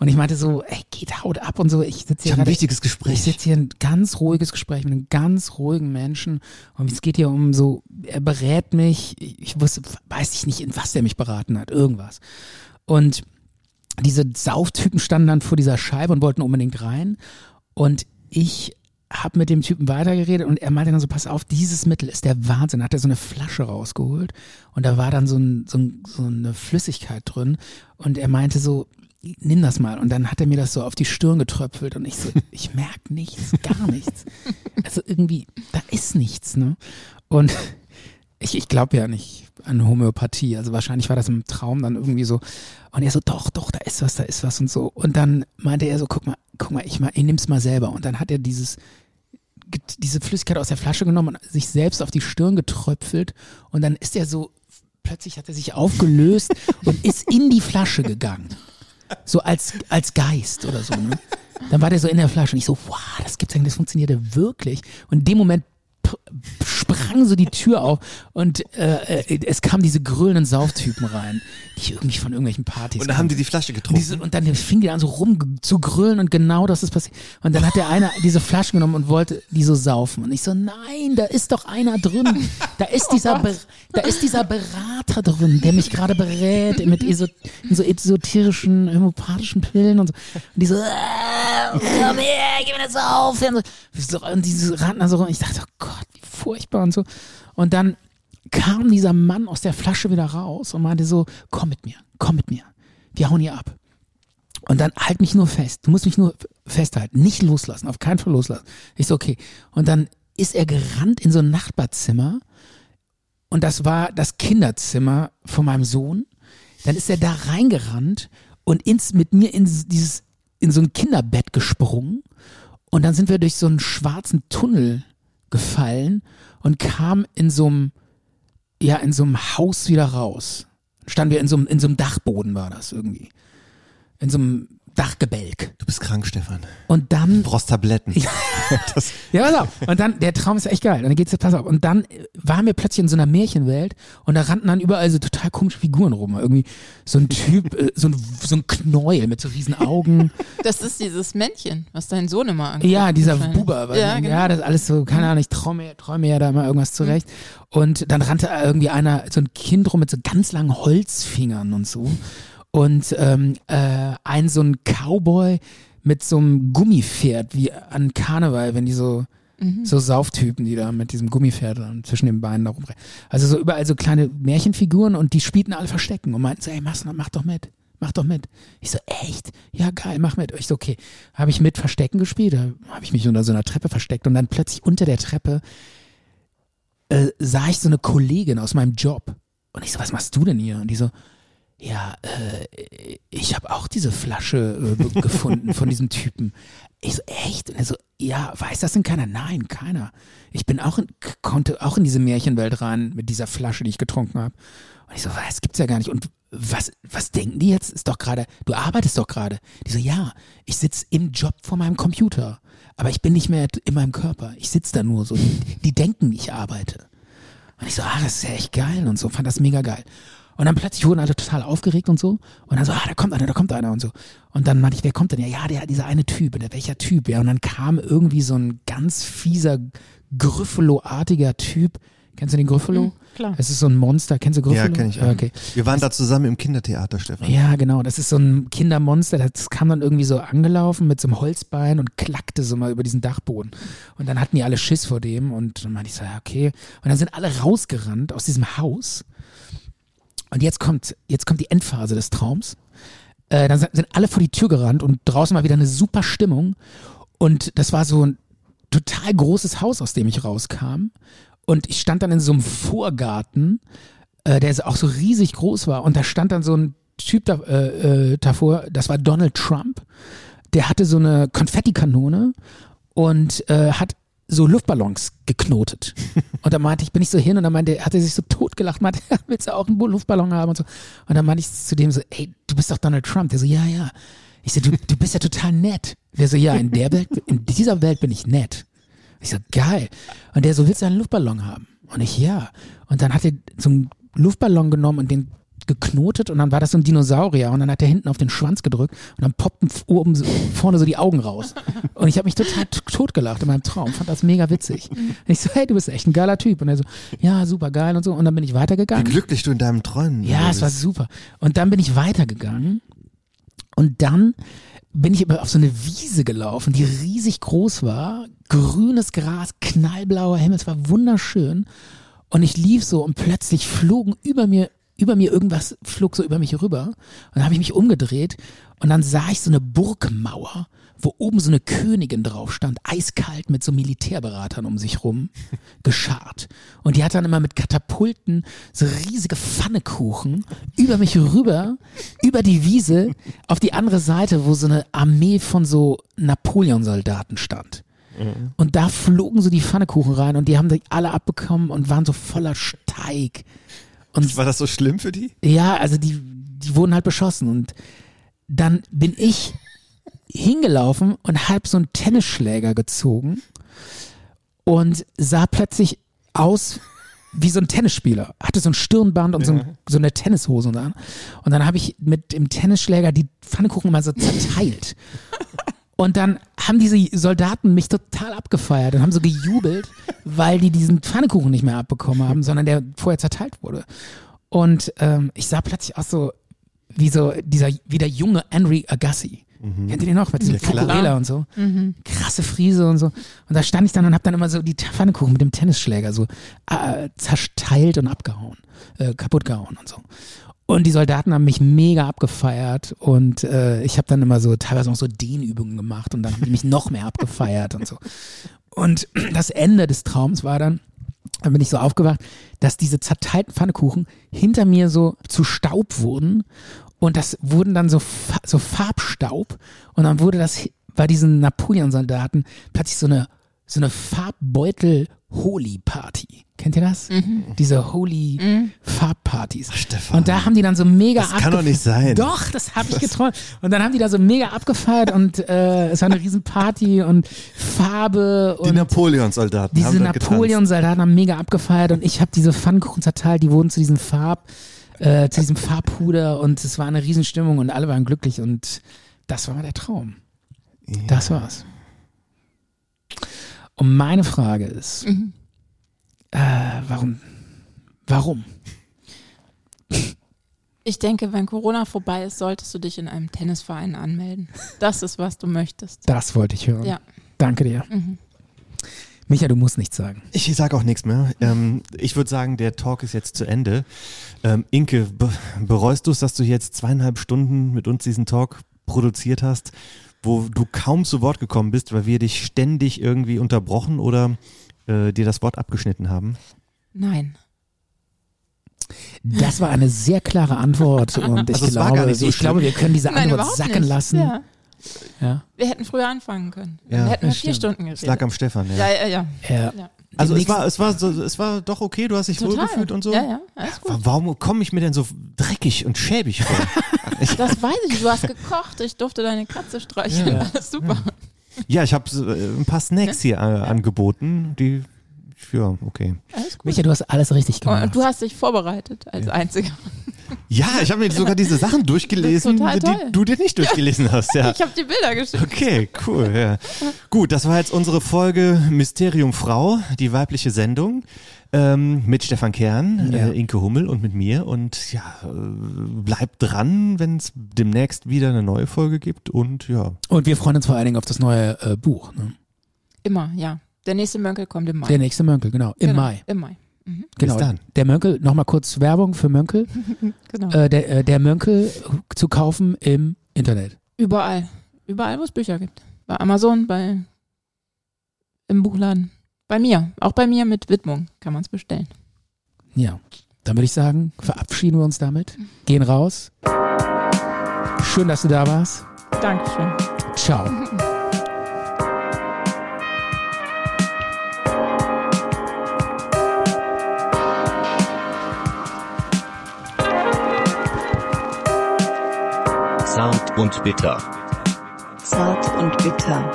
Speaker 3: Und ich meinte so, ey, geht, haut ab und so. Ich sitze
Speaker 2: Ich
Speaker 3: hier
Speaker 2: habe ein
Speaker 3: gerade-
Speaker 2: wichtiges
Speaker 3: ich
Speaker 2: Gespräch.
Speaker 3: sitze hier ein ganz ruhiges Gespräch mit einem ganz ruhigen Menschen und es geht hier um so, er berät mich, ich wusste, weiß ich nicht, in was er mich beraten hat, irgendwas. Und diese Sauftypen standen dann vor dieser Scheibe und wollten unbedingt rein und ich habe mit dem Typen weitergeredet und er meinte dann so, pass auf, dieses Mittel ist der Wahnsinn. Hat er so eine Flasche rausgeholt und da war dann so, ein, so, ein, so eine Flüssigkeit drin und er meinte so, nimm das mal. Und dann hat er mir das so auf die Stirn getröpfelt und ich so, ich merke nichts, gar nichts. Also irgendwie, da ist nichts, ne? Und ich, ich glaube ja nicht an Homöopathie. Also wahrscheinlich war das im Traum dann irgendwie so. Und er so, doch, doch, da ist was, da ist was und so. Und dann meinte er so, guck mal, guck mal, ich, mal, ich nimm's mal selber. Und dann hat er dieses, get- diese Flüssigkeit aus der Flasche genommen und sich selbst auf die Stirn getröpfelt. Und dann ist er so, plötzlich hat er sich aufgelöst und ist in die Flasche gegangen. So als, als Geist oder so. Ne? Dann war der so in der Flasche und ich so, wow, das gibt's eigentlich, das funktioniert ja wirklich. Und in dem Moment p- sprang so die Tür auf und äh, äh, es kamen diese grölenden Sauftypen rein, die ich irgendwie von irgendwelchen Partys
Speaker 2: Und da haben die die Flasche
Speaker 3: und,
Speaker 2: getrunken.
Speaker 3: diese, und dann fing die an, so rum zu grölen und genau das ist passiert. Und dann hat der eine diese Flaschen genommen und wollte die so saufen. Und ich so, nein, da ist doch einer drin. Da ist dieser, Be da ist dieser Berater drin, der mich gerade berät mit eso in so esoterischen, homöopathischen Pillen und so. Und die so, äh, komm her, gib mir das auf. Und, so, und diese Ratten da so rum. Ich dachte, oh Gott, wie furchtbar und so. Und dann kam dieser Mann aus der Flasche wieder raus und meinte so, komm mit mir, komm mit mir. Wir hauen hier ab. Und dann halt mich nur fest. Du musst mich nur f- festhalten. Nicht loslassen. Auf keinen Fall loslassen. Ich so, okay. Und dann ist er gerannt in so ein Nachbarzimmer. Und das war das Kinderzimmer von meinem Sohn. Dann ist er da reingerannt und ins, mit mir in dieses, in so ein Kinderbett gesprungen. Und dann sind wir durch so einen schwarzen Tunnel gefallen und kam in so einem, ja, in so einem Haus wieder raus. Standen wir in so einem, in so einem Dachboden war das irgendwie. In so einem Dachgebälk.
Speaker 2: Du bist krank, Stefan.
Speaker 3: Und dann.
Speaker 2: Du brauchst Tabletten.
Speaker 3: Ja.
Speaker 2: Das-
Speaker 3: Ja, pass auf. Und dann, der Traum ist echt geil. Und dann geht's, pass auf. Und dann äh, waren wir plötzlich in so einer Märchenwelt und da rannten dann überall so total komische Figuren rum. Irgendwie so ein Typ, äh, so ein, so ein Knäuel mit so riesen Augen.
Speaker 4: Das ist dieses Männchen, was dein Sohn immer anguckt.
Speaker 3: Ja, dieser
Speaker 4: wahrscheinlich.
Speaker 3: Buber. weil-
Speaker 4: Ja, genau. Mhm.
Speaker 3: ja, das alles so, keine Ahnung, ich träume, träume ja da immer irgendwas zurecht. Und dann rannte irgendwie einer, so ein Kind rum mit so ganz langen Holzfingern und so. Und ähm, äh, ein so ein Cowboy mit so einem Gummipferd, wie an Karneval, wenn die so, so Sauftypen, die da mit diesem Gummipferd dann zwischen den Beinen da rumrennen. Also so überall so kleine Märchenfiguren und die spielten alle Verstecken und meinten so, ey, mach's, mach doch mit. Mach doch mit. Ich so, echt? Ja, geil, mach mit. Ich so, okay. Habe ich mit Verstecken gespielt? Da habe ich mich unter so einer Treppe versteckt und dann plötzlich unter der Treppe äh, sah ich so eine Kollegin aus meinem Job. Und ich so, was machst du denn hier? Und die so, ja, äh, ich habe auch diese Flasche äh, be- [LAUGHS] gefunden von diesem Typen. Ich so, echt? Und er so, ja, weiß das denn keiner? Nein, keiner. Ich bin auch in, k- konnte auch in diese Märchenwelt rein mit dieser Flasche, die ich getrunken habe. Und ich so, was gibt's ja gar nicht. Und was, was denken die jetzt? Ist doch gerade, du arbeitest doch gerade. Die so, ja, ich sitz im Job vor meinem Computer. Aber ich bin nicht mehr in meinem Körper. Ich sitz da nur so. Die, die denken, ich arbeite. Und ich so, ah, das ist ja echt geil und so, fand das mega geil. Und dann plötzlich wurden alle total aufgeregt und so. Und dann so, ah, da kommt einer, da kommt einer und so. Und dann meinte ich, wer kommt denn? Ja, ja, der, dieser eine Typ. Und der, welcher Typ? Ja, und dann kam irgendwie so ein ganz fieser, Griffelo-artiger Typ. Kennst du den Griffelo?
Speaker 4: Mhm, klar.
Speaker 3: Es ist so ein Monster. Kennst du Griffelo?
Speaker 2: Ja, kenne ich. auch.
Speaker 3: Okay.
Speaker 2: Wir waren da zusammen im Kindertheater, Stefan.
Speaker 3: Ja, genau. Das ist so ein Kindermonster. Das kam dann irgendwie so angelaufen mit so einem Holzbein und klackte so mal über diesen Dachboden. Und dann hatten die alle Schiss vor dem. Und dann meinte ich so, ja, okay. Und dann sind alle rausgerannt aus diesem Haus. Und jetzt kommt, jetzt kommt die Endphase des Traums. Äh, dann sind alle vor die Tür gerannt und draußen war wieder eine super Stimmung. Und das war so ein total großes Haus, aus dem ich rauskam. Und ich stand dann in so einem Vorgarten, äh, der so- auch so riesig groß war. Und da stand dann so ein Typ da, äh, äh, davor, das war Donald Trump. Der hatte so eine Konfettikanone und äh, hat so Luftballons geknotet. Und dann meinte ich, bin ich so hin und dann meinte, er- hat er sich so totgelacht, meinte, [LAUGHS] willst du auch einen Luftballon haben und so. Und dann meinte ich zu dem so, ey, du bist doch Donald Trump. Der so, ja, ja. Ich so, du, du bist ja total nett. Der so, ja, in der Welt, in dieser Welt bin ich nett. Ich so, geil. Und der so, willst du einen Luftballon haben? Und ich, ja. Und dann hat er so einen Luftballon genommen und den geknotet und dann war das so ein Dinosaurier und dann hat er hinten auf den Schwanz gedrückt und dann poppten f- oben so, vorne so die Augen raus. Und ich habe mich total t- totgelacht in meinem Traum, fand das mega witzig. Und ich so, hey, du bist echt ein geiler Typ. Und er so, ja, super geil und so. Und dann bin ich
Speaker 2: Wie
Speaker 3: weitergegangen.
Speaker 2: glücklich du in deinem Träumen
Speaker 3: Ja, es war super. Und dann bin ich weitergegangen und dann bin ich über- auf so eine Wiese gelaufen, die riesig groß war, grünes Gras, knallblauer Himmel, es war wunderschön. Und ich lief so und plötzlich flogen über mir, über mir irgendwas flog so über mich rüber. Und dann habe ich mich umgedreht und dann sah ich so eine Burgmauer, wo oben so eine Königin drauf stand, eiskalt mit so Militärberatern um sich rum, geschart. Und die hat dann immer mit Katapulten so riesige Pfannekuchen über mich rüber, über die Wiese, auf die andere Seite, wo so eine Armee von so Napoleon-Soldaten stand. Und da flogen so die Pfannekuchen rein und die haben die alle abbekommen und waren so voller Steig. Und
Speaker 2: War das so schlimm für die?
Speaker 3: ja, also die, die wurden halt beschossen und dann bin ich hingelaufen und hab so einen Tennisschläger gezogen und sah plötzlich aus wie so ein Tennisspieler. Hatte so ein Stirnband und so, ein, so eine Tennishose und an. Und dann habe ich mit dem Tennisschläger die Pfannekuchen mal so zerteilt. Und dann haben diese Soldaten mich total abgefeiert und haben so gejubelt, weil die diesen Pfannekuchen nicht mehr abbekommen haben, sondern der vorher zerteilt wurde. Und ähm, ich sah plötzlich auch so wie so dieser wie der junge Henry Agassi. Kennt ihr den noch mit diesem
Speaker 2: Mhm. Ja, klar.
Speaker 3: Fukuhela und so? Krasse Friese und so. Und da stand ich dann und hab dann immer so die Pfannekuchen mit dem Tennisschläger so äh, zerteilt und abgehauen, äh, kaputt gehauen und so. Und die Soldaten haben mich mega abgefeiert und äh, ich habe dann immer so teilweise auch so Dehnübungen gemacht und dann haben die mich noch mehr abgefeiert und so. Und [CLEARS THROAT] das Ende des Traums war dann, dann bin ich so aufgewacht, dass diese zerteilten Pfannekuchen hinter mir so zu Staub wurden und das wurden dann so, fa so Farbstaub und dann wurde das hi- bei diesen Napoleon-Soldaten plötzlich so eine so eine Farbbeutel-Holi-Party. Kennt ihr das?
Speaker 2: Mhm.
Speaker 3: Diese Holi-Farbpartys. Und da haben die dann so mega
Speaker 2: Das kann doch nicht sein.
Speaker 3: Doch, das habe ich geträumt. Und dann haben die da so mega abgefeiert und äh, es war eine riesen Party und Farbe
Speaker 2: Die
Speaker 3: und
Speaker 2: Napoleonsoldaten haben
Speaker 3: diese
Speaker 2: dort getanzt.
Speaker 3: Napoleon-Soldaten haben mega abgefeiert und ich habe diese Pfannkuchen zerteilt, die wurden zu diesem Farb, äh, zu diesem Farbpuder und es war eine Riesenstimmung und alle waren glücklich und das war der Traum. Das war's. Und meine Frage ist,
Speaker 4: Mhm.
Speaker 3: äh, warum? Warum?
Speaker 4: Ich denke, wenn Corona vorbei ist, solltest du dich in einem Tennisverein anmelden. Das ist, was du möchtest.
Speaker 3: Das wollte ich hören.
Speaker 4: Ja.
Speaker 3: Danke dir.
Speaker 4: Mhm.
Speaker 3: Micha, du musst nichts sagen.
Speaker 2: Ich sage auch nichts mehr. Ähm, ich würde sagen, der Talk ist jetzt zu Ende. Ähm, Inke, be bereust du es, dass du jetzt zweieinhalb Stunden mit uns diesen Talk produziert hast, wo du kaum zu Wort gekommen bist, weil wir dich ständig irgendwie unterbrochen oder äh, dir das Wort abgeschnitten haben?
Speaker 4: Nein.
Speaker 3: Das war eine sehr
Speaker 2: [LAUGHS]
Speaker 3: klare Antwort und ich,
Speaker 2: Also es war
Speaker 3: glaube,
Speaker 2: gar nicht so
Speaker 3: ich
Speaker 2: schlimm.
Speaker 3: glaube, wir können diese
Speaker 4: Nein,
Speaker 3: Antwort
Speaker 4: überhaupt
Speaker 3: sacken
Speaker 4: nicht.
Speaker 3: lassen.
Speaker 4: Ja.
Speaker 3: Ja.
Speaker 4: Wir hätten früher anfangen können. Dann hätten wir vier Stunden geredet.
Speaker 2: Es lag am Stefan, ja.
Speaker 4: ja, ja, ja.
Speaker 3: Ja.
Speaker 4: Ja.
Speaker 2: Also es
Speaker 3: Demnächst-
Speaker 2: war, es, war so, es war doch okay, du hast dich
Speaker 4: Total.
Speaker 2: wohlgefühlt und so.
Speaker 4: Ja, ja, alles gut.
Speaker 2: Warum komme ich mir denn so dreckig und schäbig vor?
Speaker 4: Das weiß ich. Du hast gekocht. Ich durfte deine Katze streicheln.
Speaker 2: Ja.
Speaker 4: Alles super.
Speaker 2: ja, ich habe äh, ein paar
Speaker 4: Ne?
Speaker 2: Snacks hier äh, angeboten, die, ja, okay.
Speaker 4: Alles gut.
Speaker 3: Micha, du hast alles richtig gemacht.
Speaker 4: Oh, Und du hast dich vorbereitet als Einziger.
Speaker 2: Ja, ich habe mir sogar diese Sachen durchgelesen,
Speaker 4: Das ist total
Speaker 2: die
Speaker 4: toll.
Speaker 2: du dir nicht durchgelesen hast. Ja.
Speaker 4: Ich habe die Bilder geschickt.
Speaker 2: Okay, cool. Ja. Gut, das war jetzt unsere Folge Mysterium Frau, die weibliche Sendung. Ähm, mit Stefan Kern, äh,
Speaker 3: Ja.
Speaker 2: Inke Hummel und mit mir. Und ja, äh, bleibt dran, wenn es demnächst wieder eine neue Folge gibt. Und ja,
Speaker 3: Und wir freuen uns vor allen Dingen auf das neue äh, Buch. Ne?
Speaker 4: Immer, ja. Der nächste Mönkel kommt im Mai.
Speaker 3: Der nächste Mönkel, genau. Im
Speaker 4: Genau,
Speaker 3: Mai.
Speaker 4: Im Mai. Mhm.
Speaker 3: Genau.
Speaker 2: Bis dann.
Speaker 3: Der Mönkel, nochmal kurz Werbung für Mönkel.
Speaker 4: Genau.
Speaker 3: Äh, der, äh, der Mönkel zu kaufen im Internet.
Speaker 4: Überall. Überall, wo es Bücher gibt. Bei Amazon, bei im Buchladen. Bei mir. Auch bei mir mit Widmung kann man es bestellen.
Speaker 3: Ja. Dann würde ich sagen, verabschieden wir uns damit.
Speaker 4: Mhm.
Speaker 3: Gehen raus. Schön, dass du da warst.
Speaker 4: Dankeschön.
Speaker 3: Ciao.
Speaker 12: Zart und bitter.
Speaker 1: Zart und bitter.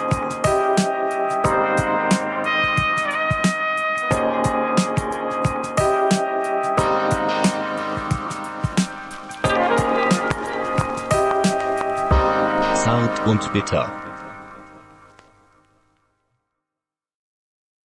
Speaker 12: Zart und bitter.